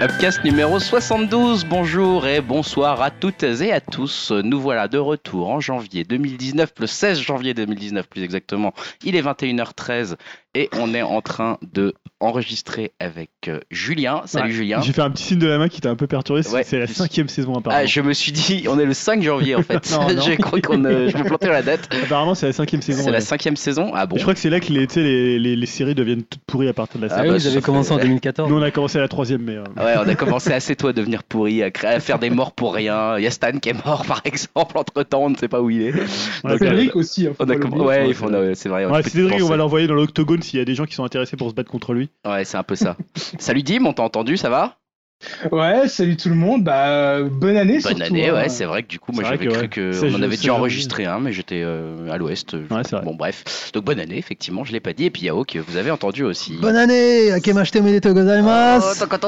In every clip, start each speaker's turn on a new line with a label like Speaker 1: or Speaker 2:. Speaker 1: Upcast numéro 72, bonjour et bonsoir à toutes et à tous. Nous voilà de retour en janvier 2019, le 16 janvier 2019 plus exactement. Il est 21h13 et on est en train de enregistrer avec euh, Julien. Salut
Speaker 2: Ouais.
Speaker 1: Julien. Ah,
Speaker 2: J'ai fait un petit signe de la main qui t'a un peu perturbé, c'est
Speaker 1: Ouais.
Speaker 2: c'est la cinquième saison hein, apparemment.
Speaker 1: Ah, je me suis dit, on est le 5 janvier en fait.
Speaker 2: Non, non.
Speaker 1: je crois qu'on euh, je me plantais dans la date.
Speaker 2: Apparemment c'est la cinquième saison.
Speaker 1: C'est la
Speaker 2: ouais.
Speaker 1: cinquième saison Ah bon
Speaker 2: Je crois que c'est là que les, tu sais, les, les, les séries deviennent toutes pourries à partir de la
Speaker 1: Ah
Speaker 3: Ah,
Speaker 2: cinquième.
Speaker 1: bah,
Speaker 3: oui, vous
Speaker 1: sauf
Speaker 3: avez commencé
Speaker 1: que-
Speaker 3: en 2014.
Speaker 2: Nous on a commencé à la troisième mais... euh,
Speaker 1: Ouais, on a commencé assez tôt à devenir pourri, à, créer- à faire des morts pour rien. Il y a Stan qui est mort par exemple, entre temps, on ne sait pas où il est.
Speaker 2: on a-
Speaker 1: Donc,
Speaker 2: ouais,
Speaker 4: Cédric aussi. hein, faut
Speaker 1: On a
Speaker 4: pas
Speaker 1: comm-
Speaker 4: l'oublier.
Speaker 1: euh, Oh, Ouais, il faut- non, c'est vrai. petite
Speaker 2: Cédric, on va
Speaker 1: pensée.
Speaker 2: l'envoyer dans l'octogone s'il y a des gens qui sont intéressés pour se battre contre lui.
Speaker 1: Ouais, c'est un peu ça. Salut Dim, on t'a entendu, ça va
Speaker 4: Ouais, salut tout le monde. Bah, euh, bonne
Speaker 1: Bonne
Speaker 4: année. surtout,
Speaker 1: année,
Speaker 4: hein.
Speaker 1: ouais, c'est vrai que du coup, moi
Speaker 2: C'est vrai
Speaker 1: j'avais
Speaker 2: que,
Speaker 1: cru
Speaker 2: ouais. Ça,
Speaker 1: qu'on
Speaker 2: je-
Speaker 1: en avait
Speaker 2: ça,
Speaker 1: déjà
Speaker 2: j'avais
Speaker 1: enregistré un, mais j'étais euh, à l'ouest.
Speaker 2: Ouais, c'est vrai.
Speaker 1: Bon, bref. Donc bonne année, effectivement, je l'ai pas dit. Et puis Yao, que vous avez entendu aussi.
Speaker 3: Bonne année Akemashite omedetou
Speaker 1: Oh,
Speaker 3: gozaimasu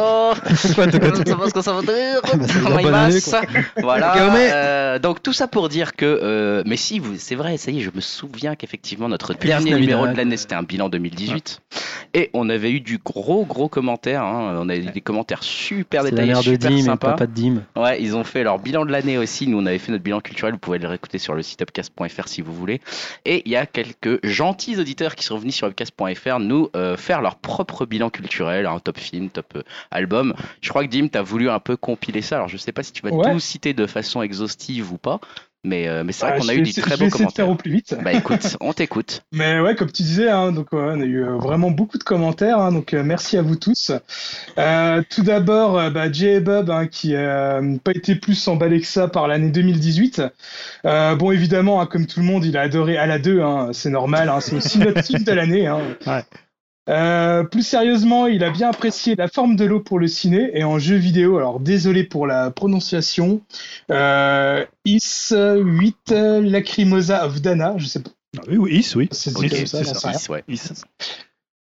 Speaker 1: Voilà.
Speaker 3: Kaome.
Speaker 1: euh, donc tout ça pour dire que, euh, mais si vous, c'est vrai, ça y est, je me souviens qu'effectivement notre
Speaker 3: Plus
Speaker 1: dernier
Speaker 3: Navidad.
Speaker 1: numéro de l'année, c'était un bilan 2018, et on avait eu du gros gros commentaire. hein. On a eu des commentaires super
Speaker 3: C'est la
Speaker 1: détaillés,
Speaker 3: mère de
Speaker 1: super
Speaker 3: Dim et le
Speaker 1: sympas.
Speaker 3: papa de Dim.
Speaker 1: Ouais, ils ont fait leur bilan de l'année aussi. Nous, on avait fait notre bilan culturel. Vous pouvez le réécouter sur le site upcast.fr si vous voulez. Et il y a quelques gentils auditeurs qui sont venus sur upcast.fr nous euh, faire leur propre bilan culturel, un top film, top euh, album. Je crois que Dim, t'as voulu un peu compiler ça. Alors, je sais pas si tu vas
Speaker 4: Ouais.
Speaker 1: tout citer de façon exhaustive ou pas, mais, euh, mais c'est
Speaker 4: Bah,
Speaker 1: vrai qu'on
Speaker 4: je
Speaker 1: a
Speaker 4: vais
Speaker 1: eu des
Speaker 4: essayer-
Speaker 1: très
Speaker 4: je vais
Speaker 1: beaux
Speaker 4: essayer de faire
Speaker 1: commentaires.
Speaker 4: au plus vite.
Speaker 1: Bah écoute, on t'écoute.
Speaker 4: Mais ouais, comme tu disais, hein, donc ouais, on a eu euh, vraiment beaucoup de commentaires, hein, donc euh, merci à vous tous. Euh, tout d'abord, euh, bah, Jay et Bob, hein, qui euh, n'a pas été plus emballé que ça par l'année 2018. Euh, bon, évidemment, hein, comme tout le monde, il a adoré à la 2, hein, c'est normal, hein, c'est aussi notre film de l'année. Hein.
Speaker 2: Ouais.
Speaker 4: Euh, plus sérieusement, il a bien apprécié la forme de l'eau pour le ciné et en jeu vidéo. Alors désolé pour la prononciation. Euh, Is 8 Lacrimosa of Dana, je sais pas.
Speaker 2: Ah oui, oui, Is, oui.
Speaker 4: C'est
Speaker 2: Ok,
Speaker 4: comme ça,
Speaker 2: c'est
Speaker 4: j'en
Speaker 2: ça.
Speaker 4: sais rien.
Speaker 1: Is, ouais.
Speaker 2: Is.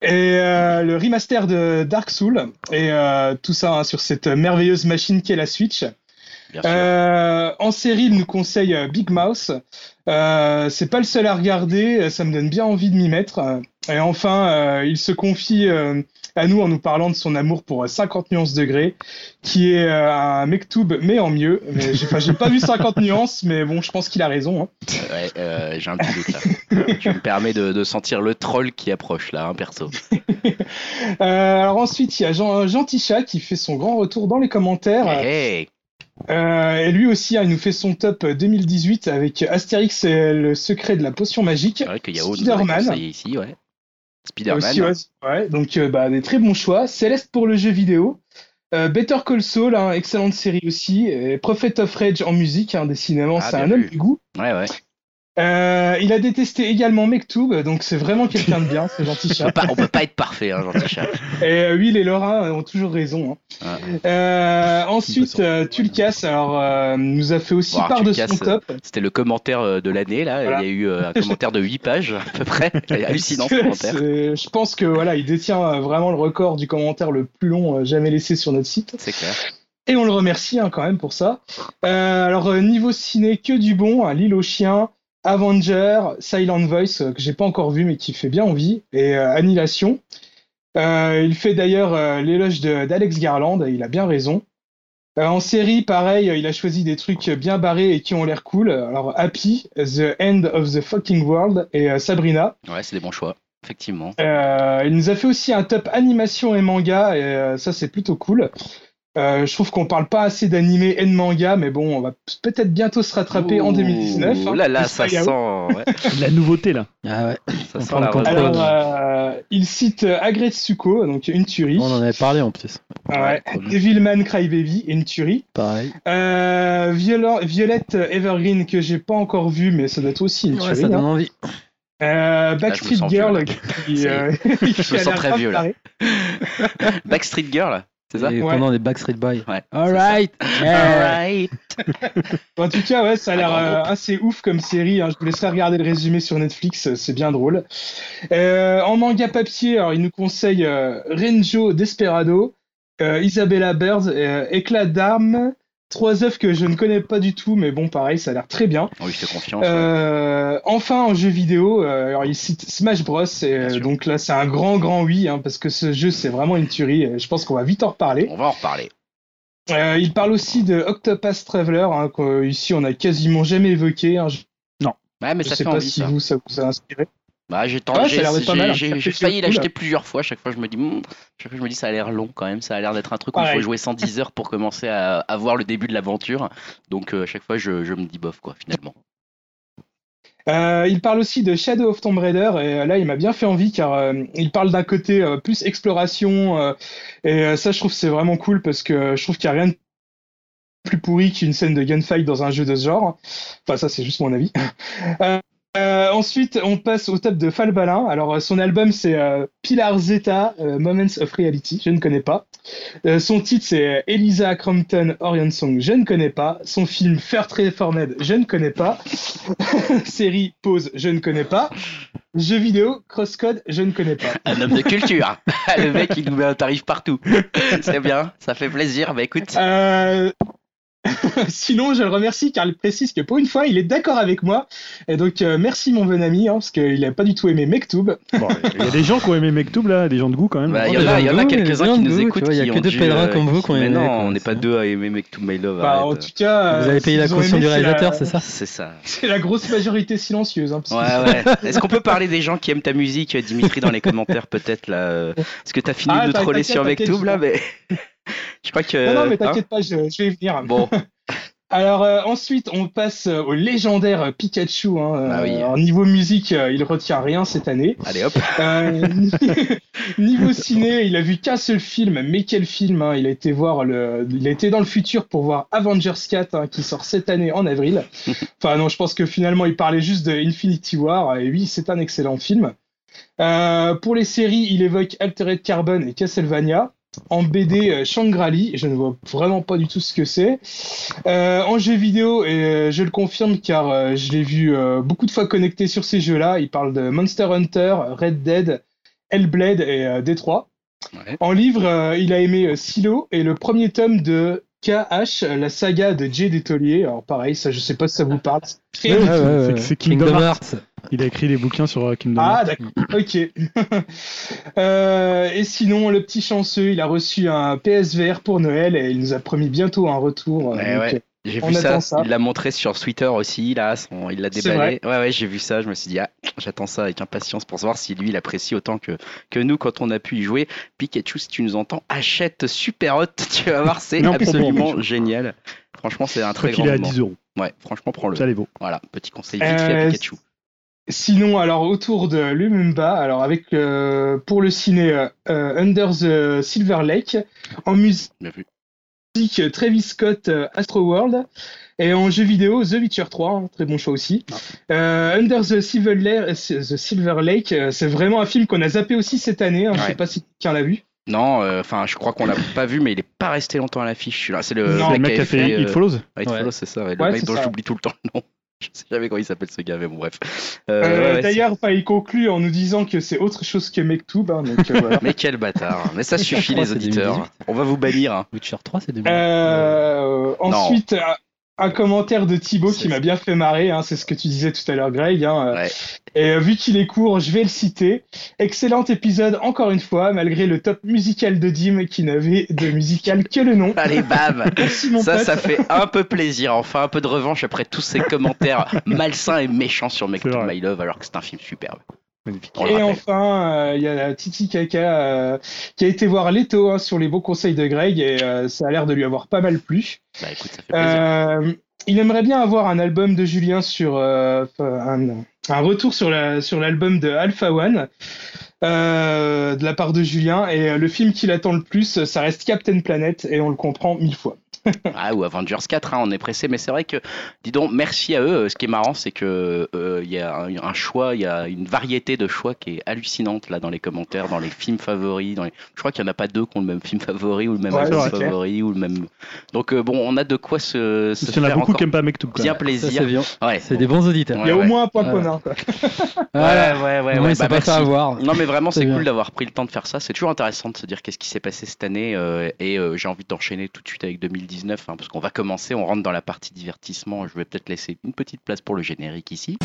Speaker 4: Et euh, le remaster de Dark Souls, et euh, tout ça hein, sur cette merveilleuse machine qu'est la Switch.
Speaker 1: Bien sûr.
Speaker 4: Euh, en série, il nous conseille euh, Big Mouse. Euh, c'est pas le seul à regarder, euh, ça me donne bien envie de m'y mettre. Euh, Et enfin, euh, il se confie euh, à nous en nous parlant de son amour pour euh, 50 nuances degrés, qui est euh, un mektoub, mais en mieux. Mais j'ai, enfin, j'ai pas vu 50 nuances, mais bon, je pense qu'il a raison. hein.
Speaker 1: Ouais, euh, j'ai un petit doute là. Je me permets de, de sentir le troll qui approche là, hein, perso.
Speaker 4: Euh, alors ensuite, il y a Jean, Jean Tichat qui fait son grand retour dans les commentaires.
Speaker 2: Eh
Speaker 1: Hey,
Speaker 4: Euh, et lui aussi, hein, il nous fait son top 2018 avec Astérix et le secret de la potion magique.
Speaker 1: C'est vrai qu'il y a autre
Speaker 4: Spider-Man.
Speaker 1: ici, ouais.
Speaker 4: Aussi,
Speaker 1: Euh, Spider-Man.
Speaker 4: ouais, ouais, donc euh, bah, des très bons choix. Céleste pour le jeu vidéo. Euh, Better Call Saul, hein, excellente série aussi. Et Prophet of Rage en musique, hein, décidément,
Speaker 1: Ah,
Speaker 4: c'est
Speaker 1: bien
Speaker 4: un homme
Speaker 1: vu.
Speaker 4: de goût.
Speaker 1: Ouais, ouais.
Speaker 4: Euh, il a détesté également Mektoub, donc c'est vraiment quelqu'un de bien, c'est gentil
Speaker 1: On peut
Speaker 4: chat.
Speaker 1: pas, on peut pas être parfait, hein, gentil chat.
Speaker 4: Et euh, oui, les Lorrains ont toujours raison. hein. Euh, ensuite, euh, Tulkas, alors, euh, nous a fait aussi
Speaker 1: Ouah,
Speaker 4: part de
Speaker 1: Tulkas, euh,
Speaker 4: son top.
Speaker 1: C'était le commentaire euh, de l'année, là.
Speaker 4: Voilà.
Speaker 1: Il y a eu euh, un commentaire de 8 pages, à peu près. C'est hallucinant, ce commentaire.
Speaker 4: C'est- Je pense que voilà, il détient euh, vraiment le record du commentaire le plus long euh, jamais laissé sur notre site.
Speaker 1: C'est clair.
Speaker 4: Et on le remercie hein, quand même pour ça. Euh, alors euh, niveau ciné, que du bon. hein, L'île aux chiens, Avenger, Silent Voice euh, que j'ai pas encore vu mais qui fait bien envie et euh, Annihilation. Euh, il fait d'ailleurs euh, l'éloge de- d'Alex Garland et il a bien raison. Euh, en série, pareil, euh, il a choisi des trucs bien barrés et qui ont l'air cool. Alors Happy, The End of the Fucking World et euh, Sabrina.
Speaker 1: Ouais, c'est des bons choix, effectivement.
Speaker 4: Euh, il nous a fait aussi un top animation et manga, et euh, ça c'est plutôt cool. Euh, je trouve qu'on parle pas assez d'animé et de manga, mais bon, on va p- peut-être bientôt se rattraper en
Speaker 1: Ouh
Speaker 4: 2019. hein.
Speaker 1: là là,
Speaker 4: Et
Speaker 1: ça
Speaker 4: y
Speaker 1: sent.
Speaker 4: a-
Speaker 1: ouais,
Speaker 2: De La nouveauté là.
Speaker 3: Ah ouais,
Speaker 1: ça
Speaker 3: On
Speaker 1: sent
Speaker 3: prend
Speaker 1: la
Speaker 3: le contrôle.
Speaker 1: revanche.
Speaker 4: Alors, euh, il cite euh, Agretsuko, donc une tuerie.
Speaker 3: on en avait parlé en plus.
Speaker 4: Ouais.
Speaker 1: ouais.
Speaker 4: Devilman Crybaby, une tuerie.
Speaker 3: Pareil.
Speaker 4: Euh, Viola- Violette Evergreen, que j'ai pas encore vu, mais ça doit être aussi une
Speaker 3: Ouais,
Speaker 4: tuerie.
Speaker 3: ça donne
Speaker 4: hein.
Speaker 3: envie.
Speaker 4: Euh,
Speaker 1: Ah, me
Speaker 4: Backstreet
Speaker 1: sens vieux,
Speaker 4: Girl, qui,
Speaker 1: Ça y est.
Speaker 4: euh, qui a
Speaker 1: sens
Speaker 4: l'air
Speaker 1: très
Speaker 4: grave
Speaker 1: vieux, là.
Speaker 4: taré.
Speaker 1: Backstreet Girl, c'est ça Ah
Speaker 3: Et
Speaker 4: Ouais.
Speaker 3: pendant les Backstreet Boys. Eh,
Speaker 1: Ouais. c'est ça.
Speaker 3: Alright
Speaker 1: Alright.
Speaker 4: En tout cas, ouais, ça a
Speaker 1: Un
Speaker 4: l'air
Speaker 1: grand
Speaker 4: euh,
Speaker 1: groupe.
Speaker 4: assez ouf comme série. hein. Je vous laisserai regarder le résumé sur Netflix, euh, c'est bien drôle. Euh, en manga papier, alors, il nous conseille euh, Renjo Desperado, euh, Isabella Bird, euh, Éclat d'armes, Trois œuvres que je ne connais pas du tout, mais bon, pareil, ça a l'air très bien.
Speaker 1: Oui, je te confiance. ouais.
Speaker 4: Euh, enfin, en jeu vidéo, euh, alors il cite Smash Bros. Et, euh,
Speaker 1: sûr.
Speaker 4: donc là, c'est un grand, grand oui, hein, parce que ce jeu, c'est vraiment une tuerie. euh, Je pense qu'on va vite en reparler.
Speaker 1: On va en reparler.
Speaker 4: Euh, il parle aussi de Octopath Traveler, hein, qu'ici on a quasiment jamais évoqué. hein. Je
Speaker 1: Ouais, mais
Speaker 4: je
Speaker 1: ça
Speaker 4: sais
Speaker 1: fait
Speaker 4: pas
Speaker 1: envie
Speaker 4: si
Speaker 1: ça.
Speaker 4: vous, ça vous a inspiré.
Speaker 1: Bah, j'ai
Speaker 4: Ouais,
Speaker 1: tenté,
Speaker 4: ça a l'air
Speaker 1: j'ai-
Speaker 4: d'être pas mal,
Speaker 1: j'ai-
Speaker 4: ça
Speaker 1: j'ai-
Speaker 4: fait
Speaker 1: j'ai failli
Speaker 4: surtout, là.
Speaker 1: l'acheter plusieurs fois. Chaque fois, je me dis, Hmm, chaque fois, je me dis, ça a l'air long quand même. Ça a l'air d'être un truc où il faut
Speaker 4: Pareil.
Speaker 1: jouer 110 heures pour commencer à, à voir le début de l'aventure. Donc, euh, à chaque fois, je, je me dis bof quoi, finalement.
Speaker 4: Euh, il parle aussi de Shadow of Tomb Raider et euh, là il m'a bien fait envie car euh, il parle d'un côté euh, plus exploration euh, et euh, ça je trouve que c'est vraiment cool parce que euh, je trouve qu'il n'y a rien de plus pourri qu'une scène de gunfight dans un jeu de ce genre. Enfin ça c'est juste mon avis. Euh, euh, ensuite on passe au top de Falbalin. Alors euh, son album c'est euh, Pilar Zeta euh, Moments of Reality, je ne connais pas. Euh, son titre c'est Elisa Crompton Orion Song, je ne connais pas. Son film Fair Trade Formed, je ne connais pas. Série, pause, je ne connais pas. Jeux vidéo, crosscode, je ne connais pas.
Speaker 1: Un homme de culture. Ah, le mec, il nous met un tarif partout. C'est bien, ça fait plaisir. Bah écoute,
Speaker 4: Euh, Sinon, je le remercie car il précise que pour une fois, il est d'accord avec moi. Et donc, euh, merci mon bon ami, hein, parce qu'il n'a pas du tout aimé Mektoub.
Speaker 2: Bon, Il y a des gens qui ont aimé Mektoub là, des gens de goût quand même.
Speaker 1: Bah, Il y
Speaker 3: Oh,
Speaker 1: en a,
Speaker 3: des
Speaker 1: il y en a
Speaker 3: gens de goût,
Speaker 1: quelques-uns
Speaker 3: des
Speaker 1: qui
Speaker 3: gens de
Speaker 1: nous
Speaker 3: goût, tu
Speaker 1: écoutent.
Speaker 3: vois, il y a
Speaker 1: qui
Speaker 3: que
Speaker 1: ont
Speaker 3: deux
Speaker 1: dû,
Speaker 3: pèlerins
Speaker 1: euh,
Speaker 3: comme vous qui ont
Speaker 1: Mais
Speaker 3: aimé,
Speaker 1: non,
Speaker 3: quoi,
Speaker 1: on n'est
Speaker 3: c'est
Speaker 1: pas
Speaker 3: ça.
Speaker 1: deux à aimer Make to My Love.
Speaker 4: Bah, en
Speaker 1: arrête.
Speaker 4: tout cas,
Speaker 3: Vous
Speaker 4: euh,
Speaker 3: avez payé la
Speaker 4: s'ils ont
Speaker 3: caution
Speaker 4: aimé,
Speaker 3: du
Speaker 4: c'est la-
Speaker 3: réalisateur, c'est ça
Speaker 1: C'est ça.
Speaker 4: C'est la grosse majorité silencieuse. hein, parce
Speaker 1: Ouais,
Speaker 4: que-
Speaker 1: ouais. Est-ce qu'on peut parler des gens qui aiment ta musique, Dimitri, dans les commentaires peut-être là euh, Parce que t'as fini
Speaker 4: Ah,
Speaker 1: de
Speaker 4: t'inquiète,
Speaker 1: troller sur
Speaker 4: t'inquiète,
Speaker 1: Mektoub là, mais je crois que.
Speaker 4: Non, non, mais
Speaker 1: hein
Speaker 4: t'inquiète pas, je, je vais y venir.
Speaker 1: Bon,
Speaker 4: Alors euh, ensuite, on passe euh, au légendaire euh, Pikachu. Hein,
Speaker 1: Ah
Speaker 4: euh,
Speaker 1: oui.
Speaker 4: alors, niveau musique, euh, il retient rien cette année.
Speaker 1: allez hop.
Speaker 4: Euh, niveau ciné, il a vu qu'un seul film, mais quel film hein. Il a été voir le, il a été dans le futur pour voir Avengers 4, hein, qui sort cette année en avril. Enfin non, je pense que finalement il parlait juste de Infinity War. Et oui, c'est un excellent film. Euh, pour les séries, il évoque Altered Carbon et Castlevania. En BD, euh, Shangri-La, je ne vois vraiment pas du tout ce que c'est. Euh, en jeu vidéo, et euh, je le confirme car euh, je l'ai vu euh, beaucoup de fois connecté sur ces jeux-là, il parle de Monster Hunter, Red Dead, Hellblade et euh, Détroit.
Speaker 1: Ouais.
Speaker 4: En livre, euh, il a aimé euh, Silo et le premier tome de KH, la saga de Jay Détolier. Alors pareil, ça je sais pas si ça vous parle. C'est
Speaker 2: Ouais,
Speaker 4: très-
Speaker 2: ouais, ouais, ouais. C'est Kingdom
Speaker 3: Hearts.
Speaker 2: Il a écrit des bouquins sur euh, Kingdom
Speaker 4: ah
Speaker 2: Hearts.
Speaker 4: d'accord, ok. Euh, et sinon, le petit chanceux, il a reçu un PSVR pour Noël et il nous a promis bientôt un retour. euh,
Speaker 1: Ouais,
Speaker 4: donc,
Speaker 1: ouais. J'ai
Speaker 4: On
Speaker 1: vu ça.
Speaker 4: attend ça.
Speaker 1: Il l'a montré sur Twitter aussi, là. son- il l'a
Speaker 4: C'est
Speaker 1: déballé. Ouais, ouais, j'ai vu ça. Je me suis dit, ah, j'attends ça avec impatience pour savoir si lui, il apprécie autant que, que nous quand on a pu y jouer. Pikachu, si tu nous entends, achète Super Hot. Tu vas voir, c'est
Speaker 2: Non, pour moi,
Speaker 1: absolument
Speaker 2: Pikachu.
Speaker 1: génial. Franchement, c'est un
Speaker 2: Je crois
Speaker 1: très grand
Speaker 2: qu'il est à
Speaker 1: moment.
Speaker 2: 10 euros.
Speaker 1: Ouais, franchement, prends-le.
Speaker 2: Ça les vaut.
Speaker 1: Voilà, petit conseil vite fait à
Speaker 4: Euh,
Speaker 1: Pikachu.
Speaker 4: Sinon, alors autour de Lumumba, alors avec euh, pour le ciné euh, euh, Under the Silver Lake, en musique
Speaker 1: Bien vu.
Speaker 4: euh, Travis Scott euh, Astro World et en jeu vidéo The Witcher 3, hein, très bon choix aussi.
Speaker 1: Ah.
Speaker 4: Euh, Under the Silver, La- euh, the Silver Lake, euh, c'est vraiment un film qu'on a zappé aussi cette année. hein, Je
Speaker 1: Ouais.
Speaker 4: sais pas si quelqu'un l'a vu.
Speaker 1: Non, euh, enfin, je crois qu'on l'a pas vu, mais il est pas resté longtemps à l'affiche. celui-là. C'est le,
Speaker 4: Non,
Speaker 2: le mec qui a fait
Speaker 1: euh,
Speaker 2: It Follows.
Speaker 1: It
Speaker 3: Ouais.
Speaker 1: Follows, c'est ça. ouais, le
Speaker 4: Ouais,
Speaker 1: mec
Speaker 4: c'est
Speaker 1: dont
Speaker 4: ça.
Speaker 1: j'oublie tout le temps le nom. Je sais jamais comment il s'appelle ce gars, mais bon, bref. Euh,
Speaker 4: Euh,
Speaker 1: ouais, ouais,
Speaker 4: D'ailleurs, enfin, il conclut en nous disant que c'est autre chose que Mektoub. hein, donc, euh, voilà.
Speaker 1: c'est- Mais quel bâtard. Mais ça
Speaker 3: Witcher
Speaker 1: suffit,
Speaker 3: 3,
Speaker 1: les
Speaker 3: c'est
Speaker 1: auditeurs.
Speaker 3: 2018.
Speaker 1: On va vous bannir. hein.
Speaker 3: Witcher 3, c'est début.
Speaker 4: Euh, ensuite, un- un commentaire de Thibaut
Speaker 1: C'est-
Speaker 4: qui m'a bien fait marrer, hein, c'est ce que tu disais tout à l'heure, Greg. hein,
Speaker 1: Ouais.
Speaker 4: Et euh, vu qu'il est court, je vais le citer. Excellent épisode, encore une fois, malgré le top musical de Dim qui n'avait de musical que le nom.
Speaker 1: Allez, bam
Speaker 4: Merci mon
Speaker 1: Ça,
Speaker 4: pote.
Speaker 1: ça fait un peu plaisir. Enfin, un peu de revanche après tous ces commentaires malsains et méchants sur Make
Speaker 2: C'est
Speaker 1: to
Speaker 2: vrai.
Speaker 1: My Love, alors que c'est un film superbe.
Speaker 2: Magnifique.
Speaker 1: On le
Speaker 4: Et
Speaker 1: rappelle.
Speaker 4: enfin, euh, il y a Titi Kaka euh, qui a été voir Leto hein, sur les beaux conseils de Greg et euh, ça a l'air de lui avoir pas mal plu.
Speaker 1: Bah écoute, ça fait plaisir.
Speaker 4: Euh, il aimerait bien avoir un album de Julien sur euh, enfin, un, un retour sur la sur l'album de Alpha One euh, de la part de Julien et euh, le film qu'il attend le plus ça reste Captain Planet et on le comprend mille fois.
Speaker 1: Ah, ou Avengers 4, hein, on est pressé, mais c'est vrai que, dis donc, merci à eux. Euh, Ce qui est marrant, c'est que euh, il y a un, un choix, il y a une variété de choix qui est hallucinante là dans les commentaires, dans les films favoris. Dans les... Je crois qu'il n'y en a pas deux qui ont le même film favori ou le même
Speaker 4: Ouais,
Speaker 1: album
Speaker 4: c'est clair.
Speaker 1: favori ou le même. Donc euh, bon, on a de quoi se, se
Speaker 2: Il y en a
Speaker 1: faire
Speaker 2: beaucoup
Speaker 1: encore
Speaker 2: qui aiment pas Mektoub quand
Speaker 1: bien
Speaker 2: même.
Speaker 3: Ça, c'est
Speaker 1: plaisir.
Speaker 3: bien.
Speaker 1: Ouais,
Speaker 3: C'est des bons auditeurs.
Speaker 1: Ouais,
Speaker 4: il y a
Speaker 1: ouais.
Speaker 4: au moins un point
Speaker 3: Ouais.
Speaker 4: commun. quoi.
Speaker 1: ouais, ouais, ouais,
Speaker 3: Au
Speaker 1: ouais,
Speaker 3: moins, ils sont
Speaker 1: bah,
Speaker 3: pas fait
Speaker 1: merci.
Speaker 3: avoir.
Speaker 1: Non mais vraiment
Speaker 3: C'est
Speaker 1: c'est
Speaker 3: bien.
Speaker 1: cool d'avoir pris le temps de faire ça, c'est toujours intéressant de se dire qu'est-ce qui s'est passé cette année euh, et euh, j'ai envie d'enchaîner tout de suite avec 2018 2019, hein, parce qu'on va commencer, on rentre dans la partie divertissement. Je vais peut-être laisser une petite place pour le générique ici.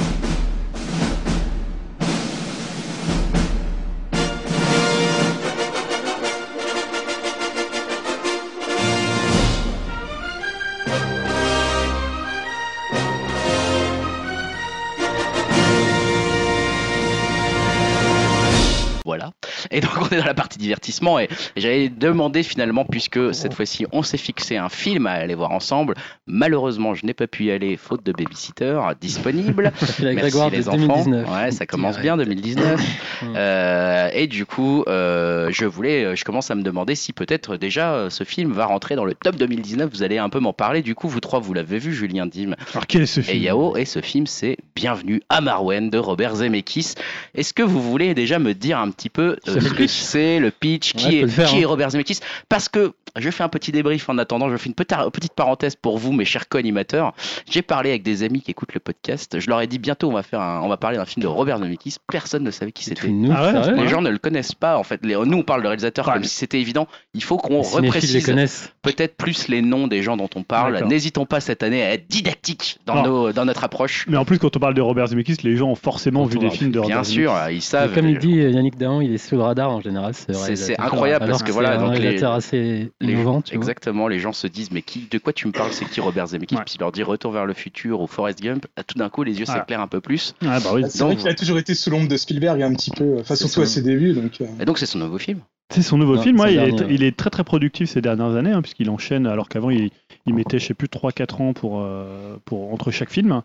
Speaker 1: Voilà. Et donc on est dans la partie divertissement et j'avais demandé finalement puisque cette fois-ci on s'est fixé un film à aller voir ensemble. Malheureusement je n'ai pas pu y aller faute de babysitter disponible.
Speaker 3: Ça fait la
Speaker 1: Merci
Speaker 3: Grégoire de
Speaker 1: les enfants.
Speaker 3: 2019.
Speaker 1: Ouais, ça commence
Speaker 3: Direct.
Speaker 1: bien 2019.
Speaker 3: Mm.
Speaker 1: Euh, et du coup, euh, je voulais, euh, je commence à me demander si peut-être déjà euh, ce film va rentrer dans le top 2019. Vous allez un peu m'en parler. Du coup, vous trois, vous l'avez vu, Julien Dim
Speaker 2: Alors quel est ce film
Speaker 1: et Yao. Et ce film, c'est Bienvenue à Marwen de Robert Zemeckis. Est-ce que vous voulez déjà me dire un petit peu euh,
Speaker 3: C'est
Speaker 1: ce
Speaker 3: le
Speaker 1: que
Speaker 3: pitch.
Speaker 1: c'est le pitch,
Speaker 3: Ouais,
Speaker 1: qui,
Speaker 3: je peux
Speaker 1: est,
Speaker 3: le faire,
Speaker 1: qui
Speaker 3: hein.
Speaker 1: est Robert Zemeckis Parce que je fais un petit débrief en attendant, je fais une peta- petite parenthèse pour vous, mes chers co-animateurs. J'ai parlé avec des amis qui écoutent le podcast. Je leur ai dit bientôt, on va faire, un- on va parler d'un film de Robert Zemeckis. Personne ne savait qui c'était.
Speaker 3: Nous,
Speaker 2: Ah ouais,
Speaker 3: sérieux
Speaker 1: Les gens ne le connaissent pas en fait. Les- nous on parle de réalisateur comme si c'était évident. Il faut qu'on
Speaker 3: Les cinéphiles les
Speaker 1: reprécise
Speaker 3: connaissent.
Speaker 1: peut-être plus les noms des gens dont on parle.
Speaker 2: D'accord.
Speaker 1: N'hésitons pas cette année à être didactique dans,
Speaker 2: Non.
Speaker 1: nos- dans notre approche.
Speaker 2: Mais en plus, quand on parle de Robert Zemeckis, les gens ont forcément vu des films de Robert
Speaker 1: Bien sûr,
Speaker 2: Zemeckis.
Speaker 1: ils
Speaker 3: Mais
Speaker 1: savent.
Speaker 3: comme il dit euh, Yannick Dahan, il est sous le radar en général. ce
Speaker 1: C'est- c'est
Speaker 3: réalisateur.
Speaker 1: incroyable parce
Speaker 3: Alors
Speaker 1: que voilà,
Speaker 3: C'est un
Speaker 1: donc les-
Speaker 3: réalisateur assez
Speaker 1: les-
Speaker 3: innovant. tu vois.
Speaker 1: Exactement, les gens se disent mais qui, de quoi tu me parles C'est qui Robert Zemeckis
Speaker 2: Ouais.
Speaker 1: Puis il leur dit Retour vers le futur ou Forrest Gump. Ah, Tout d'un coup, les yeux
Speaker 2: Voilà.
Speaker 1: s'éclairent un peu plus.
Speaker 2: Ah bah oui.
Speaker 4: C'est vrai
Speaker 1: donc-
Speaker 4: qu'il a toujours été sous l'ombre de Spielberg un petit peu, enfin
Speaker 3: C'est
Speaker 4: surtout à
Speaker 3: ça.
Speaker 4: ses débuts. Donc, euh,
Speaker 1: Et donc c'est son nouveau film.
Speaker 2: C'est son nouveau
Speaker 3: Non,
Speaker 2: film, ouais,
Speaker 3: c'est
Speaker 2: il,
Speaker 3: le
Speaker 2: est,
Speaker 3: dernier.
Speaker 2: il est très très productif ces dernières années, hein, puisqu'il enchaîne, alors qu'avant il, il mettait, je sais plus, 3-4 ans pour, euh, pour, entre chaque film.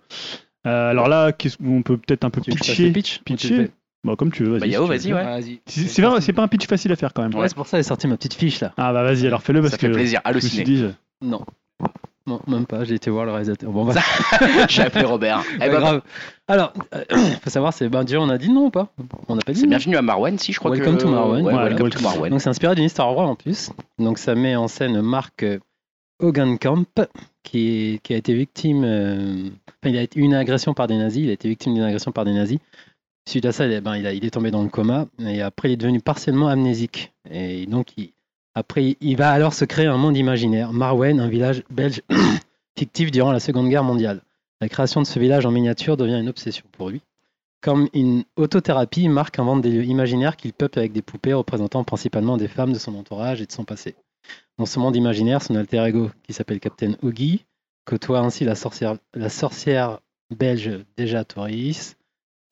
Speaker 2: Euh, alors là, qu'est-ce- on peut peut-être un peu
Speaker 3: Tu veux que je fasse le
Speaker 2: pitcher.
Speaker 3: pitch ou tu
Speaker 2: pitcher
Speaker 3: le fais
Speaker 2: Bon, comme tu veux, vas-y.
Speaker 1: Bah,
Speaker 2: si
Speaker 1: Yao,
Speaker 2: tu
Speaker 1: vas-y,
Speaker 2: veux.
Speaker 1: ouais.
Speaker 2: C'est c'est vrai, c'est pas un pitch facile à faire quand même.
Speaker 3: Ouais, c'est pour ça, j'ai sorti ma petite fiche là.
Speaker 2: Ah bah vas-y, alors fais-le parce
Speaker 1: Ça fait
Speaker 2: que
Speaker 1: plaisir,
Speaker 2: je me suis
Speaker 1: halluciné.
Speaker 2: dit, je-
Speaker 3: Non. Non, même pas, j'ai été voir le réalisateur. Bon, bah,
Speaker 1: J'ai appelé Robert. Eh
Speaker 3: pas
Speaker 1: ben,
Speaker 3: grave. Alors, faut savoir, c'est ben, déjà, on a dit non ou pas On n'a pas dit
Speaker 1: c'est
Speaker 3: non.
Speaker 1: bienvenue à Marwen, si je crois
Speaker 3: Welcome
Speaker 1: que.
Speaker 3: to Marwen.
Speaker 1: Ouais,
Speaker 3: Ouais,
Speaker 1: welcome
Speaker 2: welcome.
Speaker 1: to Marwen.
Speaker 3: Donc c'est inspiré d'une histoire vraie en plus. Donc ça met en scène Marc euh, Hogenkamp qui, est- qui a été victime. euh, enfin, il a été une agression par des nazis. Il a été victime d'une agression par des nazis. Suite à ça, il, a- ben, il, a- il est tombé dans le coma et après il est devenu partiellement amnésique. Et donc il- après il va alors se créer un monde imaginaire. Marwen, un village belge fictif durant la Seconde Guerre mondiale. La création de ce village en miniature devient une obsession pour lui. Comme une autothérapie, Marc invente des lieux imaginaires qu'il peuple avec des poupées représentant principalement des femmes de son entourage et de son passé. Dans ce monde imaginaire, son alter ego, qui s'appelle Captain Oogie, côtoie ainsi la sorcière, la sorcière belge déjà Toris,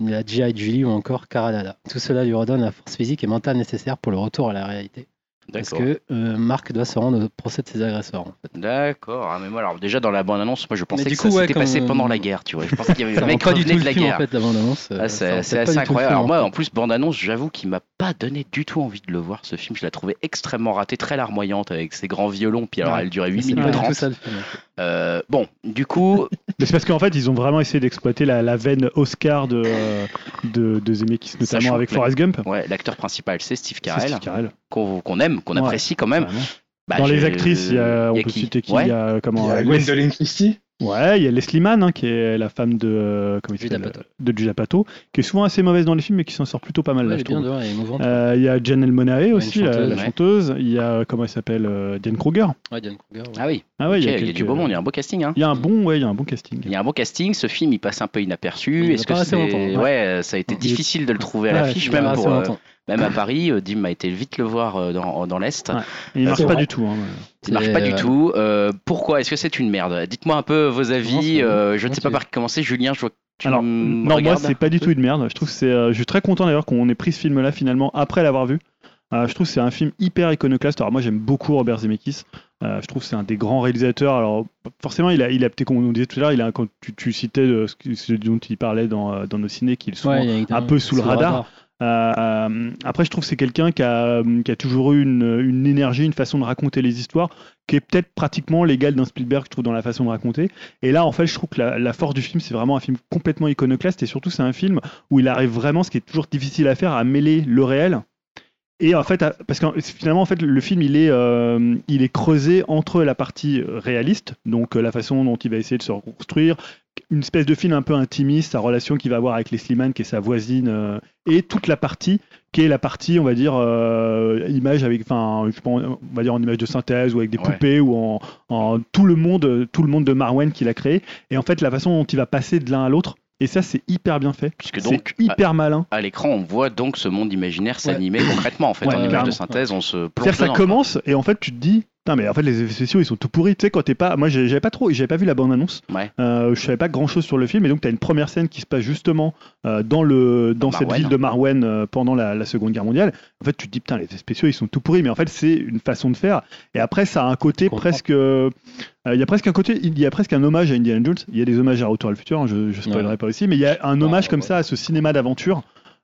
Speaker 3: la G.I. Julie ou encore Caralala. Tout cela lui redonne la force physique et mentale nécessaire pour le retour à la réalité. Parce
Speaker 1: D'accord.
Speaker 3: que euh, Marc doit se rendre au procès de ses agresseurs. en fait.
Speaker 1: D'accord. Ah, mais moi, alors déjà dans la bande-annonce, moi je pensais
Speaker 3: du
Speaker 1: que
Speaker 3: coup,
Speaker 1: ça
Speaker 3: ouais,
Speaker 1: s'était passé
Speaker 3: comme, euh,
Speaker 1: pendant la guerre, tu vois. Je pensais qu'il y avait
Speaker 3: Ça
Speaker 1: le mec
Speaker 3: rend pas du
Speaker 1: revenait
Speaker 3: tout
Speaker 1: de la
Speaker 3: le film,
Speaker 1: guerre.
Speaker 3: en fait, la bande-annonce. euh,
Speaker 1: Ah,
Speaker 3: ça
Speaker 1: c'est
Speaker 3: rend
Speaker 1: c'est
Speaker 3: pas du
Speaker 1: assez
Speaker 3: tout le hein.
Speaker 1: incroyable.
Speaker 3: film,
Speaker 1: Alors
Speaker 3: en
Speaker 1: moi,
Speaker 3: fait.
Speaker 1: en plus, bande-annonce, j'avoue qu'il m'a pas donné du tout envie de le voir, ce film. Je l'ai trouvé extrêmement raté, très larmoyante, avec ses grands violons. Puis alors,
Speaker 3: Ouais,
Speaker 1: elle durait
Speaker 3: C'est
Speaker 1: 8
Speaker 3: pas
Speaker 1: minutes
Speaker 3: du tout
Speaker 1: 30.
Speaker 3: ça, le film, en fait.
Speaker 1: Euh, bon, du coup,
Speaker 2: Mais c'est parce qu'en fait, ils ont vraiment essayé d'exploiter la, la veine Oscar de, euh, de, de Zemeckis, notamment
Speaker 1: Sachant
Speaker 2: avec
Speaker 1: que-
Speaker 2: Forrest Gump.
Speaker 1: ouais, l'acteur principal, c'est Steve
Speaker 2: C'est
Speaker 1: Carell,
Speaker 2: Steve Carell,
Speaker 1: qu'on qu'on aime, qu'on
Speaker 2: Ouais.
Speaker 1: apprécie quand même.
Speaker 2: vraiment.
Speaker 1: Bah,
Speaker 2: Dans les
Speaker 1: j'ai-
Speaker 2: actrices, il y a, on
Speaker 1: il y a
Speaker 2: peut
Speaker 1: qui
Speaker 2: citer qui
Speaker 1: Ouais.
Speaker 2: Il y a comment
Speaker 4: il y a
Speaker 2: euh, Wes-
Speaker 4: Gwendoline Christie.
Speaker 2: Ouais, il y a Leslie Mann hein, qui est la femme de euh, comment il
Speaker 3: Judd
Speaker 2: s'appelle,
Speaker 3: Apatow.
Speaker 2: de Judd Apatow, qui est souvent assez mauvaise dans les films mais qui s'en sort plutôt pas mal là,
Speaker 3: Ouais,
Speaker 2: je
Speaker 3: elle est bien
Speaker 2: trouve.
Speaker 3: dehors, elle est émouvante.
Speaker 2: Euh, Il y a Janelle Monae aussi, la-
Speaker 3: chanteuse,
Speaker 2: la,
Speaker 1: ouais.
Speaker 2: chanteuse. Il y a euh, comment elle s'appelle euh, Diane Kruger.
Speaker 3: Ouais, Diane Kruger, ouais.
Speaker 1: Ah oui,
Speaker 2: Ah ouais,
Speaker 1: ok, il y, a
Speaker 2: quelques-
Speaker 1: du beau monde, il y a un beau casting. Hein.
Speaker 2: Il y a un bon, ouais, il y a un bon
Speaker 1: Il
Speaker 2: casting.
Speaker 1: y a un bon casting, ce film il passe un peu inaperçu.
Speaker 3: Il
Speaker 1: Est-ce
Speaker 3: va pas
Speaker 1: que
Speaker 3: rester
Speaker 1: c'est. Ouais.
Speaker 3: longtemps, ouais.
Speaker 1: euh, ça a été
Speaker 3: Il-
Speaker 1: difficile de le trouver à
Speaker 2: Ouais,
Speaker 1: l'affiche,
Speaker 2: il
Speaker 3: Ouais,
Speaker 1: même
Speaker 3: assez
Speaker 1: pour. euh,
Speaker 3: longtemps.
Speaker 1: Même à Paris, euh, Dim a été vite le voir euh, dans, dans l'Est.
Speaker 2: Et il
Speaker 4: Ah,
Speaker 2: marche
Speaker 4: c'est
Speaker 2: pas
Speaker 4: vrai.
Speaker 2: du tout. hein, ouais.
Speaker 1: Il marche
Speaker 3: C'est-
Speaker 1: pas du
Speaker 3: ouais.
Speaker 1: tout. Euh, pourquoi Est-ce que c'est une merde Dites-moi un peu vos
Speaker 3: Non,
Speaker 1: avis.
Speaker 3: c'est-
Speaker 1: Euh, je ne
Speaker 3: non,
Speaker 1: sais pas
Speaker 3: c'est-
Speaker 1: par qui commencer. Julien, je vois que tu
Speaker 2: Alors,
Speaker 1: me
Speaker 2: non, moi,
Speaker 1: regardes.
Speaker 2: c'est pas du tout une merde. Je trouve que c'est. euh, je suis très content d'ailleurs qu'on ait pris ce film-là finalement après l'avoir vu. Euh, je trouve que c'est un film hyper iconoclaste. Alors, moi, j'aime beaucoup Robert Zemeckis. Euh, je trouve que c'est un des grands réalisateurs. Alors, forcément, il a, il a peut-être, comme on disait tout à l'heure, il a, quand tu, tu citais de ce, qui- ce dont il parlait dans, euh, dans nos ciné, qu'il est souvent
Speaker 3: Ouais, il y a Yannick
Speaker 2: un
Speaker 3: Dahan,
Speaker 2: peu sous le radar. Euh, euh, après, je trouve que c'est quelqu'un qui a, euh, qui a toujours eu une, une énergie, une façon de raconter les histoires qui est peut-être pratiquement l'égale d'un Spielberg, je trouve, dans la façon de raconter. Et là, en fait, je trouve que la, la force du film, c'est vraiment un film complètement iconoclaste et surtout, c'est un film où il arrive vraiment, ce qui est toujours difficile à faire, à mêler le réel. Et en fait, à- parce que finalement, en fait, le film, il est, euh, il est creusé entre la partie réaliste, donc euh, la façon dont il va essayer de se reconstruire, une espèce de film un peu intimiste, sa relation qu'il va avoir avec Leslie Mann, qui est sa voisine, euh, et toute la partie qui est la partie, on va dire, euh, image avec, enfin, je pense, on va dire en image de synthèse ou avec des
Speaker 1: Ouais.
Speaker 2: poupées ou en, en tout le monde, tout le monde de Marwen qu'il a créé. Et en fait, la façon dont il va passer de l'un à l'autre, et ça, c'est hyper bien fait.
Speaker 1: Puisque donc,
Speaker 2: C'est hyper malin.
Speaker 1: à l'écran, on voit donc ce monde imaginaire s'animer concrètement. En fait,
Speaker 2: Ouais,
Speaker 1: en image de
Speaker 2: clairement.
Speaker 1: synthèse, on se plonge.
Speaker 2: C'est-à-dire ça
Speaker 1: dedans.
Speaker 2: commence et en fait tu te dis putain mais en fait les effets spéciaux ils sont tout pourris tu sais quand t'es pas moi j'ai- j'avais pas trop j'avais pas vu la bande annonce
Speaker 1: Ouais.
Speaker 2: euh, je savais pas grand chose sur le film et donc t'as une première scène qui se passe justement euh, dans le dans,
Speaker 1: Dans
Speaker 2: cette
Speaker 1: Marwen.
Speaker 2: ville de Marwen euh, pendant la, la Seconde Guerre mondiale en fait tu te dis putain les effets spéciaux ils sont tout pourris mais en fait c'est une façon de faire et après ça a un côté
Speaker 3: comprends.
Speaker 2: presque euh, il y a presque un côté il y a presque un hommage à Indiana Jones il y a des hommages à Retour à le futur hein, je, je spoilerai pas aussi mais il y a un
Speaker 3: Non,
Speaker 2: hommage comme
Speaker 3: ouais.
Speaker 2: ça à ce cinéma d'aventure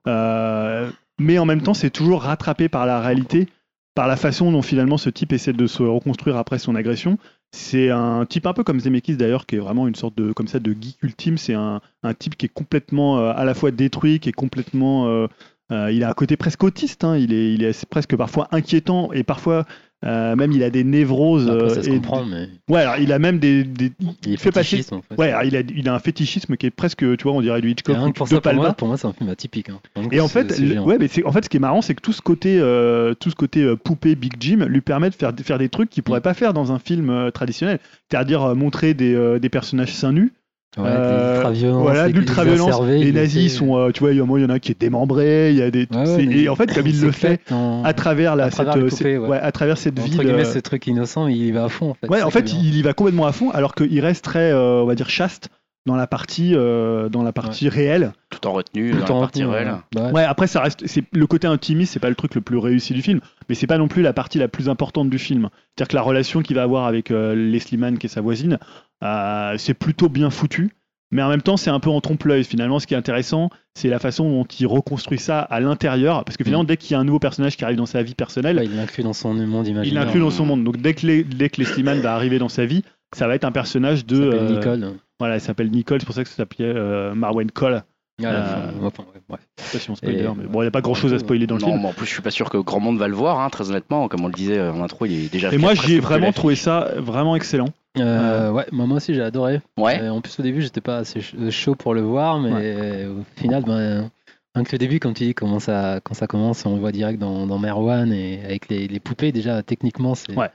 Speaker 2: euh, mais en même temps, c'est toujours rattrapé par la réalité, par la façon dont finalement ce type essaie de se reconstruire après son agression. C'est un type un peu comme Zemeckis d'ailleurs, qui est vraiment une sorte de comme ça de geek ultime. C'est un, un type qui est complètement euh, à la fois détruit, qui est complètement, euh, euh, il a un côté presque autiste. hein. il est, il est presque parfois inquiétant et parfois euh, même il a des névroses.
Speaker 3: Après, ça
Speaker 2: euh,
Speaker 3: se
Speaker 2: et-
Speaker 3: comprend, mais
Speaker 2: Ouais, alors, il a même des, des-
Speaker 3: il est
Speaker 2: fait passer-
Speaker 3: fétichiste en fait.
Speaker 2: ouais, alors, il a, il a un fétichisme qui est presque, tu vois, on dirait du
Speaker 3: Et
Speaker 2: Hitchcock
Speaker 3: rien
Speaker 2: ou
Speaker 3: que pour
Speaker 2: de
Speaker 3: ça, pour
Speaker 2: Palma.
Speaker 3: moi, pour moi, c'est un film atypique. hein. Rien que
Speaker 2: Et en
Speaker 3: pour ce-
Speaker 2: fait,
Speaker 3: ce
Speaker 2: le-
Speaker 3: genre.
Speaker 2: ouais, mais c'est en fait ce qui est marrant, c'est que tout ce côté, euh, tout ce côté euh, poupée Big Jim lui permet de faire, de faire des trucs qu'il
Speaker 3: Mm.
Speaker 2: pourrait pas faire dans un film euh, traditionnel, c'est-à-dire euh, montrer des, euh, des personnages seins nus,
Speaker 3: Ouais,
Speaker 2: euh,
Speaker 3: des ultra-violences,
Speaker 2: voilà,
Speaker 3: des
Speaker 2: d'ultra-violence.
Speaker 3: exacerbés,
Speaker 2: Les
Speaker 3: des-
Speaker 2: nazis sont, euh, tu vois, il y en a il y en a un qui est démembré, il y a des,
Speaker 3: Ouais, ouais,
Speaker 2: c'est-
Speaker 3: mais-
Speaker 2: et en fait comme il le fait
Speaker 3: s'éclatent en-
Speaker 2: à travers la,
Speaker 3: à travers
Speaker 2: cette,
Speaker 3: les
Speaker 2: euh,
Speaker 3: poupées,
Speaker 2: cette-
Speaker 3: ouais.
Speaker 2: ouais, à travers cette
Speaker 3: entre
Speaker 2: ville.
Speaker 3: guillemets,
Speaker 2: euh,
Speaker 3: ce truc innocent, mais il y va à fond en fait.
Speaker 2: Ouais,
Speaker 3: C'est
Speaker 2: en
Speaker 3: ça
Speaker 2: fait,
Speaker 3: qui est bien.
Speaker 2: il y va complètement à fond, alors qu'il reste très, euh, on va dire, chaste dans la partie, euh, dans la partie réelle.
Speaker 1: Tout en retenue,
Speaker 3: Tout
Speaker 1: dans
Speaker 3: en
Speaker 1: la partie
Speaker 3: retenue,
Speaker 1: réelle.
Speaker 2: hein,
Speaker 3: ouais. Bah ouais.
Speaker 2: Ouais, après ça reste c'est le côté intimiste, c'est pas le truc le plus réussi du film, mais c'est pas non plus la partie la plus importante du film. C'est-à-dire que la relation qu'il va avoir avec euh, Leslie Mann qui est sa voisine, euh, c'est plutôt bien foutu, mais en même temps, c'est un peu en trompe-l'œil finalement ce qui est intéressant, c'est la façon dont il reconstruit ça à l'intérieur parce que finalement dès qu'il y a un nouveau personnage qui arrive dans sa vie personnelle,
Speaker 3: Mm. Ouais, il l'inclut dans son monde
Speaker 2: il
Speaker 3: imaginaire.
Speaker 2: l'inclut dans son monde. Donc dès que les- dès que Leslie Mann va arriver dans sa vie, ça va être un personnage de
Speaker 3: Il s'appelle
Speaker 2: euh,
Speaker 3: Nicole.
Speaker 2: voilà, il s'appelle Nicole, c'est pour ça que ça s'appelait euh, Marwen Cole.
Speaker 3: Ah, la
Speaker 2: euh,
Speaker 3: fin, enfin, ouais, bref.
Speaker 2: Je sais pas si on spoil
Speaker 3: Et-
Speaker 2: d'ailleurs, mais bon, il n'y a pas grand-chose à spoiler dans le
Speaker 1: non,
Speaker 2: film.
Speaker 1: mais en plus, je suis pas sûr que grand monde va le voir, hein, très honnêtement. Comme on le disait euh, en intro, il est déjà.
Speaker 2: Et moi,
Speaker 1: presque
Speaker 2: j'ai
Speaker 1: plus
Speaker 2: vraiment
Speaker 1: la-
Speaker 2: trouvé ça vraiment excellent.
Speaker 3: Euh, ouais, moi moi aussi j'ai adoré.
Speaker 1: Ouais.
Speaker 3: Euh, en plus au début j'étais pas assez ch- euh, chaud pour le voir, mais au final, ben, rien que le début, comme tu dis, comment ça, quand ça commence, on le voit direct dans, dans Merwan et avec les, les poupées, déjà techniquement c'est
Speaker 2: Ouais.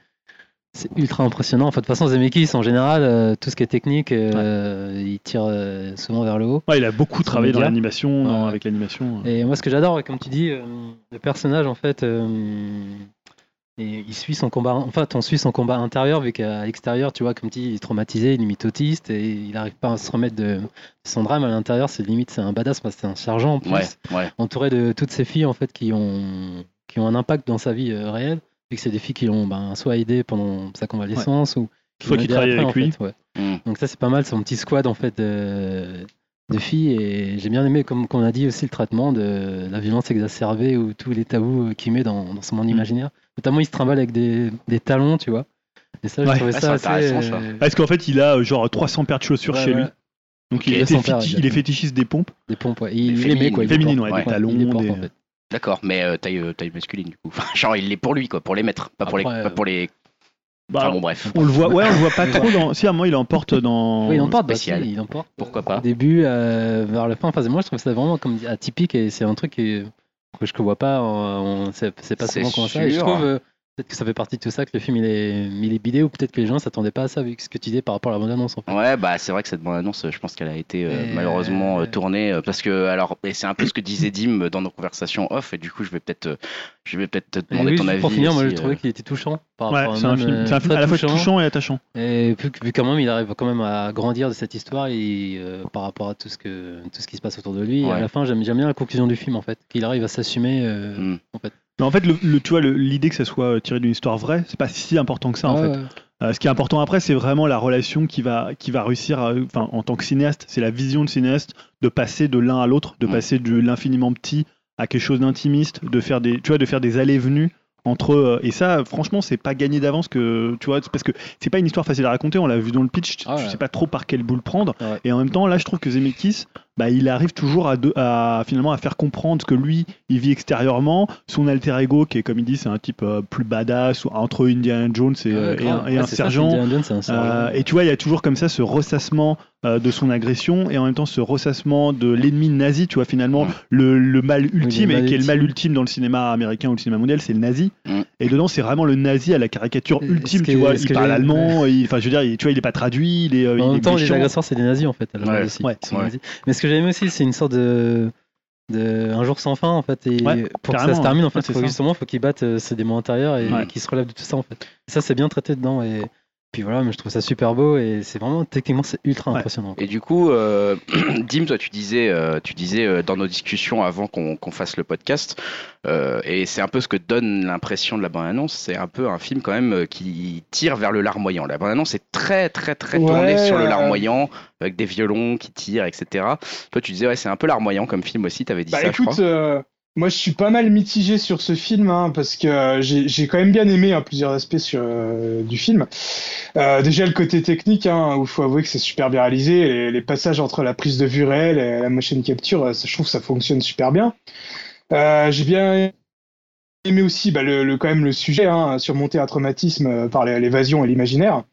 Speaker 3: c'est ultra impressionnant. Enfin, de toute façon, Zemeckis en général, euh, tout ce qui est technique, euh, il tire euh, souvent vers le haut.
Speaker 2: Ouais, il a beaucoup
Speaker 3: C'est
Speaker 2: travaillé dans
Speaker 3: média.
Speaker 2: l'animation, dans-
Speaker 3: Ouais.
Speaker 2: avec l'animation. euh.
Speaker 3: Et moi, ce que j'adore, comme tu dis, euh, le personnage, en fait, euh, et il suit son combat. Enfin, on suit son combat intérieur, vu qu'à l'extérieur, tu vois, comme tu dis, il est traumatisé, limite autiste, et il n'arrive pas à se remettre de son drame. À l'intérieur, c'est limite, c'est un badass, parce que c'est un sergent en plus,
Speaker 1: Ouais,
Speaker 2: Euh,
Speaker 1: ouais.
Speaker 3: entouré de toutes ces filles, en fait, qui ont, qui ont un impact dans sa vie euh, réelle, vu que c'est des filles qui l'ont ben, soit aidé pendant sa convalescence, ou
Speaker 2: Soit qui
Speaker 3: aidé
Speaker 2: travaille
Speaker 3: après,
Speaker 2: avec
Speaker 3: en
Speaker 2: lui.
Speaker 3: fait, ouais.
Speaker 1: Mm.
Speaker 3: Donc ça c'est pas mal son petit squad en fait de, de filles et j'ai bien aimé comme qu'on a dit aussi le traitement de la violence exacerbée ou tous les tabous euh, qu'il met dans, dans son
Speaker 1: Mm.
Speaker 3: monde imaginaire. Notamment il se trimballe avec des, des talons tu vois. Et ça je
Speaker 2: Ouais.
Speaker 3: trouvais
Speaker 1: Ah,
Speaker 3: ça
Speaker 1: c'est
Speaker 3: assez.
Speaker 1: intéressant, ça.
Speaker 3: euh,
Speaker 2: Parce qu'en fait, il a euh, genre 300 paires de chaussures
Speaker 3: ouais,
Speaker 2: chez lui.
Speaker 3: voilà,
Speaker 2: Donc il,
Speaker 1: Ok.
Speaker 2: était
Speaker 3: Sans faire,
Speaker 2: fétiche-
Speaker 3: il a-
Speaker 2: il est fétichiste des pompes.
Speaker 3: Des pompes ouais. Il,
Speaker 1: Des
Speaker 3: il les met
Speaker 1: féminines,
Speaker 3: quoi. il les
Speaker 2: féminines,
Speaker 3: porte.
Speaker 2: ouais, des
Speaker 3: il les
Speaker 2: talons,
Speaker 3: porte,
Speaker 2: des-
Speaker 3: en fait.
Speaker 1: D'accord, mais euh, taille, euh, taille masculine du coup. Enfin, Genre, il l'est pour lui, quoi, pour les mettre, pas pour
Speaker 3: Après,
Speaker 1: les.
Speaker 3: euh,
Speaker 1: Pas pour les...
Speaker 2: Bah,
Speaker 1: enfin,
Speaker 2: alors,
Speaker 1: bon, bref.
Speaker 2: on le voit, ouais, on le voit pas trop dans. Si à un moment, il emporte dans.
Speaker 3: Oui, il en porte, bah, si,
Speaker 1: spécial.
Speaker 3: il en porte.
Speaker 1: Pourquoi
Speaker 3: Au
Speaker 1: pas
Speaker 3: début, euh, vers la fin, enfin, moi je trouve ça vraiment comme dit, atypique et c'est un truc qui- que je ne vois pas, on- on- c'est c'est pas
Speaker 1: C'est
Speaker 3: souvent comme ça. Et je
Speaker 1: sûr.
Speaker 3: trouve euh, peut-être que ça fait partie de tout ça que le film il est, il est bidé ou peut-être que les gens s'attendaient pas à ça vu que ce que tu disais par rapport à la bande-annonce. En fait.
Speaker 1: Ouais, bah c'est vrai que cette bande-annonce, euh, je pense qu'elle a été euh,
Speaker 3: Et-
Speaker 1: malheureusement euh, tournée euh, parce que alors et c'est un peu ce que disait Dim euh, dans nos conversations off et du coup je vais peut-être euh, je vais peut-être te
Speaker 3: Et
Speaker 1: demander
Speaker 3: oui,
Speaker 1: ton
Speaker 3: juste
Speaker 1: avis.
Speaker 3: pour finir, moi
Speaker 1: aussi,
Speaker 3: je
Speaker 1: euh,
Speaker 3: trouvais qu'il était touchant. Par
Speaker 2: Ouais,
Speaker 3: rapport
Speaker 2: c'est un
Speaker 3: même,
Speaker 2: film,
Speaker 3: euh,
Speaker 2: c'est un film
Speaker 3: très
Speaker 2: à la fois
Speaker 3: touchant.
Speaker 2: touchant et attachant.
Speaker 3: Et vu, que- vu quand même il arrive quand même à grandir de cette histoire et euh, par rapport à tout ce que tout ce qui se passe autour de lui. Et
Speaker 1: Ouais.
Speaker 3: à la fin, j'aime j'aime bien la conclusion du film en fait, qu'il arrive à s'assumer. euh,
Speaker 1: Mm.
Speaker 2: Mais en fait, le, le- tu vois, le- l'idée que ça soit euh, tiré d'une histoire vraie, c'est pas si important que ça en
Speaker 3: Ah ouais,
Speaker 2: fait.
Speaker 3: ouais.
Speaker 2: Euh, ce qui est important après, c'est vraiment la relation qui va, qui va réussir, à- enfin, en tant que cinéaste, c'est la vision de cinéaste de passer de l'un à l'autre, de
Speaker 1: Mm.
Speaker 2: passer de l'infiniment petit à quelque chose d'intimiste, de faire des, tu vois, de faire des allées-venues entre euh, et ça, franchement, c'est pas gagné d'avance que tu vois, c'est parce que c'est pas une histoire facile à raconter. On l'a vu dans le pitch, tu,
Speaker 3: Ah ouais. Ah
Speaker 2: tu sais pas trop par quelle boule prendre.
Speaker 3: Ouais.
Speaker 2: Et en même temps, là, je trouve que Zemeckis bah, il arrive toujours à, de- à, finalement à faire comprendre que lui, il vit extérieurement. Son alter ego, qui est comme il dit, c'est un type euh, plus badass, ou- entre Indiana Jones et, euh, et un, et un
Speaker 3: Ah, c'est ça,
Speaker 2: sergent.
Speaker 3: Indiana Jones, c'est un
Speaker 2: Euh,
Speaker 3: sergent.
Speaker 2: et tu vois, il y a toujours comme ça ce ressassement euh, de son agression et en même temps ce ressassement de l'ennemi nazi, tu vois, finalement,
Speaker 1: Mm.
Speaker 2: le, le mal ultime,
Speaker 3: le mal
Speaker 2: et qui est le mal
Speaker 3: ultime.
Speaker 2: ultime dans le cinéma américain ou le cinéma mondial, c'est le nazi.
Speaker 1: Mm.
Speaker 2: Et dedans, c'est vraiment le nazi à la caricature
Speaker 3: Et
Speaker 2: ultime,
Speaker 3: Euh, ce que-
Speaker 2: tu vois.
Speaker 3: ce
Speaker 2: Il
Speaker 3: que
Speaker 2: parle
Speaker 3: j'ai-
Speaker 2: allemand, il- enfin, je veux dire, il- tu vois, il est pas traduit, il est. euh, il
Speaker 3: En
Speaker 2: est
Speaker 3: même temps, les
Speaker 2: méchant.
Speaker 3: agresseurs, c'est des nazis en fait. À la
Speaker 1: Ouais,
Speaker 3: base aussi.
Speaker 2: ouais,
Speaker 3: Ils sont
Speaker 1: ouais.
Speaker 3: nazis. Mais ce que j'aime aussi, c'est une sorte de, de un jour sans fin en fait. Et
Speaker 2: Ouais,
Speaker 3: pour que ça
Speaker 2: carrément,
Speaker 3: se termine, en fait,
Speaker 2: ouais, c'est
Speaker 3: faut
Speaker 2: ça.
Speaker 3: justement, faut qu'ils battent euh, ces démons intérieurs et,
Speaker 2: Ouais.
Speaker 3: qu'ils se relèvent de tout ça en fait. Et ça, c'est bien traité dedans. Et puis voilà, mais je trouve ça super beau et c'est vraiment techniquement, c'est ultra
Speaker 2: Ouais.
Speaker 3: impressionnant.
Speaker 1: Et du coup, euh, Dim, toi, tu disais, euh, tu disais euh, dans nos discussions avant qu'on qu'on fasse le podcast, euh, et c'est un peu ce que donne l'impression de la bande-annonce, c'est un peu un film quand même euh, qui tire vers le larmoyant. La bande-annonce est très, très, très tournée
Speaker 4: Ouais,
Speaker 1: sur le
Speaker 4: euh,
Speaker 1: larmoyant, avec des violons qui tirent, etc. Toi, tu disais, ouais, c'est un peu larmoyant comme film aussi, t'avais dit
Speaker 4: Bah
Speaker 1: ça, je
Speaker 4: écoute,
Speaker 1: crois.
Speaker 4: euh, moi je suis pas mal mitigé sur ce film hein, parce que euh, j'ai j'ai quand même bien aimé hein, plusieurs aspects sur, euh, du film. Euh, déjà le côté technique hein, où faut avouer que c'est super bien réalisé, les, les passages entre la prise de vue réelle et la motion capture, euh, ça- je trouve que ça fonctionne super bien. Euh, j'ai bien aimé aussi bah, le, le- quand même le sujet, hein, surmonter un traumatisme euh, par les- l'évasion et l'imaginaire.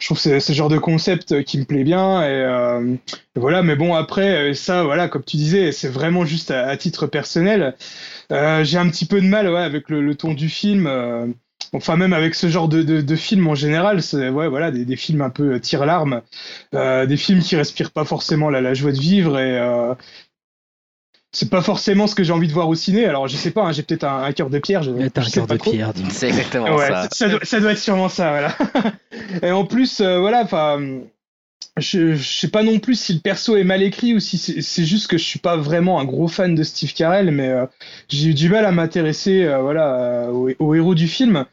Speaker 4: Je trouve que c'est ce genre de concept euh, qui me plaît bien et euh, voilà, mais bon, après, euh, ça, voilà, comme tu disais, c'est vraiment juste à, à titre personnel. Euh, J'ai un petit peu de mal ouais, avec le, le ton du film. euh, Enfin, même avec ce genre de, de, de film en général, c'est ouais, voilà, des, des films un peu tire-larme, euh, des films qui respirent pas forcément la, la joie de vivre et euh, c'est pas forcément ce que j'ai envie de voir au ciné. Alors, je sais pas, hein, j'ai peut-être un, un cœur de pierre. Je,
Speaker 3: Et T'as
Speaker 4: je
Speaker 3: un
Speaker 4: sais
Speaker 3: cœur
Speaker 4: pas
Speaker 3: de
Speaker 4: trop.
Speaker 3: pierre. dis donc.
Speaker 1: C'est exactement
Speaker 4: Ouais,
Speaker 1: ça.
Speaker 4: doit, ça doit être sûrement ça, voilà. et en plus, euh, voilà, enfin, je, je sais pas non plus si le perso est mal écrit ou si c'est c'est juste que je suis pas vraiment un gros fan de Steve Carell, mais euh, j'ai eu du mal à m'intéresser, euh, voilà, euh, au, au héros du film.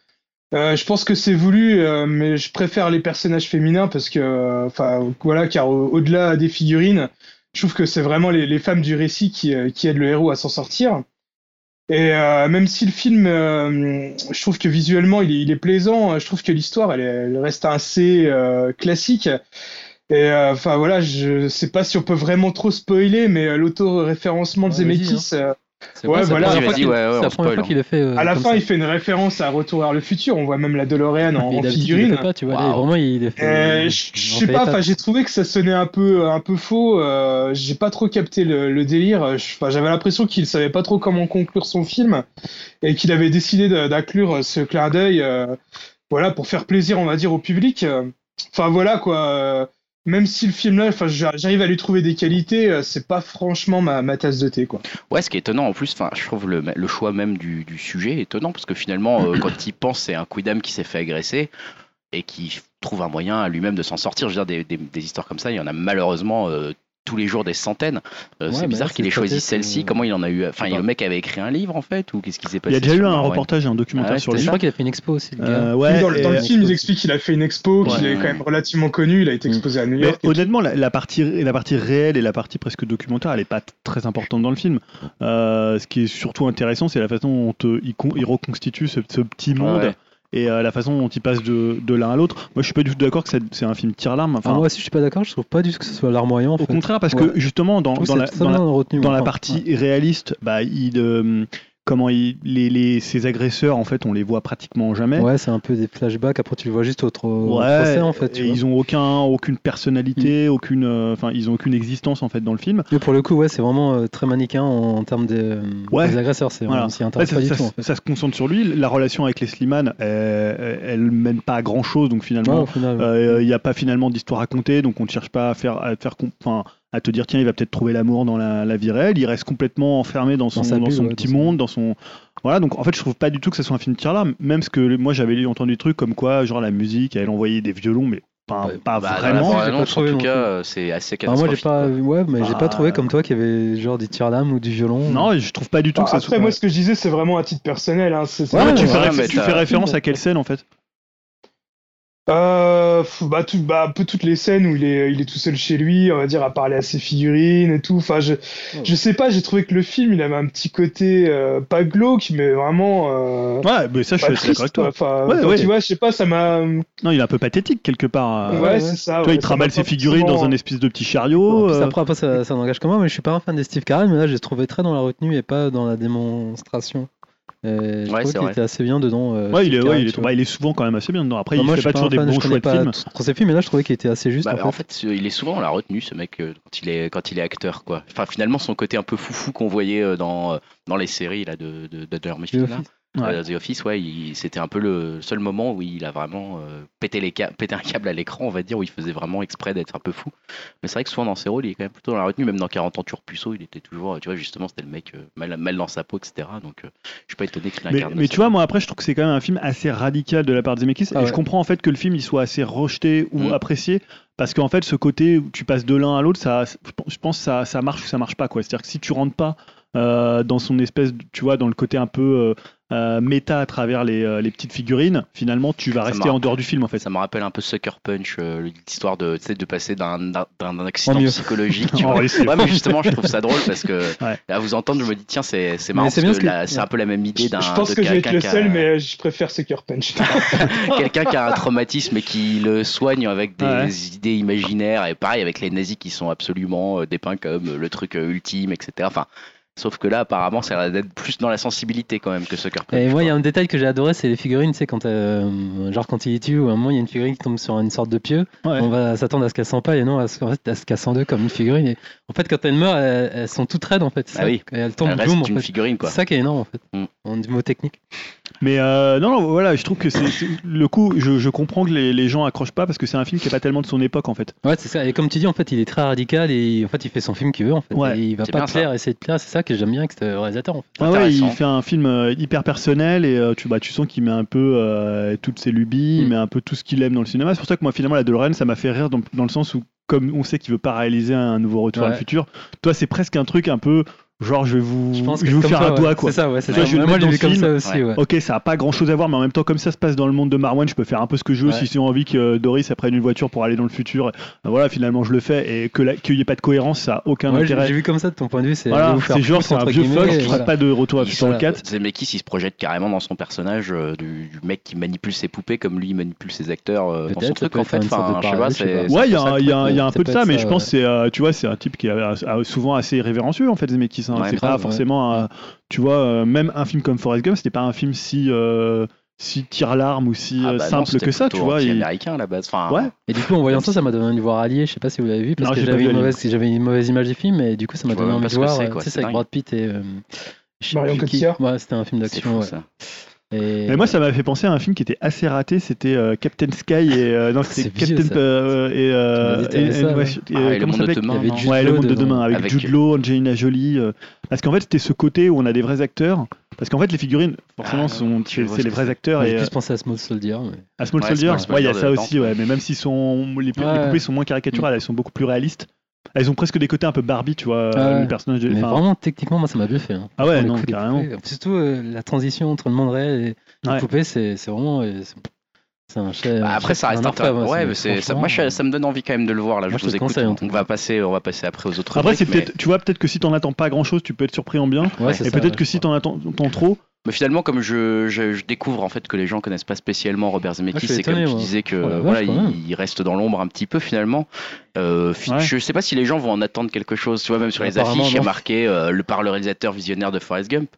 Speaker 4: Euh, je pense que c'est voulu, euh, mais je préfère les personnages féminins parce que, euh, enfin, voilà, car au- au-delà des figurines, je trouve que c'est vraiment les, les femmes du récit qui, euh, qui aident le héros à s'en sortir. Et euh, même si le film, euh, je trouve que visuellement il est, il est plaisant, je trouve que l'histoire elle, est- elle reste assez euh, classique. Et euh, enfin voilà, je sais pas si on peut vraiment trop spoiler, mais euh, l'auto-référencement de
Speaker 3: Ouais, vas-y,
Speaker 4: Zemeckis, euh,
Speaker 3: C'est
Speaker 4: Ouais,
Speaker 3: vrai, c'est
Speaker 4: voilà,
Speaker 3: la
Speaker 4: vas-y,
Speaker 1: vas-y,
Speaker 3: première fois
Speaker 1: ouais,
Speaker 3: qu'il-
Speaker 1: ouais,
Speaker 3: c'est
Speaker 1: on
Speaker 3: la première
Speaker 1: spoil,
Speaker 3: fois qu'il le fait. euh,
Speaker 4: à la
Speaker 3: comme
Speaker 4: fin
Speaker 3: ça.
Speaker 4: il fait une référence à Retour vers le futur, on voit même la DeLorean en,
Speaker 3: Mais
Speaker 4: en
Speaker 3: d'habitude, il le
Speaker 4: figurine.
Speaker 3: fait pas, tu vois. là,
Speaker 1: Waouh.
Speaker 3: Vraiment, il est
Speaker 4: Euh, je je sais pas, enfin, j'ai trouvé que ça sonnait un peu, un peu faux. euh, j'ai pas trop capté le, le délire. euh, Je- enfin, J'avais l'impression qu'il savait pas trop comment conclure son film et qu'il avait décidé de- d'inclure ce clin d'œil, euh, voilà, pour faire plaisir, on va dire, au public. Euh, Enfin voilà quoi. euh, Même si le film là, enfin, j'a- j'arrive à lui trouver des qualités, euh, c'est pas franchement ma, ma tasse de thé quoi.
Speaker 1: Ouais, ce qui est étonnant en plus, enfin, je trouve le, le choix même du, du sujet étonnant parce que finalement, euh, quand il pense, c'est un quidam qui s'est fait agresser et qui trouve un moyen à lui-même de s'en sortir. Je veux dire, des, des- des histoires comme ça, il y en a malheureusement euh, tous les jours des centaines. Euh,
Speaker 3: Ouais,
Speaker 1: c'est
Speaker 3: bah
Speaker 1: bizarre
Speaker 3: là,
Speaker 1: qu'il
Speaker 3: c'est
Speaker 1: ait choisi
Speaker 3: traité, c'est-
Speaker 1: celle-ci. Comment il en a eu Enfin,
Speaker 3: Je sais
Speaker 1: le
Speaker 3: pas.
Speaker 1: mec avait écrit un livre en fait ou qu'est-ce qui s'est
Speaker 2: Il
Speaker 1: passé
Speaker 2: y a déjà eu
Speaker 1: sur le
Speaker 2: un
Speaker 1: Marwan
Speaker 2: reportage, et un documentaire
Speaker 1: Ouais,
Speaker 2: sur le
Speaker 1: c'était ça.
Speaker 2: sujet.
Speaker 3: Je crois qu'il a fait une expo aussi. le gars.
Speaker 2: Euh,
Speaker 4: Lui,
Speaker 2: ouais,
Speaker 4: dans, le- dans le
Speaker 2: et-
Speaker 4: film, ils expliquent qu'il a fait une expo, qu'il
Speaker 1: Ouais.
Speaker 4: est quand même relativement connu, il a été exposé à New
Speaker 2: Mais
Speaker 4: York.
Speaker 2: honnêtement, la, la partie, la partie réelle et la partie presque documentaire, elle n'est pas t- très importante dans le film. Euh, ce qui est surtout intéressant, c'est la façon dont euh, il, con- il reconstitue ce, ce petit monde
Speaker 1: Ouais.
Speaker 2: et euh, la façon dont il passe de, de l'un à l'autre. Moi, je suis pas du tout d'accord que c'est c'est un film tire-larme.
Speaker 3: Ah,
Speaker 2: Enfin,
Speaker 3: moi aussi, je suis pas d'accord. Je trouve pas du tout que ce soit larmoyant. En
Speaker 2: au
Speaker 3: fait.
Speaker 2: contraire, parce
Speaker 3: Ouais.
Speaker 2: que justement, dans,
Speaker 3: Je trouve
Speaker 2: dans
Speaker 3: que
Speaker 2: la,
Speaker 3: c'est
Speaker 2: dans la-
Speaker 3: totalement retenu,
Speaker 2: dans la
Speaker 3: enfin,
Speaker 2: partie
Speaker 3: ouais.
Speaker 2: réaliste, bah, il, euh, comment il, les, les- ses agresseurs, en fait, on les voit pratiquement jamais.
Speaker 3: Ouais, c'est un peu des flashbacks. Après, tu le vois juste au, tro- au
Speaker 2: Ouais,
Speaker 3: procès, en fait. tu
Speaker 2: et
Speaker 3: vois. Mm.
Speaker 2: ils ont aucun, aucune personnalité, aucune, euh, enfin, ils ont aucune existence en fait dans le film.
Speaker 3: Et pour le coup, ouais, c'est vraiment euh, très manichéen en, en termes de, euh,
Speaker 2: Ouais.
Speaker 3: des agresseurs. C'est,
Speaker 2: Voilà.
Speaker 3: On s'y
Speaker 2: Ouais,
Speaker 3: intéresse
Speaker 2: ça,
Speaker 3: pas du
Speaker 2: ça-
Speaker 3: tout, en fait.
Speaker 2: ça se concentre sur lui. La relation avec les Slimane, euh, elle mène pas à grand chose, donc
Speaker 3: Ouais,
Speaker 2: finalement, euh,
Speaker 3: au final,
Speaker 2: il
Speaker 3: ouais.
Speaker 2: n'y a pas finalement d'histoire à compter, donc on ne cherche pas à faire, à te faire, comp- enfin, à te dire tiens, il va peut-être trouver l'amour dans la, la vie réelle. Il reste complètement enfermé dans son,
Speaker 3: sa
Speaker 2: dans
Speaker 3: bulle,
Speaker 2: son
Speaker 3: ouais,
Speaker 2: petit
Speaker 3: dans son-
Speaker 2: monde, dans son voilà. Donc en fait, je trouve pas du tout que ce soit un film tir là. Même ce que le- moi j'avais lu- entendu des trucs comme quoi, genre la musique, elle envoyait des violons, mais pas,
Speaker 1: Ouais,
Speaker 2: pas
Speaker 1: Bah, dans la
Speaker 2: vraiment.
Speaker 1: bande
Speaker 3: j'ai pas
Speaker 1: annonce, en
Speaker 3: trouvé
Speaker 1: tout
Speaker 3: non
Speaker 1: cas,
Speaker 3: plus.
Speaker 1: euh, c'est assez
Speaker 3: Enfin, moi, j'ai
Speaker 1: catastrophique.
Speaker 3: pas, ouais, mais j'ai
Speaker 2: Bah,
Speaker 3: pas trouvé comme toi qu'il y avait genre des tirs lames ou du violon.
Speaker 2: Non, je trouve pas du tout que ça
Speaker 4: Après,
Speaker 2: soit.
Speaker 4: moi, ce que je disais, c'est vraiment à titre personnel. Hein. c'est- c'est-
Speaker 2: Ouais,
Speaker 3: Ouais,
Speaker 2: tu,
Speaker 3: ouais,
Speaker 2: fais,
Speaker 1: mais
Speaker 2: tu
Speaker 1: t'as-
Speaker 2: fais référence à quelle scène en fait
Speaker 4: Euh, pff, bah, tout, bah, un peu toutes les scènes où il est, il est tout seul chez lui, on va dire, à parler à ses figurines et tout. Enfin, je, je sais pas, j'ai trouvé que le film, il avait un petit côté euh, pas glauque, mais vraiment. Euh,
Speaker 2: Ouais, mais ça, je
Speaker 4: pas
Speaker 2: suis assez
Speaker 4: triste,
Speaker 2: d'accord avec toi.
Speaker 4: quoi. Enfin,
Speaker 2: Ouais,
Speaker 4: enfin,
Speaker 2: ouais.
Speaker 4: Tu vois, je sais pas, ça m'a.
Speaker 2: Non, il est un peu pathétique quelque part. euh,
Speaker 4: ouais,
Speaker 3: ouais.
Speaker 4: c'est ça.
Speaker 2: tu vois,
Speaker 4: ouais,
Speaker 2: il
Speaker 4: ça
Speaker 2: trimballe
Speaker 4: m'a
Speaker 2: ses
Speaker 4: pas
Speaker 2: figurines dans
Speaker 4: forcément-
Speaker 2: un espèce de petit chariot.
Speaker 3: Bon, puis
Speaker 2: euh,
Speaker 3: Ça prend pas ça, ça n'engage que moi, mais je suis pas un fan de Steve Carell, mais là je le trouvais très dans la retenue et pas dans la démonstration. Euh, je
Speaker 1: Ouais,
Speaker 3: trouve
Speaker 1: c'est
Speaker 3: qu'il
Speaker 1: vrai.
Speaker 3: était assez bien dedans. euh,
Speaker 2: Ouais, il
Speaker 3: Steve
Speaker 2: est, ouais,
Speaker 3: Carell,
Speaker 2: il, est,
Speaker 3: tu vois.
Speaker 2: bah, il est souvent quand même assez bien dedans. Après,
Speaker 3: Enfin,
Speaker 2: il
Speaker 3: moi,
Speaker 2: fait
Speaker 3: je
Speaker 2: pas
Speaker 3: suis
Speaker 2: toujours
Speaker 3: un
Speaker 2: des
Speaker 3: fan, je
Speaker 2: bons
Speaker 3: connais
Speaker 2: choix de
Speaker 3: pas
Speaker 2: films.
Speaker 3: tout- Trop ses films, mais là je trouvais qu'il était assez juste.
Speaker 1: Bah,
Speaker 3: en fait.
Speaker 1: en fait, il est souvent à la retenue, ce mec, euh, quand il est, quand il est acteur, quoi. Enfin, finalement, son côté un peu foufou qu'on voyait euh, dans, euh, dans les séries là, de, de, de Adler Mifflin, là.
Speaker 2: Ouais.
Speaker 1: Euh, The Office, ouais, il- c'était un peu le seul moment où il a vraiment euh, pété, les câ- pété un câble à l'écran, on va dire, où il faisait vraiment exprès d'être un peu fou. Mais c'est vrai que souvent dans ses rôles, il est quand même plutôt dans la retenue, même dans 40 ans Turpuceau, il était toujours, euh, tu vois, justement, c'était le mec euh, mal, mal dans sa peau, etc. Donc, euh, je suis pas étonné qu'il
Speaker 2: Mais,
Speaker 1: incarne.
Speaker 2: mais
Speaker 1: ça.
Speaker 2: tu vois, moi après, je trouve que c'est quand même un film assez radical de la part de Zemeckis,
Speaker 3: Ah
Speaker 2: et
Speaker 3: ouais.
Speaker 2: je comprends en fait que le film il soit assez rejeté ou
Speaker 1: Mm.
Speaker 2: apprécié, parce qu'en fait, ce côté où tu passes de l'un à l'autre, ça, je pense que ça, ça marche ou ça marche pas quoi. C'est-à-dire que si tu rentres pas euh, dans son espèce, de- tu vois, dans le côté un peu euh, euh, méta à travers les, euh, les petites figurines, finalement, tu vas
Speaker 1: Ça
Speaker 2: rester
Speaker 1: marche.
Speaker 2: en dehors du film en fait.
Speaker 1: Ça me rappelle un peu Sucker Punch, euh, l'histoire de, tu sais, de passer d'un d'un- d'un accident
Speaker 3: Oh, mieux.
Speaker 1: psychologique. tu
Speaker 2: En
Speaker 1: vois.
Speaker 2: réussite.
Speaker 1: Ouais, mais justement, je trouve ça drôle parce que
Speaker 2: Ouais.
Speaker 1: à vous entendre, je me dis, tiens, c'est c'est marrant.
Speaker 3: Mais c'est
Speaker 1: parce
Speaker 3: bien
Speaker 1: que
Speaker 3: ce que-
Speaker 1: la- c'est un peu la même idée
Speaker 4: Je,
Speaker 1: d'un.
Speaker 4: je pense
Speaker 1: de
Speaker 4: que je vais être
Speaker 1: quelqu'un
Speaker 4: le
Speaker 1: qui a-
Speaker 4: seul, mais je préfère Sucker Punch.
Speaker 1: quelqu'un qui a un traumatisme et qui le soigne avec des
Speaker 2: Ouais.
Speaker 1: idées imaginaires et pareil avec les nazis qui sont absolument euh, dépeints comme euh, le truc euh, ultime, etc. Enfin, sauf que là, apparemment, ça a l'air d'être plus dans la sensibilité quand même que Sucker Punch.
Speaker 3: Et moi, il y a
Speaker 1: quoi.
Speaker 3: un détail que j'ai adoré, c'est les figurines. C'est quand, euh, genre, quand il y tue, ou à un moment, il y a une figurine qui tombe sur une sorte de pieu.
Speaker 2: Ouais.
Speaker 3: On va s'attendre à ce qu'elle s'en pas et non à ce, en fait, à ce qu'elle s'en deux comme une figurine. Et en fait, quand elles meurent, elles, elles sont toutes raides en fait. c'est
Speaker 1: Ah
Speaker 2: Bah
Speaker 3: ça.
Speaker 1: oui.
Speaker 3: Et elles tombent
Speaker 1: Elle reste
Speaker 3: bloom en
Speaker 1: une
Speaker 3: fait.
Speaker 1: figurine
Speaker 3: C'est
Speaker 1: quoi.
Speaker 3: ça qui est énorme en fait.
Speaker 1: Mm.
Speaker 3: En du mot technique.
Speaker 2: Mais euh, non, non, voilà, je trouve que c'est c'est- le coup. Je, je comprends que les, les gens accrochent pas parce que c'est un film qui est pas tellement de son époque en fait.
Speaker 3: Ouais, c'est ça. Et comme tu dis, en fait, il est très radical et en fait, il fait son film qu'il veut en fait.
Speaker 2: Ouais.
Speaker 3: Et il va
Speaker 1: C'est
Speaker 3: pas
Speaker 1: bien ça.
Speaker 3: plaire, essayer de plaire. C'est ça que j'aime bien avec ce réalisateur en fait.
Speaker 2: Ah ouais, il
Speaker 1: Intéressant.
Speaker 2: fait un film euh, hyper personnel et euh, tu, bah, tu sens qu'il met un peu euh, toutes ses lubies, il
Speaker 3: Mm.
Speaker 2: met un peu tout ce qu'il aime dans le cinéma. C'est pour ça que moi finalement la DeLorean ça m'a fait rire dans, dans le sens où comme on sait qu'il veut pas réaliser un nouveau retour à le
Speaker 3: Ouais.
Speaker 2: futur, toi c'est presque un truc un peu genre je vais vous,
Speaker 3: Je
Speaker 2: je
Speaker 3: pense que
Speaker 2: vais vous
Speaker 3: comme
Speaker 2: faire
Speaker 3: ça,
Speaker 2: un
Speaker 3: ouais.
Speaker 2: doigt quoi.
Speaker 3: C'est ça, ouais. C'est
Speaker 2: Tu vois,
Speaker 3: ça.
Speaker 2: je vais le
Speaker 3: Moi,
Speaker 2: mettre
Speaker 3: je l'ai vu
Speaker 2: dans le
Speaker 3: comme ça
Speaker 2: film.
Speaker 3: aussi. ouais.
Speaker 2: Ok, ça a pas grand chose à voir, mais en même temps, comme ça se passe dans le monde de Marwan, je peux faire un peu ce que je veux.
Speaker 3: Ouais.
Speaker 2: Si j'ai envie que euh, Doris elle prenne une voiture pour aller dans le futur, euh, voilà, finalement, je le fais. Et que la- qu'il n'y ait pas de cohérence, ça a aucun
Speaker 3: Ouais, j'ai
Speaker 2: intérêt.
Speaker 3: j'ai vu comme ça de ton point de vue. C'est
Speaker 2: Voilà,
Speaker 3: allez vous faire
Speaker 2: c'est genre,
Speaker 3: foutre,
Speaker 2: c'est un
Speaker 3: entre
Speaker 2: vieux
Speaker 3: guillemets,
Speaker 2: fuck
Speaker 3: et
Speaker 2: qui fera
Speaker 3: voilà.
Speaker 2: pas de retour à
Speaker 1: Il-
Speaker 2: futur le 4.
Speaker 1: Zemeckis, il se projette carrément dans son personnage euh, du, du mec qui manipule ses poupées comme lui il manipule ses acteurs euh, dans
Speaker 3: Peut-être,
Speaker 1: son
Speaker 3: ça
Speaker 1: truc
Speaker 3: peut
Speaker 1: en
Speaker 3: être
Speaker 1: fait.
Speaker 3: une sorte
Speaker 1: Enfin,
Speaker 3: de
Speaker 1: je sais pas,
Speaker 3: parallèle, je sais
Speaker 1: c'est-
Speaker 3: pas.
Speaker 2: Ouais, il y
Speaker 3: c'est ça
Speaker 2: a,
Speaker 3: le
Speaker 2: il y a-
Speaker 3: truc,
Speaker 2: il y a un
Speaker 3: ça
Speaker 2: peu de
Speaker 3: peut
Speaker 2: ça,
Speaker 3: être
Speaker 2: mais
Speaker 3: ça,
Speaker 2: je pense
Speaker 3: ouais.
Speaker 2: que c'est, euh, tu vois, c'est un type qui est euh, euh, souvent assez révérencieux en fait, Zemeckis. hein.
Speaker 1: Ouais,
Speaker 2: c'est
Speaker 3: grave,
Speaker 2: pas
Speaker 3: ouais.
Speaker 2: forcément, un- tu vois, euh, même un film comme Forrest Gump, c'était pas un film si euh, si tire larme ou si
Speaker 1: Ah
Speaker 2: euh,
Speaker 1: bah non,
Speaker 2: simple
Speaker 1: c'était
Speaker 2: que ça, tu
Speaker 1: plutôt
Speaker 2: vois. il-
Speaker 1: anti-américain à la base. Enfin,
Speaker 2: Ouais.
Speaker 3: Et du coup, en voyant ça, ça m'a donné envie de voir Allié. Je sais pas si vous l'avez vu, parce
Speaker 2: Non,
Speaker 3: que
Speaker 2: j'ai pas
Speaker 3: j'avais
Speaker 2: vu
Speaker 3: une,
Speaker 2: Allié.
Speaker 3: mauvaise- j'avais une mauvaise image du film, et du coup, ça m'a
Speaker 1: Je vois
Speaker 3: donné
Speaker 1: même
Speaker 3: envie
Speaker 1: pas
Speaker 3: de
Speaker 1: ce que
Speaker 3: voir.
Speaker 1: c'est,
Speaker 3: euh,
Speaker 1: quoi,
Speaker 3: Tu sais,
Speaker 1: c'est
Speaker 3: c'est avec
Speaker 1: dingue.
Speaker 3: Brad Pitt et. euh, je sais
Speaker 4: Marion
Speaker 3: plus qui.
Speaker 4: Cotillard.
Speaker 3: Ouais, c'était un film
Speaker 1: c'est
Speaker 3: d'action.
Speaker 1: fou
Speaker 3: ouais.
Speaker 1: ça.
Speaker 3: Et...
Speaker 2: Mais moi, ça m'a fait penser à un film qui était assez raté. C'était euh, Captain Sky et euh, non,
Speaker 3: C'est
Speaker 2: c'était
Speaker 3: vieux,
Speaker 2: Captain
Speaker 3: ça.
Speaker 2: euh, et, euh,
Speaker 3: Tu m'as détaillé
Speaker 2: et-
Speaker 3: ça,
Speaker 2: and-
Speaker 3: ouais.
Speaker 2: et,
Speaker 1: Ah,
Speaker 2: euh,
Speaker 1: et le
Speaker 2: comment ça
Speaker 1: monde de
Speaker 2: s'appelle
Speaker 1: demain.
Speaker 3: Il y avait
Speaker 1: non
Speaker 3: Jude
Speaker 2: Ouais, le
Speaker 3: Law
Speaker 2: monde de
Speaker 3: dedans.
Speaker 2: demain avec,
Speaker 1: Avec-
Speaker 2: Jude Law, Angelina Jolie. euh, parce qu'en fait, c'était ce côté où on a des vrais acteurs. Parce qu'en fait, les figurines, forcément,
Speaker 1: Ah,
Speaker 2: sont
Speaker 1: je
Speaker 2: c'est
Speaker 1: vois
Speaker 2: c'est
Speaker 1: ce
Speaker 2: les
Speaker 1: que
Speaker 2: vrais
Speaker 1: c'est.
Speaker 2: acteurs.
Speaker 3: Moi, J'ai
Speaker 2: Et, euh,
Speaker 3: plus pensé à Small Soldier. mais-
Speaker 2: à Small
Speaker 1: Ouais,
Speaker 2: Soldier,
Speaker 1: Small
Speaker 2: ouais, il y a
Speaker 1: Soldier
Speaker 2: ça
Speaker 1: de
Speaker 2: aussi,
Speaker 1: Dante.
Speaker 2: ouais. Mais même si sont, les, les
Speaker 3: Ouais.
Speaker 2: poupées sont moins caricaturales, elles sont beaucoup plus réalistes. Elles ont presque des côtés un peu Barbie, tu vois,
Speaker 3: Ouais.
Speaker 2: le personnage. de-
Speaker 3: Mais
Speaker 2: enfin,
Speaker 3: vraiment, techniquement, moi, ça m'a bluffé. hein.
Speaker 2: ah ouais,
Speaker 3: Le
Speaker 2: non,
Speaker 3: coup des
Speaker 2: carrément.
Speaker 3: poupées. Surtout euh, la transition entre le monde réel et
Speaker 2: Ouais.
Speaker 3: les poupées, c'est c'est vraiment. euh, c'est- C'est un chef.
Speaker 1: Bah, après, ça reste
Speaker 3: un
Speaker 1: un
Speaker 3: orfèvre, hein,
Speaker 1: Ouais, mais c'est- ça, moi, je- ça me donne envie quand même de le voir. Là,
Speaker 3: Moi,
Speaker 1: je
Speaker 3: je
Speaker 1: vous
Speaker 3: te le
Speaker 1: écoute.
Speaker 3: conseille, en tout
Speaker 1: on va passer, on va passer après aux autres.
Speaker 2: Après,
Speaker 1: rubriques,
Speaker 2: c'est
Speaker 1: mais-
Speaker 2: peut-être, tu vois, peut-être que si t'en attends pas grand-chose, tu peux être surpris en bien.
Speaker 3: euh, Ouais, c'est
Speaker 2: Et
Speaker 3: ça,
Speaker 2: peut-être
Speaker 3: ouais.
Speaker 2: que si t'en attends t'en trop,
Speaker 1: Mais finalement, comme je, je, je découvre en fait que les gens connaissent pas spécialement Robert
Speaker 3: Ah, je
Speaker 1: Zemeckis,
Speaker 3: suis
Speaker 1: c'est comme
Speaker 3: étonné,
Speaker 1: tu
Speaker 3: moi.
Speaker 1: disais que
Speaker 3: Oh la vache,
Speaker 1: voilà,
Speaker 3: quand même.
Speaker 1: il, il reste dans l'ombre un petit peu finalement. Euh, fi-
Speaker 2: Ouais.
Speaker 1: Je sais pas si les gens vont en attendre quelque chose. Tu vois, même sur les
Speaker 3: Apparemment,
Speaker 1: affiches, il y a
Speaker 3: non.
Speaker 1: marqué euh, le par le réalisateur visionnaire de Forrest Gump.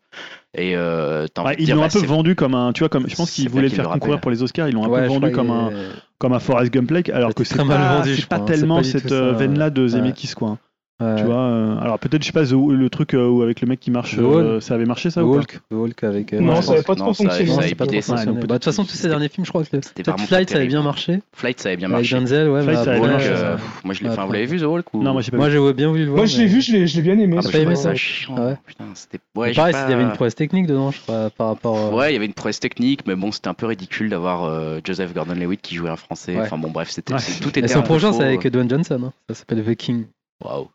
Speaker 1: Et euh, t'as envie
Speaker 2: Ouais,
Speaker 1: de
Speaker 2: ils
Speaker 1: dire,
Speaker 2: l'ont
Speaker 1: bah,
Speaker 2: un peu
Speaker 1: c'est-
Speaker 2: vendu comme un, tu vois, comme je pense
Speaker 1: C'est
Speaker 2: qu'ils
Speaker 1: bien
Speaker 2: voulaient le
Speaker 1: qu'ils
Speaker 2: faire
Speaker 1: le
Speaker 2: concourir
Speaker 1: rappelle.
Speaker 2: pour les Oscars, ils l'ont un
Speaker 3: Ouais,
Speaker 2: peu
Speaker 3: je
Speaker 2: vendu
Speaker 3: crois
Speaker 2: comme
Speaker 3: qu'il
Speaker 2: un,
Speaker 3: est-
Speaker 2: comme un Forrest Gump-like, alors
Speaker 3: C'est
Speaker 2: que c'est
Speaker 3: très mal
Speaker 2: pas,
Speaker 3: vendu,
Speaker 2: c'est
Speaker 3: je
Speaker 2: pas
Speaker 3: crois, hein. C'est
Speaker 2: tellement
Speaker 3: pas du
Speaker 2: cette
Speaker 3: tout ça,
Speaker 2: euh, veine-là de
Speaker 3: ouais.
Speaker 2: Zemeckis, quoi. hein.
Speaker 3: Ouais.
Speaker 2: Tu vois, euh, alors peut-être, je sais pas, The- le truc euh, où avec le mec qui marche,
Speaker 3: The Wall.
Speaker 2: euh, ça avait marché
Speaker 3: The
Speaker 2: ça ou pas
Speaker 3: Hulk. The Hulk avec. euh,
Speaker 4: Non,
Speaker 1: Ouais,
Speaker 4: ça
Speaker 1: je
Speaker 4: avait
Speaker 1: pense
Speaker 4: pas
Speaker 1: que
Speaker 4: trop
Speaker 1: non, ça-
Speaker 4: fonctionné.
Speaker 1: ça a
Speaker 3: Non,
Speaker 4: c'est
Speaker 3: c'est pas
Speaker 1: évité,
Speaker 3: trop
Speaker 1: ça.
Speaker 3: fonctionné.
Speaker 2: donc
Speaker 3: Bah, De toute façon,
Speaker 2: peut-être
Speaker 3: tous ces derniers films, je crois que peut-être
Speaker 1: vraiment pas
Speaker 3: Flight, ça avait
Speaker 1: terrible.
Speaker 3: bien marché.
Speaker 1: Flight, ça avait bien
Speaker 3: Avec
Speaker 1: marché.
Speaker 3: Denzel, ouais.
Speaker 2: Flight,
Speaker 3: bah,
Speaker 2: ça avait
Speaker 1: Hulk,
Speaker 2: bien marché,
Speaker 1: euh,
Speaker 2: ça.
Speaker 1: pff, moi, je l'ai.
Speaker 3: Ouais,
Speaker 1: Enfin, vous
Speaker 3: après.
Speaker 1: l'avez vu The Hulk ou...
Speaker 2: Non, moi j'ai pas
Speaker 3: Moi,
Speaker 2: vu.
Speaker 3: j'avais bien voulu le voir.
Speaker 4: Moi, je l'ai
Speaker 3: mais-
Speaker 4: vu, je l'ai je l'ai bien aimé.
Speaker 1: Ah, bah,
Speaker 4: ça,
Speaker 3: j'ai
Speaker 1: je
Speaker 3: pas
Speaker 1: trouvais
Speaker 3: aimé
Speaker 1: ça
Speaker 3: ça.
Speaker 1: chiant.
Speaker 3: Ouais.
Speaker 1: Putain, c'était. Ouais, j'ai
Speaker 3: pareil,
Speaker 1: pas-
Speaker 3: il y avait une prouesse technique dedans, je crois, par rapport. euh,
Speaker 1: Ouais, il y avait une prouesse technique, mais bon, c'était un peu ridicule d'avoir euh, Joseph Gordon-Lewitt qui jouait un Français.
Speaker 3: Ouais.
Speaker 1: Enfin bon, bref, c'était
Speaker 2: Ouais.
Speaker 1: c'est- tout
Speaker 3: Et
Speaker 1: était un
Speaker 3: son
Speaker 1: peu
Speaker 3: prochain,
Speaker 1: faux.
Speaker 3: c'est avec Dwayne Johnson. hein. Ça s'appelle The King.
Speaker 1: Waouh.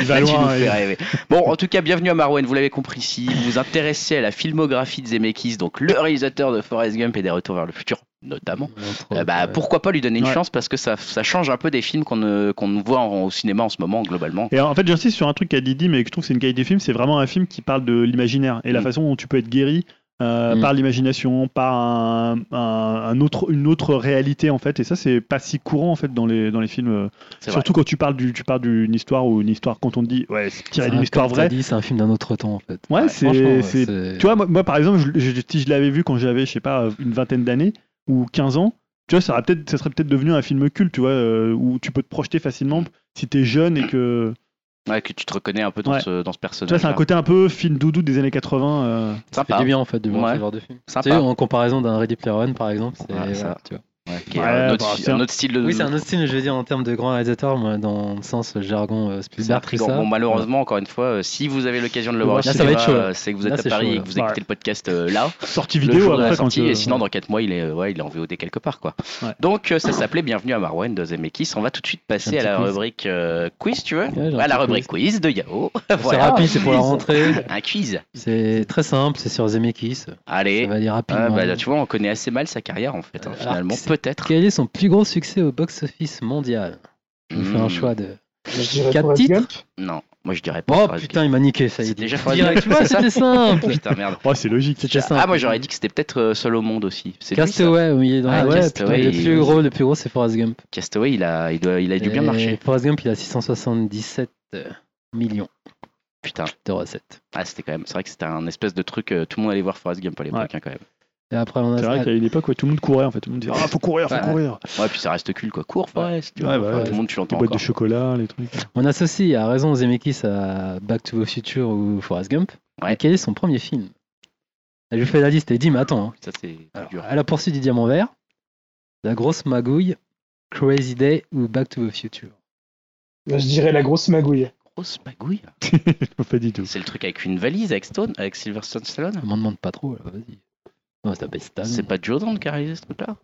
Speaker 2: Il va
Speaker 1: Là, tu nous
Speaker 2: loin.
Speaker 1: fais
Speaker 2: hein,
Speaker 1: rêver. Bon, en tout cas, bienvenue à Marwen. Vous l'avez compris, si vous vous intéressez à la filmographie de Zemeckis, donc le réalisateur de Forrest Gump et des Retours vers le futur, notamment.
Speaker 3: Entre
Speaker 1: Euh,
Speaker 3: autres,
Speaker 1: bah,
Speaker 3: ouais.
Speaker 1: pourquoi pas lui donner une
Speaker 2: Ouais.
Speaker 1: chance parce que ça, ça change un peu des films qu'on euh, qu'on voit en- au cinéma en ce moment globalement.
Speaker 2: Et en fait, j'insiste sur un truc qu'a Didi, mais que je trouve que c'est une qualité de film, c'est vraiment un film qui parle de l'imaginaire et la
Speaker 1: Mm.
Speaker 2: façon dont tu peux être guéri euh,
Speaker 3: Mm.
Speaker 2: par l'imagination, par un, un- un autre, une autre réalité en fait. Et ça, c'est pas si courant en fait dans les, dans les films. euh,
Speaker 1: C'est vrai.
Speaker 2: Surtout quand tu parles du, tu parles d'une histoire ou une histoire quand on te dit ouais, c'est tiré
Speaker 3: C'est
Speaker 2: d'une
Speaker 3: un-
Speaker 2: histoire
Speaker 3: comme t'as
Speaker 2: vraie.
Speaker 3: dit, C'est un film d'un autre temps en fait.
Speaker 2: Ouais,
Speaker 3: Franchement,
Speaker 2: c'est, c'est-
Speaker 3: c'est-
Speaker 2: Tu vois, moi, moi, par exemple, je- je- si je l'avais vu quand j'avais, je sais pas, une vingtaine d'années ou 15 ans, tu vois, ça, aurait peut-être, ça serait peut-être devenu un film culte, tu vois, euh, où tu peux te projeter facilement si t'es jeune et que.
Speaker 1: Ouais, que tu te reconnais un peu dans
Speaker 2: Ouais.
Speaker 1: ce, dans ce
Speaker 2: Tu vois,
Speaker 1: personnage.
Speaker 2: c'est un côté un peu film doudou des années 80. euh.
Speaker 3: ça fait
Speaker 1: sympa.
Speaker 3: du bien en fait de voir
Speaker 1: Ouais.
Speaker 3: ce genre de film.
Speaker 1: Sympa.
Speaker 3: Tu sais, en comparaison d'un Ready Player One par exemple, c'est
Speaker 1: Ouais, ça.
Speaker 3: voilà, tu vois.
Speaker 1: Ouais, qui est
Speaker 2: Ouais,
Speaker 1: un, autre,
Speaker 2: bah,
Speaker 1: fi-
Speaker 2: c'est
Speaker 1: un
Speaker 2: un-
Speaker 1: autre style de.
Speaker 3: Oui, c'est un autre style, je veux dire, en termes de grand réalisateur, moi, dans le sens jargon euh,
Speaker 1: c'est
Speaker 3: Spielberg, tout
Speaker 1: intriguant.
Speaker 3: ça.
Speaker 1: Bon, malheureusement, encore une fois, euh, si vous avez l'occasion de le
Speaker 2: Là,
Speaker 1: voir, au
Speaker 2: ça
Speaker 1: cinéma,
Speaker 3: va être chaud, là.
Speaker 1: euh, c'est que vous êtes
Speaker 3: Là,
Speaker 1: à
Speaker 3: c'est
Speaker 1: Paris
Speaker 3: chaud,
Speaker 1: et
Speaker 3: là.
Speaker 1: que vous écoutez
Speaker 2: Ouais.
Speaker 1: le podcast euh, là.
Speaker 2: Sortie
Speaker 1: le
Speaker 2: vidéo
Speaker 1: jour de la
Speaker 2: après quand
Speaker 1: sortie,
Speaker 2: tu-
Speaker 1: et sinon dans 4 mois il est, euh, ouais, il est en VOD quelque part quoi.
Speaker 2: Ouais.
Speaker 1: Donc euh, ça s'appelait Bienvenue à Marwen de Zemeckis. On va tout de suite passer
Speaker 3: Un
Speaker 1: à la
Speaker 3: petit quiz.
Speaker 1: rubrique euh, quiz, tu veux
Speaker 3: Ouais, j'ai un
Speaker 1: À la
Speaker 3: petit
Speaker 1: rubrique quiz de Yao.
Speaker 3: quiz. C'est
Speaker 1: voilà,
Speaker 3: rapide, c'est pour la rentrée.
Speaker 1: un quiz.
Speaker 3: C'est très simple, c'est sur Zemeckis.
Speaker 1: Allez.
Speaker 3: Ça va aller
Speaker 1: Ah,
Speaker 3: rapidement.
Speaker 1: bah, là, tu vois, on connaît assez mal sa carrière en fait, hein,
Speaker 3: Alors,
Speaker 1: finalement.
Speaker 3: c'est-
Speaker 1: Peut-être.
Speaker 3: Quel est son plus gros succès au box-office mondial Je vous fais un
Speaker 1: Hmm,
Speaker 3: choix de.
Speaker 4: Je dirais
Speaker 3: Quatre
Speaker 4: Forrest
Speaker 3: titres.
Speaker 4: Gump.
Speaker 1: Non, moi je dirais pas.
Speaker 3: Oh
Speaker 1: Forrest
Speaker 3: putain, il m'a niqué, ça y
Speaker 1: C'est
Speaker 3: est.
Speaker 1: déjà Forrest
Speaker 3: Direct,
Speaker 1: Gump,
Speaker 3: tu vois,
Speaker 1: c'est ça
Speaker 3: c'était
Speaker 1: Gump.
Speaker 3: simple.
Speaker 1: Putain, merde.
Speaker 2: Oh, c'est logique.
Speaker 3: C'était simple.
Speaker 1: Ah, moi j'aurais dit que c'était peut-être euh, seul au monde aussi. C'est lui, ça.
Speaker 3: Castaway, oui, il est dans
Speaker 1: Ah,
Speaker 3: la- ouais,
Speaker 1: Castaway,
Speaker 3: putain,
Speaker 1: il-
Speaker 3: le plus gros, le plus gros, c'est Forrest Gump.
Speaker 1: Castaway, il a, il, doit- il a dû bien
Speaker 3: Et
Speaker 1: marcher.
Speaker 3: Forrest Gump, il a 677 euh, millions
Speaker 1: Putain,
Speaker 3: de recettes.
Speaker 1: ah, c'était quand même. C'est vrai que c'était un espèce de truc. euh, tout le monde allait voir Forrest Gump à l'époque
Speaker 2: Ouais.
Speaker 1: hein, quand même.
Speaker 3: Et après, on a
Speaker 2: C'est vrai
Speaker 3: ah,
Speaker 2: qu'il y a une époque où tout le monde courait en fait. Tout le monde disait Ah, faut courir, faut
Speaker 1: Ouais.
Speaker 2: courir.
Speaker 1: Ouais, puis ça reste cool quoi. Cours, Forrest. tu vois.
Speaker 2: Ouais, bah,
Speaker 1: Enfin,
Speaker 3: ouais.
Speaker 1: Tout le monde, tu
Speaker 2: Les
Speaker 1: l'entends
Speaker 2: boîtes
Speaker 1: encore.
Speaker 2: de chocolat, les trucs.
Speaker 3: On associe à raison Zemeckis à Back to the Future ou Forrest Gump.
Speaker 1: Ouais.
Speaker 3: Mais quel est son premier film Je vous fais la liste et dis, mais attends. hein.
Speaker 1: Ça, c'est
Speaker 3: Alors,
Speaker 1: dur.
Speaker 3: à la poursuite du diamant vert, La grosse magouille, Crazy Day ou Back to the Future.
Speaker 4: Bah, Je dirais la grosse magouille.
Speaker 1: Grosse magouille.
Speaker 2: Pas du tout.
Speaker 1: C'est le truc avec une valise, avec Stone, avec Silverstone Stallone.
Speaker 3: On m'en demande pas trop, là, vas-y. Non, c'est pas Stallone.
Speaker 1: C'est pas Jordan qui a réalisé ce truc-là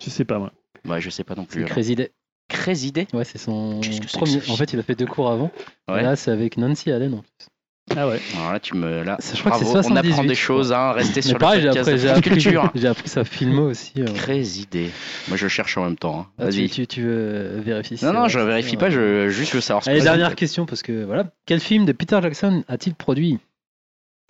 Speaker 2: Je sais pas, moi.
Speaker 1: Ouais, je sais pas non
Speaker 3: C'est
Speaker 1: plus.
Speaker 3: Crazy Day.
Speaker 1: Crazy Day.
Speaker 3: Ouais, c'est son
Speaker 1: Qu'est-ce que c'est que
Speaker 3: premier.
Speaker 1: ce
Speaker 3: En fait, il a fait deux cours avant.
Speaker 1: Ouais.
Speaker 3: Et là, c'est avec Nancy Allen en plus.
Speaker 2: Ah ouais.
Speaker 1: Alors là, tu me. Là,
Speaker 3: Ça, je crois que c'est
Speaker 1: bravo, on
Speaker 3: 78,
Speaker 1: apprend des
Speaker 3: je
Speaker 1: choses, hein. Restez sur
Speaker 3: Mais pareil,
Speaker 1: le
Speaker 3: j'ai
Speaker 1: podcast de
Speaker 3: appris, j'ai
Speaker 1: France
Speaker 3: appris,
Speaker 1: Culture.
Speaker 3: j'ai appris ça filmo aussi. euh.
Speaker 1: Crazy Day. Moi, je cherche en même temps. hein.
Speaker 3: Ah, tu,
Speaker 1: Vas-y.
Speaker 3: tu, tu veux vérifier si
Speaker 1: Non,
Speaker 3: c'est
Speaker 1: non,
Speaker 3: vrai,
Speaker 1: je
Speaker 3: c'est
Speaker 1: vérifie
Speaker 3: vrai.
Speaker 1: pas, je juste je veux savoir ce
Speaker 3: Allez,
Speaker 1: que
Speaker 3: dernière
Speaker 1: c'est.
Speaker 3: question, parce que voilà. Quel film de Peter Jackson a-t-il produit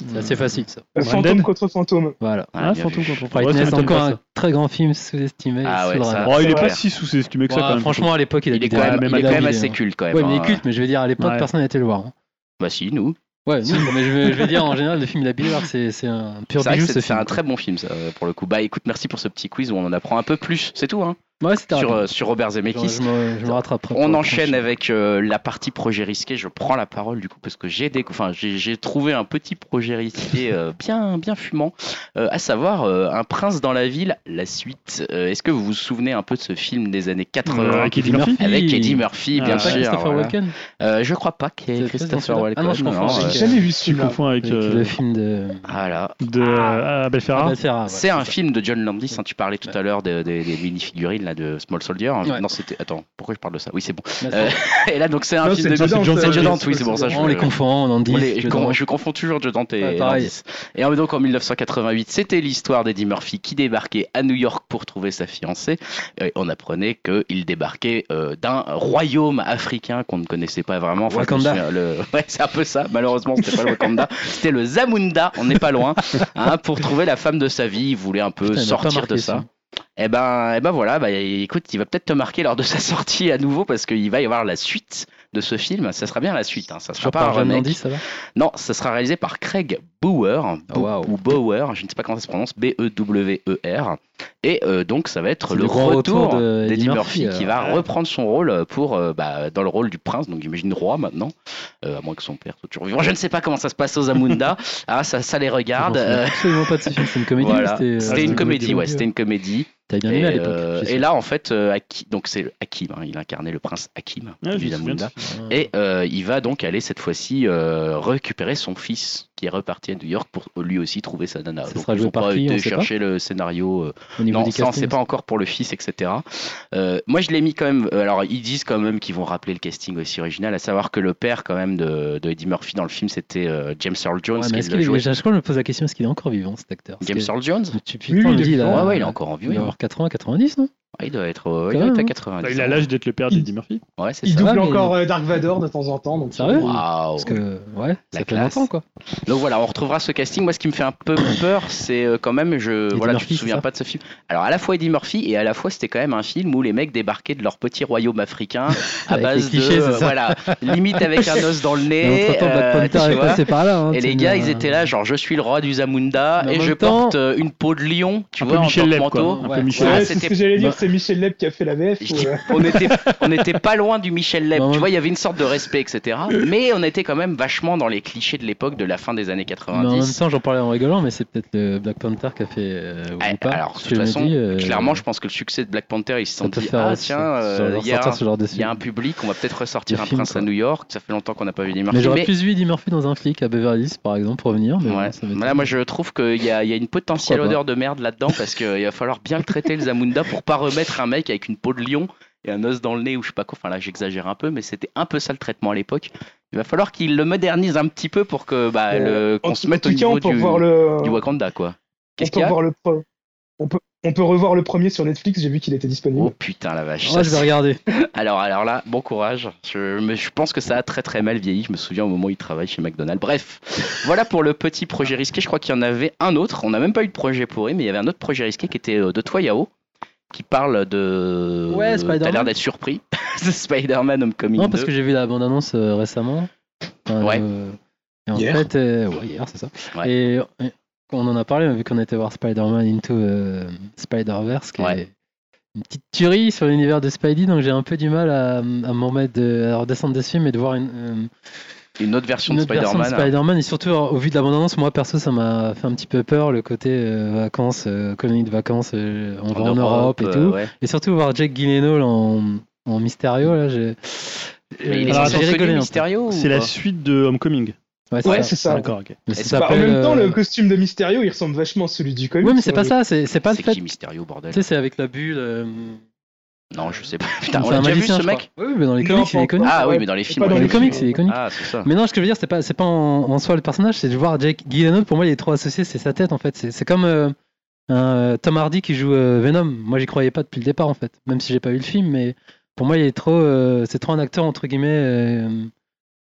Speaker 3: C'est assez facile, ça.
Speaker 4: Euh,
Speaker 2: Brandon.
Speaker 4: Fantôme contre fantôme.
Speaker 3: Voilà.
Speaker 1: Ah,
Speaker 2: Ah,
Speaker 1: bien
Speaker 2: fantôme
Speaker 1: vu.
Speaker 2: contre fantôme. Ouais, ça
Speaker 3: Brightness,
Speaker 2: m'étonne
Speaker 3: encore
Speaker 2: pas,
Speaker 3: un
Speaker 2: ça.
Speaker 3: très grand film sous-estimé.
Speaker 1: Ah ouais,
Speaker 3: sous-drapé.
Speaker 1: ça-
Speaker 2: Oh, il est
Speaker 4: Ouais.
Speaker 2: pas si sous-estimé que ça
Speaker 3: Ouais,
Speaker 2: quand même.
Speaker 3: franchement, à l'époque, il a
Speaker 1: Il est
Speaker 3: dû
Speaker 1: quand même, il est
Speaker 2: même
Speaker 1: quand même
Speaker 2: avis,
Speaker 1: assez culte quand même.
Speaker 3: Ouais, mais il
Speaker 1: hein.
Speaker 3: est culte, mais je veux dire, à l'époque,
Speaker 2: Ouais.
Speaker 3: personne n'était le voir. hein.
Speaker 1: Bah si, nous.
Speaker 3: Ouais, non, mais je veux, je veux dire, en général, le film La Billard, c'est c'est un
Speaker 1: C'est
Speaker 3: pur
Speaker 1: vrai
Speaker 3: bijou,
Speaker 1: que c'est
Speaker 3: ce
Speaker 1: c'est
Speaker 3: film.
Speaker 1: un très bon film ça, euh, pour le coup. Bah écoute, merci pour ce petit quiz où on en apprend un peu plus. C'est tout, hein.
Speaker 3: Ouais, c'était
Speaker 1: Sur,
Speaker 3: rapide.
Speaker 1: euh, sur Robert
Speaker 3: Genre,
Speaker 1: Zemeckis.
Speaker 3: Je me, je me rattraperai pour
Speaker 1: On
Speaker 3: la
Speaker 1: enchaîne
Speaker 3: prochaine.
Speaker 1: avec euh, la partie projet risqué. Je prends la parole du coup parce que j'ai des, enfin j'ai j'ai trouvé un petit projet risqué euh, bien bien fumant, euh, à savoir euh, un prince dans la ville. La suite. Euh, Est-ce que vous vous souvenez un peu de ce film des années 80
Speaker 2: Euh, avec Eddie Murphy.
Speaker 1: avec Eddie Murphy,
Speaker 2: Ah,
Speaker 1: bien
Speaker 2: ouais.
Speaker 1: sûr.
Speaker 3: Christopher
Speaker 1: voilà.
Speaker 3: Walken
Speaker 1: Euh, je crois pas qu'il y ait
Speaker 3: C'est
Speaker 1: Christopher
Speaker 3: Christopher
Speaker 1: Walken.
Speaker 3: Ah non, je confonds
Speaker 1: non,
Speaker 3: avec-
Speaker 1: euh,
Speaker 4: J'ai jamais vu
Speaker 2: Tu
Speaker 4: celui-là.
Speaker 2: confonds avec
Speaker 3: avec
Speaker 2: euh,
Speaker 3: le film de
Speaker 1: Voilà.
Speaker 2: de euh, Abel Ferrara.
Speaker 3: Abel Ferrara, Ah, ouais,
Speaker 1: c'est un
Speaker 3: ça.
Speaker 1: film de John Landis. hein, tu parlais tout à l'heure des, des- des mini-figurines là, de Small Soldier.
Speaker 3: Ouais.
Speaker 1: Non, c'était. Attends, pourquoi je parle de ça Oui, c'est bon.
Speaker 3: Là,
Speaker 1: Euh,
Speaker 3: c'est-
Speaker 1: Et là, donc, c'est un
Speaker 4: Non,
Speaker 1: film
Speaker 4: c'est
Speaker 1: de
Speaker 4: John Dante,
Speaker 1: John,
Speaker 4: c'est
Speaker 1: Dante,
Speaker 4: John
Speaker 1: oui, c'est bon, ça je
Speaker 3: on les confond, on en dit.
Speaker 1: On les-
Speaker 3: je-
Speaker 1: je, con- je confonds toujours Joe Dante et
Speaker 3: Ouais, pareil.
Speaker 1: Landis. Et on est donc en 1988, c'était l'histoire d'Eddie Murphy qui débarquait à New York pour trouver sa fiancée. Et on apprenait qu'il débarquait euh, d'un royaume africain qu'on ne connaissait pas vraiment. je me
Speaker 3: Wakanda.
Speaker 1: souviens, le- Ouais, c'est un peu ça. Malheureusement, c'était pas le Wakanda, c'était le Zamunda. On n'est pas loin. hein, pour trouver la femme de sa vie, il voulait un peu
Speaker 3: Putain, il m'a pas
Speaker 1: sortir
Speaker 3: marqué,
Speaker 1: de ça. Et ben, eh ben voilà, bah, écoute, il va peut-être te marquer lors de sa sortie à nouveau parce qu'il va y avoir la suite de ce film. Ça sera bien la suite, hein. ça sera
Speaker 3: Toujours
Speaker 1: pas un
Speaker 3: par John
Speaker 1: remake.
Speaker 3: Landis, ça va
Speaker 1: Non, ça sera réalisé par Craig Bauer,
Speaker 3: Ah, waouh.
Speaker 1: ou Bauer, je ne sais pas comment ça se prononce, E B-E-W-E-R. Et euh, donc, ça va être
Speaker 3: C'est
Speaker 1: le
Speaker 3: le grand
Speaker 1: retour,
Speaker 3: retour de
Speaker 1: d'Eddie
Speaker 3: Eddie
Speaker 1: Murphy,
Speaker 3: Murphy,
Speaker 1: qui
Speaker 3: euh,
Speaker 1: va
Speaker 3: ouais.
Speaker 1: reprendre son rôle pour, euh, bah, dans le rôle du prince, donc j'imagine roi maintenant, euh, à moins que son père soit toujours vivant. Je ne sais pas comment ça se passe aux Zamunda, ah, ça, ça les regarde.
Speaker 3: Je m'en souviens
Speaker 1: euh,
Speaker 3: Absolument pas de ce film, c'est une comédie. ou
Speaker 1: voilà.
Speaker 3: euh,
Speaker 1: C'était une
Speaker 2: une
Speaker 1: comédie,
Speaker 2: comédie,
Speaker 1: ouais,
Speaker 4: ouais.
Speaker 1: c'était une comédie.
Speaker 3: T'avais bien
Speaker 1: Et,
Speaker 3: aimé à
Speaker 1: euh,
Speaker 3: l'époque. je sais.
Speaker 1: et là, en fait, euh, Haki- donc c'est Hakim, hein, il incarnait le prince Hakim
Speaker 2: Ah, je
Speaker 1: du
Speaker 2: me souviens de
Speaker 3: Mm.
Speaker 1: Zamunda.
Speaker 2: ça.
Speaker 1: Et euh, il va donc aller cette fois-ci euh, récupérer son fils, qui est reparti à New York pour lui aussi trouver sa nana.
Speaker 3: Ça
Speaker 1: Donc
Speaker 3: sera
Speaker 1: ils
Speaker 3: joué
Speaker 1: ont
Speaker 3: par
Speaker 1: pas
Speaker 3: qui, on
Speaker 1: été
Speaker 3: sait pas
Speaker 1: chercher le scénario. euh,
Speaker 3: Au niveau
Speaker 1: non,
Speaker 3: du
Speaker 1: ça on
Speaker 3: casting,
Speaker 1: sait pas encore pour le fils, etc. Euh, moi je l'ai mis quand même. euh, alors ils disent quand même qu'ils vont rappeler le casting aussi original, à savoir que le père quand même de, de Eddie Murphy dans le film c'était euh, James Earl Jones
Speaker 3: Ouais, mais
Speaker 1: qui
Speaker 3: est-ce
Speaker 1: le
Speaker 3: qu'il est-
Speaker 1: jouait.
Speaker 3: je crois que je me pose la question, est-ce qu'il est encore vivant cet acteur Parce
Speaker 1: James
Speaker 3: que-
Speaker 1: Earl Jones.
Speaker 3: Depuis
Speaker 4: Oui,
Speaker 3: le temps,
Speaker 4: oui,
Speaker 3: on
Speaker 4: il est
Speaker 3: dit,
Speaker 1: Ouais,
Speaker 3: là, euh,
Speaker 1: ouais, il est encore en
Speaker 3: il
Speaker 1: vie.
Speaker 3: doit
Speaker 1: oui.
Speaker 3: avoir 80, 90, non
Speaker 1: Ouais, il doit être, euh, il
Speaker 3: Quand
Speaker 1: doit être à
Speaker 3: même. hein.
Speaker 1: 90.
Speaker 2: Il a l'âge d'être le père d'Eddie Murphy.
Speaker 1: Ouais, c'est
Speaker 4: Il
Speaker 1: ça.
Speaker 3: doit-
Speaker 4: double
Speaker 3: va, mais-
Speaker 4: encore euh, Dark Vador de temps en temps. Donc
Speaker 3: Sérieux
Speaker 4: c'est-
Speaker 1: Waouh.
Speaker 3: Parce que, ouais,
Speaker 1: Oh, La
Speaker 3: ça fait
Speaker 1: classe.
Speaker 3: longtemps, quoi.
Speaker 1: Donc voilà, on retrouvera ce casting. Moi, ce qui me fait un peu peur, c'est euh, quand même, je
Speaker 3: Eddie
Speaker 1: voilà,
Speaker 3: Murphy,
Speaker 1: tu te
Speaker 3: c'est
Speaker 1: souviens
Speaker 3: ça
Speaker 1: pas de ce film. Alors à la fois Eddie Murphy et à la fois c'était quand même un film où les mecs débarquaient de leur petit royaume africain à
Speaker 3: Avec
Speaker 1: base
Speaker 3: les clichés,
Speaker 1: de
Speaker 3: c'est
Speaker 1: euh,
Speaker 3: ça.
Speaker 1: voilà, limite avec un os dans le
Speaker 3: Mais
Speaker 1: nez.
Speaker 3: entre temps, Black
Speaker 1: euh,
Speaker 3: Panther
Speaker 1: tu
Speaker 3: est
Speaker 1: vois.
Speaker 3: passé par là. hein,
Speaker 1: et
Speaker 3: tu
Speaker 1: les
Speaker 3: sais,
Speaker 1: gars,
Speaker 3: euh,
Speaker 1: ils étaient là, genre je suis le roi du Zamunda
Speaker 3: Mais en
Speaker 1: et
Speaker 3: même
Speaker 1: je
Speaker 3: temps-
Speaker 1: porte euh, une peau de lion, tu
Speaker 2: Un peu
Speaker 1: vois, en
Speaker 2: Michel Leb,
Speaker 1: porte-manteau.
Speaker 2: quoi. Un
Speaker 3: Ouais.
Speaker 2: peu
Speaker 4: Ouais,
Speaker 2: Michel
Speaker 1: Ouais,
Speaker 2: Leb.
Speaker 4: c'est ce
Speaker 1: Ah, c'était-
Speaker 4: que j'allais dire,
Speaker 3: bah-
Speaker 4: c'est Michel Leb qui a fait la VF.
Speaker 1: Je
Speaker 4: ou,
Speaker 1: dis-
Speaker 4: euh,
Speaker 1: on était on n'était pas loin du Michel Leb
Speaker 3: Non,
Speaker 1: tu
Speaker 3: non.
Speaker 1: vois il y avait une sorte de respect etc mais on était quand même vachement dans les clichés de l'époque de la fin des années 90
Speaker 3: Mais en même temps, j'en parlais en rigolant, mais c'est peut-être le Black Panther qui a fait. euh,
Speaker 1: Ah,
Speaker 3: ou pas.
Speaker 1: alors, de
Speaker 3: Parce
Speaker 1: toute
Speaker 3: que je me
Speaker 1: façon,
Speaker 3: dis, euh,
Speaker 1: Clairement, je pense que le succès de Black Panther, ils se
Speaker 3: ça
Speaker 1: sont
Speaker 3: peut
Speaker 1: dit
Speaker 3: faire,
Speaker 1: Ah,
Speaker 3: ouais,
Speaker 1: tiens,
Speaker 3: ce- ce
Speaker 1: euh,
Speaker 3: genre-
Speaker 1: il y, a
Speaker 3: sortir
Speaker 1: un-
Speaker 3: ce genre de
Speaker 1: il y a
Speaker 3: film.
Speaker 1: un public, on va peut-être ressortir
Speaker 3: Des
Speaker 1: un
Speaker 3: films,
Speaker 1: prince
Speaker 3: quoi.
Speaker 1: à New York. Ça fait longtemps qu'on n'a pas vu des
Speaker 3: Mais
Speaker 1: Murphy.
Speaker 3: j'aurais
Speaker 1: mais-
Speaker 3: plus vu Eddie Murphy dans un flic à Beverly Hills, par exemple, pour venir. Mais
Speaker 1: Ouais.
Speaker 3: bon, ça m'étonne.
Speaker 1: Voilà, moi je trouve qu'il y, a il y a une potentielle
Speaker 3: Pourquoi pas.
Speaker 1: odeur de merde là-dedans parce qu'il va falloir bien le traiter le Zamunda pour pas remettre un mec avec une peau de lion et un os dans le nez ou je sais pas quoi. Enfin là j'exagère un peu, mais c'était un peu ça le traitement à l'époque. Il va falloir qu'il le modernise un petit peu pour que bah,
Speaker 4: Euh,
Speaker 1: le- qu'on
Speaker 4: en tout-
Speaker 1: se
Speaker 4: en
Speaker 1: mette au
Speaker 4: tout cas,
Speaker 1: niveau
Speaker 4: on peut
Speaker 1: du,
Speaker 4: revoir le.
Speaker 1: du Wakanda quoi.
Speaker 4: On
Speaker 1: Qu'est-ce qu'il
Speaker 4: peut
Speaker 1: y a
Speaker 4: revoir le pre- on peut on peut revoir le premier sur Netflix. J'ai vu qu'il était disponible.
Speaker 1: Oh putain la vache.
Speaker 3: Ouais,
Speaker 1: ça,
Speaker 3: je vais regarder.
Speaker 1: Alors, alors là, bon courage. Je, mais je pense que ça a très très mal vieilli. Je me souviens au moment où il travaille chez McDonald's. Bref, voilà pour le petit projet risqué. Je crois qu'il y en avait un autre. On n'a même pas eu de projet pourri, mais il y avait un autre projet risqué qui était euh, de toi, Yao, qui parle de. euh,
Speaker 3: Ouais,
Speaker 1: T'as
Speaker 3: Spider-Man.
Speaker 1: l'air d'être surpris. de Spider-Man Homecoming.
Speaker 3: Non, parce
Speaker 1: 2.
Speaker 3: que j'ai vu la bande-annonce euh, récemment. Enfin,
Speaker 1: Ouais.
Speaker 3: euh, et en
Speaker 4: Hier.
Speaker 3: fait, euh, ouais, hier, c'est ça.
Speaker 1: Ouais.
Speaker 3: Et euh, on en a parlé, on a vu qu'on était voir Spider-Man Into euh, Spider-Verse, qui
Speaker 1: Ouais.
Speaker 3: est une petite tuerie sur l'univers de Spidey, donc j'ai un peu du mal à, à m'en mettre, de, à redescendre des films et de voir une, euh,
Speaker 1: Une autre version
Speaker 3: une
Speaker 1: de
Speaker 3: autre version de
Speaker 1: Spider-Man. hein.
Speaker 3: Spider-Man. et surtout, alors, au vu de la bande-annonce, moi perso, ça m'a fait un petit peu peur, le côté euh, vacances, euh, colonie de vacances, euh, on va en Europe et tout.
Speaker 1: euh, ouais.
Speaker 3: Et surtout voir Jack Gyllenhaal en, en Mysterio, là, j'ai.
Speaker 1: Mais il est
Speaker 3: euh,
Speaker 2: Alors,
Speaker 1: censé
Speaker 3: j'ai
Speaker 1: être
Speaker 3: rigolé
Speaker 1: connu
Speaker 3: un peu.
Speaker 1: Mystérieux
Speaker 2: C'est la suite de Homecoming.
Speaker 3: Ouais,
Speaker 4: Ouais, c'est ça.
Speaker 2: D'accord, ok.
Speaker 3: Mais
Speaker 1: Et
Speaker 3: ça
Speaker 1: c'est pas-
Speaker 4: Bah, en
Speaker 3: s'appelle,
Speaker 4: même temps,
Speaker 3: euh,
Speaker 4: le costume de Mysterio, il ressemble vachement à celui du comics.
Speaker 3: Ouais, mais c'est pas
Speaker 4: euh,
Speaker 3: ça, c'est c'est pas le
Speaker 1: C'est
Speaker 3: fait.
Speaker 1: qui
Speaker 3: Tu
Speaker 1: Mystérieux, bordel
Speaker 3: sais, c'est avec la bulle. euh,
Speaker 1: Non, je sais pas.
Speaker 3: c'est
Speaker 1: Putain, on a déjà vu ce
Speaker 3: je crois.
Speaker 1: mec
Speaker 3: Oui, oui, mais dans les
Speaker 4: Non,
Speaker 3: comics, il
Speaker 4: pas
Speaker 3: est connu.
Speaker 4: encore.
Speaker 1: Ah oui,
Speaker 4: Ouais,
Speaker 1: mais dans les
Speaker 4: c'est
Speaker 1: films.
Speaker 4: pas
Speaker 1: ouais.
Speaker 3: dans les
Speaker 4: les
Speaker 3: comics,
Speaker 4: films.
Speaker 3: il est connu.
Speaker 1: Ah, c'est ça.
Speaker 3: Mais non, ce que je veux dire, c'est pas, c'est pas en, en soi le personnage, c'est de voir Jake Gyllenhaal. Pour moi, les trois associés, c'est sa tête en fait. C'est c'est comme euh, un, euh, Tom Hardy qui joue euh, Venom. Moi, j'y croyais pas depuis le départ en fait, même si j'ai pas vu le film. Mais pour moi, il est trop, euh, c'est trop un acteur entre guillemets, euh,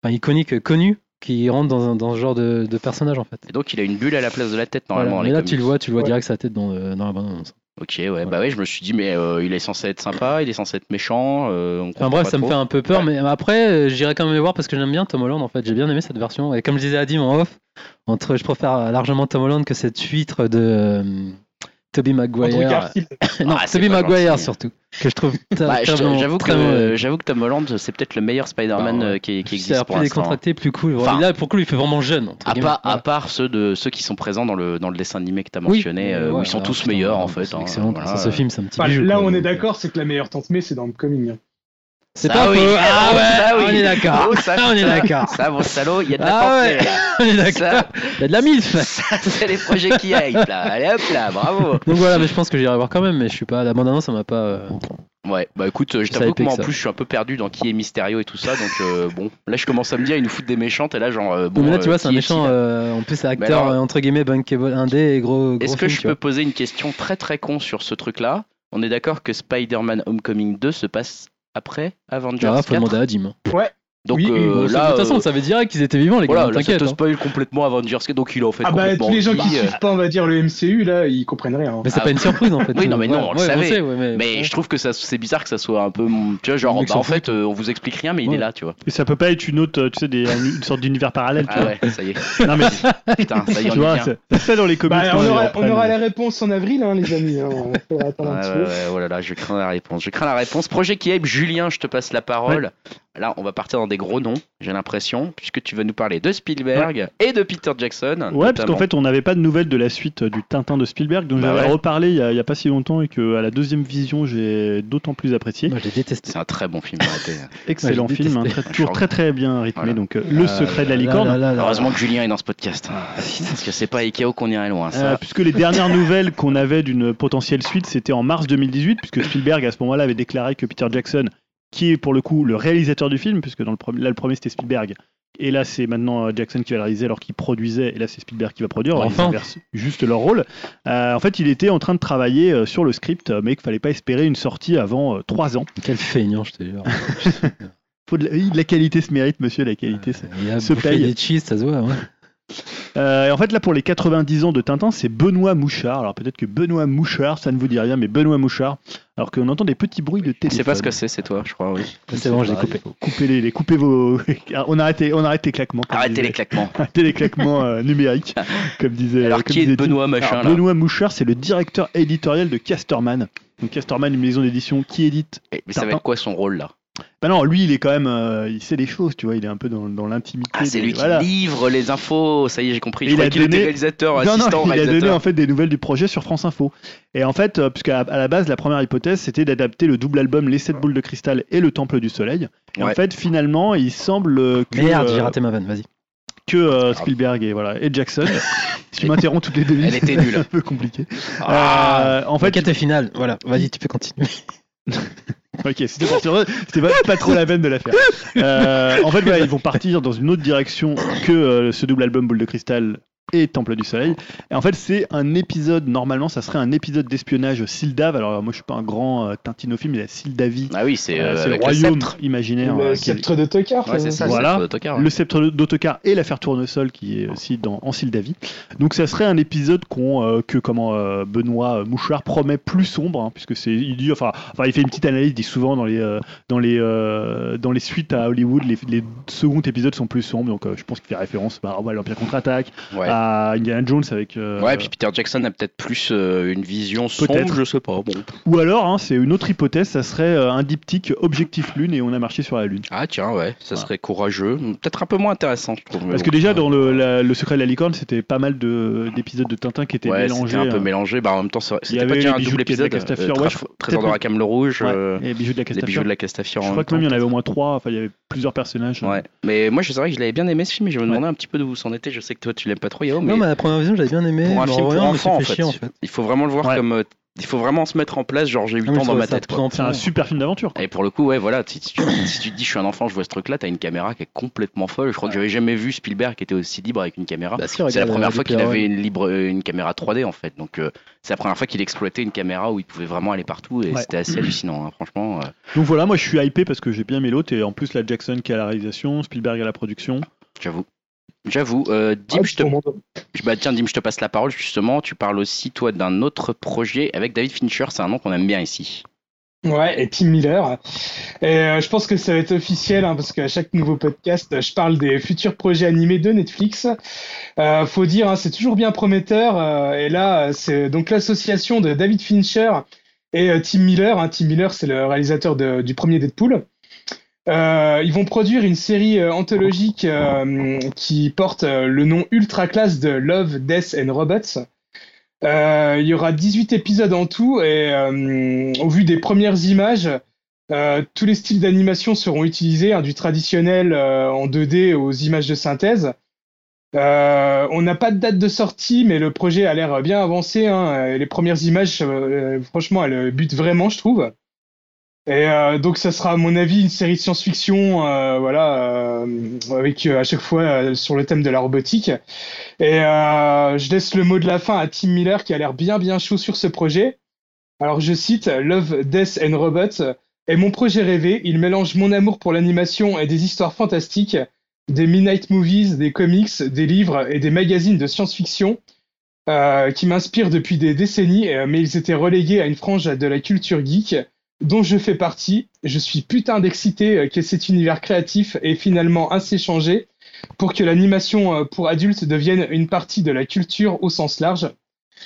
Speaker 3: enfin, iconique, euh, connu, qui rentre dans, un- dans ce genre de, de personnage en fait.
Speaker 1: Et donc, il a une bulle à la place de la tête, normalement. dans
Speaker 3: Voilà. Mais
Speaker 1: les
Speaker 3: là,
Speaker 1: comics.
Speaker 3: tu le vois, tu le vois
Speaker 4: Ouais.
Speaker 3: direct sa tête dans, euh, dans la bande-annonce.
Speaker 1: Ok, ouais, bah ouais, je me suis dit, mais euh, il est censé être sympa, il est censé être méchant. euh, on comprend
Speaker 3: Enfin bref,
Speaker 1: pas
Speaker 3: ça me
Speaker 1: trop.
Speaker 3: fait un peu peur,
Speaker 1: Ouais.
Speaker 3: mais après, euh, j'irai quand même les voir parce que j'aime bien Tom Holland en fait. J'ai bien aimé cette version. Et comme je disais à Dim en off, entre, je préfère largement Tom Holland que cette huître de euh, Tobey
Speaker 4: entre
Speaker 3: Maguire. Euh,
Speaker 4: Garfield-
Speaker 3: non,
Speaker 1: Ah, c'est
Speaker 3: Tobey
Speaker 1: pas
Speaker 3: Maguire
Speaker 1: gentil.
Speaker 3: surtout, que je trouve.
Speaker 1: Bah, je-
Speaker 3: terriblement-
Speaker 1: J'avoue que,
Speaker 3: terriblement-
Speaker 1: euh, j'avoue que Tom Holland, c'est peut-être le meilleur Spider-Man
Speaker 3: Bah, ouais.
Speaker 1: euh, qui, qui
Speaker 3: il a
Speaker 1: existe
Speaker 3: l'air
Speaker 1: pour
Speaker 3: plus
Speaker 1: l'instant. hein.
Speaker 3: décontracté, plus cool.
Speaker 1: Enfin,
Speaker 3: Et là, pour le coup, il fait vraiment jeune. Entre
Speaker 1: À,
Speaker 3: guillemets.
Speaker 1: part- à
Speaker 3: Voilà.
Speaker 1: part ceux, de, ceux qui sont présents dans le, dans le dessin animé que tu as
Speaker 3: Oui.
Speaker 1: mentionné, euh, où
Speaker 3: Ouais,
Speaker 1: ils sont
Speaker 3: alors,
Speaker 1: tous
Speaker 3: putain,
Speaker 1: meilleurs en
Speaker 3: c'est
Speaker 1: fait. hein,
Speaker 3: Excellent.
Speaker 1: voilà.
Speaker 3: Ça, Ce film, c'est un petit
Speaker 4: Enfin,
Speaker 3: bijou,
Speaker 4: Bah, là,
Speaker 3: quoi.
Speaker 4: on est d'accord, c'est que la meilleure tente mais c'est dans Homecoming. hein.
Speaker 3: C'est
Speaker 1: Ça,
Speaker 3: pas
Speaker 1: oui.
Speaker 3: faux.
Speaker 1: Ah,
Speaker 3: Ah
Speaker 1: ça,
Speaker 3: ouais,
Speaker 1: oui.
Speaker 3: on est d'accord.
Speaker 1: Oh, ça,
Speaker 3: Ah, on est
Speaker 1: putain.
Speaker 3: d'accord.
Speaker 1: Ça, mon salaud, il y a de la
Speaker 3: Ah
Speaker 1: portée,
Speaker 3: ouais.
Speaker 1: là.
Speaker 3: On est
Speaker 1: Ça,
Speaker 3: d'accord. Il y a de la milf.
Speaker 1: ça, c'est les projets qui hype là. Allez hop là, bravo.
Speaker 3: Donc voilà, mais je pense que j'irai voir quand même, mais je suis pas. La bande annonce, ça m'a pas. euh,
Speaker 1: Ouais, bah écoute, euh, je
Speaker 3: Je
Speaker 1: t'avoue
Speaker 3: savais
Speaker 1: que
Speaker 3: pas
Speaker 1: moi en
Speaker 3: que ça.
Speaker 1: plus je suis un peu perdu dans qui est Mysterio et tout ça, donc euh, bon, là je commence à me dire, ils nous foutent des méchantes et là genre. euh, bon,
Speaker 3: mais là,
Speaker 1: euh,
Speaker 3: tu vois, c'est un
Speaker 1: qui est-
Speaker 3: méchant.
Speaker 1: qui-
Speaker 3: euh, en plus, c'est
Speaker 1: Mais
Speaker 3: acteur,
Speaker 1: alors-
Speaker 3: euh, entre guillemets, bankable indé et gros. gros
Speaker 1: Est-ce que
Speaker 3: film,
Speaker 1: je
Speaker 3: tu
Speaker 1: peux
Speaker 3: vois.
Speaker 1: poser une question très très con sur ce truc là On est d'accord que Spider-Man Homecoming 2 se passe après Avengers
Speaker 3: Ah, faut
Speaker 1: 4
Speaker 3: demander à Jim.
Speaker 1: Donc
Speaker 4: Oui, oui,
Speaker 1: euh,
Speaker 3: Bon, bah, ça-
Speaker 1: là,
Speaker 3: de toute façon,
Speaker 1: euh,
Speaker 3: on savait direct qu'ils étaient vivants, les
Speaker 1: voilà,
Speaker 3: gars.
Speaker 1: là, ça
Speaker 3: T'inquiète.
Speaker 1: te
Speaker 3: hein.
Speaker 1: spoil complètement Avengers 4, donc il est en fait
Speaker 4: Ah bah,
Speaker 1: complètement
Speaker 4: tous les gens qui
Speaker 1: dit, euh,
Speaker 4: suivent pas, on va dire, le MCU, là, ils comprennent rien. hein.
Speaker 3: Mais c'est
Speaker 1: Ah,
Speaker 3: pas une surprise en fait.
Speaker 1: Oui, non, mais non,
Speaker 3: Ouais,
Speaker 1: on le
Speaker 3: ouais,
Speaker 1: savait.
Speaker 3: sait, ouais,
Speaker 1: Mais je trouve que ça- c'est bizarre que ça soit un peu. Tu vois,
Speaker 3: Le
Speaker 1: genre,
Speaker 3: mec
Speaker 1: bah,
Speaker 3: s'en
Speaker 1: en fait, euh, on vous explique rien, mais il
Speaker 3: Ouais.
Speaker 1: est là, tu vois.
Speaker 2: Et ça peut pas être une autre, euh, tu sais, des- une sorte d'univers parallèle. tu
Speaker 1: Ah
Speaker 2: vois.
Speaker 1: ouais, ça y est.
Speaker 2: Non, mais
Speaker 1: Putain, ça y est, on
Speaker 2: tu
Speaker 1: y
Speaker 2: vois,
Speaker 1: vient.
Speaker 2: c'est c'est ça dans les comics. hein,
Speaker 4: Bah,
Speaker 2: qu'on
Speaker 4: on,
Speaker 2: les
Speaker 4: aura,
Speaker 2: reprenne.
Speaker 4: on aura la réponse en avril, hein, les amis. hein, on faudra attendre
Speaker 1: Ouais,
Speaker 4: un petit
Speaker 1: ouais, ouais, oh là là, je crains la réponse. Je crains la réponse. Projet qui hype, Julien, je te passe la parole. Là, on va partir dans des gros noms, j'ai l'impression, puisque tu vas nous parler de Spielberg et de Peter Jackson.
Speaker 2: Ouais, parce
Speaker 1: notamment.
Speaker 2: qu'en fait, on n'avait pas de nouvelles de la suite euh, du Tintin de Spielberg, dont
Speaker 1: Bah
Speaker 2: j'avais
Speaker 1: ouais.
Speaker 2: reparlé il y, a, il y a pas si longtemps et que à la deuxième vision, j'ai d'autant plus apprécié.
Speaker 3: Moi, je l'ai détesté.
Speaker 1: C'est un très bon film, arrêtez.
Speaker 2: Excellent
Speaker 3: j'ai
Speaker 2: film, hein,
Speaker 3: détesté.
Speaker 2: très- toujours très très bien rythmé.
Speaker 1: Voilà.
Speaker 2: Donc, euh, Le secret de la licorne.
Speaker 3: Là, là, là, là.
Speaker 1: Heureusement que Julien est dans ce podcast. hein.
Speaker 3: Ah,
Speaker 1: Parce que c'est pas à Ikeo qu'on irait loin, ça.
Speaker 2: Euh, puisque les dernières nouvelles qu'on avait d'une potentielle suite, c'était en mars 2018, puisque Spielberg à ce moment-là avait déclaré que Peter Jackson, qui est pour le coup le réalisateur du film, puisque dans le premier- là le premier c'était Spielberg, et là c'est maintenant euh, Jackson qui va le réaliser alors qu'il produisait, et là c'est Spielberg qui va produire, alors ils
Speaker 3: Enfin.
Speaker 2: inversent juste leur rôle. Euh, en fait, il était en train de travailler euh, sur le script, euh, mais qu'il fallait pas espérer une sortie avant 3 ans.
Speaker 3: Quel feignant, je te jure.
Speaker 2: Faut de la, oui, de la qualité se mérite, monsieur, la qualité. ça-
Speaker 3: Il a
Speaker 2: Se
Speaker 3: bouffé
Speaker 2: paye.
Speaker 3: des cheese, ça se voit. ouais.
Speaker 2: Euh, et en fait, là, pour les 90 ans de Tintin, c'est Benoît Mouchard. Alors peut-être que Benoît Mouchard, ça ne vous dit rien, mais Benoît Mouchard, alors qu'on entend des petits bruits de téléphone.
Speaker 1: C'est pas ce que c'est, c'est toi, je crois, oui.
Speaker 3: C'est bon, je l'ai coupé.
Speaker 2: Coupez les, les- coupez vos. Ah, on arrête, les- on arrête les claquements. comme
Speaker 1: Arrêtez
Speaker 2: disait-
Speaker 1: les claquements.
Speaker 2: Arrêtez les claquements euh, numériques, comme disait.
Speaker 1: Alors,
Speaker 2: comme
Speaker 1: qui est
Speaker 2: disait
Speaker 1: Benoît
Speaker 2: Tim.
Speaker 1: Machin,
Speaker 2: Alors,
Speaker 1: là
Speaker 2: Benoît Mouchard, c'est le directeur éditorial de Casterman. Donc Casterman, une maison d'édition qui édite.
Speaker 1: Eh, Mais ça va être quoi son rôle, là
Speaker 2: Bah non, lui, il est quand même, euh, il sait des choses, tu vois. Il est un peu dans, dans l'intimité.
Speaker 1: Ah, c'est
Speaker 2: des-
Speaker 1: lui qui
Speaker 2: voilà.
Speaker 1: livre les infos, ça y est, j'ai compris.
Speaker 2: Il
Speaker 1: Je croyais
Speaker 2: a
Speaker 1: qu'il était
Speaker 2: donné-
Speaker 1: réalisateur,
Speaker 2: Non,
Speaker 1: assistant,
Speaker 2: non, il a donné
Speaker 1: réalisateur.
Speaker 2: en fait des nouvelles du projet sur France Info. Et en fait, euh, puisqu'à à la base, la première hypothèse, c'était d'adapter le double album Les 7 boules de cristal et Le Temple du Soleil. Et en
Speaker 1: Ouais.
Speaker 2: fait, finalement, il semble euh, que,
Speaker 3: Merde,
Speaker 2: euh,
Speaker 3: j'ai raté ma vanne, vas-y.
Speaker 2: que euh, Spielberg et, voilà, et Jackson, si tu m'interromps toutes les deux minutes,
Speaker 1: Elle était
Speaker 2: c'est un
Speaker 1: nulle.
Speaker 2: peu compliqué.
Speaker 1: Ah,
Speaker 2: Euh, en
Speaker 3: En fait,
Speaker 2: fait,
Speaker 3: quête finale, voilà, vas-y, tu peux continuer.
Speaker 2: Ok, c'était pour sur- c'était pas, pas trop la peine de la faire. Euh, en fait, voilà, ils vont partir dans une autre direction que euh, ce double album Boule de Cristal et Temple du Soleil. Et en fait, c'est un épisode, normalement, ça serait un épisode d'espionnage Sildave. Alors, moi, je suis pas un grand euh, Tintinophile, mais la Sildavie,
Speaker 1: Ah oui, c'est
Speaker 2: euh,
Speaker 1: euh,
Speaker 2: c'est le
Speaker 1: avec le
Speaker 2: royaume
Speaker 1: sceptre.
Speaker 2: imaginaire.
Speaker 4: le
Speaker 2: euh, qui-
Speaker 4: sceptre de hein. Tokar.
Speaker 1: Ouais, c'est ça,
Speaker 2: Voilà.
Speaker 1: c'est le Tokar, Ah ouais. Oh.
Speaker 2: le sceptre d'Autocar et l'affaire Tournesol qui est aussi dans, en Sildavie. Donc ça serait un épisode qu'on, euh, que comment, euh, Benoît euh, Mouchard promet plus sombre, hein, puisque c'est, il dit, enfin, enfin, il fait une petite analyse, il dit souvent dans les, euh, dans les, euh, dans les suites à Hollywood, les, les seconds épisodes sont plus sombres, donc euh, je pense qu'il fait référence bah, à l'Empire contre-attaque,
Speaker 1: Ouais.
Speaker 2: à Indiana Jones avec. Ah, euh,
Speaker 1: Ouais, puis Peter Jackson a peut-être plus euh, une vision
Speaker 2: Peut-être.
Speaker 1: sombre, je sais pas. Bon.
Speaker 2: Ou alors, hein, c'est une autre hypothèse, ça serait euh, un diptyque objectif lune et on a marché sur la lune.
Speaker 1: Ah tiens, ouais, ça
Speaker 2: Voilà.
Speaker 1: serait courageux. Peut-être un peu moins intéressant, je trouve. mais
Speaker 2: Parce
Speaker 1: bon.
Speaker 2: que déjà dans le, la- le secret de la licorne, c'était pas mal de, d'épisodes de Tintin qui étaient
Speaker 1: ouais,
Speaker 2: mélangés.
Speaker 1: c'était un peu
Speaker 2: hein.
Speaker 1: mélangé. Bah, en même temps, ça-
Speaker 2: y
Speaker 1: c'était
Speaker 2: avait
Speaker 1: pas déjà
Speaker 2: les
Speaker 1: un
Speaker 2: bijoux
Speaker 1: double
Speaker 2: de Captain
Speaker 1: épisode.
Speaker 2: Castafiore,
Speaker 1: euh,
Speaker 2: ouais,
Speaker 1: Tra-
Speaker 2: je crois-
Speaker 1: Trésor de
Speaker 2: peut-être-
Speaker 1: Rackham le Rouge,
Speaker 2: Ouais,
Speaker 1: euh,
Speaker 2: et les bijoux de
Speaker 1: les bijoux
Speaker 2: la Castafiore.
Speaker 1: de la Castafiore.
Speaker 2: Je
Speaker 1: en
Speaker 2: crois
Speaker 1: même
Speaker 2: que même il y en
Speaker 1: temps,
Speaker 2: avait au moins trois. Enfin, il y avait plusieurs personnages.
Speaker 1: Ouais. Mais moi, je c'est vrai que je l'avais bien aimé ce film, et je me demandais un petit peu d'où vous en étiez. Je sais que toi, tu l'aimes pas trop, Yao, mais
Speaker 3: Non, mais à la première vision, j'avais bien aimé.
Speaker 1: pour un
Speaker 3: mais en
Speaker 1: film pour
Speaker 3: voyant, je me suis
Speaker 1: enfants, en
Speaker 3: fait
Speaker 1: fait,
Speaker 3: chier, en fait.
Speaker 1: il faut vraiment le voir
Speaker 2: Ouais.
Speaker 1: comme. euh, il faut vraiment se mettre en place. Genre, j'ai 8
Speaker 3: Ah, mais je
Speaker 1: ans dans
Speaker 3: trouvais
Speaker 1: ma
Speaker 3: ça
Speaker 1: tête. quoi.
Speaker 3: de plus en
Speaker 2: C'est
Speaker 3: plus
Speaker 2: un
Speaker 3: long.
Speaker 2: super film d'aventure. quoi.
Speaker 1: Et pour le coup, ouais, voilà, si tu, si tu te dis je suis un enfant, je vois ce truc-là, t'as une caméra qui est complètement folle. Je crois que j'avais jamais vu Spielberg qui était aussi libre avec une caméra.
Speaker 3: Bah, si,
Speaker 1: c'est la
Speaker 3: regarde,
Speaker 1: première
Speaker 3: Harry
Speaker 1: fois qu'il
Speaker 3: Potter,
Speaker 1: avait une, libre, euh, une caméra 3D en fait. Donc euh, c'est la première fois qu'il exploitait une caméra où il pouvait vraiment aller partout et
Speaker 2: Ouais.
Speaker 1: c'était assez hallucinant, hein, franchement. euh.
Speaker 2: Donc voilà, moi je suis hypé parce que j'ai bien aimé l'autre et en plus la Jackson qui est à la réalisation, Spielberg à la
Speaker 1: Euh,
Speaker 2: production. Ah
Speaker 1: J'avoue. J'avoue. Euh,
Speaker 3: Ah,
Speaker 4: Ah,
Speaker 1: Dim, je te... je- bah, tiens, Dim, je te passe la parole justement. Tu parles aussi, toi, d'un autre projet avec David Fincher. C'est un nom qu'on aime bien ici.
Speaker 4: Ouais, et Tim Miller. Et euh, je pense que ça va être officiel, hein, parce qu'à chaque nouveau podcast, euh, je parle des futurs projets animés de Netflix. Euh, faut dire, hein, c'est toujours bien prometteur. euh, et là, euh, c'est donc l'association de David Fincher et euh, Tim Miller. hein. Tim Miller, c'est le réalisateur de- du premier Deadpool. Euh, ils vont produire une série euh, anthologique euh, qui porte euh, le nom ultra classe de Love, Death and Robots. Euh, il y aura 18 épisodes en tout et euh, au vu des premières images, euh, tous les styles d'animation seront utilisés, hein, du traditionnel euh, en 2D aux images de synthèse. Euh, on n'a pas de date de sortie, mais le projet a l'air bien avancé. hein, et les premières images, euh, franchement, elles butent vraiment, je trouve. Et euh, donc, ça sera à mon avis une série de science-fiction, euh, voilà, euh, avec euh, à chaque fois euh, sur le thème de la robotique. Et euh, je laisse le mot de la fin à Tim Miller qui a l'air bien bien chaud sur ce projet. Alors je cite Love, Death and Robots est mon projet rêvé. Il mélange mon amour pour l'animation et des histoires fantastiques, des midnight movies, des comics, des livres et des magazines de science-fiction euh, qui m'inspirent depuis des décennies, euh, mais ils étaient relégués à une frange de la culture geek dont je fais partie. Je suis putain d'excité euh, que cet univers créatif est finalement assez changé pour que l'animation euh, pour adultes devienne une partie de la culture au sens large.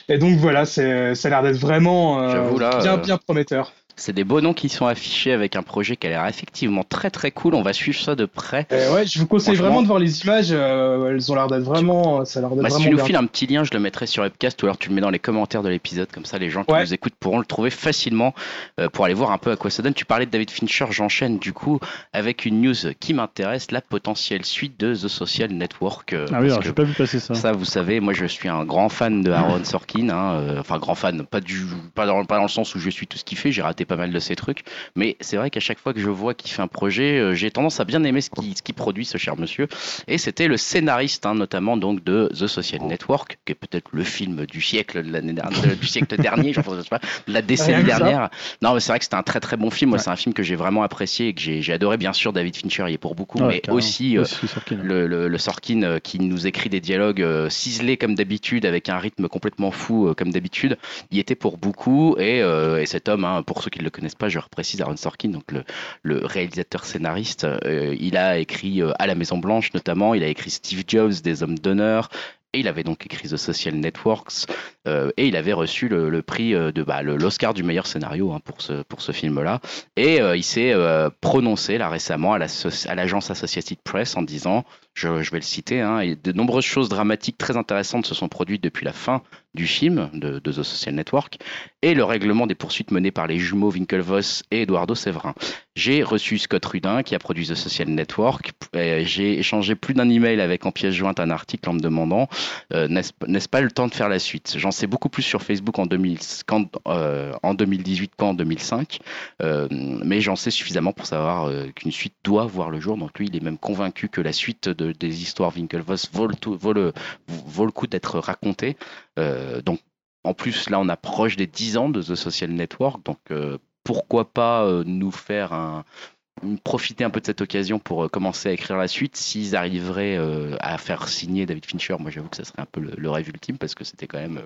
Speaker 4: Et donc voilà, c'est, ça a l'air d'être vraiment euh,
Speaker 1: J'avoue, là,
Speaker 4: bien,
Speaker 1: euh,
Speaker 4: bien prometteur.
Speaker 1: C'est des beaux noms qui sont affichés avec un projet qui a l'air effectivement très très cool. On va suivre ça de près.
Speaker 4: Euh, ouais, je vous conseille
Speaker 1: Franchement-
Speaker 4: vraiment de voir les images. euh, elles ont l'air d'être vraiment. Ça a l'air d'être
Speaker 1: Bah, si
Speaker 4: vraiment
Speaker 1: tu nous
Speaker 4: bien.
Speaker 1: files un petit lien, je le mettrai sur Webcast ou alors tu le mets dans les commentaires de l'épisode. Comme ça, les gens qui
Speaker 4: Ouais.
Speaker 1: nous écoutent pourront le trouver facilement euh, pour aller voir un peu à quoi ça donne. Tu parlais de David Fincher, j'enchaîne du coup avec une news qui m'intéresse la potentielle suite de The Social Network. euh,
Speaker 2: Ah oui,
Speaker 1: parce
Speaker 2: alors
Speaker 1: que
Speaker 2: j'ai pas vu passer ça.
Speaker 1: Ça, vous savez, moi je suis un grand fan de Aaron Sorkin, hein, euh, enfin grand fan, pas, du, pas, dans, pas dans le sens où je suis tout ce qu'il fait, j'ai raté pas mal de ses trucs, mais c'est vrai qu'à chaque fois que je vois qu'il fait un projet, euh, j'ai tendance à bien aimer ce qu'il ce qu'il produit, ce cher monsieur, et c'était le scénariste hein, notamment donc de The Social Network, qui est peut-être le film du siècle, de l'année dernière, de- du siècle dernier, j'en pense, je sais pas, de la décennie
Speaker 4: Rien que ça.
Speaker 1: dernière. Non, mais c'est vrai que c'était un très très bon film, moi
Speaker 2: Ouais.
Speaker 1: c'est un film que j'ai vraiment apprécié et que j'ai j'ai adoré, bien sûr, David Fincher y est pour beaucoup,
Speaker 2: Ouais,
Speaker 1: mais
Speaker 2: carrément.
Speaker 1: aussi... euh,
Speaker 2: Aussi Sorkin.
Speaker 1: le, le- le Sorkin euh, qui nous écrit des dialogues euh, ciselés comme d'habitude, avec un rythme complètement fou euh, comme d'habitude, y était pour beaucoup. Et, euh, et cet homme, hein, pour ceux qui ne le connaissent pas, je reprécise Aaron Sorkin, donc le, le réalisateur scénariste, euh, il a écrit euh, À la Maison Blanche notamment, il a écrit Steve Jobs, Des Hommes d'honneur. Et il avait donc écrit The Social Networks euh, et il avait reçu le, le prix euh, de bah, le- l'Oscar du meilleur scénario hein, pour ce, pour ce film-là. Et euh, il s'est euh, prononcé là récemment à la soci- à l'agence Associated Press en disant, je, je vais le citer, hein, et de nombreuses choses dramatiques très intéressantes se sont produites depuis la fin du film de, de The Social Network et le règlement des poursuites menées par les jumeaux Winklevoss et Eduardo Séverin. J'ai reçu Scott Rudin qui a produit The Social Network. et J'ai échangé plus d'un email avec en pièce jointe un article en me demandant euh, n'est-ce n'est-ce pas le temps de faire la suite J'en sais beaucoup plus sur Facebook en, 2000 qu'en- euh, en 2018 qu'en 2005. Euh, mais j'en sais suffisamment pour savoir euh, qu'une suite doit voir le jour. Donc lui, il est même convaincu que la suite de- des histoires Winklevoss vaut le, tout- vaut le- vaut le coup d'être racontée. Euh, donc en plus, là, on approche des 10 ans de The Social Network. Donc euh, pourquoi pas euh, nous faire un profiter un peu de cette occasion pour euh, commencer à écrire la suite s'ils arriveraient euh, à faire signer David Fincher moi j'avoue que ça serait un peu le, le rêve ultime parce que c'était quand même euh,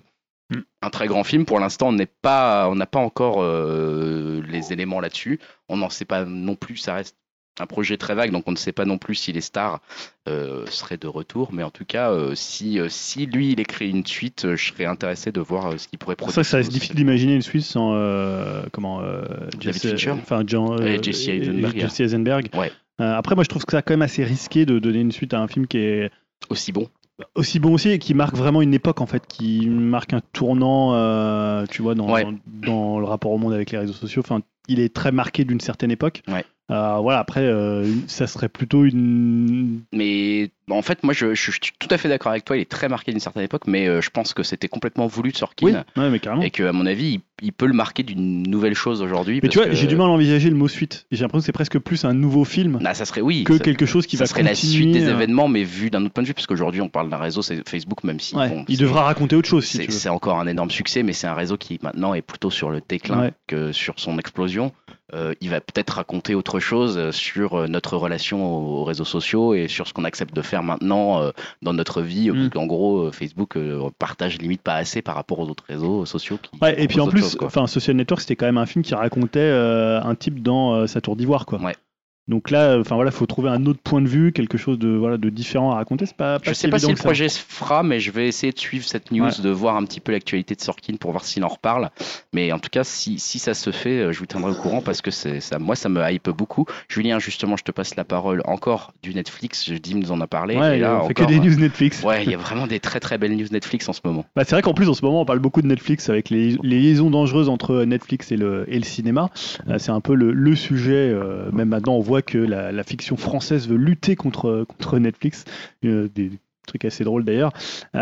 Speaker 2: Mm.
Speaker 1: un très grand film. Pour l'instant, on n'est pas, on n'a pas encore euh, les éléments là-dessus. On n'en sait pas non plus. Ça reste un projet très vague, donc on ne sait pas non plus si les stars euh, seraient de retour. Mais en tout cas, euh, si, euh, si lui il écrit une suite, euh, je serais intéressé de voir euh, ce qu'il pourrait
Speaker 2: C'est
Speaker 1: produire.
Speaker 2: vrai que ça reste difficile d'imaginer une Suisse sans euh, comment euh,
Speaker 1: David
Speaker 2: Jesse-
Speaker 1: Fincher.
Speaker 2: enfin Jean,
Speaker 1: Et Jesse Eisenberg.
Speaker 2: Jesse Eisenberg.
Speaker 1: Ouais.
Speaker 2: Euh, après, moi, je trouve que c'est quand même assez risqué de donner une suite à un film qui est
Speaker 1: Aussi bon.
Speaker 2: aussi bon aussi et qui marque vraiment une époque en fait, qui marque un tournant, euh, tu vois, dans,
Speaker 1: Ouais.
Speaker 2: dans le rapport au monde avec les réseaux sociaux. Enfin, il est très marqué d'une certaine époque.
Speaker 1: Ouais.
Speaker 2: Euh, voilà. Après, euh, ça serait plutôt une
Speaker 1: Mais bah, en fait, moi, je, je- je suis tout à fait d'accord avec toi. Il est très marqué d'une certaine époque, mais euh, je pense que c'était complètement voulu de Sorkin.
Speaker 2: Ouais, mais carrément.
Speaker 1: Et que, à mon avis, il, il peut le marquer d'une nouvelle chose aujourd'hui.
Speaker 2: Mais
Speaker 1: parce
Speaker 2: tu vois,
Speaker 1: que-
Speaker 2: j'ai du mal à envisager le mot suite. J'ai l'impression que c'est presque plus un nouveau
Speaker 1: Nah,
Speaker 2: film
Speaker 1: bah, ça serait oui.
Speaker 2: que
Speaker 1: ça-
Speaker 2: quelque chose qui
Speaker 1: ça
Speaker 2: va
Speaker 1: serait
Speaker 2: continuer.
Speaker 1: la suite des
Speaker 2: euh,
Speaker 1: événements, mais vu d'un autre point de vue, parce qu'aujourd'hui on parle d'un réseau, c'est Facebook, même si
Speaker 2: Ouais,
Speaker 1: bon,
Speaker 2: il
Speaker 1: c'est-
Speaker 2: devra raconter autre chose si
Speaker 1: c'est
Speaker 2: tu veux.
Speaker 1: c'est encore un énorme succès, mais c'est un réseau qui maintenant est plutôt sur le déclin
Speaker 2: Ouais.
Speaker 1: que sur son explosion. Euh, il va peut-être raconter autre chose euh, sur euh, notre relation aux, aux réseaux sociaux et sur ce qu'on accepte de faire maintenant euh, dans notre vie.
Speaker 2: Mm.
Speaker 1: En gros, euh, Facebook euh, partage limite pas assez par rapport aux autres réseaux sociaux. Qui
Speaker 2: Ouais, et puis
Speaker 1: proposent
Speaker 2: en
Speaker 1: autre chose,
Speaker 2: plus,
Speaker 1: quoi.
Speaker 2: enfin, Social Network, c'était quand même un film qui racontait euh, un type dans euh, sa tour d'ivoire, quoi.
Speaker 1: Ouais.
Speaker 2: Donc là, euh, enfin voilà, faut trouver un autre point de vue, quelque chose de voilà de différent à raconter. Bah, C'est pas, pas
Speaker 1: Je
Speaker 2: si
Speaker 1: sais pas si
Speaker 2: évident
Speaker 1: le
Speaker 2: que ça.
Speaker 1: projet se fera, mais je vais essayer de suivre cette news,
Speaker 2: Ouais.
Speaker 1: de voir un petit peu l'actualité de Sorkin pour voir s'il en reparle. Mais en tout cas, si, si ça se fait, euh, je vous tiendrai au courant parce que c'est ça, moi, ça me hype beaucoup. Julien, justement, je te passe la parole encore du Netflix. Je dis, nous en a parlé.
Speaker 2: Ouais,
Speaker 1: et là,
Speaker 2: on fait que
Speaker 1: encore,
Speaker 2: des
Speaker 1: euh,
Speaker 2: news Netflix.
Speaker 1: Ouais, il y a vraiment des très très belles news Netflix en ce moment.
Speaker 2: Bah, c'est vrai qu'en plus en ce moment on parle beaucoup de Netflix avec les, les liaisons dangereuses entre Netflix et le, et le cinéma. Euh, c'est un peu le, le sujet. euh, même maintenant on voit que la, la fiction française veut lutter contre, contre Netflix. Euh, des trucs assez drôles d'ailleurs.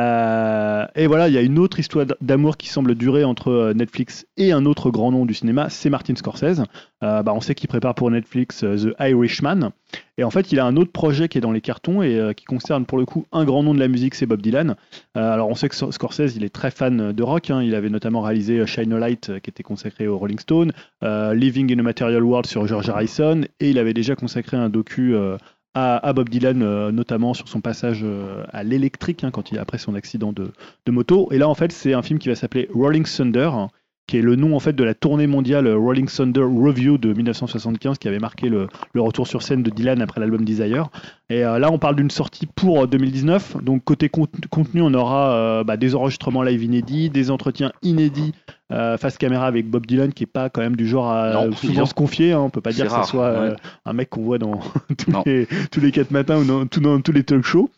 Speaker 2: Euh, et voilà, il y a une autre histoire d'amour qui semble durer entre euh, Netflix et un autre grand nom du cinéma, c'est Martin Scorsese. Euh, bah, on sait qu'il prépare pour Netflix euh, The Irishman. Et en fait, il a un autre projet qui est dans les cartons et euh, qui concerne pour le coup un grand nom de la musique, c'est Bob Dylan. Euh, alors on sait que Scorsese, il est très fan de rock. hein. Il avait notamment réalisé euh, Shine a Light, euh, qui était consacré au Rolling Stone, euh, Living in a Material World sur George Harrison, et il avait déjà consacré un docu euh, à, à Bob Dylan, euh, notamment sur son passage euh, à l'électrique, hein, quand il après son accident de, de moto. Et là, en fait, c'est un film qui va s'appeler Rolling Thunder, hein, qui est le nom en fait de la tournée mondiale euh, Rolling Thunder Review de 1975 qui avait marqué le, le retour sur scène de Dylan après l'album Desire. Et euh, là, on parle d'une sortie pour euh, 2019. Donc côté cont- contenu, on aura euh, bah, des enregistrements live inédits, des entretiens inédits euh, face caméra avec Bob Dylan qui est pas quand même du genre à
Speaker 1: Non,
Speaker 2: souvent
Speaker 1: disons.
Speaker 2: se confier. hein. on peut pas
Speaker 1: C'est
Speaker 2: dire que
Speaker 1: rare,
Speaker 2: ce soit euh,
Speaker 1: ouais.
Speaker 2: un mec qu'on voit dans tous,
Speaker 1: Non.
Speaker 2: les, tous les quatre matins ou dans, tout- dans tous les talk shows.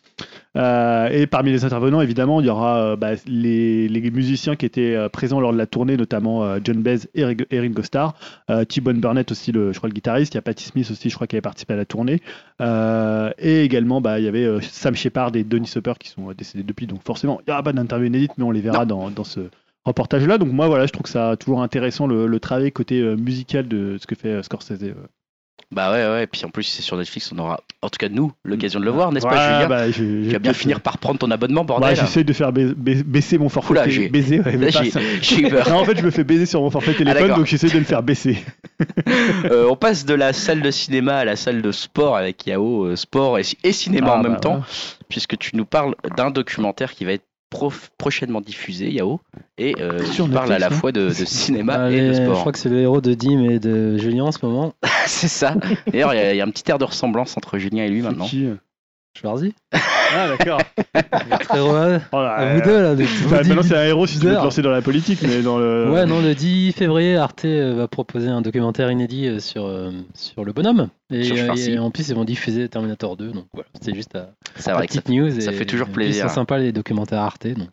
Speaker 2: Euh, et parmi les intervenants, évidemment, il y aura euh, bah, les, les musiciens qui étaient euh, présents lors de la tournée, notamment euh, John Baez et Ringo- et Ringo Starr. Euh, T-Bone Burnett aussi, le, je crois, le guitariste. Il y a Patti Smith aussi, je crois, qui avait participé à la tournée. Euh, et également, bah, il y avait euh, Sam Shepard et Donny Supper qui sont euh, décédés depuis. Donc forcément, il n'y aura pas d'interview inédite, mais on les verra dans, dans ce reportage-là. Donc moi, voilà, je trouve que ça toujours intéressant le, le travail côté euh, musical de ce que fait euh, Scorsese. euh.
Speaker 1: Bah ouais, ouais. Et puis en plus, si c'est sur Netflix, on aura, en tout cas nous, l'occasion de le voir, n'est-ce
Speaker 2: Ouais,
Speaker 1: pas, Julien
Speaker 2: bah, j'ai-
Speaker 1: Tu
Speaker 2: j'ai
Speaker 1: vas bien
Speaker 2: peut-être,
Speaker 1: finir par prendre ton abonnement,
Speaker 2: Bah,
Speaker 1: bordel.
Speaker 2: j'essaie de faire bais- bais- baisser mon forfait.
Speaker 1: Oula, j'ai-
Speaker 2: Baiser, ouais, mais
Speaker 1: Là,
Speaker 2: pas
Speaker 1: j'ai
Speaker 2: ça.
Speaker 1: j'ai eu peur. Ah,
Speaker 2: Non, en fait, je me fais baiser sur mon forfait téléphone,
Speaker 1: d'accord.
Speaker 2: donc j'essaie de le faire baisser.
Speaker 1: Euh, on passe de la salle de cinéma à la salle de sport avec Yao, euh, sport et, et cinéma en
Speaker 2: Ah,
Speaker 1: même
Speaker 2: bah,
Speaker 1: temps,
Speaker 2: voilà.
Speaker 1: puisque tu nous parles d'un documentaire qui va être prof- prochainement diffusé, Yao, et euh,
Speaker 3: Ah,
Speaker 2: Sur
Speaker 1: tu parles à
Speaker 2: Netflix,
Speaker 1: la
Speaker 2: hein.
Speaker 1: fois de, de cinéma
Speaker 3: Bah,
Speaker 1: et de
Speaker 3: les- je
Speaker 1: sport.
Speaker 3: crois que c'est le héros de Dim et de Julien en ce moment.
Speaker 1: C'est ça. D'ailleurs, il y a- il y, a un petit air de ressemblance entre Julien et lui maintenant.
Speaker 2: Qui, euh,
Speaker 3: Schwarzy.
Speaker 2: Ah, d'accord.
Speaker 3: Très heureux.
Speaker 2: Oh là,
Speaker 3: À
Speaker 2: euh,
Speaker 3: vous deux là. le
Speaker 2: bah,
Speaker 3: Dim.
Speaker 2: maintenant, c'est euh, un héros si tu veux te
Speaker 3: Bizarre.
Speaker 2: lancer dans la politique, mais dans le.
Speaker 3: Ouais, non, le 10 février, Arte euh, va proposer un documentaire inédit euh, sur, euh, sur le bonhomme. Et,
Speaker 1: Sur
Speaker 3: euh,
Speaker 1: Schwarzy.
Speaker 3: et en plus, ils vont diffuser Terminator 2. Donc voilà, c'est juste à,
Speaker 1: C'est
Speaker 3: la
Speaker 1: vrai que Ah, ça,
Speaker 3: petite news.
Speaker 1: ça
Speaker 3: et-
Speaker 1: fait toujours
Speaker 3: et puis,
Speaker 1: plaisir.
Speaker 3: Ils sont sympas les documentaires Arte. Donc,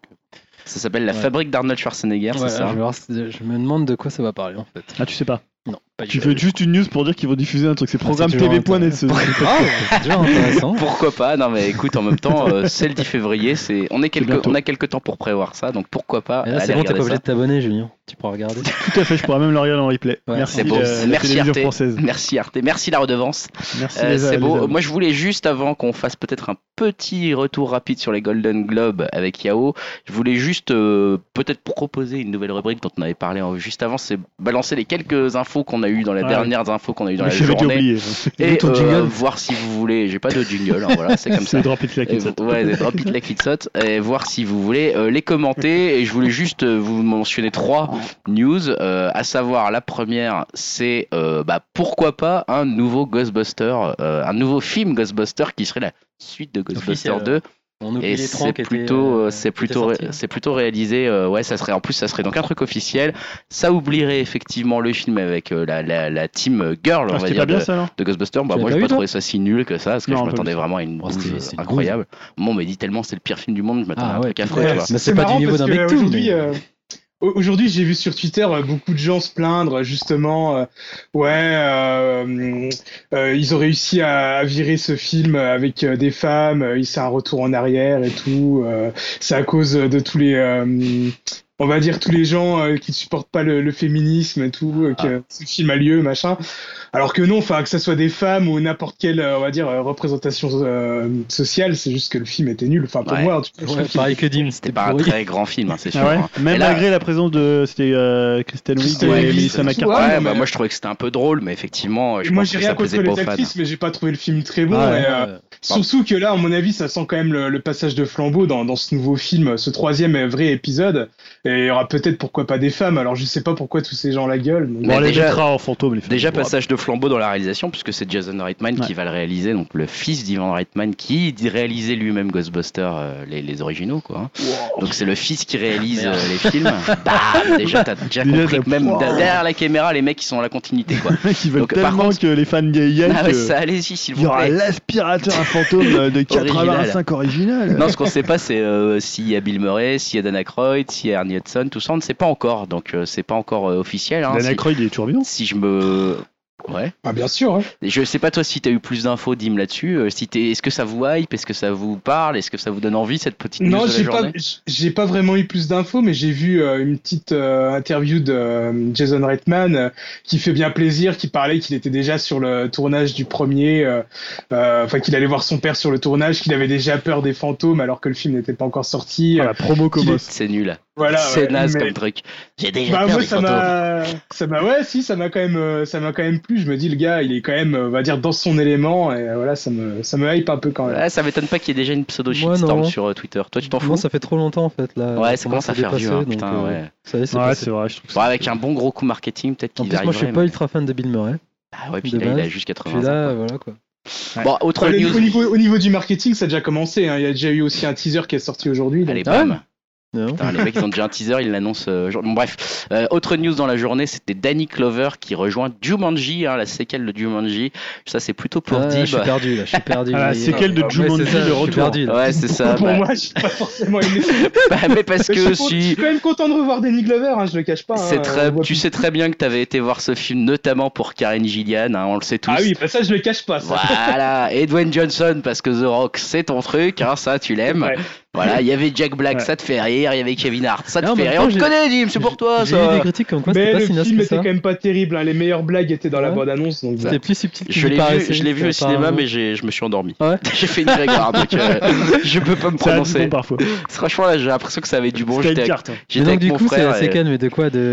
Speaker 1: ça s'appelle La
Speaker 3: Ouais.
Speaker 1: fabrique d'Arnold Schwarzenegger,
Speaker 3: voilà,
Speaker 1: c'est ça hein.
Speaker 3: je, vais voir si- je me demande de quoi ça va parler en fait.
Speaker 2: Ah, tu sais pas.
Speaker 3: Non, pas
Speaker 2: Tu fais juste une news pour dire qu'ils vont diffuser un truc. C'est programme
Speaker 3: Ah, toujours
Speaker 2: TV.net. ce-
Speaker 3: Ah, c'est déjà intéressant.
Speaker 1: Pourquoi pas Non mais écoute, en même temps, euh, c'est le 10 février, c'est on est quelques,
Speaker 2: bientôt.
Speaker 1: on a quelques temps pour prévoir ça, donc pourquoi pas
Speaker 3: Et là, c'est
Speaker 1: aller
Speaker 3: bon, t'es
Speaker 1: regarder
Speaker 3: pas
Speaker 1: ça.
Speaker 3: obligé de t'abonner, Julien. Tu pourras regarder.
Speaker 2: Tout à fait, je pourrais même le regarder en replay.
Speaker 3: Ouais,
Speaker 2: Merci,
Speaker 1: c'est beau.
Speaker 2: la- la
Speaker 1: Merci,
Speaker 2: télévision
Speaker 1: Arte.
Speaker 2: française.
Speaker 1: Merci Arte, merci la redevance.
Speaker 2: Merci,
Speaker 1: Euh,
Speaker 2: les-
Speaker 1: c'est
Speaker 2: les
Speaker 1: beau.
Speaker 2: amis.
Speaker 1: Moi, je voulais juste avant qu'on fasse peut-être un petit retour rapide sur les Golden Globes avec Yao, je voulais juste euh, peut-être proposer une nouvelle rubrique dont on avait parlé en- juste avant, c'est balancer les quelques infos qu'on a eues dans les
Speaker 2: Ouais.
Speaker 1: dernières infos qu'on a eues dans
Speaker 2: Mais
Speaker 1: la
Speaker 2: j'avais déjà
Speaker 1: journée
Speaker 2: oublié.
Speaker 1: et
Speaker 3: Ton
Speaker 1: euh,
Speaker 3: jingle.
Speaker 1: voir si vous voulez. J'ai pas de jingle, hein, voilà, c'est comme
Speaker 2: C'est
Speaker 1: ça.
Speaker 2: le drop it like
Speaker 1: Et
Speaker 2: it's hot.
Speaker 1: vous- Euh, ouais, des drop it like it hot, et voir si vous voulez euh, les commenter. Et je voulais juste euh, vous mentionner trois news, euh, à savoir la première, c'est euh, bah, pourquoi pas un nouveau Ghostbuster, euh, un nouveau film Ghostbuster qui serait la suite de Ghostbuster 2.
Speaker 3: Officiel. On oublie
Speaker 1: Et
Speaker 3: euh, les
Speaker 1: c'est
Speaker 3: troncs qui étaient,
Speaker 1: plutôt,
Speaker 3: euh,
Speaker 1: euh, c'est
Speaker 3: qui étaient
Speaker 1: plutôt, ré-
Speaker 3: sortis.
Speaker 1: c'est plutôt réalisé. euh, ouais, ça serait en plus, ça serait donc un truc officiel. Ça oublierait effectivement le film avec euh, la, la, la team girl, on
Speaker 2: Ah,
Speaker 1: va
Speaker 2: C'était
Speaker 1: dire.
Speaker 2: pas bien
Speaker 1: de-
Speaker 2: ça, alors
Speaker 1: de Ghostbusters, bah
Speaker 3: Tu l'as
Speaker 1: moi
Speaker 3: pas
Speaker 1: j'ai
Speaker 3: vu,
Speaker 1: pas
Speaker 3: toi
Speaker 1: trouvé ça si nul que ça, parce que
Speaker 2: Non,
Speaker 1: je
Speaker 2: un peu
Speaker 1: m'attendais
Speaker 2: plus.
Speaker 1: vraiment à une
Speaker 3: Oh, c'était-
Speaker 1: bouse
Speaker 3: c'est une
Speaker 1: incroyable. Moi on m'a dit tellement c'est le pire film du monde, je m'attendais
Speaker 3: Ah
Speaker 1: à un
Speaker 3: ouais,
Speaker 1: truc
Speaker 3: tu
Speaker 1: affreux.
Speaker 3: vois.
Speaker 1: tu vois.
Speaker 3: Mais c'est pas du niveau d'un
Speaker 4: parce que,
Speaker 3: mec
Speaker 4: euh,
Speaker 3: tout,
Speaker 4: aujourd'hui,
Speaker 3: mais-
Speaker 4: euh, au- Aujourd'hui, j'ai vu sur Twitter euh, beaucoup de gens se plaindre justement, euh, ouais, euh, hum, euh, ils ont réussi à, à virer ce film avec euh, des femmes, euh, c'est un retour en arrière et tout, euh, c'est à cause de tous les, euh, hum, on va dire tous les gens euh, qui ne supportent pas le, le féminisme et tout, euh, que ce film a lieu, machin. Alors que non, enfin que ça soit des femmes ou n'importe quelle, euh, on va dire euh, représentation euh, sociale, c'est juste que le film était nul. Enfin pour
Speaker 1: Ouais.
Speaker 4: moi, en tout cas, je
Speaker 3: Ouais,
Speaker 4: trouve qu'il
Speaker 3: pareil que Dim, c'était
Speaker 1: C'était pas un
Speaker 3: pourri.
Speaker 1: très grand film, hein, c'est sûr.
Speaker 2: Ah ouais
Speaker 1: hein.
Speaker 2: Même
Speaker 1: Et là-
Speaker 2: malgré la présence de c'était euh, Kristen Wiig
Speaker 4: Kristen
Speaker 2: et
Speaker 4: Wiig,
Speaker 2: Melissa
Speaker 4: c'est-
Speaker 2: McCarthy.
Speaker 1: Ouais,
Speaker 4: non,
Speaker 1: bah
Speaker 4: mais-
Speaker 1: moi je trouvais que c'était un peu drôle, mais effectivement, je
Speaker 4: moi,
Speaker 1: pense
Speaker 4: j'ai
Speaker 1: que
Speaker 4: rien
Speaker 1: ça
Speaker 4: contre
Speaker 1: plaisait pas hein. aux
Speaker 4: les
Speaker 1: fans.
Speaker 4: actrices, mais j'ai pas trouvé le film très bon.
Speaker 2: Ah ouais,
Speaker 4: et, euh,
Speaker 3: Ouais.
Speaker 4: Surtout que là, à mon avis, ça sent quand même le, le passage de flambeau dans, dans ce nouveau film, ce troisième et vrai épisode. Et il y aura peut-être pourquoi pas des femmes. Alors je sais pas pourquoi tous ces gens la gueulent. donc-
Speaker 2: Bon,
Speaker 1: Mais
Speaker 2: on les
Speaker 1: déjà-
Speaker 2: mettra en fantôme les films.
Speaker 1: Déjà
Speaker 2: Bon,
Speaker 1: passage de flambeau dans la réalisation, puisque c'est Jason Reitman qui
Speaker 2: Ouais.
Speaker 1: va le réaliser, donc le fils d'Ivan Reitman qui réalisait lui-même Ghostbusters, euh, les, les originaux quoi. hein. Donc c'est le fils qui réalise
Speaker 3: Merde.
Speaker 1: euh, les films. Bam déjà t'as déjà
Speaker 2: Déjà,
Speaker 1: compris
Speaker 2: t'as-
Speaker 1: que même
Speaker 2: Wow.
Speaker 1: derrière la caméra, les mecs ils sont à la continuité quoi.
Speaker 2: les mecs, ils veulent
Speaker 1: Donc, par
Speaker 2: tellement
Speaker 1: contre-
Speaker 2: que les fans y aillent
Speaker 1: Ah
Speaker 2: que
Speaker 1: ouais, ça, allez-y s'il
Speaker 2: il y
Speaker 1: vous
Speaker 2: aura
Speaker 1: plaît.
Speaker 2: l'aspirateur à fantôme euh, de 85 original.
Speaker 1: Non, ce qu'on sait pas, c'est euh, s'il y a Bill Murray, s'il y a Dan Aykroyd, s'il y a Ernie Hudson, tout ça, on ne sait pas encore. Donc, euh, c'est pas encore euh, officiel. hein.
Speaker 2: Dan
Speaker 1: si,
Speaker 2: Aykroyd il est toujours vivant.
Speaker 1: si je me. Ouais.
Speaker 4: Ah, bien sûr. hein.
Speaker 1: Et Je sais pas, toi, si t'as eu plus d'infos, Dim, là-dessus. Euh, si t'es- Est-ce que ça vous hype Est-ce que ça vous parle Est-ce que ça vous donne envie, cette petite news
Speaker 4: Non,
Speaker 1: de la
Speaker 4: j'ai pas,
Speaker 1: journée
Speaker 4: j'ai pas vraiment eu plus d'infos, mais j'ai vu euh, une petite euh, interview de euh, Jason Reitman euh, qui fait bien plaisir, qui parlait qu'il était déjà sur le tournage du premier, euh, euh, enfin qu'il allait voir son père sur le tournage, qu'il avait déjà peur des fantômes alors que le film n'était pas encore sorti. euh,
Speaker 2: Ah, la promo commence.
Speaker 1: C'est nul.
Speaker 4: Voilà.
Speaker 1: c'est
Speaker 4: ouais,
Speaker 1: naze
Speaker 4: mais-
Speaker 1: comme truc. J'ai déjà
Speaker 4: Bah
Speaker 1: peur
Speaker 4: moi
Speaker 1: des
Speaker 4: ça
Speaker 1: fantômes.
Speaker 4: m'a ça m'a ouais si ça m'a quand même euh, ça m'a quand même plu je me dis le gars il est quand même euh, on va dire dans son élément et euh, voilà ça me ça me hype un peu quand même
Speaker 1: Ouais, ça m'étonne pas qu'il y ait déjà une pseudo
Speaker 3: Moi,
Speaker 1: shitstorm
Speaker 3: non.
Speaker 1: sur euh, Twitter. Toi, tu t'en fous
Speaker 3: Moi, ça fait trop longtemps en fait. Là,
Speaker 1: Ouais, ça commence à faire vieux.
Speaker 3: dépasser,
Speaker 1: hein,
Speaker 3: donc,
Speaker 1: putain,
Speaker 3: euh,
Speaker 1: ouais.
Speaker 3: ça y est, c'est
Speaker 2: Ouais,
Speaker 3: passé.
Speaker 2: c'est vrai, je trouve que
Speaker 1: Bon,
Speaker 2: c'est-
Speaker 1: avec un bon gros coup marketing, peut-être
Speaker 3: En
Speaker 1: qu'ils
Speaker 3: plus, moi, je suis
Speaker 1: arriveraient.
Speaker 3: pas
Speaker 1: mais-
Speaker 3: ultra fan de Bill Murray.
Speaker 1: Ah ouais, puis
Speaker 3: de
Speaker 1: là, il a
Speaker 3: base.
Speaker 1: juste
Speaker 3: Puis
Speaker 1: 80 ans.
Speaker 3: là, voilà quoi.
Speaker 1: Bon, autre
Speaker 4: Enfin, les- au,
Speaker 1: news.
Speaker 4: niveau, au niveau du marketing ça a déjà commencé hein. il y a déjà eu aussi un teaser qui est sorti aujourd'hui donc-
Speaker 1: Allez,
Speaker 3: Ah ouais.
Speaker 1: bam.
Speaker 3: Non.
Speaker 1: Putain, les mecs, ils ont déjà un teaser, ils l'annoncent. euh, jour- bon, bref, Euh, autre news dans la journée, c'était Danny Clover qui rejoint Jumanji, hein, la séquelle de Jumanji. Ça, c'est plutôt pour
Speaker 3: Ah, je
Speaker 1: Dib.
Speaker 3: suis perdu là, je suis perdu.
Speaker 2: Ah, la
Speaker 3: là, il y a-
Speaker 2: séquelle de
Speaker 3: Ouais, c'est
Speaker 2: Jumanji,
Speaker 3: ça,
Speaker 2: le
Speaker 3: je suis
Speaker 2: retour.
Speaker 3: perdu, là.
Speaker 1: Ouais, c'est ça.
Speaker 4: pour
Speaker 1: bah-
Speaker 4: moi j'ai pas forcément aimé ça.
Speaker 1: bah, mais parce que
Speaker 4: je, suis con- je suis
Speaker 1: si.
Speaker 4: quand même content de revoir Danny Glover hein, je le cache pas hein.
Speaker 1: C'est très,
Speaker 3: Euh,
Speaker 4: On voit
Speaker 1: tu
Speaker 4: plus-
Speaker 1: sais très bien que tu avais été voir ce film notamment pour Karen Gillian, hein, on le sait tous.
Speaker 4: ah oui bah, ça je le cache pas ça
Speaker 1: Voilà, et Dwayne Johnson parce que The Rock c'est ton truc, hein, ça tu l'aimes.
Speaker 4: Ouais.
Speaker 1: Voilà, il y avait Jack Black,
Speaker 2: Ouais.
Speaker 1: ça te fait rire, il y avait Kevin Hart, ça te
Speaker 3: Non, en
Speaker 1: fait
Speaker 3: même
Speaker 1: rire.
Speaker 3: temps,
Speaker 1: On te
Speaker 3: j'ai-
Speaker 1: connaît, Jim, c'est pour toi
Speaker 3: J'ai eu
Speaker 1: ça.
Speaker 3: des critiques comme quoi c'était
Speaker 4: mais
Speaker 3: pas
Speaker 4: le
Speaker 3: si naze
Speaker 4: film
Speaker 3: que
Speaker 4: était
Speaker 3: ça.
Speaker 4: quand même pas terrible hein. les meilleures blagues étaient dans la
Speaker 3: Ouais.
Speaker 4: bande annonce donc
Speaker 3: C'était plus subtil qu'il
Speaker 1: Je l'ai
Speaker 3: paraissait,
Speaker 1: vu, je l'ai vu au cinéma,
Speaker 3: apparemment.
Speaker 1: mais j'ai- je me suis endormi.
Speaker 3: Ouais.
Speaker 1: j'ai fait une grégoire, donc euh, je peux pas me
Speaker 2: Ça a du bon
Speaker 1: prononcer.
Speaker 2: parfois.
Speaker 1: Franchement, là, j'ai l'impression que ça avait du bon.
Speaker 2: C'était
Speaker 1: J'étais
Speaker 2: une
Speaker 1: avec,
Speaker 2: carte. hein.
Speaker 1: j'étais
Speaker 3: Mais donc,
Speaker 1: avec
Speaker 3: du
Speaker 1: mon
Speaker 3: coup, c'est
Speaker 1: frère.
Speaker 3: la
Speaker 1: et-
Speaker 3: séquelle, mais de quoi De.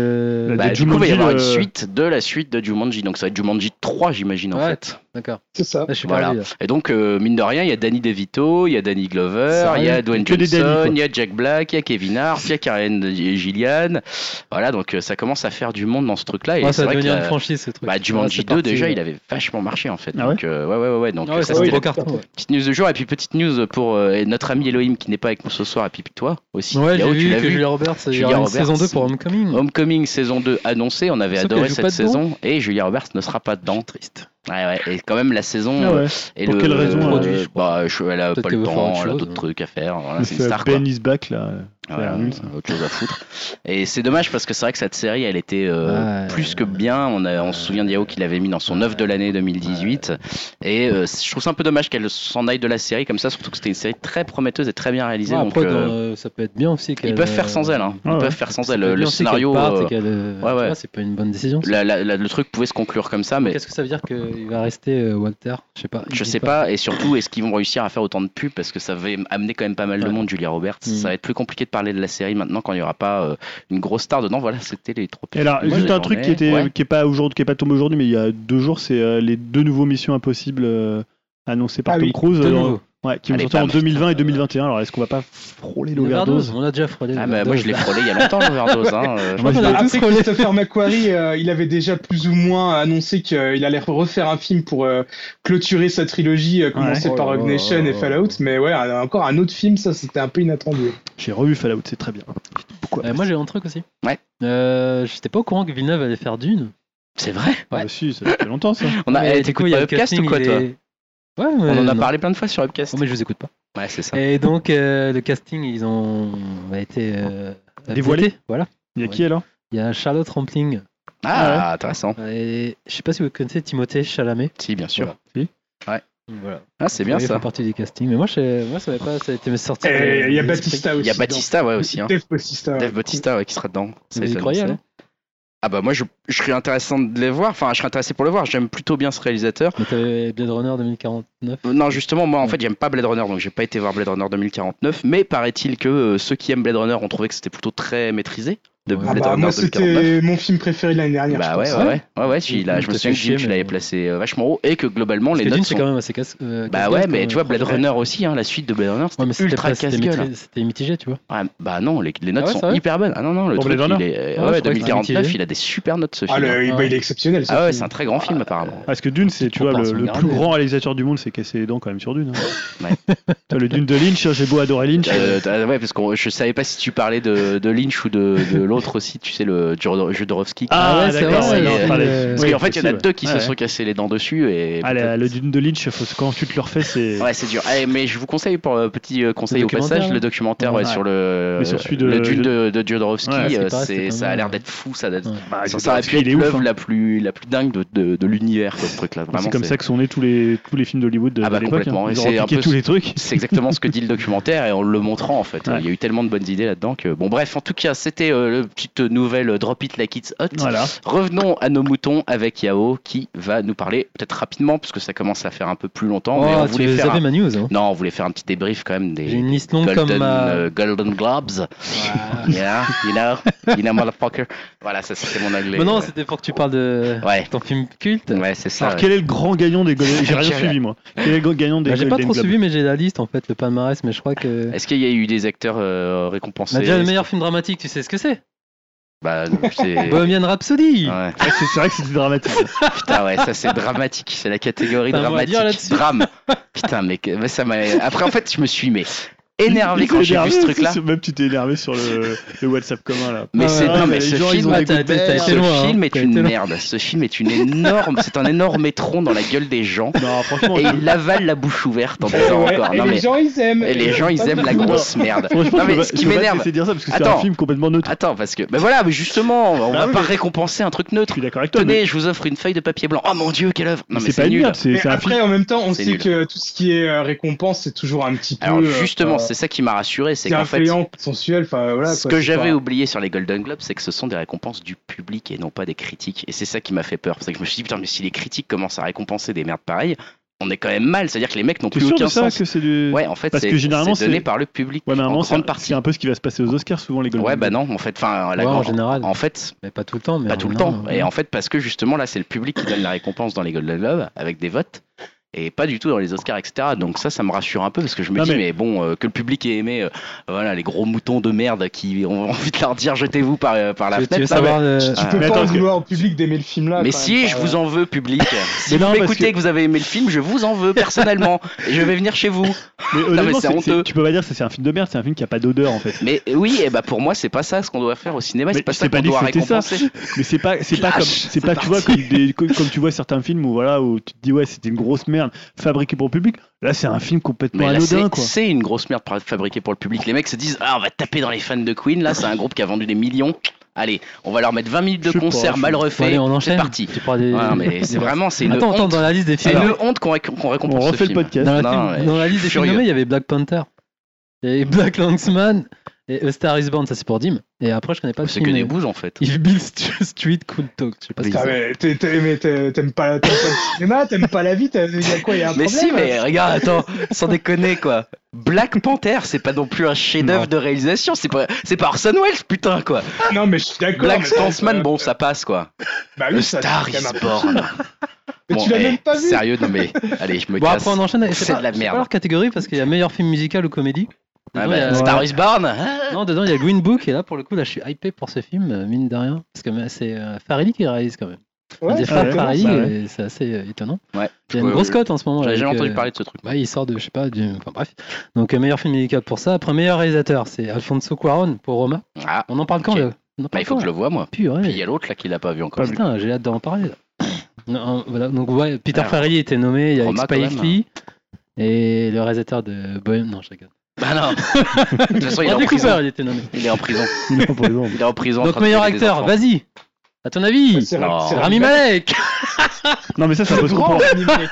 Speaker 3: euh,
Speaker 1: Bah,
Speaker 2: de
Speaker 1: du coup, il va y
Speaker 2: Jumanji,
Speaker 1: avoir une
Speaker 2: le-
Speaker 1: suite de la suite de Jumanji, donc ça va être Jumanji 3, j'imagine, en
Speaker 3: Ouais.
Speaker 1: fait.
Speaker 3: D'accord,
Speaker 4: c'est ça
Speaker 3: là, je suis
Speaker 1: Voilà.
Speaker 3: perdu. là.
Speaker 1: Et donc, euh, mine de rien, il y a Danny DeVito, il y a Danny Glover,
Speaker 3: Sérieux
Speaker 1: il y a Dwayne
Speaker 2: Que des Danny,
Speaker 1: Johnson,
Speaker 2: quoi.
Speaker 1: il y a Jack Black, il y a Kevin Hart, il y a Karen et Gillian. Voilà, donc euh, ça commence à faire du monde dans ce truc-là. Et
Speaker 3: Ouais,
Speaker 1: c'est
Speaker 3: ça va
Speaker 1: vrai que
Speaker 3: devenir une
Speaker 1: la-
Speaker 3: franchise ce truc.
Speaker 1: bah,
Speaker 3: Ouais,
Speaker 1: Jumanji
Speaker 3: c'est
Speaker 1: 2,
Speaker 3: parti,
Speaker 1: déjà,
Speaker 3: là.
Speaker 1: il avait vachement marché en fait.
Speaker 2: Ah
Speaker 1: donc, euh, ouais, ouais, ouais, ouais. Donc,
Speaker 3: Ah ouais,
Speaker 1: ça,
Speaker 3: c'est un
Speaker 1: c'était
Speaker 4: oui,
Speaker 1: la
Speaker 3: gros
Speaker 4: il a-
Speaker 3: carton. ouais.
Speaker 1: petite news du jour. Et puis, petite news pour euh, et notre ami Elohim qui n'est pas avec nous ce soir. Et puis, toi aussi.
Speaker 3: Ouais,
Speaker 1: Yao,
Speaker 3: j'ai
Speaker 1: tu
Speaker 3: vu
Speaker 1: l'as
Speaker 3: que
Speaker 1: vu.
Speaker 3: Julia Roberts, il y
Speaker 1: Julia
Speaker 3: aura une
Speaker 1: Roberts.
Speaker 3: saison 2 pour Homecoming.
Speaker 1: Homecoming saison 2 annoncée, on avait
Speaker 3: Sauf
Speaker 1: adoré
Speaker 3: qu'elle joue
Speaker 1: cette
Speaker 3: pas dedans.
Speaker 1: saison et Julia Roberts ne sera pas dedans. Triste. Ouais, ouais, et quand même la saison. euh,
Speaker 2: Ah ouais.
Speaker 1: Et
Speaker 2: Pour
Speaker 1: le,
Speaker 2: quelle raison,
Speaker 1: le-
Speaker 2: elle
Speaker 1: le-
Speaker 3: a-
Speaker 1: bah, je- Elle a
Speaker 3: euh, Peut-être
Speaker 1: pas
Speaker 3: qu'elle
Speaker 1: le
Speaker 3: veut faire
Speaker 1: temps,
Speaker 3: autre
Speaker 1: elle a
Speaker 3: chose,
Speaker 1: d'autres
Speaker 3: hein.
Speaker 1: trucs à faire. Voilà,
Speaker 2: Le
Speaker 1: c'est une star quoi.
Speaker 2: Ben is back là.
Speaker 1: Ouais,
Speaker 2: c'est nul, ça.
Speaker 1: autre chose à foutre. Et c'est dommage parce que c'est vrai que cette série elle était euh,
Speaker 3: Ouais.
Speaker 1: plus que bien. On, a- on se souvient d'Yao qui l'avait mis dans son œuvre de l'année 2018. Et euh, je trouve ça un peu dommage qu'elle s'en aille de la série comme ça, surtout que c'était une série très prometteuse et très bien réalisée.
Speaker 3: Ouais,
Speaker 1: donc,
Speaker 3: après,
Speaker 1: euh,
Speaker 3: dans, euh, ça peut être bien aussi.
Speaker 1: ils
Speaker 3: qu'elle,
Speaker 1: peuvent faire sans
Speaker 3: euh,
Speaker 1: elle. hein. Ils
Speaker 2: ouais.
Speaker 1: peuvent faire sans
Speaker 3: ça
Speaker 1: elle.
Speaker 3: peut être
Speaker 1: Le
Speaker 3: bien aussi qu'elle
Speaker 1: scénario,
Speaker 3: parte et
Speaker 1: euh,
Speaker 3: qu'elle, euh,
Speaker 1: ouais,
Speaker 3: tu
Speaker 1: ouais.
Speaker 3: vois, c'est pas une bonne décision. ça.
Speaker 1: la- la- la- le truc pouvait se conclure comme ça, mais
Speaker 3: Qu'est-ce que ça veut dire qu'il va rester euh, Walter Je sais pas. il
Speaker 1: Je
Speaker 3: dit
Speaker 1: sais pas, et surtout, est-ce qu'ils vont réussir à faire autant de pubs Parce que ça va amener quand même pas mal de
Speaker 3: Ouais.
Speaker 1: monde, Julia Roberts.
Speaker 3: Mm.
Speaker 1: Ça va être plus compliqué de parler de la série maintenant quand il n'y aura pas euh, une grosse star dedans. Voilà, c'était les trois
Speaker 2: Et alors,
Speaker 1: petites
Speaker 2: juste
Speaker 1: news
Speaker 2: un
Speaker 1: de
Speaker 2: truc
Speaker 1: la
Speaker 2: qui était
Speaker 3: euh,
Speaker 1: journée. Ouais.
Speaker 2: qui est pas aujourd'hui, qui est pas tombé aujourd'hui, mais il y a deux jours, c'est euh, les deux nouveaux missions impossibles euh, annoncées par
Speaker 4: Ah
Speaker 2: Tom
Speaker 4: oui,
Speaker 2: Cruise,
Speaker 3: De
Speaker 2: euh,
Speaker 3: nouveau.
Speaker 2: ouais, qui vont
Speaker 1: Allez,
Speaker 2: sortir en
Speaker 1: bam.
Speaker 2: 2020 et 2021. Alors, est-ce qu'on va pas frôler l'overdose
Speaker 3: On a déjà frôlé.
Speaker 1: Ah, bah,
Speaker 3: l'overdose,
Speaker 1: moi, je l'ai
Speaker 3: là.
Speaker 1: frôlé il y a longtemps, l'overdose. Hein. euh,
Speaker 3: Moi, je l'ai-
Speaker 4: Après
Speaker 3: tous frôlé.
Speaker 4: Christopher McQuarrie, euh, il avait déjà plus ou moins annoncé qu'il allait refaire un film pour euh, clôturer sa trilogie euh, commencée
Speaker 3: Ouais.
Speaker 4: par
Speaker 3: Oh là
Speaker 4: Rogue
Speaker 3: là
Speaker 4: Nation
Speaker 3: là
Speaker 4: et
Speaker 3: là.
Speaker 4: Fallout. Mais ouais, un- encore un autre film, ça c'était un peu inattendu.
Speaker 2: J'ai revu Fallout, c'est très bien. Pourquoi
Speaker 3: Euh, Moi, j'ai un truc aussi.
Speaker 1: Ouais.
Speaker 3: Euh, J'étais pas au courant que Villeneuve allait faire Dune.
Speaker 1: C'est vrai
Speaker 2: Ah, si, ça fait longtemps ça.
Speaker 1: On a,
Speaker 3: Mais
Speaker 1: eh,
Speaker 3: du
Speaker 1: t'écoutes
Speaker 3: coup, il y
Speaker 1: pas
Speaker 3: a le
Speaker 1: Upcast ou
Speaker 3: casting,
Speaker 1: quoi,
Speaker 3: il
Speaker 1: toi
Speaker 3: est- Ouais, ouais,
Speaker 1: On en a
Speaker 3: non.
Speaker 1: parlé plein de fois sur Upcast.
Speaker 3: Oh, mais je vous écoute pas.
Speaker 1: Ouais, c'est ça.
Speaker 3: Et donc, euh, le casting, ils ont a été euh,
Speaker 2: Dévoilé.
Speaker 3: updaté, Voilà.
Speaker 2: Il y a
Speaker 3: Ouais.
Speaker 2: qui alors
Speaker 3: Il y a Charlotte Rampling.
Speaker 1: Ah, intéressant.
Speaker 3: Et je sais pas si vous connaissez Timothée Chalamet.
Speaker 1: Si, bien sûr.
Speaker 3: Voilà. Voilà.
Speaker 1: Ah, c'est bien
Speaker 3: Ils font
Speaker 1: ça.
Speaker 3: partie du casting. Mais moi, je, moi, ça m'avait pas. Ça a été sorti.
Speaker 4: Et
Speaker 3: de-
Speaker 4: Eh, il y a
Speaker 3: de
Speaker 4: Batista aussi.
Speaker 1: Il y a
Speaker 4: dedans.
Speaker 1: Batista, ouais, aussi. Hein.
Speaker 4: Dave Batista. ouais.
Speaker 1: Dave Bautista ouais, qui sera dedans. Ça a
Speaker 3: Mais
Speaker 1: été
Speaker 3: il est incroyable,
Speaker 1: annoncé. Ah bah moi je, je serais intéressant de les voir, enfin je serais intéressé pour le voir, j'aime plutôt bien ce réalisateur.
Speaker 3: Mais t'avais Blade Runner 2049.
Speaker 1: Euh, Non, justement, moi en
Speaker 3: Ouais.
Speaker 1: fait, j'aime pas Blade Runner, donc j'ai pas été voir Blade Runner 2049. Mais paraît-il que euh, ceux qui aiment Blade Runner ont trouvé que c'était plutôt très maîtrisé de
Speaker 3: Ouais.
Speaker 4: Ah
Speaker 1: Blade
Speaker 4: bah,
Speaker 1: Runner
Speaker 4: moi
Speaker 1: 2049.
Speaker 4: c'était mon film préféré de l'année dernière.
Speaker 1: Bah ouais,
Speaker 4: je pense.
Speaker 1: ouais, ouais, ouais, ouais, si,
Speaker 3: Mmh,
Speaker 1: là, je me
Speaker 3: t'as
Speaker 1: souviens que
Speaker 3: fait
Speaker 1: Jim,
Speaker 3: chier,
Speaker 1: tu l'avais
Speaker 3: mais-
Speaker 1: placé euh, vachement haut et que globalement les
Speaker 3: Parce que
Speaker 1: notes
Speaker 3: Dune, c'est
Speaker 1: sont.
Speaker 3: quand même assez casse. euh,
Speaker 1: Bah
Speaker 3: casse-gueule,
Speaker 1: ouais,
Speaker 3: quand
Speaker 1: mais
Speaker 3: même,
Speaker 1: tu vois, Blade
Speaker 3: franchement.
Speaker 1: Runner aussi, hein, la suite de Blade Runner,
Speaker 3: Ouais,
Speaker 1: c'était
Speaker 3: mais c'était
Speaker 1: ultra
Speaker 3: pas- c'était
Speaker 1: casse-gueule.
Speaker 3: maîtrisé- C'était mitigé, tu vois.
Speaker 1: Ah, bah non, les, les notes
Speaker 3: Ah ouais, c'est
Speaker 1: sont
Speaker 3: vrai
Speaker 1: hyper bonnes. Ah non, non, le
Speaker 2: Pour
Speaker 1: truc,
Speaker 2: Blade
Speaker 1: il est.
Speaker 3: Ah ouais,
Speaker 1: ouais,
Speaker 3: je croyais que c'était
Speaker 1: 2049,
Speaker 3: mitigé.
Speaker 1: il a des super notes ce
Speaker 4: Ah,
Speaker 1: film. hein.
Speaker 4: le-
Speaker 3: Ah
Speaker 4: bah,
Speaker 3: ouais.
Speaker 4: il est exceptionnel. ce
Speaker 1: Ah ouais,
Speaker 4: film.
Speaker 1: c'est un très grand film apparemment.
Speaker 2: Parce que Dune, c'est tu
Speaker 3: Trop
Speaker 2: vois
Speaker 3: tard,
Speaker 2: le,
Speaker 3: c'est
Speaker 2: le
Speaker 3: regardé.
Speaker 2: plus grand réalisateur du monde, c'est cassé les dents quand même sur Dune. hein.
Speaker 1: Ouais.
Speaker 2: T'as le Dune de Lynch, hein, j'ai beau adorer Lynch.
Speaker 1: Euh, t'as- ouais, parce que je savais pas si tu parlais de, de Lynch ou de, de l'autre aussi, tu sais, le Jodor- Jodorowsky.
Speaker 3: Ah ouais, c'est
Speaker 2: d'accord,
Speaker 1: vrai,
Speaker 2: non,
Speaker 1: c'est-
Speaker 2: parlez.
Speaker 3: euh,
Speaker 1: Parce
Speaker 2: Oui,
Speaker 1: qu'en fait, il y en a
Speaker 2: possible.
Speaker 1: deux qui se
Speaker 2: Ouais.
Speaker 1: sont cassés les dents dessus. Et
Speaker 2: Ah,
Speaker 1: peut-être-
Speaker 2: la- le Dune de Lynch, faut, quand tu te le refais, c'est.
Speaker 1: Ouais, c'est dur. Eh, mais je vous conseille, pour euh, petit euh, conseil
Speaker 3: Le
Speaker 1: au passage,
Speaker 3: documentaire,
Speaker 1: le documentaire
Speaker 3: ouais.
Speaker 1: ouais, sur le,
Speaker 2: Mais sur celui de-
Speaker 1: le dune de, de Jodorowsky.
Speaker 2: Ouais,
Speaker 3: c'est
Speaker 1: euh,
Speaker 3: pas- c'est
Speaker 1: c'est-
Speaker 3: pas
Speaker 1: ça a
Speaker 3: mal,
Speaker 1: l'air
Speaker 3: ouais.
Speaker 1: d'être fou. Ça, doit-
Speaker 3: Ouais.
Speaker 2: Bah,
Speaker 1: ça, ça aurait
Speaker 2: Jodorowsky,
Speaker 1: pu
Speaker 2: il
Speaker 1: être
Speaker 2: est ouf,
Speaker 1: l'œuvre
Speaker 2: hein.
Speaker 1: la, plus, la plus dingue de, de, de l'univers, quoi, ce truc-là. Vraiment,
Speaker 2: C'est comme
Speaker 1: c'est-
Speaker 2: ça que sont nés tous les, tous les films d'Hollywood de,
Speaker 1: Ah bah,
Speaker 2: de l'époque. hein.
Speaker 1: complètement, et
Speaker 2: Ils ont
Speaker 1: c'est un
Speaker 2: repiqué
Speaker 1: peu-
Speaker 2: tous les trucs.
Speaker 1: C'est exactement ce que dit le documentaire et en le montrant en fait.
Speaker 2: Ouais.
Speaker 1: Il y a eu tellement de bonnes idées là-dedans que bon bref en tout cas c'était euh, le euh, petite nouvelle euh, Drop It Like It's Hot.
Speaker 2: Voilà.
Speaker 1: Revenons à nos moutons avec Yao qui va nous parler peut-être rapidement parce que ça commence à faire un peu plus longtemps. mais on
Speaker 3: Oh, tu
Speaker 1: voulait
Speaker 3: les
Speaker 1: faire
Speaker 3: avais
Speaker 1: un...
Speaker 3: ma news. hein.
Speaker 1: Non, on voulait faire un petit débrief quand même
Speaker 3: J'ai
Speaker 1: des
Speaker 3: une liste longue
Speaker 1: Golden,
Speaker 3: comme ma.
Speaker 1: euh, Golden Globes.
Speaker 3: Voilà.
Speaker 1: Yeah, you know, you know, motherfucker. Voilà, ça c'était mon anglais.
Speaker 3: Mais non, c'était pour que tu parles de
Speaker 1: Ouais,
Speaker 3: ton film culte.
Speaker 1: ouais, c'est ça.
Speaker 2: Alors,
Speaker 1: ouais.
Speaker 2: quel est le grand gagnant des Golden J'ai rien suivi, moi. Quel est le grand gagnant des
Speaker 3: Bah, j'ai pas
Speaker 2: Golden
Speaker 3: trop
Speaker 2: Globes
Speaker 3: suivi, mais j'ai la liste en fait, le palmarès. Mais je crois que.
Speaker 1: Est-ce qu'il y a eu des acteurs euh, récompensés
Speaker 3: Bah, déjà, le meilleur film dramatique, tu sais ce que c'est
Speaker 1: Bah, c'est.
Speaker 3: Bohemian Rhapsody
Speaker 1: Ouais.
Speaker 2: Ah, c'est- C'est vrai que c'était dramatique.
Speaker 1: Putain, ouais, ça c'est dramatique, c'est la catégorie
Speaker 3: T'as un mot à
Speaker 1: dramatique.
Speaker 3: dire là-dessus
Speaker 1: Drame. Putain, mec, mais ça m'a. Après, en fait, je me suis mais énervé quand j'ai vu ce truc-là.
Speaker 2: Même tu t'es énervé sur le, le WhatsApp commun là.
Speaker 1: Mais
Speaker 3: Ah
Speaker 1: c'est
Speaker 3: ouais,
Speaker 1: non,
Speaker 2: ouais,
Speaker 1: mais
Speaker 2: les
Speaker 1: ce
Speaker 2: gens, ils
Speaker 1: film,
Speaker 2: ont
Speaker 3: des goûts de
Speaker 1: ce
Speaker 3: tête. T'as été loin, hein.
Speaker 1: film est
Speaker 3: T'as
Speaker 1: une
Speaker 3: été loin.
Speaker 1: merde. Ce film est une énorme, c'est un énorme étron dans la gueule des gens
Speaker 2: Non, franchement,
Speaker 1: et
Speaker 2: je-
Speaker 1: il avale la bouche ouverte en
Speaker 4: Ouais,
Speaker 1: disant
Speaker 4: ouais,
Speaker 1: encore.
Speaker 4: et
Speaker 1: Non,
Speaker 4: les
Speaker 1: mais
Speaker 4: gens, ils aiment.
Speaker 1: et les gens, ils aiment la
Speaker 2: Non.
Speaker 1: grosse merde.
Speaker 2: franchement,
Speaker 1: Non,
Speaker 2: je
Speaker 1: mais
Speaker 2: peux
Speaker 1: ce
Speaker 2: pas-
Speaker 1: qui
Speaker 2: je peux pas te
Speaker 1: m'énerve-
Speaker 2: laisser dire ça parce que c'est un
Speaker 1: Attends.
Speaker 2: film complètement neutre.
Speaker 1: Attends, parce que. Ben voilà, mais justement, on
Speaker 2: Bah
Speaker 1: va
Speaker 2: oui,
Speaker 1: pas
Speaker 2: mais-
Speaker 1: récompenser un truc neutre.
Speaker 2: Je suis d'accord avec toi. mais-
Speaker 1: Tenez, je vous offre une feuille de papier blanc. Oh mon dieu, quelle œuvre Non, mais
Speaker 2: c'est pas
Speaker 1: c'est
Speaker 2: une
Speaker 1: nul.
Speaker 2: merde, c'est
Speaker 4: Mais
Speaker 2: c'est un
Speaker 4: après,
Speaker 2: film.
Speaker 4: en même temps, on
Speaker 1: C'est
Speaker 4: sait
Speaker 1: nul.
Speaker 4: que tout ce qui est euh, récompense, c'est toujours un petit peu.
Speaker 1: Alors
Speaker 2: hein.
Speaker 4: euh,
Speaker 1: justement,
Speaker 4: euh,
Speaker 1: c'est ça qui m'a rassuré, c'est
Speaker 4: c'est
Speaker 1: qu'en fait,
Speaker 4: influent, sensuel. Enfin voilà.
Speaker 1: ce
Speaker 4: quoi,
Speaker 1: que
Speaker 4: c'est
Speaker 1: j'avais
Speaker 4: pas-
Speaker 1: oublié sur les Golden Globes, c'est que ce sont des récompenses du public et non pas des critiques. Et c'est ça qui m'a fait peur. C'est que je me suis dit, putain, mais si les critiques commencent à récompenser des merdes pareilles, on est quand même mal. C'est-à-dire que les mecs n'ont
Speaker 2: T'es
Speaker 1: plus
Speaker 2: sûr de
Speaker 1: aucun
Speaker 2: ça
Speaker 1: sens.
Speaker 2: que c'est du.
Speaker 1: Ouais, en fait,
Speaker 2: Parce
Speaker 1: c'est
Speaker 2: que généralement,
Speaker 1: c'est donné
Speaker 2: c'est-
Speaker 1: par le public
Speaker 2: Ouais, mais à un
Speaker 1: en
Speaker 2: moment, c'est
Speaker 1: grande
Speaker 2: un-
Speaker 1: partie.
Speaker 2: c'est un peu ce qui va se passer aux Oscars souvent, les Golden
Speaker 1: Ouais,
Speaker 2: Globes.
Speaker 1: bah non, en fait, enfin, la
Speaker 3: Ouais, en
Speaker 1: grande-
Speaker 3: général.
Speaker 1: En fait,
Speaker 3: Mais pas tout le temps. Mais
Speaker 1: pas
Speaker 3: en
Speaker 1: tout le temps.
Speaker 3: général,
Speaker 1: Et
Speaker 3: ouais.
Speaker 1: en fait, parce que justement, là, c'est le public qui donne la récompense dans les Golden Globes avec des votes. Et pas du tout dans les Oscars, etc. Donc ça, ça me rassure un peu parce que je me
Speaker 2: Non,
Speaker 1: dis, mais,
Speaker 2: mais-
Speaker 1: bon, euh, que le public ait aimé, euh, voilà, les gros moutons de merde qui ont envie de leur dire jetez-vous par, euh, par la
Speaker 3: Tu- Tu veux
Speaker 1: fenêtre. là,
Speaker 3: savoir le-
Speaker 4: Tu peux pas
Speaker 2: mais attends,
Speaker 4: en
Speaker 2: parce que-
Speaker 4: vouloir au public d'aimer le film là.
Speaker 1: mais
Speaker 4: quand
Speaker 1: si,
Speaker 4: même,
Speaker 1: je
Speaker 4: pas-
Speaker 1: vous en veux, public. Si
Speaker 2: Mais non,
Speaker 1: vous
Speaker 2: parce
Speaker 1: m'écoutez
Speaker 2: que-
Speaker 1: et que... vous avez aimé le film, je vous en veux personnellement. et je vais venir chez vous.
Speaker 2: Mais
Speaker 1: mais
Speaker 2: honnêtement,
Speaker 1: c'est
Speaker 2: c'est-
Speaker 1: honteux.
Speaker 2: c'est- tu peux pas dire que c'est un film de merde, c'est un film qui a pas d'odeur en fait.
Speaker 1: Mais oui, et bah pour moi, c'est pas ça ce qu'on doit faire au cinéma.
Speaker 2: Mais
Speaker 1: C'est pas
Speaker 2: je
Speaker 1: ça
Speaker 2: t'ai pas
Speaker 1: qu'on
Speaker 2: dit que
Speaker 1: doit
Speaker 2: c'était ça.
Speaker 1: récompenser.
Speaker 2: Mais c'est pas, c'est pas
Speaker 1: Clash,
Speaker 2: comme, c'est
Speaker 1: c'est
Speaker 2: pas, tu vois, comme, des- comme- comme tu vois certains films où voilà, où tu te dis ouais, c'était une grosse merde fabriquée pour le public. Là, c'est un film complètement
Speaker 1: Mais là,
Speaker 2: anodin
Speaker 1: c'est-
Speaker 2: quoi.
Speaker 1: c'est une grosse merde pra- fabriquée pour le public. Les mecs se disent Ah, on va taper dans les fans de Queen. Là, c'est un groupe qui a vendu des millions. Allez, on va leur mettre 20 minutes de
Speaker 2: Je sais pas,
Speaker 1: concerts
Speaker 2: je-
Speaker 1: mal
Speaker 3: Bon,
Speaker 1: refaits.
Speaker 3: allez, on
Speaker 1: C'est
Speaker 3: enchaîne.
Speaker 1: parti.
Speaker 3: Tu pourras des-
Speaker 1: Ouais, non, mais c'est vraiment c'est une
Speaker 3: Attends, attends,
Speaker 1: honte.
Speaker 3: dans la liste des
Speaker 1: C'est
Speaker 3: films.
Speaker 1: une honte qu'on récom- qu'on récompense.
Speaker 2: On
Speaker 1: ce
Speaker 2: refait le
Speaker 1: film.
Speaker 2: podcast.
Speaker 3: Dans la,
Speaker 1: Non,
Speaker 3: film-
Speaker 1: ouais,
Speaker 3: dans la
Speaker 1: je
Speaker 3: liste
Speaker 1: suis
Speaker 3: des films
Speaker 1: furieux.
Speaker 3: nommés, il y avait Black Panther, il y avait Black Landsman, et A Star is Born, ça c'est pour Dim. Et après, je connais pas le
Speaker 1: C'est
Speaker 3: film.
Speaker 1: que des
Speaker 3: euh,
Speaker 1: bouses en fait.
Speaker 3: If Bill St- Street Could Talk, je sais pas ce que
Speaker 4: Putain,
Speaker 3: c'est.
Speaker 4: mais t'es- t'es- mais t'es- t'aimes pas, t'aimes pas le cinéma, t'aimes pas la vie, t'as- il y a quoi, il y a un
Speaker 1: Mais
Speaker 4: problème
Speaker 1: si, mais regarde, attends, sans déconner quoi. Black Panther, c'est pas non plus un chef-d'œuvre
Speaker 3: Non.
Speaker 1: de réalisation. C'est pas, c'est pas Orson Welles, putain quoi.
Speaker 4: Non, mais je suis d'accord.
Speaker 1: Black
Speaker 4: mais-
Speaker 1: Stansman,
Speaker 4: euh,
Speaker 1: bon, ça passe quoi.
Speaker 4: Bah
Speaker 1: Le
Speaker 4: oui, ça.
Speaker 1: Star
Speaker 4: c'est
Speaker 1: is
Speaker 4: quand même un-
Speaker 1: Born.
Speaker 4: Mais
Speaker 1: Bon,
Speaker 4: tu l'as
Speaker 1: eh,
Speaker 4: même pas vu.
Speaker 1: Sérieux, non mais, allez, je me
Speaker 3: Bon,
Speaker 1: casse.
Speaker 3: après, on enchaîne. et
Speaker 1: C'est
Speaker 3: pas-
Speaker 1: de la
Speaker 3: c'est pas
Speaker 1: merde.
Speaker 3: leur catégorie parce qu'il y a meilleur film musical ou comédie.
Speaker 1: Ah
Speaker 3: Dedans,
Speaker 1: bah,
Speaker 3: il y a-
Speaker 1: Star is Born. hein
Speaker 3: Non, dedans, il y a Green Book, et là, pour le coup, là, je suis hypé pour ce film, euh, mine de rien. Parce que mais, c'est euh, Farrelly qui le réalise quand même.
Speaker 4: Ouais,
Speaker 3: Un des
Speaker 4: c'est
Speaker 3: frères
Speaker 2: ouais.
Speaker 4: vrai.
Speaker 3: Farrelly,
Speaker 2: Bah ouais.
Speaker 3: et c'est assez euh, étonnant.
Speaker 1: Ouais.
Speaker 3: Il y a une grosse cote en ce moment. là,
Speaker 1: J'avais jamais
Speaker 3: avec,
Speaker 1: entendu
Speaker 3: euh,
Speaker 1: parler de ce truc.
Speaker 3: Bah, il sort de, je sais pas, du... enfin bref. Donc, euh, meilleur film musical pour ça. Après, meilleur réalisateur, c'est Alfonso Cuaron pour Roma.
Speaker 1: Ah,
Speaker 3: On en parle quand
Speaker 1: Ok.
Speaker 3: là On en
Speaker 1: bah,
Speaker 3: parle
Speaker 1: il faut
Speaker 3: quand,
Speaker 1: que je le vois moi.
Speaker 3: là Purée.
Speaker 1: Puis il y a l'autre là qui l'a pas vu encore.
Speaker 3: Putain, j'ai hâte d'en parler. là. Non, hein, voilà. Donc, ouais, Peter
Speaker 1: Alors,
Speaker 3: Farrelly était nommé, il y a
Speaker 1: Roma, quand
Speaker 3: Spike
Speaker 1: même. hein.
Speaker 3: Lee et le réalisateur de Bohème. Ah, Non, je rigole.
Speaker 1: Bah non. De toute façon, il est en
Speaker 3: Bradley Cooper,
Speaker 1: prison.
Speaker 3: il était nommé.
Speaker 1: Il est en prison.
Speaker 2: Il est pas pour les gens.
Speaker 1: Il est en prison. en
Speaker 3: Donc,
Speaker 1: train de
Speaker 3: meilleur
Speaker 1: violer des
Speaker 3: acteur,
Speaker 1: enfants.
Speaker 3: vas-y. À ton avis,
Speaker 4: Bah, C'est vrai-
Speaker 1: Non.
Speaker 4: c'est vrai.
Speaker 3: Rami Malek.
Speaker 2: Non, mais ça, ça peut se
Speaker 4: Grand
Speaker 2: comprendre.
Speaker 4: Rami Malek.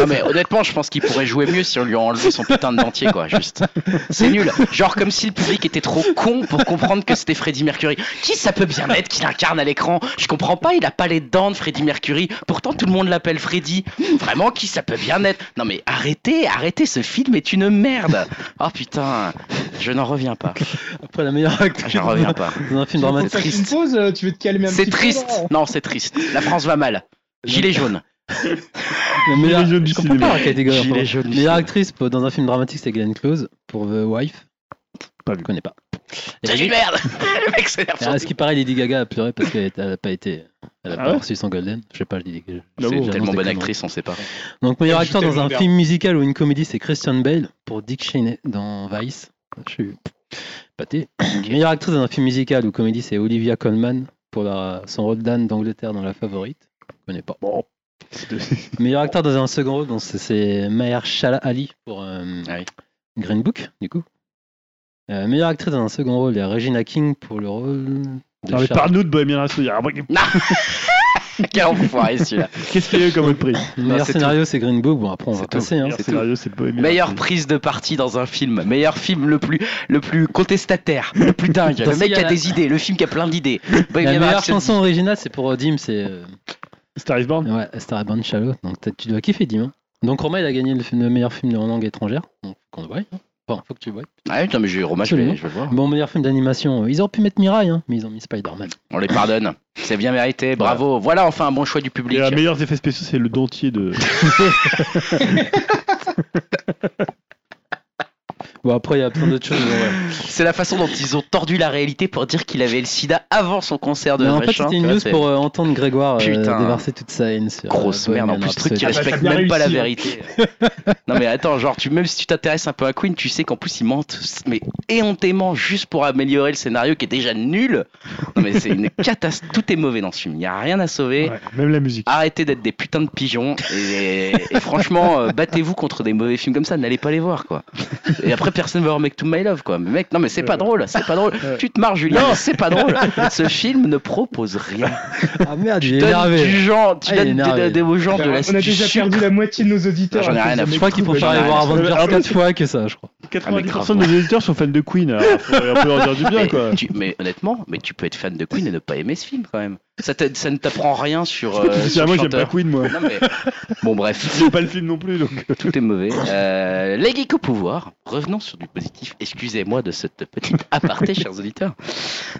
Speaker 1: Non, mais honnêtement, je pense qu'il pourrait jouer mieux si on lui enlevait son putain de dentier, quoi. Juste. C'est nul. Genre comme si le public était trop con pour comprendre que c'était Freddie Mercury. Qui ça peut bien être qu'il incarne à l'écran Je comprends pas, il a pas les dents de Freddie Mercury. Pourtant, tout le monde l'appelle Freddie. Vraiment, qui ça peut bien être Non, mais arrêtez, arrêtez, ce film est une merde. Oh putain, je n'en reviens pas.
Speaker 3: Après, la meilleure actrice
Speaker 1: Je n'en Ah, reviens pas.
Speaker 3: dans un film
Speaker 4: Faut
Speaker 3: dramatique.
Speaker 4: que tu fasses une pause, euh, tu veux te calmer un petit
Speaker 1: C'est
Speaker 4: peu,
Speaker 1: triste.
Speaker 4: là
Speaker 1: Non, c'est triste. La France va mal. Gilet jaune.
Speaker 3: La meilleure...
Speaker 2: Gilet jaune
Speaker 3: Je
Speaker 2: du
Speaker 3: comprends
Speaker 2: cinéma.
Speaker 3: pas la catégorie.
Speaker 1: Gilet
Speaker 3: pardon.
Speaker 1: jaune du
Speaker 3: meilleure
Speaker 1: cinéma.
Speaker 3: actrice pour- dans un film dramatique, c'est Glenn Close pour The Wife.
Speaker 2: Pas
Speaker 3: Je
Speaker 2: vu.
Speaker 3: connais pas. Et
Speaker 1: C'est une merde. Le mec s'énerve.
Speaker 3: Ah, à ce qui paraît, Lady Gaga a pleuré parce qu'elle n'a pas été. Elle a
Speaker 2: Ah
Speaker 3: pas
Speaker 2: ouais
Speaker 3: reçu son Golden. Je sais pas, Lady Gaga.
Speaker 2: Ah
Speaker 1: C'est
Speaker 2: bon
Speaker 1: une
Speaker 3: Oh, j'annonce
Speaker 1: tellement bonne
Speaker 3: des conneries.
Speaker 1: actrice, on sait pas.
Speaker 3: Donc, meilleur
Speaker 4: Ajouter
Speaker 3: acteur dans un
Speaker 4: l'univers.
Speaker 3: film musical ou une comédie, c'est Christian Bale pour Dick Cheney dans Vice. Je suis pâté. Meilleure actrice dans un film musical ou comédie, c'est Olivia Colman pour la- son rôle d'Anne d'Angleterre dans La Favorite. Je connais pas. Meilleur acteur dans un second rôle, donc c'est- c'est Mahershala Ali pour euh,
Speaker 1: Ah oui.
Speaker 3: Green Book, du coup. Euh, meilleure actrice dans un second rôle, il y a Regina King pour le rôle de
Speaker 2: Non, mais
Speaker 3: Charlotte.
Speaker 2: parle-nous de Bohemian Rhapsody. Ah, bah,
Speaker 1: Quel enfoiré celui-là.
Speaker 2: Qu'est-ce qu'il y a eu comme autre prix
Speaker 3: Le meilleur
Speaker 1: c'est
Speaker 3: scénario, c'est Green Book. Bon, après, on
Speaker 1: C'est
Speaker 3: va
Speaker 1: tout.
Speaker 3: passer. hein.
Speaker 2: Meilleur
Speaker 1: c'est
Speaker 2: scénario, c'est Bohemian
Speaker 1: Meilleure
Speaker 2: Rhapsody.
Speaker 1: prise de parti dans un film, meilleur film le plus, le plus contestataire, le plus dingue, le
Speaker 3: Parce
Speaker 1: mec
Speaker 3: qu'il y
Speaker 1: qui a
Speaker 3: a la-
Speaker 1: des idées, le film qui a plein d'idées. Bah,
Speaker 3: La
Speaker 1: Bohemian
Speaker 3: meilleure
Speaker 1: Rhapsody.
Speaker 3: chanson originale, c'est pour euh, Dim, c'est euh,
Speaker 2: Star is Born
Speaker 3: ouais, Star Band Shallow. Donc t'as- tu dois kiffer Dim. hein. Donc Romain, il a gagné le, film- le meilleur film en langue étrangère. Donc faut qu'on le voie. hein. Enfin, faut que tu le voies.
Speaker 1: Ah oui, non, mais j'ai Romain, je vais,
Speaker 3: Absolument.
Speaker 1: je vais le voir.
Speaker 3: Bon, meilleur film d'animation. Ils auraient pu mettre Mirai, hein, mais ils ont mis Spider-Man.
Speaker 1: On les pardonne. C'est bien mérité, bravo. Voilà enfin un bon choix du
Speaker 2: Et
Speaker 1: public.
Speaker 2: les meilleurs effets spéciaux, c'est le dentier de.
Speaker 3: Bon, après, il y a plein d'autres choses. ouais.
Speaker 1: C'est la façon dont ils ont tordu la réalité pour dire qu'il avait le sida avant son concert de
Speaker 3: Mais en fait,
Speaker 1: machin,
Speaker 3: c'était
Speaker 1: tu
Speaker 3: une
Speaker 1: vois,
Speaker 3: news
Speaker 1: c'est
Speaker 3: pour euh, entendre Grégoire euh,
Speaker 1: Putain.
Speaker 3: déverser toute sa haine sur. euh,
Speaker 1: Grosse merde, en
Speaker 3: Bohemian
Speaker 1: plus, truc qui
Speaker 3: Rhapsody.
Speaker 4: Ah bah, t'as
Speaker 1: respecte
Speaker 4: bien
Speaker 1: même pas la
Speaker 4: réussi, hein.
Speaker 1: vérité. non, mais attends, genre, tu, même si tu t'intéresses un peu à Queen, tu sais qu'en plus, ils mentent, mais éhontément, juste pour améliorer le scénario qui est déjà nul. Non, mais c'est une catastrophe. Tout est mauvais dans ce film, il n'y a rien à sauver.
Speaker 2: Ouais, même la musique.
Speaker 1: Arrêtez d'être des putains de pigeons et, et franchement, euh, battez-vous contre des mauvais films comme ça, n'allez pas les voir quoi. Et après, personne va voir Make to My Love quoi. Mais mec, non, mais c'est pas
Speaker 4: Euh,
Speaker 2: Ouais.
Speaker 1: drôle, c'est pas drôle.
Speaker 2: Ouais.
Speaker 1: Tu te marres, Julien, mais c'est pas drôle. Ce film ne propose rien.
Speaker 3: Ah merde, j'ai
Speaker 1: Tu donnes
Speaker 3: énervé.
Speaker 1: du genre, tu
Speaker 3: Ah, il est
Speaker 1: donnes des-
Speaker 3: énervé.
Speaker 1: des- aux gens de
Speaker 4: on
Speaker 1: la
Speaker 4: a déjà
Speaker 1: du
Speaker 4: perdu
Speaker 1: sucre.
Speaker 4: la moitié de nos auditeurs. hein,
Speaker 1: J'en ai rien à
Speaker 3: Je
Speaker 1: foutre.
Speaker 3: crois qu'il faut
Speaker 1: J'en ai
Speaker 3: faire aller
Speaker 1: rien à
Speaker 3: voir
Speaker 1: foutre.
Speaker 3: Avengers
Speaker 2: Ah, mais
Speaker 3: 4 fois que ça, je crois.
Speaker 1: Ah, mais
Speaker 2: 90%
Speaker 1: grave,
Speaker 2: de nos auditeurs sont fans de Queen. alors, faudrait un peu leur dire du bien,
Speaker 1: Mais
Speaker 2: quoi.
Speaker 1: tu- mais honnêtement, mais tu peux être fan de Queen et ne pas aimer ce film quand même. Ça, t'a- ça ne t'apprend rien sur. euh,
Speaker 2: Tu dis,
Speaker 1: sur
Speaker 2: ah,
Speaker 1: le
Speaker 2: moi, j'aime pas
Speaker 1: chanteur.
Speaker 2: Queen, moi.
Speaker 1: Non, mais- Bon bref,
Speaker 2: J'aime pas le film non plus, donc. euh,
Speaker 1: tout est mauvais. Euh, les geeks au pouvoir. Revenons sur du positif. Excusez-moi de cette petite aparté, chers auditeurs.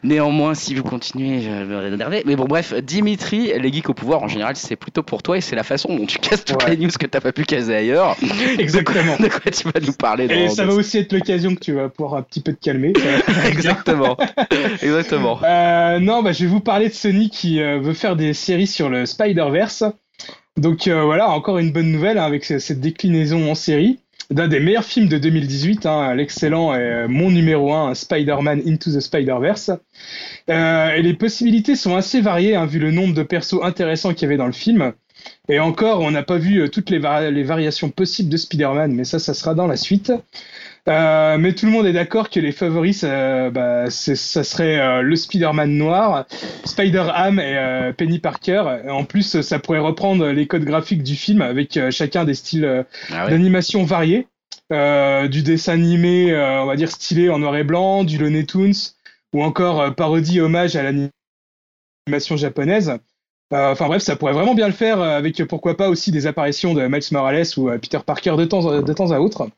Speaker 1: Néanmoins, si vous continuez, je vais énerver. Mais bon bref, Dimitri, les geeks au pouvoir en général, c'est plutôt pour toi et c'est la façon dont tu casses toutes les
Speaker 4: Ouais.
Speaker 1: news que t'as pas pu caser ailleurs.
Speaker 4: Exactement.
Speaker 1: De quoi tu vas nous parler
Speaker 4: Et
Speaker 1: dans-
Speaker 4: ça va aussi être l'occasion que tu vas pouvoir un petit peu te calmer. ça va faire du bien.
Speaker 1: Exactement. Exactement.
Speaker 4: Euh, non, bah, je vais vous parler de Sony qui euh, veut faire des séries sur le Spider-Verse. Donc euh, voilà, encore une bonne nouvelle hein, avec ce- cette déclinaison en série d'un des meilleurs films de 2018, hein, l'excellent et euh, mon numéro 1, Spider-Man Into the Spider-Verse. Euh, et les possibilités sont assez variées hein, vu le nombre de persos intéressants qu'il y avait dans le film. Et encore, on n'a pas vu euh, toutes les, vari- les variations possibles de Spider-Man, mais ça, ça sera dans la suite. Euh, mais tout le monde est d'accord que les favoris, euh, bah, c'est- ça serait euh, le Spider-Man noir, Spider-Ham et euh, Penny Parker. Et en plus, euh, ça pourrait reprendre les codes graphiques du film avec euh, chacun des styles euh,
Speaker 1: Ah ouais.
Speaker 4: d'animation variés, euh, du dessin animé, euh, on va dire stylé en noir et blanc, du Looney Tunes, ou encore euh, parodie et hommage à l'animation japonaise. Euh, Enfin bref, ça pourrait vraiment bien le faire euh, avec euh, pourquoi pas aussi des apparitions de Miles Morales ou euh, Peter Parker de temps, de temps à autre.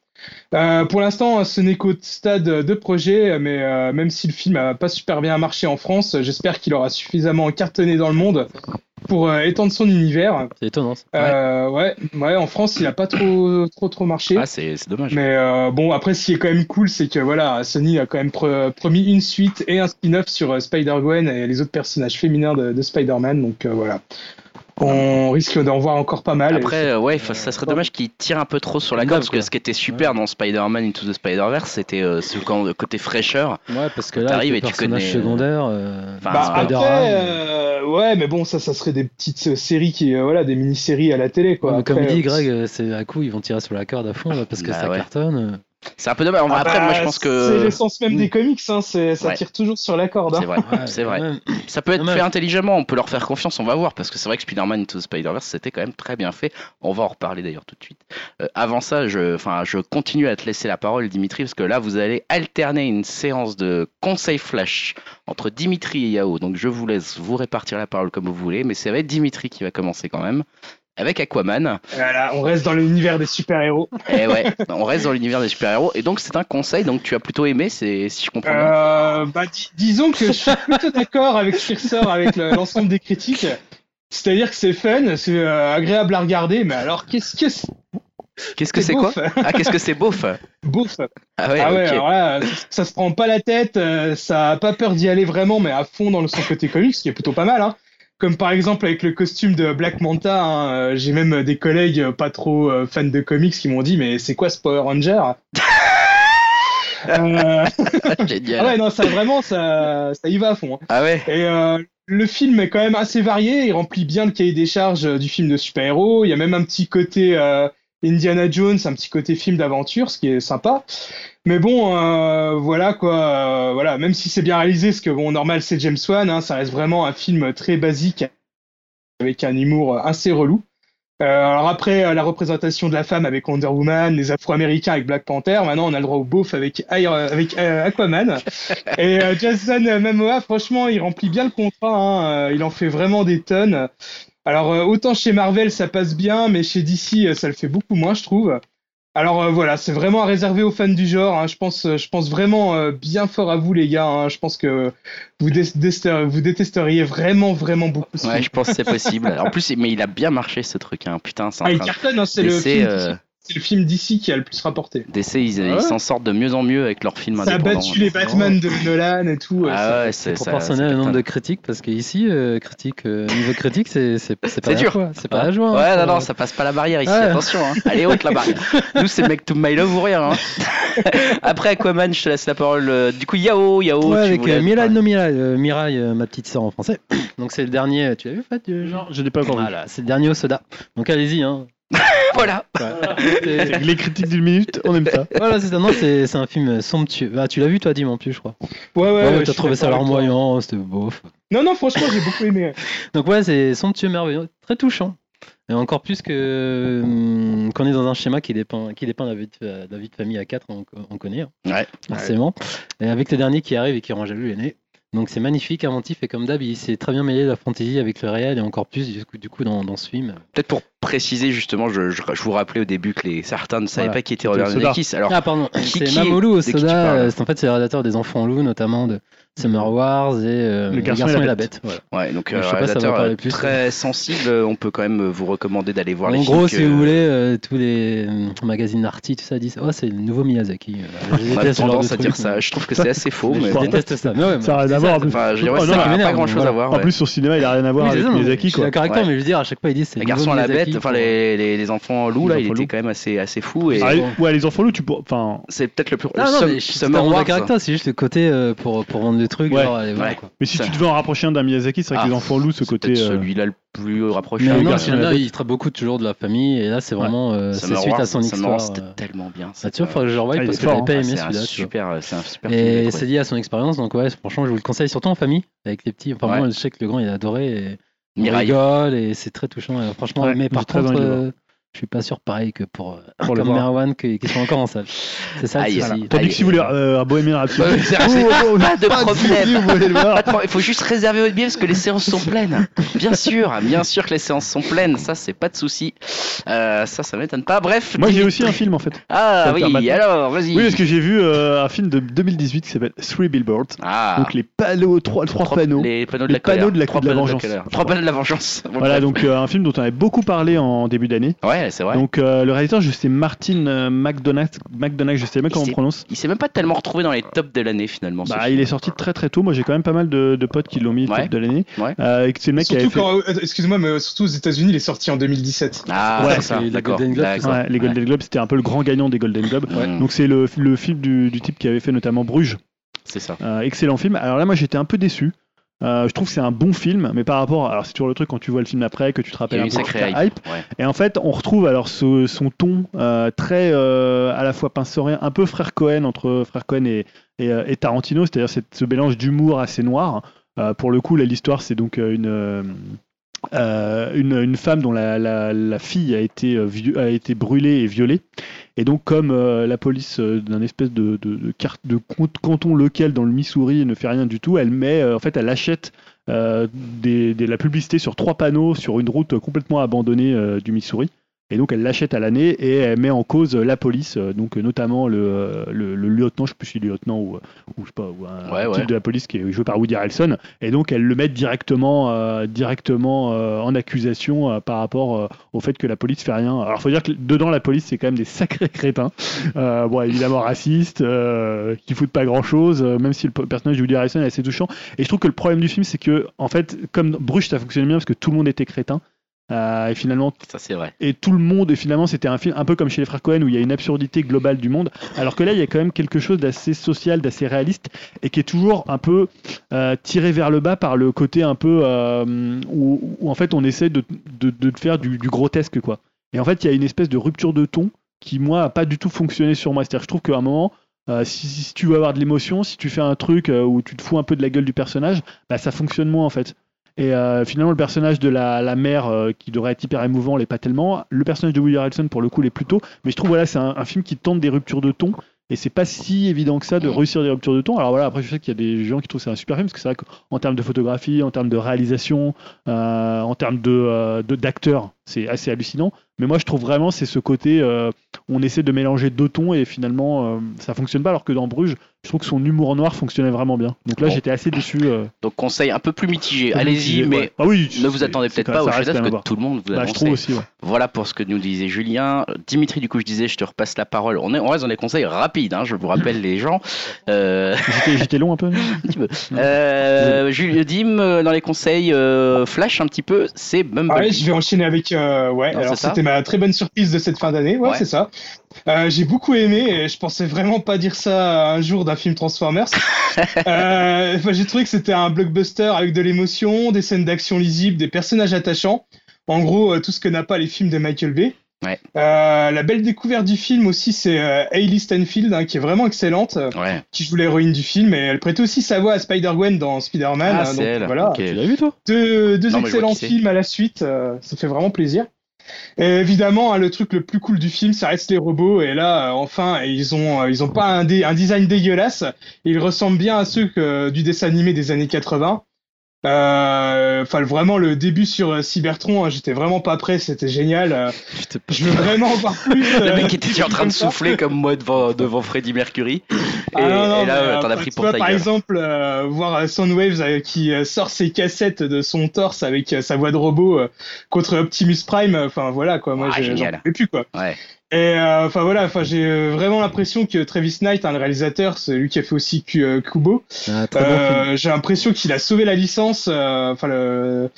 Speaker 4: Euh, pour l'instant, ce n'est qu'au stade de projet, mais euh, même si le film n'a pas super bien marché en France, j'espère qu'il aura suffisamment cartonné dans le monde pour euh, étendre son univers.
Speaker 3: C'est étonnant. ça. Ouais.
Speaker 4: Euh, ouais. ouais, en France, il a pas trop, trop, trop marché.
Speaker 1: Ah, c'est c'est dommage.
Speaker 4: Mais euh, bon, après, ce qui est quand même cool, c'est que voilà, Sony a quand même pre- promis une suite et un spin-off sur euh, Spider-Gwen et les autres personnages féminins de, de Spider-Man. Donc euh, voilà, on risque d'en voir encore pas mal.
Speaker 1: Après, euh, ouais, fa-
Speaker 4: euh,
Speaker 1: ça serait
Speaker 4: bon.
Speaker 1: dommage qu'il tire un peu trop sur la
Speaker 3: Une
Speaker 1: corde
Speaker 3: dame,
Speaker 1: parce que
Speaker 3: quoi.
Speaker 1: ce qui était super dans Spider-Man Into the Spider-Verse, c'était euh, ce quand- le côté fraîcheur.
Speaker 3: Ouais, parce que là,
Speaker 1: T'arrives
Speaker 3: avec
Speaker 1: et
Speaker 3: les
Speaker 1: tu
Speaker 3: personnages
Speaker 1: connais-
Speaker 3: secondaires, euh,
Speaker 1: Enfin,
Speaker 4: Bah,
Speaker 1: Spider-Man,
Speaker 4: après,
Speaker 3: Spider-Man,
Speaker 4: euh, ouais, mais bon, ça, ça serait des petites euh, séries qui, euh, voilà, des mini-séries à la télé, quoi.
Speaker 3: Comme, comme
Speaker 4: Après,
Speaker 3: dit
Speaker 4: euh,
Speaker 3: Greg, euh, c'est à coup ils vont tirer sur la corde à fond là, parce que
Speaker 1: Bah
Speaker 3: ça
Speaker 1: ouais.
Speaker 3: cartonne.
Speaker 1: C'est un peu dommage. En vrai,
Speaker 4: ah
Speaker 1: Après,
Speaker 4: bah,
Speaker 1: moi, je pense
Speaker 4: C'est
Speaker 1: que Mm.
Speaker 4: l'essence même des comics, hein, c'est- ça
Speaker 1: Ouais.
Speaker 4: tire toujours sur la corde. hein.
Speaker 1: c'est vrai.
Speaker 3: Ouais,
Speaker 1: c'est
Speaker 3: quand
Speaker 1: vrai.
Speaker 3: même.
Speaker 1: Ça peut être
Speaker 3: Dommage.
Speaker 1: fait intelligemment. On peut leur faire confiance. On va voir parce que c'est vrai que Spider-Man Into the Spider-Verse, c'était quand même très bien fait. On va en reparler d'ailleurs tout de suite. Euh, avant ça, je, enfin, je continue à te laisser la parole, Dimitri, parce que là, vous allez alterner une séance de conseils flash entre Dimitri et Yao. Donc, je vous laisse vous répartir la parole comme vous voulez, mais ça va être Dimitri qui va commencer quand même avec Aquaman.
Speaker 4: Voilà, on reste dans l'univers des super-héros.
Speaker 1: Eh ouais, on reste dans l'univers des super-héros. Et donc, c'est un conseil, donc tu as plutôt aimé, c'est si je comprends bien.
Speaker 4: Euh, bah, dis- disons que je suis plutôt d'accord avec ce qui ressort avec le- l'ensemble des critiques. C'est-à-dire que c'est fun, c'est euh, agréable à regarder, mais alors qu'est-ce que c'est
Speaker 1: Qu'est-ce que c'est quoi
Speaker 4: beauf
Speaker 1: Ah, qu'est-ce que c'est beauf
Speaker 4: Beauf.
Speaker 1: Ah ouais,
Speaker 4: ah ouais,
Speaker 1: ok.
Speaker 4: alors là, ça se prend pas la tête, euh, ça a pas peur d'y aller vraiment, mais à fond dans le son côté comics, ce qui est plutôt pas mal. Hein. Comme par exemple avec le costume de Black Manta, hein, euh, j'ai même des collègues euh, pas trop euh, fans de comics qui m'ont dit mais c'est quoi ce Power Ranger Euh, ah
Speaker 1: Génial.
Speaker 4: ouais non ça vraiment ça, ça y va à fond. hein.
Speaker 1: Ah ouais
Speaker 4: Et euh, le film est quand même assez varié, il remplit bien le cahier des charges euh, du film de super-héros, il y a même un petit côté euh, Indiana Jones, un petit côté film d'aventure, ce qui est sympa. Mais bon, euh, voilà quoi, euh, voilà, même si c'est bien réalisé, parce que bon, normal c'est James Wan, hein, ça reste vraiment un film très basique avec un humour assez relou. Euh, alors après euh, la représentation de la femme avec Wonder Woman, les Afro-Américains avec Black Panther, maintenant on a le droit au beauf avec, Air- euh, avec euh, Aquaman. Et euh, Jason Momoa, franchement, il remplit bien le contrat, hein, euh, il en fait vraiment des tonnes. Alors euh, autant chez Marvel ça passe bien, mais chez DC euh, ça le fait beaucoup moins, je trouve. Alors euh, voilà, c'est vraiment à réserver aux fans du genre. hein. Je pense, euh, je pense vraiment euh, bien fort à vous les gars. hein. Je pense que vous, dé- détester- vous détesteriez vraiment, vraiment beaucoup. ce
Speaker 1: Ouais,
Speaker 4: film.
Speaker 1: je pense que c'est possible. En plus, mais il a bien marché ce truc. Hein. Putain, c'est en
Speaker 4: Ah, il
Speaker 1: train de-
Speaker 4: cartonne, hein, c'est le
Speaker 1: DC,
Speaker 4: film
Speaker 1: euh,
Speaker 4: c'est le film d'ici qui a le plus rapporté.
Speaker 1: DC, ils
Speaker 4: Ah
Speaker 1: ils
Speaker 4: ouais.
Speaker 1: s'en sortent de mieux en mieux avec leurs films
Speaker 4: Ça a
Speaker 1: indépendants.
Speaker 4: battu les Batman de Nolan et tout. euh,
Speaker 1: Ah ouais, c'est
Speaker 3: proportionnel au
Speaker 1: ça- ça
Speaker 3: nombre de
Speaker 1: cartonne.
Speaker 3: critiques parce que ici euh, critique euh, niveau critique c'est c'est c'est pas
Speaker 1: C'est
Speaker 3: la
Speaker 1: dur.
Speaker 3: joie, c'est pas la joie.
Speaker 1: Ouais,
Speaker 3: hein,
Speaker 1: non,
Speaker 3: faut-
Speaker 1: non, ça passe pas la barrière ici,
Speaker 3: Ouais.
Speaker 1: attention. Hein. Allez, haute la barrière. Nous, c'est mec to my love ou rien. hein. Après Aquaman, je te laisse la parole. euh, Du coup, Yao, Yao.
Speaker 3: Ouais,
Speaker 1: tu
Speaker 3: avec
Speaker 1: voulais-
Speaker 3: euh, Mirai no Mirai, euh, Mirai, euh, ma petite sœur en français. Donc c'est le dernier, tu l'as vu Fat euh,
Speaker 2: Non, je n'ai pas encore
Speaker 1: ah,
Speaker 2: vu.
Speaker 3: Voilà, c'est le dernier au soda. Donc allez-y hein.
Speaker 1: Voilà.
Speaker 3: C'est-
Speaker 2: Les critiques d'une minute, on aime ça.
Speaker 3: voilà, c'est ça. Non, c'est c'est un film somptueux. Bah, tu l'as vu toi, Dim en plus, je crois.
Speaker 4: Ouais, ouais,
Speaker 3: Ouais,
Speaker 4: ouais, je
Speaker 3: t'as
Speaker 4: suis
Speaker 3: trouvé ça
Speaker 4: d'accord avec toi.
Speaker 3: larmoyant, c'était beauf.
Speaker 4: Non, non, franchement, j'ai beaucoup aimé.
Speaker 3: Donc voilà, c'est somptueux, merveilleux, très touchant. Et encore plus que hum, qu'on est dans un schéma qui dépeint, qui dépeint la, vie de, la vie de famille à 4, on, on connaît, hein,
Speaker 1: Ouais.
Speaker 3: forcément. Et avec le dernier qui arrive et qui rend jaloux l'aîné. Donc c'est magnifique, inventif et comme d'hab, il s'est très bien mêlé la fantaisie avec le réel et encore plus du coup, du coup dans, dans ce film.
Speaker 1: Peut-être pour préciser, justement, je, je- je vous rappelais au début que les certains ne savaient
Speaker 3: Voilà.
Speaker 1: pas qui était
Speaker 2: C'était
Speaker 1: Robert
Speaker 2: le soda.
Speaker 1: Zemeckis. Alors,
Speaker 3: ah pardon,
Speaker 1: qui-
Speaker 3: c'est
Speaker 1: qui-
Speaker 3: Mamoulou
Speaker 1: de qui tu
Speaker 3: Osoda,
Speaker 1: parles
Speaker 3: euh, c'est en fait c'est le réalisateur des Enfants Loups, notamment de Summer Wars et euh,
Speaker 2: Le Garçon et la
Speaker 3: Bête. voilà.
Speaker 1: ouais, donc,
Speaker 3: Ah. je
Speaker 1: euh,
Speaker 3: sais pas, ça va
Speaker 1: réalisateur
Speaker 3: parler
Speaker 1: euh,
Speaker 3: plus.
Speaker 1: très sensible. euh, On peut quand même vous recommander d'aller voir
Speaker 3: en
Speaker 1: les films.
Speaker 3: gros, si
Speaker 1: que-
Speaker 3: vous voulez, euh, tous les euh, magazines arty, tout ça, disent Oh, c'est le nouveau Miyazaki. Voilà, je
Speaker 1: On a
Speaker 3: déteste ce genre
Speaker 1: tendance
Speaker 3: de
Speaker 1: à dire
Speaker 3: truc,
Speaker 1: ça.
Speaker 3: mais-
Speaker 1: Je trouve que c'est assez faux.
Speaker 3: mais
Speaker 1: mais
Speaker 3: je
Speaker 1: bon.
Speaker 3: déteste ça. Mais ouais, mais
Speaker 2: Ça a rien
Speaker 3: c'est
Speaker 2: à voir. en plus.
Speaker 1: Enfin, je dirais,
Speaker 2: Oh,
Speaker 1: ça
Speaker 2: non,
Speaker 1: n'a
Speaker 3: mais
Speaker 1: pas
Speaker 3: merde,
Speaker 1: grand chose
Speaker 3: voilà.
Speaker 1: à voir.
Speaker 2: En
Speaker 1: ouais.
Speaker 2: plus, sur le cinéma, il a rien à voir
Speaker 3: Oui, c'est
Speaker 2: avec
Speaker 3: ça, non, mais
Speaker 2: Miyazaki,
Speaker 3: Je suis
Speaker 2: quoi.
Speaker 3: d'accord avec toi,
Speaker 1: Ouais.
Speaker 3: mais je veux dire, à chaque fois, ils disent C'est
Speaker 1: Les
Speaker 3: le nouveau
Speaker 1: garçons à la
Speaker 3: Miyazaki,
Speaker 1: bête, enfin
Speaker 3: quoi.
Speaker 1: les, les, les enfants loups,
Speaker 2: Les
Speaker 1: là, il
Speaker 2: enfants
Speaker 1: était
Speaker 2: loups.
Speaker 1: quand même assez, assez fou. Et
Speaker 2: Ah, les- ouais, les enfants loups, tu pour... enfin,
Speaker 1: c'est peut-être le plus.
Speaker 3: Non,
Speaker 1: Sum-
Speaker 3: non, mais je suis
Speaker 1: Summer
Speaker 3: totalement
Speaker 1: Wars.
Speaker 3: d'accord avec toi, c'est juste le côté euh, pour, pour vendre le truc.
Speaker 2: Ouais.
Speaker 3: genre, allez, voilà,
Speaker 1: Ouais.
Speaker 3: quoi.
Speaker 2: mais si
Speaker 1: Ça-
Speaker 2: tu devais en rapprocher un d'un Miyazaki, c'est vrai
Speaker 1: Ah,
Speaker 2: que les enfants loups, ce
Speaker 1: C'est
Speaker 2: côté.
Speaker 1: peut-être
Speaker 2: euh,
Speaker 1: celui-là le plus rapproché.
Speaker 3: Mais
Speaker 2: le
Speaker 3: non,
Speaker 2: garçon
Speaker 3: celui
Speaker 2: à la
Speaker 3: là, il traite beaucoup toujours de la famille, et là, c'est vraiment. euh, C'est
Speaker 1: Summer
Speaker 3: suite à
Speaker 1: Wars,
Speaker 3: son
Speaker 1: Summer
Speaker 3: histoire.
Speaker 1: Wars,
Speaker 3: euh.
Speaker 1: c'était tellement bien.
Speaker 3: Bah,
Speaker 1: ça.
Speaker 3: tu vois, il faudrait que je le revoie
Speaker 2: Ah, il
Speaker 3: parce
Speaker 2: est
Speaker 3: que j'avais
Speaker 2: fort,
Speaker 3: pas
Speaker 1: Ah,
Speaker 3: aimé
Speaker 1: c'est un
Speaker 3: celui-là. tu vois.
Speaker 1: super, euh, c'est un super. film, j'ai
Speaker 3: Et
Speaker 1: trouvé.
Speaker 3: c'est lié à son expérience, donc ouais, franchement, je vous le conseille surtout en famille, avec les petits. Enfin,
Speaker 1: Ouais.
Speaker 3: moi, je sais que le grand, il a adoré. et- on
Speaker 1: Mirai.
Speaker 3: rigole et c'est très touchant. euh, franchement,
Speaker 2: Ouais,
Speaker 3: mais
Speaker 2: j'ai
Speaker 3: par
Speaker 2: très
Speaker 3: contre,
Speaker 2: envie de le voir.
Speaker 3: euh, je suis pas sûr pareil que pour, euh,
Speaker 2: Pour le
Speaker 3: comme
Speaker 2: voir.
Speaker 3: Merwan qui, qui sont encore en salle. C'est ça
Speaker 1: Aïe,
Speaker 3: le
Speaker 1: voilà.
Speaker 3: souci.
Speaker 2: Tandis que si vous voulez euh, un Bohemian Rhapsody,
Speaker 1: Bah, c'est- c'est-
Speaker 2: oh, oh,
Speaker 1: pas de
Speaker 2: pas
Speaker 1: problème.
Speaker 2: souci, vous voulez le voir.
Speaker 1: Attends, il faut juste réserver votre billet parce que les séances sont pleines. Bien sûr, bien sûr que les séances sont pleines. Ça, c'est pas de souci. Euh, ça, ça m'étonne pas. Bref.
Speaker 2: Moi, j'ai
Speaker 1: Dimitri-
Speaker 2: aussi un film en fait.
Speaker 1: Ah
Speaker 2: Ça va
Speaker 1: oui,
Speaker 2: faire
Speaker 1: alors, vas-y.
Speaker 2: Oui, parce que j'ai vu euh, un film de 2018 qui s'appelle Three Billboards.
Speaker 1: Ah.
Speaker 2: Donc les panneaux, trois, trois panneaux.
Speaker 1: Les panneaux de
Speaker 2: Les
Speaker 1: la colère.
Speaker 2: panneaux de la-
Speaker 1: Trois
Speaker 2: de la
Speaker 1: panneaux
Speaker 2: vengeance.
Speaker 1: colère. Trois panneaux de la vengeance.
Speaker 2: Voilà, donc euh, un film dont on avait beaucoup parlé en début d'année.
Speaker 1: Ouais, c'est vrai.
Speaker 2: Donc euh, le réalisateur, je sais Martin euh, McDonagh, McDonagh, je sais même comment on
Speaker 1: C'est-
Speaker 2: prononce.
Speaker 1: Il s'est même pas tellement retrouvé dans les tops de l'année finalement. ce
Speaker 2: Bah,
Speaker 1: film.
Speaker 2: il est sorti très très tôt. Moi, j'ai quand même pas mal de, de potes qui l'ont mis
Speaker 1: Ouais.
Speaker 2: top de l'année.
Speaker 1: Ouais.
Speaker 2: Euh, et que c'est le mec qui
Speaker 4: Surtout
Speaker 2: avait fait
Speaker 4: quand, euh, excuse-moi, mais surtout aux États-Unis, il est sorti en 2017.
Speaker 1: Ah,
Speaker 2: Ouais,
Speaker 1: c'est ça,
Speaker 3: les- les
Speaker 1: d'accord.
Speaker 3: Golden Globes,
Speaker 1: d'accord.
Speaker 2: Ouais, les Golden Globes. C'était un peu le grand gagnant des Golden Globes.
Speaker 1: Ouais. Mm,
Speaker 2: Donc c'est le, le film du, du type qui avait fait notamment Bruges.
Speaker 1: C'est ça.
Speaker 2: Euh, excellent film. Alors là, moi, j'étais un peu déçu. Euh, je trouve que c'est un bon film, mais par rapport. à- Alors, c'est toujours le truc quand tu vois le film après, que tu te
Speaker 1: Il y
Speaker 2: rappelles
Speaker 1: a eu
Speaker 2: un
Speaker 1: une
Speaker 2: peu toute
Speaker 1: sacrée
Speaker 2: la hype.
Speaker 1: hype. Ouais.
Speaker 2: Et en fait, on retrouve alors ce- son ton euh, très euh, à la fois pinceurien, un peu frère Cohen entre frère Cohen et, et, euh, et Tarantino, c'est-à-dire cette- ce mélange d'humour assez noir. Euh, pour le coup, là, l'histoire, c'est donc euh, une. euh, euh, une, une femme dont la, la- la fille a été, euh, vio- a été brûlée et violée. Et donc, comme euh, la police euh, d'un espèce de, de, de, quart- de con- canton local dans le Missouri ne fait rien du tout, elle met, euh, en fait, elle achète euh, des, des- la publicité sur trois panneaux sur une route complètement abandonnée euh, du Missouri. Et donc elle l'achète à l'année et elle met en cause euh, la police, euh, donc euh, notamment le, euh, le, le lieutenant, je sais plus si lieutenant ou, euh, ou je sais pas, ou un
Speaker 1: Ouais,
Speaker 2: type
Speaker 1: ouais.
Speaker 2: de la police qui est joué par Woody Harrelson. Et donc elle le met directement, euh, directement euh, en accusation euh, par rapport euh, au fait que la police fait rien. Alors faut dire que dedans la police c'est quand même des sacrés crétins, euh, bon évidemment racistes, euh, qui foutent pas grand chose, même si le po- personnage de Woody Harrelson est assez touchant. Et je trouve que le problème du film, c'est que, en fait, comme dans Bruges, ça fonctionnait bien parce que tout le monde était crétin. euh, et finalement,
Speaker 1: Ça, c'est vrai.
Speaker 2: et tout le monde, et finalement, c'était un film un peu comme chez les frères Cohen où il y a une absurdité globale du monde. Alors que là, il y a quand même quelque chose d'assez social, d'assez réaliste et qui est toujours un peu euh, tiré vers le bas par le côté un peu euh, où, où, en fait on essaie de, de, de faire du, du grotesque quoi. Et en fait, il y a une espèce de rupture de ton qui, moi, a pas du tout fonctionné sur moi. C'est-à-dire, je trouve qu'à un moment, euh, si, si- si tu veux avoir de l'émotion, si tu fais un truc euh, où tu te fous un peu de la gueule du personnage, bah, ça fonctionne moins en fait. Et euh, finalement, le personnage de la, la mère, euh, qui devrait être hyper émouvant, l'est pas tellement. Le personnage de Woody Harrelson, pour le coup, l'est plutôt. Mais je trouve, voilà, c'est un, un film qui tente des ruptures de ton. Et c'est pas si évident que ça de réussir des ruptures de ton. Alors voilà, après, je sais qu'il y a des gens qui trouvent que c'est un super film, parce que c'est vrai qu'en termes de photographie, en termes de réalisation, euh, en termes de, euh, de- d'acteurs, c'est assez hallucinant. Mais moi, je trouve vraiment, c'est ce côté, euh, on essaie de mélanger deux tons et finalement, euh, ça fonctionne pas. Alors que dans Bruges, je trouve que son humour noir fonctionnait vraiment bien. Donc là,
Speaker 1: Bon.
Speaker 2: j'étais assez déçu. euh,
Speaker 1: Donc conseil un peu plus mitigé.
Speaker 2: comme
Speaker 1: Allez-y,
Speaker 2: tu disais,
Speaker 1: mais
Speaker 2: ouais. Ah oui,
Speaker 1: ne
Speaker 2: c'est-
Speaker 1: vous attendez
Speaker 2: c'est
Speaker 1: peut-être
Speaker 2: quand-
Speaker 1: pas au
Speaker 2: ça reste
Speaker 1: chef-d'œuvre
Speaker 2: quand même
Speaker 1: que
Speaker 2: à voir.
Speaker 1: tout le monde vous a
Speaker 2: Bah, je
Speaker 1: annoncé.
Speaker 2: trouve aussi. ouais.
Speaker 1: Voilà pour ce que nous disait Julien. Dimitri, du coup, je disais, je te repasse la parole. On est, on reste dans les conseils rapides, hein, je vous rappelle les gens. Euh,
Speaker 2: J'étais- J'étais long un peu.
Speaker 1: un petit peu. Euh, Julien Dim, euh, dans les conseils euh, flash un petit peu, c'est Bumblebee.
Speaker 4: Ah Ouais, je vais enchaîner avec. euh, ouais,
Speaker 1: Bah, Non,
Speaker 4: alors
Speaker 1: c'est ça
Speaker 4: c'était ma très bonne surprise de cette fin d'année. Ouais,
Speaker 1: Ouais.
Speaker 4: c'est ça. Euh, j'ai beaucoup aimé et je pensais vraiment pas dire ça un jour d'un film Transformers. euh, enfin, j'ai trouvé que c'était un blockbuster avec de l'émotion, des scènes d'action lisibles, des personnages attachants. En gros, euh, tout ce que n'a pas les films de Michael Bay.
Speaker 1: Ouais.
Speaker 4: Euh, la belle découverte du film aussi, c'est euh, Hailey Stenfield, hein, qui est vraiment excellente, euh,
Speaker 1: Ouais.
Speaker 4: qui joue l'héroïne du film, et elle prête aussi sa voix à Spider-Gwen dans Spider-Man.
Speaker 1: Ah,
Speaker 4: hein,
Speaker 1: c'est
Speaker 4: donc,
Speaker 1: elle.
Speaker 4: Voilà.
Speaker 1: Ok.
Speaker 2: Tu l'as vu, toi
Speaker 4: Deux, deux
Speaker 1: Non, mais je vois
Speaker 4: excellents
Speaker 1: qui c'est.
Speaker 4: films à la suite, euh, ça fait vraiment plaisir. Et évidemment, hein, le truc le plus cool du film, ça reste les robots. Et là, euh, enfin, ils ont, euh, ils ont pas un, dé- un design dégueulasse. Ils ressemblent bien à ceux que- du dessin animé des années 80. Euh, Enfin, vraiment, le début sur euh, Cybertron, hein, j'étais vraiment pas prêt. C'était génial. euh, je veux vraiment en voir plus.
Speaker 1: Le
Speaker 4: euh,
Speaker 1: mec était déjà en train de
Speaker 4: comme ça.
Speaker 1: souffler comme moi devant, devant Freddie Mercury. Et,
Speaker 4: Ah non, non,
Speaker 1: et là,
Speaker 4: mais,
Speaker 1: euh, t'en as
Speaker 4: tu
Speaker 1: pris pour
Speaker 4: vois,
Speaker 1: ta
Speaker 4: Par
Speaker 1: gueule.
Speaker 4: exemple, euh, voir euh, Soundwaves euh, qui euh, sort ses cassettes de son torse avec euh, sa voix de robot euh, contre Optimus Prime, euh, enfin voilà quoi, moi
Speaker 1: Ah,
Speaker 4: j'ai- j'en
Speaker 1: génial.
Speaker 4: pouvais plus quoi.
Speaker 1: Ouais.
Speaker 4: Et euh, enfin voilà, enfin j'ai euh, vraiment l'impression que Travis Knight, hein, le réalisateur, celui qui a fait aussi Q- euh, Kubo,
Speaker 3: Ah, très bon
Speaker 4: euh,
Speaker 3: film.
Speaker 4: j'ai l'impression qu'il a sauvé la licence. euh, Enfin le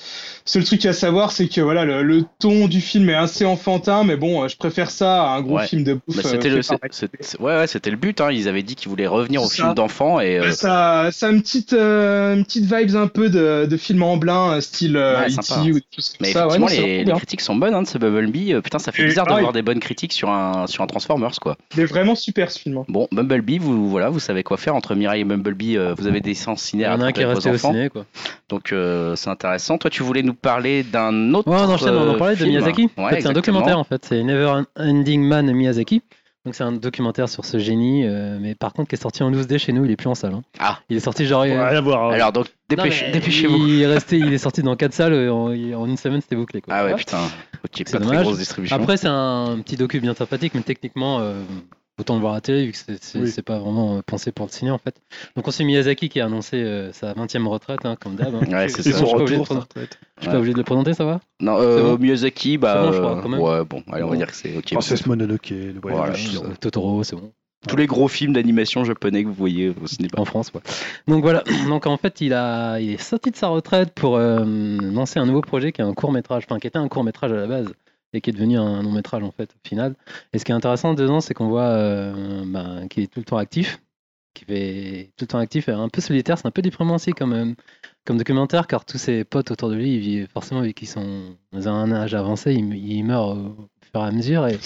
Speaker 4: seul truc à savoir, c'est que voilà le, le ton du film est assez enfantin, mais bon, euh, je préfère ça à un gros
Speaker 1: Ouais.
Speaker 4: film de bouffe.
Speaker 1: Bah,
Speaker 4: euh,
Speaker 1: c'était
Speaker 4: fait
Speaker 1: le,
Speaker 4: par
Speaker 1: c'est- c'est- ouais, ouais, c'était le but. Hein. Ils avaient dit qu'ils voulaient revenir au
Speaker 4: C'est
Speaker 1: film
Speaker 4: ça.
Speaker 1: d'enfant et euh,
Speaker 4: Ça, ça a une petite, euh, une petite vibes un peu de, de film en blanc, euh, style euh,
Speaker 1: Ouais,
Speaker 4: E.T.
Speaker 1: sympa.
Speaker 4: ou tout ça.
Speaker 1: Mais
Speaker 4: ça, ouais,
Speaker 1: effectivement,
Speaker 4: non, c'est
Speaker 1: les,
Speaker 4: vraiment
Speaker 1: les
Speaker 4: bien.
Speaker 1: critiques sont bonnes hein, de ce Bumblebee. Euh, putain, ça fait
Speaker 4: Et
Speaker 1: bizarre de
Speaker 4: pareil.
Speaker 1: voir des bonnes critiques sur un, sur un Transformers, quoi.
Speaker 4: Il est vraiment super ce film. hein.
Speaker 1: Bon, Bumblebee, vous, voilà, vous savez quoi faire. Entre Mirai et Bumblebee, euh, vous avez des séances
Speaker 3: Il y
Speaker 1: ciné à
Speaker 3: en a un qui est
Speaker 1: raconter avec vos
Speaker 3: resté au
Speaker 1: enfants.
Speaker 3: ciné, quoi.
Speaker 1: donc, euh, c'est intéressant. Toi, tu voulais nous parler d'un autre. euh,
Speaker 3: Ouais, on enchaîne, on en parlait de
Speaker 1: film.
Speaker 3: Miyazaki.
Speaker 1: Ouais,
Speaker 3: En fait, c'est un
Speaker 1: exactement.
Speaker 3: documentaire en fait, c'est Never Ending Man Miyazaki. Donc c'est un documentaire sur ce génie, euh, mais par contre qui est sorti en 12D chez nous, il est plus en salle. hein.
Speaker 1: Ah.
Speaker 3: Il est sorti genre. euh,
Speaker 2: Rien à voir. ouais.
Speaker 1: Alors, donc, dépêche-
Speaker 3: non, mais
Speaker 1: dépêchez-vous.
Speaker 3: Il est resté, il est sorti dans quatre salles euh, en, en une semaine, c'était bouclé. Quoi.
Speaker 1: Ah ouais, putain. Ok, pas très
Speaker 3: dommage.
Speaker 1: grosse distribution.
Speaker 3: Après c'est un petit docu bien sympathique, mais techniquement euh, autant le voir à la télé vu que c'est c'est-
Speaker 2: Oui.
Speaker 3: c'est pas vraiment euh, pensé pour le ciné en fait. Donc on sait Miyazaki qui a annoncé euh, sa 20e retraite hein, comme d'hab. hein.
Speaker 1: Ouais, c'est
Speaker 2: Et
Speaker 1: ça.
Speaker 2: son
Speaker 3: Je suis pas obligé de
Speaker 2: retour,
Speaker 3: prendre-
Speaker 2: sa retraite.
Speaker 3: Je suis
Speaker 1: Ouais.
Speaker 3: pas obligé de le présenter, ça va
Speaker 1: Non, euh,
Speaker 3: C'est bon
Speaker 1: Miyazaki, bah.
Speaker 3: C'est bon, je crois,
Speaker 1: euh,
Speaker 3: quand même.
Speaker 1: Ouais, bon, allez, on va
Speaker 3: Bon.
Speaker 1: dire que c'est ok.
Speaker 2: Princesse Mononoke, le voyage.
Speaker 1: Voilà,
Speaker 3: Euh,
Speaker 1: je suis-
Speaker 3: Totoro, c'est bon. Bah,
Speaker 1: Tous les gros films d'animation japonais que vous voyez au cinéma.
Speaker 3: en France. ouais. Donc voilà, donc en fait, il, a, il est sorti de sa retraite pour euh, lancer un nouveau projet qui est un court métrage, enfin qui était un court métrage à la base et qui est devenu un long métrage en fait au final. Et ce qui est intéressant dedans, c'est qu'on voit euh, ben, qu'il est tout le temps actif, qu'il est tout le temps actif et un peu solitaire. C'est un peu déprimant aussi comme, euh, comme documentaire car tous ses potes autour de lui, ils vivent- forcément, vu qu'ils sont à un âge avancé, ils, me- ils meurent au fur et à mesure. Et,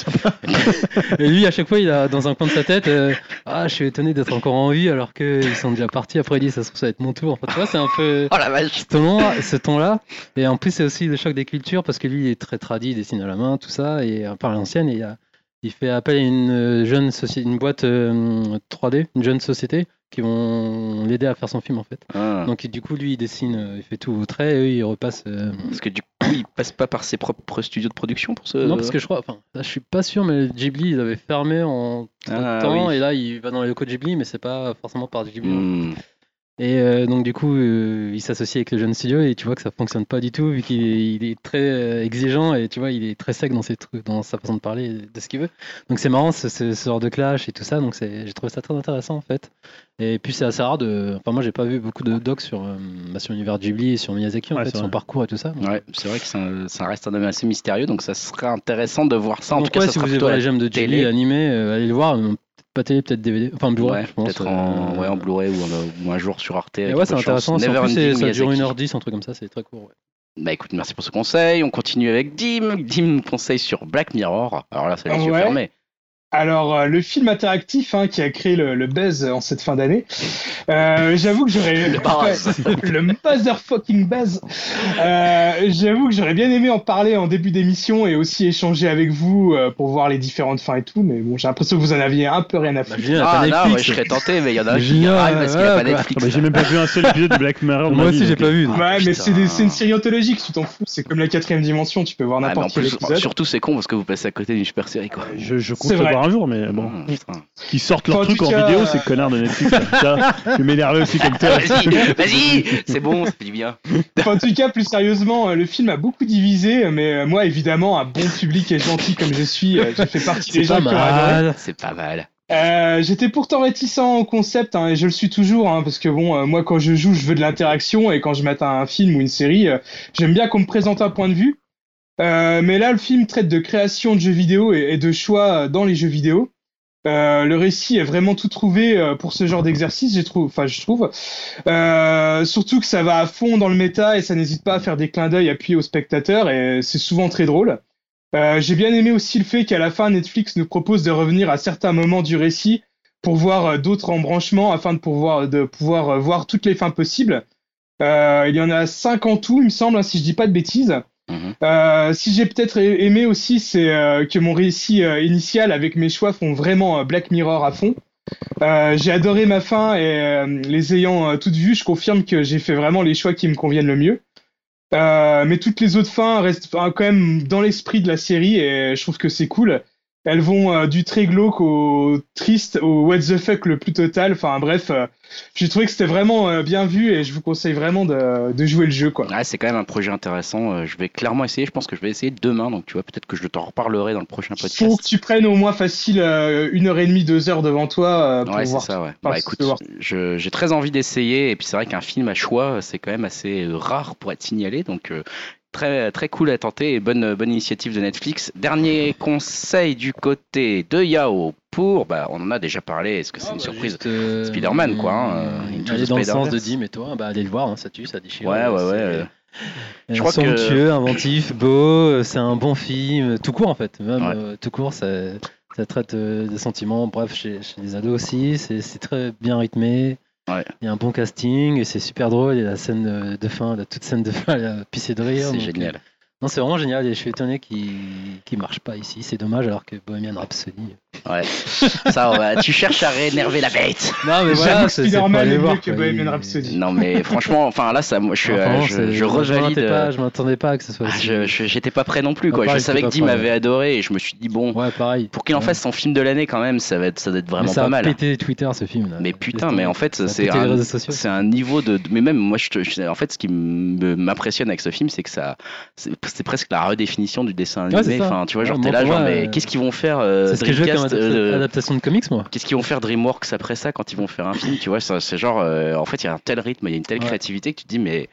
Speaker 3: et lui, à chaque fois, il a dans un coin de sa tête. euh, ah, je suis étonné d'être encore en vie alors qu'ils sont déjà partis. Après, il dit, ça se trouve, ça va être mon tour. Enfin, tu vois, c'est un peu
Speaker 1: Oh la vache!
Speaker 3: ce ton-là. ce ton-là. et en plus, c'est aussi le choc des cultures parce que lui, il est très tradit, il dessine à la main, tout ça, et euh, par l'ancienne. Et il, a- il fait appel à une euh, jeune société, une boîte euh, 3D, une jeune société qui vont l'aider à faire son film en fait.
Speaker 1: Ah.
Speaker 3: Donc, du coup, lui, il dessine, euh, il fait tout au trait, et eux, ils repassent. euh,
Speaker 1: Parce que du coup, il passe pas par ses propres studios de production pour ce.
Speaker 3: Non, parce que je crois, enfin, là, je suis pas sûr, mais Ghibli, ils avaient fermé en
Speaker 1: Ah,
Speaker 3: temps,
Speaker 1: oui.
Speaker 3: et là, il va dans les locaux de Ghibli, mais c'est pas forcément par Ghibli. hein.
Speaker 1: Hmm.
Speaker 3: Et euh, donc du coup, euh, il s'associe avec le jeune studio et tu vois que ça fonctionne pas du tout vu qu'il est, il est très euh, exigeant et tu vois il est très sec dans ses trucs, dans sa façon de parler, et de ce qu'il veut. Donc c'est marrant ce, ce- ce genre de clash et tout ça. Donc c'est- j'ai trouvé ça très intéressant en fait. Et puis c'est assez rare de. Enfin moi j'ai pas vu beaucoup de docs sur euh, bah, sur l'univers de Ghibli et sur Miyazaki en
Speaker 2: Ouais,
Speaker 3: fait,
Speaker 2: c'est
Speaker 3: son
Speaker 2: vrai.
Speaker 3: parcours et tout ça. Donc,
Speaker 1: Ouais, c'est vrai que ça, ça reste un domaine assez mystérieux, donc ça serait intéressant de voir ça. En
Speaker 3: donc,
Speaker 1: tout cas,
Speaker 3: ouais,
Speaker 1: ça
Speaker 3: si
Speaker 1: sera
Speaker 3: vous avez
Speaker 1: plutôt à
Speaker 3: la
Speaker 1: la-
Speaker 3: gemme de
Speaker 1: télé.
Speaker 3: Ghibli animé, euh, allez le voir. euh, Peut-être pas télé, peut-être DVD, enfin Blu-ray,
Speaker 1: ouais,
Speaker 3: je pense.
Speaker 1: peut-être en,
Speaker 3: euh,
Speaker 1: ouais, en Blu-ray ou, en- ou un jour sur Arte.
Speaker 3: Et
Speaker 1: avec
Speaker 3: ouais,
Speaker 1: un
Speaker 3: c'est
Speaker 1: peu de chance.
Speaker 3: intéressant. c'est- En plus,
Speaker 1: Neverending
Speaker 3: c'est- ça dure
Speaker 1: Miyazaki.
Speaker 3: 1h10, un truc comme ça, c'est très court. ouais.
Speaker 1: Bah écoute, merci pour ce conseil. On continue avec Dim. Dim nous conseille sur Black Mirror. Alors là, c'est les yeux
Speaker 4: Ouais.
Speaker 1: fermés.
Speaker 4: Alors, euh, le film interactif hein, qui a créé le, le buzz en cette fin d'année, euh, j'avoue que j'aurais.
Speaker 1: Le buzz.
Speaker 4: le motherfucking buzz Euh, J'avoue que j'aurais bien aimé en parler en début d'émission et aussi échanger avec vous euh, pour voir les différentes fins et tout, mais bon, j'ai l'impression que vous en aviez un peu rien à foutre.
Speaker 1: Ah non, ouais, je serais tenté, mais il y en a un qui
Speaker 3: Génial,
Speaker 1: râle parce qu'il n'a pas
Speaker 2: Ah,
Speaker 3: ouais, quoi. Bah,
Speaker 2: mais
Speaker 1: Netflix.
Speaker 2: j'ai même pas vu un seul épisode de Black Mirror. de
Speaker 3: Moi
Speaker 2: ma
Speaker 3: aussi,
Speaker 2: vie,
Speaker 3: j'ai
Speaker 2: donc,
Speaker 3: pas vu.
Speaker 1: Ah,
Speaker 4: Ouais, mais
Speaker 1: putain.
Speaker 4: c'est des- c'est une série anthologique, tu t'en fous, c'est comme la quatrième dimension, tu peux voir
Speaker 1: Ah, mais en
Speaker 4: n'importe quel
Speaker 1: plus,
Speaker 4: épisode.
Speaker 1: surtout, c'est con parce que vous passez à côté d'une super série, quoi.
Speaker 2: Je, je compte
Speaker 4: C'est
Speaker 2: le
Speaker 4: vrai.
Speaker 2: voir un jour, mais bon.
Speaker 1: Ah, putain.
Speaker 2: Qu'ils sortent leur
Speaker 4: Enfin, en
Speaker 2: truc
Speaker 4: tout
Speaker 2: en
Speaker 4: cas,
Speaker 2: vidéo,
Speaker 4: euh,
Speaker 2: ces connards de Netflix. là. Putain, je m'énervais aussi comme
Speaker 4: Ah,
Speaker 2: toi.
Speaker 1: Vas-y, vas-y, c'est bon, c'est du bien.
Speaker 4: Enfin, en tout cas, plus sérieusement, euh, le film a beaucoup divisé, mais euh, moi, évidemment, un bon public et gentil comme je suis, euh, j'ai fait partie des
Speaker 3: C'est
Speaker 4: gens
Speaker 3: pas
Speaker 4: qui ont adoré.
Speaker 3: mal.
Speaker 1: C'est pas mal.
Speaker 4: Euh, J'étais pourtant réticent au concept, hein, et je le suis toujours, hein, parce que bon, euh, moi, quand je joue, je veux de l'interaction, et quand je m'atteins un film ou une série, euh, j'aime bien qu'on me présente un point de vue. Euh, mais là, le film traite de création de jeux vidéo et, et de choix euh, dans les jeux vidéo. Euh, le récit est vraiment tout trouvé euh, pour ce genre d'exercice, j'ai trouve, enfin, je trouve. Euh, surtout que ça va à fond dans le méta et ça n'hésite pas à faire des clins d'œil appuyés aux spectateurs et c'est souvent très drôle. Euh, J'ai bien aimé aussi le fait qu'à la fin, Netflix nous propose de revenir à certains moments du récit pour voir euh, d'autres embranchements afin de pouvoir, de pouvoir euh, voir toutes les fins possibles. Euh, il y en a cinq en tout, il me semble, hein, si je dis pas de bêtises.
Speaker 1: Mhm.
Speaker 4: Euh, si j'ai peut-être a- aimé aussi, c'est euh, que mon récit euh, initial avec mes choix font vraiment euh, Black Mirror à fond. Euh, j'ai adoré ma fin et euh, les ayant euh, toutes vues, je confirme que j'ai fait vraiment les choix qui me conviennent le mieux. Euh, mais toutes les autres fins restent enfin, quand même dans l'esprit de la série et je trouve que c'est cool. Elles vont euh, du très glauque au triste, au what the fuck le plus total. Enfin bref, euh, j'ai trouvé que c'était vraiment euh, bien vu et je vous conseille vraiment de, de jouer le jeu quoi.
Speaker 1: Ah, c'est quand même un projet intéressant. euh, Je vais clairement essayer. Je pense que je vais essayer demain. Donc, tu vois, peut-être que je t'en reparlerai dans le prochain
Speaker 4: faut
Speaker 1: podcast.
Speaker 4: que tu prennes au moins facile euh, une heure et demie, deux heures devant toi euh, pour
Speaker 1: Ouais, c'est
Speaker 4: voir.
Speaker 1: ça, ouais.
Speaker 4: Enfin,
Speaker 1: Bah
Speaker 4: c'est
Speaker 1: écoute,
Speaker 4: de voir.
Speaker 1: je- j'ai très envie d'essayer. Et puis, c'est vrai qu'un film à choix, c'est quand même assez euh, rare pour être signalé. Donc, euh, très, très cool à tenter. Et bonne, bonne initiative de Netflix. Dernier conseil du côté de Yao pour. Bah, on en a déjà parlé. Est-ce que
Speaker 3: Ah, bah,
Speaker 1: c'est une surprise Spider-Man, quoi, hein, euh, Into
Speaker 3: Aller
Speaker 1: the
Speaker 3: Mmh. dans le sens de
Speaker 1: Spider-Verse.
Speaker 3: Dim et toi, bah, allez le voir, hein, ça tue, ça déchire.
Speaker 1: Ouais, ouais, ouais.
Speaker 3: c'est-
Speaker 1: euh,
Speaker 3: Euh,
Speaker 1: Je crois que-
Speaker 3: somptueux, inventif, beau, euh, c'est un bon film, euh, tout court en fait. Même,
Speaker 1: Ouais.
Speaker 3: euh, tout court, ça, ça traite euh, des sentiments, bref, chez, chez les ados aussi, c'est c'est très bien rythmé.
Speaker 1: Ouais.
Speaker 3: Il y a un bon casting, et c'est super drôle, et la scène de, de fin, la toute scène de fin, elle a pissé de rire.
Speaker 1: C'est
Speaker 3: donc,
Speaker 1: génial.
Speaker 3: euh, non, c'est vraiment génial, et je suis étonné qu'il ne marche pas ici, c'est dommage, alors que Bohemian Rhapsody. euh,
Speaker 1: Ouais. ça, on va- tu cherches à réénerver la bête.
Speaker 3: Non, mais
Speaker 4: J'avoue
Speaker 3: voilà,
Speaker 4: que
Speaker 3: c'est- c'est
Speaker 4: Spider-Man
Speaker 3: faut aller
Speaker 4: est mieux
Speaker 3: voir,
Speaker 4: que
Speaker 3: quoi,
Speaker 4: Bohemian
Speaker 3: il-
Speaker 4: Rhapsody.
Speaker 1: Non, mais franchement, enfin là, ça, moi, je, suis,
Speaker 3: Enfin,
Speaker 1: euh,
Speaker 3: vraiment,
Speaker 1: je,
Speaker 3: c'est-
Speaker 1: je revalide.
Speaker 3: Je m'attendais
Speaker 1: euh,
Speaker 3: pas, je m'attendais pas que ce soit.
Speaker 1: ah,
Speaker 3: aussi-
Speaker 1: je- je- J'étais pas prêt non plus,
Speaker 3: Ah,
Speaker 1: quoi. Je
Speaker 3: pareil,
Speaker 1: savais
Speaker 3: j'étais
Speaker 1: que
Speaker 3: pas
Speaker 1: Dim
Speaker 3: prêt,
Speaker 1: avait adoré et je me suis dit, bon,
Speaker 3: Ouais, pareil.
Speaker 1: pour qu'il en
Speaker 3: Ouais.
Speaker 1: fasse son film de l'année quand même, ça va être, ça doit être
Speaker 3: Mais
Speaker 1: vraiment
Speaker 3: ça
Speaker 1: pas
Speaker 3: a
Speaker 1: mal.
Speaker 3: pété Twitter ce film. Là.
Speaker 1: Mais putain, mais en fait,
Speaker 3: Ça a
Speaker 1: c'est
Speaker 3: pété les
Speaker 1: un, euh,
Speaker 3: réseaux sociaux.
Speaker 1: c'est un niveau de. de- Mais même moi, je, te- je- en fait, ce qui me- m'impressionne avec ce film, c'est que ça, c'est c'est presque la redéfinition du dessin
Speaker 3: Ouais, c'est
Speaker 1: animé.
Speaker 3: ça.
Speaker 1: Enfin, tu vois, genre,
Speaker 3: Ouais,
Speaker 1: t'es
Speaker 3: moi,
Speaker 1: là,
Speaker 3: pour
Speaker 1: genre,
Speaker 3: moi,
Speaker 1: mais
Speaker 3: euh,
Speaker 1: qu'est-ce qu'ils vont faire euh,
Speaker 3: c'est ce que je veux comme
Speaker 1: Dreamcast
Speaker 3: adapta-
Speaker 1: euh,
Speaker 3: adaptation de comics, moi.
Speaker 1: Qu'est-ce qu'ils vont faire DreamWorks après ça quand ils vont faire un film Tu vois, ça, c'est genre, euh, en fait, il y a un tel rythme, il y a une telle
Speaker 3: Ouais.
Speaker 1: créativité que tu te dis, mais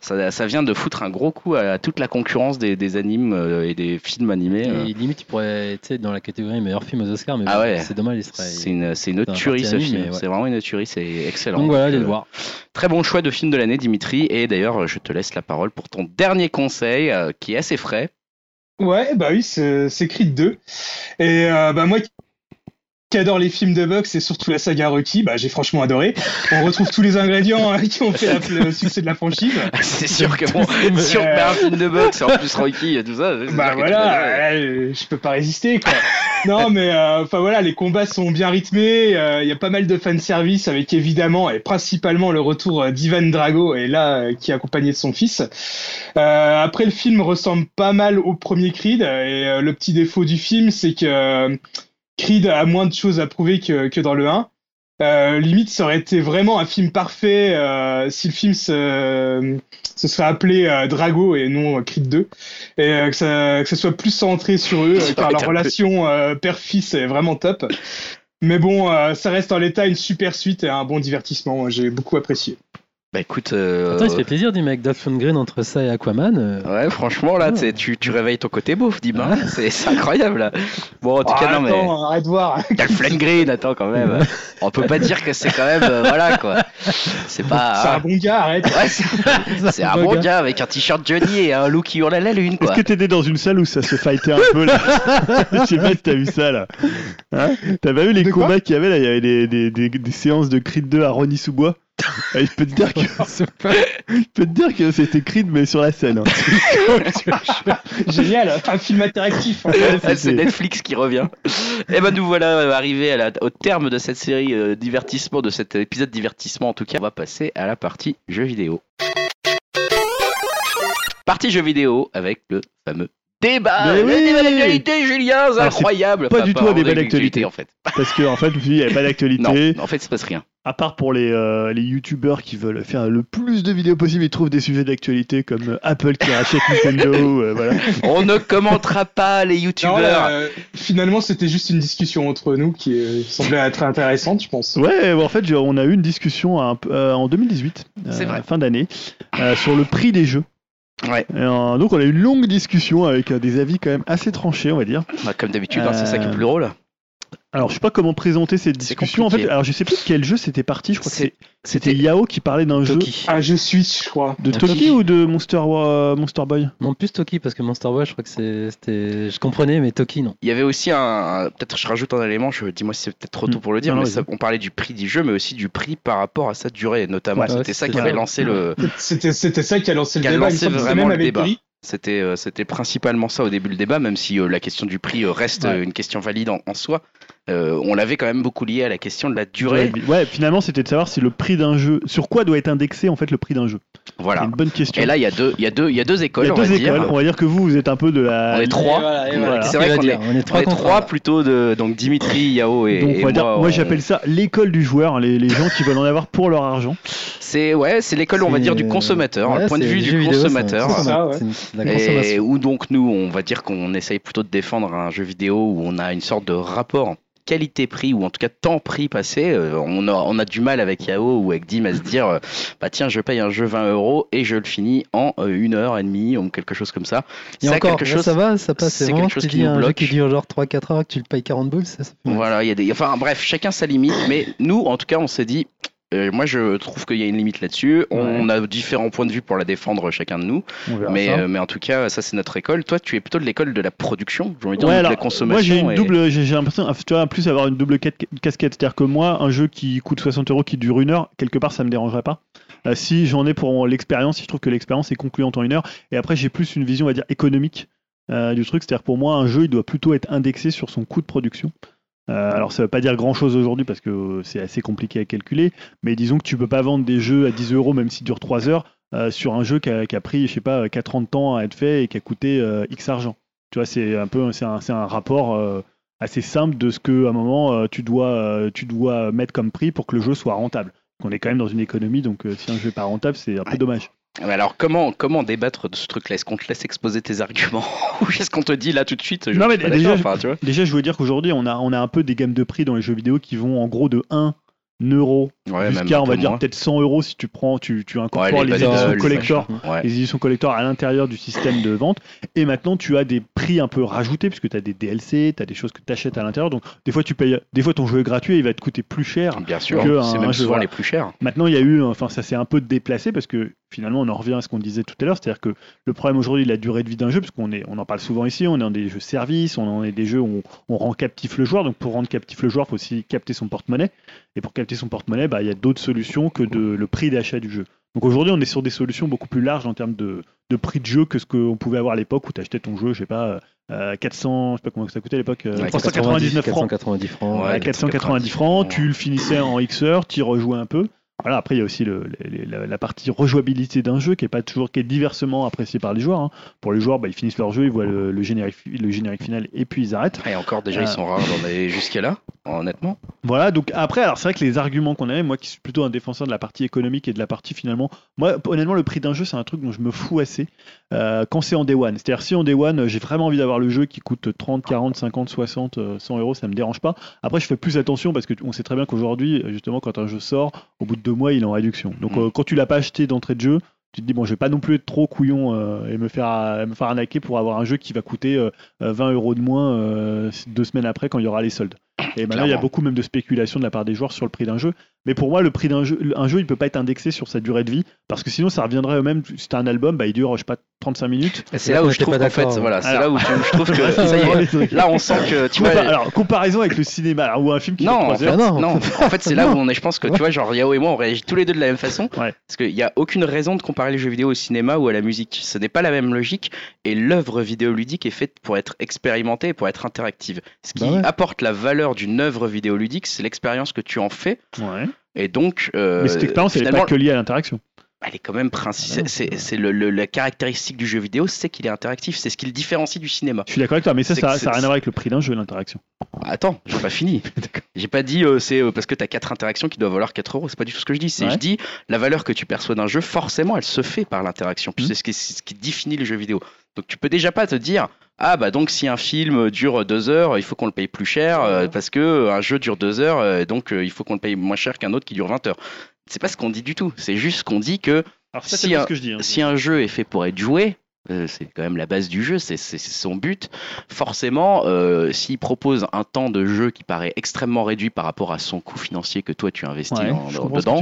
Speaker 1: ça, ça vient de foutre un gros coup à, toute la concurrence des, des animes euh, et des films animés.
Speaker 3: Et
Speaker 1: euh.
Speaker 3: limite, il pourrait être dans la catégorie meilleur film aux Oscars, mais
Speaker 1: Ah
Speaker 3: bon,
Speaker 1: ouais.
Speaker 3: c'est dommage, il serait.
Speaker 1: C'est une, c'est une autre
Speaker 3: c'est un
Speaker 1: tuerie
Speaker 3: parti
Speaker 1: ce
Speaker 3: anime,
Speaker 1: film.
Speaker 3: mais ouais.
Speaker 1: C'est vraiment une tuerie, c'est excellent.
Speaker 3: Donc voilà, allez le
Speaker 1: Euh,
Speaker 3: voir.
Speaker 1: Très bon choix de film de l'année, Dimitri. Et d'ailleurs, je te laisse la parole pour ton dernier conseil euh, qui est assez frais.
Speaker 4: Ouais, bah oui, c'est c'est Creed 2. Et euh, bah moi qui adore les films de boxe et surtout la saga Rocky, bah j'ai franchement adoré. On retrouve tous les ingrédients hein, qui ont fait la- le succès de la franchise.
Speaker 1: c'est sûr que bon,
Speaker 3: C'est-
Speaker 1: si on
Speaker 4: Euh,
Speaker 1: met un film de boxe, en plus Rocky et tout ça, c'est sûr
Speaker 4: Bah
Speaker 1: que
Speaker 4: voilà,
Speaker 1: tu vas dire,
Speaker 4: euh, je peux pas résister quoi. non mais euh, enfin voilà, les combats sont bien rythmés, euh, il y a pas mal de fan service avec évidemment et principalement le retour euh, d'Ivan Drago et là euh, qui est accompagné de son fils. Euh, après le film ressemble pas mal au premier Creed et euh, le petit défaut du film c'est que euh, Creed a moins de choses à prouver que, que dans le 1. Euh, limite, ça aurait été vraiment un film parfait euh, si le film se, se serait appelé euh, Drago et non euh, Creed 2 et euh, que, ça, que ça soit plus centré sur eux,
Speaker 1: Ça
Speaker 4: euh, car
Speaker 1: aurait
Speaker 4: leur
Speaker 1: été un peu-
Speaker 4: relation euh, père-fils est vraiment top. Mais bon, euh, ça reste en l'état une super suite et un bon divertissement. J'ai beaucoup apprécié.
Speaker 1: Bah écoute. euh, Ah.
Speaker 3: Attends, il se fait plaisir du mec Dolph Lundgren entre ça et Aquaman. euh,
Speaker 1: Ouais, franchement, là,
Speaker 4: Ah.
Speaker 3: Ouais.
Speaker 1: tu sais, tu, tu réveilles ton côté beauf, dis ben, c'est c'est incroyable, là. Bon, en tout cas,
Speaker 4: Ah,
Speaker 1: non, mais.
Speaker 4: attends, arrête de voir.
Speaker 1: T'as le Flynn Green, attends, quand même. On peut pas dire que c'est quand même. euh, voilà, quoi. C'est
Speaker 4: C'est un
Speaker 1: pas.
Speaker 4: bon gars, arrête.
Speaker 1: Ouais, c'est c'est un bon gars avec un t-shirt Johnny et un look qui hurle à la lune,
Speaker 2: Est-ce
Speaker 1: quoi.
Speaker 2: que t'étais dans une salle où ça se fightait un peu là Je sais pas si t'as vu ça là. Hein t'as pas vu les
Speaker 4: De quoi
Speaker 2: combats qu'il y avait là Il y avait des, des, des, des séances de Creed 2 à Ronnie Sous-Bois. Ah, je, peux te dire que,
Speaker 3: c'est pas-
Speaker 2: je peux te dire que c'était Creed mais sur la scène. hein.
Speaker 4: Génial, un film interactif. hein.
Speaker 1: Ah, C'est Netflix qui revient. Et ben nous voilà euh, arrivés à la- au terme de cette série euh, divertissement, de cet épisode divertissement en tout cas. On va passer à la partie jeux vidéo. Partie jeux vidéo avec le fameux débat.
Speaker 2: Mais
Speaker 1: le
Speaker 2: oui
Speaker 1: débat d'actualité, Julien, c'est
Speaker 2: Alors, c'est
Speaker 1: incroyable.
Speaker 2: pas du tout un
Speaker 1: pardon,
Speaker 2: débat d'actualité.
Speaker 1: en fait.
Speaker 2: Parce que en fait, je me suis dit, il n'y avait pas
Speaker 1: Non,
Speaker 2: d'actualité.
Speaker 1: en fait, il se passe rien.
Speaker 2: À part pour les, euh, les youtubeurs qui veulent faire le plus de vidéos possible, ils trouvent des sujets d'actualité comme euh, Apple qui rachète Nintendo. euh, voilà.
Speaker 1: On ne commentera pas les
Speaker 4: Non,
Speaker 1: youtubeurs.
Speaker 4: là, euh, finalement, c'était juste une discussion entre nous qui euh, semblait très intéressante, je pense.
Speaker 2: Ouais, en fait, j'ai- on a eu une discussion un peu- euh, en 2018, euh,
Speaker 1: C'est vrai.
Speaker 2: fin d'année, euh, sur le prix des jeux.
Speaker 1: Ouais.
Speaker 2: Et, euh, donc, on a eu une longue discussion avec euh, des avis quand même assez tranchés, on va dire.
Speaker 1: Bah, comme d'habitude, hein, c'est ça qui est
Speaker 2: Euh,
Speaker 1: plus drôle.
Speaker 2: Alors, je sais pas comment présenter cette
Speaker 1: C'est
Speaker 2: discussion. En fait,
Speaker 1: compliqué.
Speaker 2: alors je sais plus de quel jeu c'était parti. Je crois que
Speaker 1: C'est-
Speaker 2: c'est- c'était Yao qui parlait d'un jeu
Speaker 3: Toki.
Speaker 4: Ah, je suis, je crois.
Speaker 2: de
Speaker 3: Un
Speaker 2: Toki
Speaker 3: Toki.
Speaker 2: ou de Monster Wa- Monster Boy.
Speaker 3: Non, plus Toki, parce que Monster Boy, je crois que c'est- c'était. Je comprenais, mais Toki, non.
Speaker 1: Il y avait aussi un, un- peut-être je rajoute un élément, je dis-moi si c'est peut-être trop tôt pour le dire,
Speaker 2: Non, non,
Speaker 1: mais
Speaker 2: vas-y.
Speaker 1: ça- on parlait du prix du jeu, mais aussi du prix par rapport à sa durée, notamment.
Speaker 3: Ouais,
Speaker 1: c'était
Speaker 3: ouais,
Speaker 1: ça qui
Speaker 3: c'est
Speaker 1: avait
Speaker 3: ça.
Speaker 1: lancé le,
Speaker 4: C'était c'était ça qui a lancé
Speaker 1: Qui
Speaker 4: le
Speaker 1: a
Speaker 4: débat.
Speaker 1: lancé
Speaker 4: il me semble que c'était
Speaker 1: vraiment
Speaker 4: même
Speaker 1: le
Speaker 4: avec
Speaker 1: débat.
Speaker 4: Billy.
Speaker 1: c'était, euh, c'était principalement ça au début le débat, même si euh, la question du prix euh, reste
Speaker 2: Ouais.
Speaker 1: euh, une question valide en, en soi. Euh, on l'avait quand même beaucoup lié à la question de la durée.
Speaker 2: Ouais, finalement, c'était de savoir si le prix d'un jeu, sur quoi doit être indexé en fait le prix d'un jeu. C'est
Speaker 1: Voilà.
Speaker 2: une bonne question.
Speaker 1: Et là, il y a deux, il y a deux, il y a deux écoles,
Speaker 2: il y a
Speaker 1: on va
Speaker 2: deux
Speaker 1: dire.
Speaker 2: écoles. On va dire que vous, vous êtes un peu de la.
Speaker 1: On est trois.
Speaker 4: Et voilà, et voilà.
Speaker 2: Voilà.
Speaker 1: C'est vrai
Speaker 3: Qu'est-ce
Speaker 1: qu'on
Speaker 3: qu'il
Speaker 1: est,
Speaker 3: va dire On est
Speaker 1: on
Speaker 3: trois
Speaker 1: est
Speaker 3: contre
Speaker 1: trois
Speaker 3: un.
Speaker 1: plutôt de, donc Dimitri, Yao et,
Speaker 2: Donc, on
Speaker 1: et
Speaker 2: va dire, moi,
Speaker 1: on-
Speaker 2: j'appelle ça l'école du joueur, hein, les, les gens qui veulent en avoir pour leur argent.
Speaker 1: C'est ouais, c'est l'école, on va dire, du
Speaker 2: euh,
Speaker 3: C'est-
Speaker 1: consommateur, hein,
Speaker 3: Ouais,
Speaker 1: le point de
Speaker 3: c'est
Speaker 1: vue
Speaker 3: les
Speaker 1: du
Speaker 3: jeux vidéo, c'est-
Speaker 1: consommateur.
Speaker 3: c'est
Speaker 4: Ça, ouais.
Speaker 3: C'est une- la
Speaker 1: Et
Speaker 3: consommation.
Speaker 1: où donc nous, on va dire qu'on essaye plutôt de défendre un jeu vidéo où on a une sorte de rapport qualité-prix ou en tout cas temps-prix passé. Euh, on, a, on a du mal avec Yao ou avec Dim à se dire euh, bah tiens je paye un jeu 20 euros et je le finis en euh, une heure et demie ou quelque chose comme ça.
Speaker 3: Et
Speaker 1: Ça,
Speaker 3: encore,
Speaker 1: quelque
Speaker 3: là,
Speaker 1: chose-
Speaker 3: ça va, ça passe.
Speaker 1: c'est
Speaker 3: vraiment,
Speaker 1: quelque chose
Speaker 3: tu
Speaker 1: qui
Speaker 3: dis
Speaker 1: nous
Speaker 3: un jeu
Speaker 1: bloque.
Speaker 3: qui dure genre 3-4 heures, que tu le payes 40 boules, ça, ça fait mal.
Speaker 1: Voilà, il y a des. Enfin bref, chacun sa limite, mais nous, en tout cas, on s'est dit. euh, moi, je trouve qu'il y a une limite là-dessus. On,
Speaker 3: Ouais.
Speaker 1: on a différents points de vue pour la défendre, chacun de nous.
Speaker 2: On verra
Speaker 1: Mais,
Speaker 2: ça.
Speaker 1: euh, mais en tout cas, ça, c'est notre école. Toi, tu es plutôt de l'école de la production, j'ai envie de dire, donc
Speaker 2: Ouais,
Speaker 1: de
Speaker 2: alors,
Speaker 1: la consommation.
Speaker 2: moi j'ai une
Speaker 1: et-
Speaker 2: double, j'ai j'ai l'impression, ah, tu vois, en plus avoir une double quête- casquette, c'est-à-dire que moi, un jeu qui coûte 60 euros, qui dure une heure, quelque part, ça me dérangerait pas. Euh, si j'en ai pour l'expérience, si je trouve que l'expérience est concluante en une heure, et après j'ai plus une vision, on va dire, économique euh, du truc, c'est-à-dire pour moi, un jeu, il doit plutôt être indexé sur son coût de production. Euh, alors ça veut pas dire grand-chose aujourd'hui parce que euh, c'est assez compliqué à calculer, mais disons que tu peux pas vendre des jeux à 10 euros même s'ils durent 3 heures euh, sur un jeu qui a, qui a pris, je sais pas, 40 ans à être fait et qui a coûté euh, X argent. Tu vois, c'est un peu c'est un, c'est un rapport euh, assez simple de ce que à un moment euh, tu dois euh, tu dois mettre comme prix pour que le jeu soit rentable. On est quand même dans une économie, donc euh, si un jeu n'est pas rentable, c'est un peu dommage.
Speaker 1: Mais Alors, comment, comment débattre de ce truc-là Est-ce qu'on te laisse exposer tes arguments Ou est-ce qu'on te dit là tout de suite je
Speaker 2: Non, mais
Speaker 1: suis pas d'accord,
Speaker 2: déjà, je-
Speaker 1: enfin, tu vois
Speaker 2: Déjà, je voulais dire qu'aujourd'hui, on a, on a un peu des gammes de prix dans les jeux vidéo qui vont en gros de 1 euro
Speaker 1: Ouais, même
Speaker 2: jusqu'à,
Speaker 1: un
Speaker 2: on va
Speaker 1: peu
Speaker 2: dire,
Speaker 1: moins.
Speaker 2: peut-être 100 euros si tu prends, tu, tu incorpores
Speaker 1: Ouais, les
Speaker 2: les
Speaker 1: bundles,
Speaker 2: éditions
Speaker 1: les
Speaker 2: collector.
Speaker 1: Ouais.
Speaker 2: les éditions collector à l'intérieur du système de vente. Et maintenant, tu as des prix un peu rajoutés, puisque tu as des DLC, tu as des choses que tu achètes à l'intérieur. Donc, des fois, tu payes, des fois, ton jeu est gratuit et il va te coûter plus cher.
Speaker 1: Bien sûr,
Speaker 2: que hein,
Speaker 1: c'est
Speaker 2: un
Speaker 1: même
Speaker 2: jeu,
Speaker 1: souvent
Speaker 2: voilà.
Speaker 1: les plus chers.
Speaker 2: Maintenant, il y a eu, enfin, ça s'est un peu déplacé parce que finalement, on en revient à ce qu'on disait tout à l'heure, c'est-à-dire que le problème aujourd'hui de la durée de vie d'un jeu, parce qu'on est, on en parle souvent ici, on est dans des jeux services, on en est des jeux où on, on rend captif le joueur. Donc, pour rendre captif le joueur, il faut aussi capter son porte-monnaie. Et pour capter son porte-monnaie, bah, il y a d'autres solutions que de, le prix d'achat du jeu. Donc aujourd'hui, on est sur des solutions beaucoup plus larges en termes de, de prix de jeu que ce qu'on pouvait avoir à l'époque où tu achetais ton jeu, je sais pas, euh, 400, je sais pas combien ça coûtait à l'époque, euh,
Speaker 1: Ouais,
Speaker 2: 399 francs.
Speaker 3: 490 francs.
Speaker 1: Ouais,
Speaker 2: à 490 francs,
Speaker 1: francs.
Speaker 2: tu le finissais en X-Heure, tu y rejouais un peu. Voilà, après, il y a aussi le- les- les- la, la partie rejouabilité d'un jeu qui est pas toujours, qui est diversement appréciée par les joueurs. hein. Pour les joueurs, bah, ils finissent leur jeu, ils voient le, le générique, fi- le générique final et puis ils arrêtent.
Speaker 1: Et encore, déjà, ils
Speaker 2: Euh.
Speaker 1: sont rares d'en aller jusqu'à là. honnêtement.
Speaker 2: Voilà, donc après, alors c'est vrai que les arguments qu'on avait, moi qui suis plutôt un défenseur de la partie économique et de la partie finalement, moi honnêtement, le prix d'un jeu, c'est un truc dont je me fous assez euh, quand c'est en day one. C'est-à-dire, si en day one, euh, j'ai vraiment envie d'avoir le jeu qui coûte 30, 40, 50, 60, euh, 100 euros, ça me dérange pas. Après, je fais plus attention parce qu'on sait très bien qu'aujourd'hui, euh, justement, quand un jeu sort, au bout de deux mois, il est en réduction. Donc,
Speaker 1: Mm.
Speaker 2: euh, quand tu l'as pas acheté d'entrée de jeu, tu te dis, bon, je vais pas non plus être trop couillon euh, et me faire, me faire arnaquer pour avoir un jeu qui va coûter euh, euh, 20 euros de moins euh, deux semaines après quand il y aura les soldes. Et maintenant, il y a
Speaker 1: Clairement.
Speaker 2: beaucoup même de spéculation de la part des joueurs sur le prix d'un jeu. Mais pour moi, le prix d'un jeu, un jeu, il peut pas être indexé sur sa durée de vie parce que sinon, ça reviendrait au même. Si t'as un album, bah, il dure, je sais pas, 35 minutes.
Speaker 1: C'est là où je
Speaker 3: J'étais
Speaker 1: trouve
Speaker 3: pas
Speaker 1: qu'en fait,
Speaker 3: d'accord.
Speaker 1: voilà, c'est
Speaker 2: Alors-
Speaker 1: là où je je trouve que ça y est, là on sent que tu vois.
Speaker 2: Compa- alors, comparaison avec le cinéma alors, ou un film qui
Speaker 1: Non,
Speaker 2: dure trois
Speaker 1: en fait,
Speaker 2: heures.
Speaker 3: Ah non.
Speaker 1: Non, en fait, c'est là où on est. Je pense que tu vois, genre Yao et moi, on réagit tous les deux de la même façon.
Speaker 2: Ouais.
Speaker 1: Parce qu'il n'y a aucune raison de comparer les jeux vidéo au cinéma ou à la musique. Ce n'est pas la même logique. Et l'œuvre vidéoludique est faite pour être expérimentée et pour être interactive. Ce qui
Speaker 3: Bah ouais.
Speaker 1: apporte la valeur d'une œuvre vidéoludique, c'est l'expérience que tu en fais.
Speaker 2: Ouais.
Speaker 1: Et donc, euh,
Speaker 2: Mais cette expérience, elle n'est pas
Speaker 1: finalement,
Speaker 2: que liée à l'interaction.
Speaker 1: elle est quand même principale. C'est c'est le, le- la caractéristique du jeu vidéo, c'est qu'il est interactif. C'est ce qui le différencie du cinéma.
Speaker 2: Je suis d'accord avec toi, mais ça,
Speaker 1: C'est
Speaker 2: ça
Speaker 1: que
Speaker 2: n'a rien à
Speaker 1: c'est-
Speaker 2: voir avec le prix d'un jeu, l'interaction.
Speaker 1: Attends, j'ai pas fini. J'ai pas dit euh, c'est euh, parce que t'as quatre interactions qui doivent valoir 4 euros. C'est pas du tout ce que je dis. C'est
Speaker 2: Ouais.
Speaker 1: je dis la valeur que tu perçois d'un jeu, forcément, elle se fait par l'interaction. Puis
Speaker 2: Mhm.
Speaker 1: C'est ce qui, c'est ce qui définit le jeu vidéo. Donc tu peux déjà pas te dire ah bah donc si un film dure deux heures, il faut qu'on le paye plus cher euh, parce que euh, un jeu dure deux heures, euh, donc euh, il faut qu'on le paye moins cher qu'un autre qui dure 20 heures. C'est pas ce qu'on dit du tout. C'est juste qu'on dit que
Speaker 2: Alors,
Speaker 1: ça, c'est
Speaker 2: ça, c'est
Speaker 1: Si pas un-
Speaker 2: ce
Speaker 1: ce
Speaker 2: que je dis. hein,
Speaker 1: si un jeu est fait pour être joué, euh, c'est quand même la base du jeu, c'est c'est- c'est son but. Forcément, euh, s'il propose un temps de jeu qui paraît extrêmement réduit par rapport à son coût financier que toi tu investis en- dedans,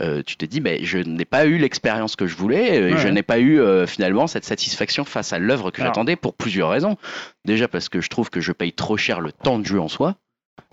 Speaker 1: euh, tu te dis, mais je n'ai pas eu l'expérience que je voulais, euh, et
Speaker 2: Ouais.
Speaker 1: je n'ai pas eu euh, finalement cette satisfaction face à l'œuvre que
Speaker 2: Alors.
Speaker 1: j'attendais pour plusieurs raisons. Déjà parce que je trouve que je paye trop cher le temps de jeu en soi.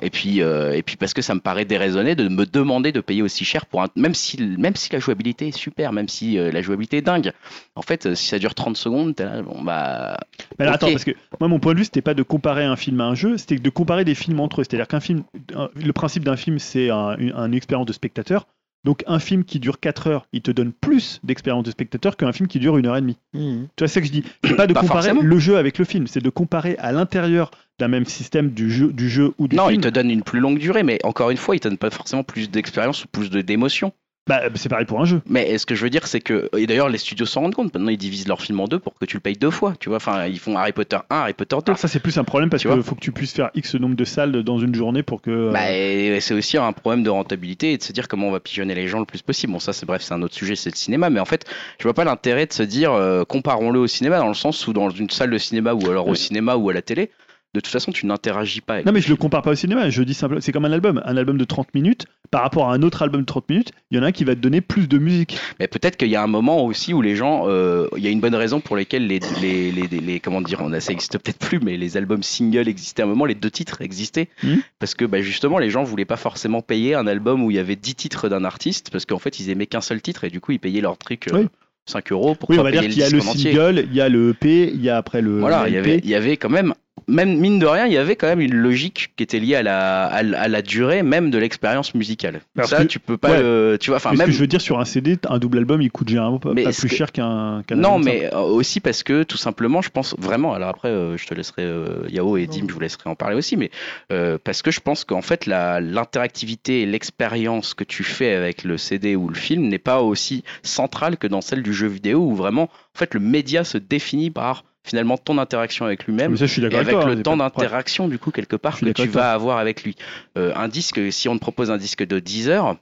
Speaker 1: Et puis, euh, et puis parce que ça me paraît déraisonné de me demander de payer aussi cher pour un même si même si la jouabilité est super, même si euh, la jouabilité est dingue. En fait, euh, si ça dure 30 secondes, t'es là, bon bah
Speaker 2: Mais
Speaker 1: Ok.
Speaker 2: alors, attends, parce que moi, mon point de vue, c'était pas de comparer un film à un jeu, c'était de comparer des films entre eux. C'est-à-dire qu'un film, un- le principe d'un film, c'est un- une un expérience de spectateur. Donc, un film qui dure 4 heures, il te donne plus d'expérience de spectateur qu'un film qui dure une heure et demie.
Speaker 3: Hmm.
Speaker 2: Tu vois, c'est ça que je dis. C'est pas de
Speaker 1: Pas
Speaker 2: comparer
Speaker 1: Bah, forcément.
Speaker 2: le jeu avec le film, c'est de comparer à l'intérieur d'un même système du jeu, du jeu ou du
Speaker 1: non,
Speaker 2: film.
Speaker 1: il te donne une plus longue durée, mais encore une fois, il te donne pas forcément plus d'expérience ou plus de- d'émotion.
Speaker 2: Bah, c'est pareil pour un jeu.
Speaker 1: Mais ce que je veux dire, c'est que. Et d'ailleurs, les studios s'en rendent compte. Maintenant, ils divisent leur film en deux pour que tu le payes deux fois. Tu vois, enfin, ils font Harry Potter 1, Harry Potter 2.
Speaker 2: Alors ça c'est plus un problème parce
Speaker 1: Tu vois
Speaker 2: qu'il faut que tu puisses faire X nombre de salles dans une journée pour que... euh,
Speaker 1: Bah, et c'est aussi un problème de rentabilité et de se dire comment on va pigeonner les gens le plus possible. Bon, ça, c'est bref, c'est un autre sujet, c'est le cinéma. Mais en fait, je vois pas l'intérêt de se dire euh, comparons-le au cinéma dans le sens où dans une salle de cinéma ou alors au
Speaker 2: Ouais.
Speaker 1: cinéma ou à la télé, de toute façon, tu n'interagis pas. avec
Speaker 2: Non mais je le compare pas au cinéma, je dis simplement, c'est comme un album, un album de 30 minutes, par rapport à un autre album de 30 minutes, il y en a un qui va te donner plus de musique.
Speaker 1: Mais peut-être qu'il y a un moment aussi où les gens, euh, il y a une bonne raison pour laquelle les, les, les, les- les- comment dire, on a, ça existe peut-être plus, mais les albums singles existaient à un moment, les deux titres existaient,
Speaker 2: Mhm.
Speaker 1: parce que bah, justement les gens voulaient pas forcément payer un album où il y avait 10 titres d'un artiste, parce qu'en fait ils aimaient qu'un seul titre et du coup ils payaient leur truc euh,
Speaker 2: Oui.
Speaker 1: 5 euros pour
Speaker 2: Oui on
Speaker 1: pas
Speaker 2: va
Speaker 1: payer
Speaker 2: dire
Speaker 1: le
Speaker 2: qu'il y a
Speaker 1: disque
Speaker 2: le
Speaker 1: en entier.
Speaker 2: single, euh, il y a le EP, il y a après le...
Speaker 1: Voilà, il y
Speaker 2: l'LP.
Speaker 1: avait, il y avait quand même, même mine de rien, il y avait quand même une logique qui était liée à la, à, la- à la durée même de l'expérience musicale.
Speaker 2: Parce
Speaker 1: ça,
Speaker 2: que-
Speaker 1: tu peux pas,
Speaker 2: ouais.
Speaker 1: le- tu vois, enfin
Speaker 2: Mais ce
Speaker 1: même.
Speaker 2: que je veux dire sur un CD, un double album il coûte généralement pas,
Speaker 1: Mais
Speaker 2: pas
Speaker 1: est-ce
Speaker 2: plus
Speaker 1: que-
Speaker 2: cher qu'un qu'un
Speaker 1: Non,
Speaker 2: album simple.
Speaker 1: mais euh, aussi parce que tout simplement, je pense vraiment. Alors après, euh, je te laisserai euh, Yao et Dim, je vous laisserai en parler aussi, mais euh, parce que je pense qu'en fait, la- l'interactivité et l'expérience que tu fais avec le CD ou le film n'est pas aussi centrale que dans celle du jeu vidéo où vraiment, en fait, le média se définit par finalement ton interaction avec lui-même
Speaker 2: Mais ça je suis
Speaker 1: et
Speaker 2: d'accord
Speaker 1: avec
Speaker 2: toi, hein,
Speaker 1: le temps
Speaker 2: c'est pas-
Speaker 1: d'interaction, du coup, quelque part,
Speaker 2: Je suis
Speaker 1: que
Speaker 2: d'accord
Speaker 1: tu
Speaker 2: avec toi.
Speaker 1: vas avoir avec lui. Euh, un disque, si on te propose un disque de 10 heures,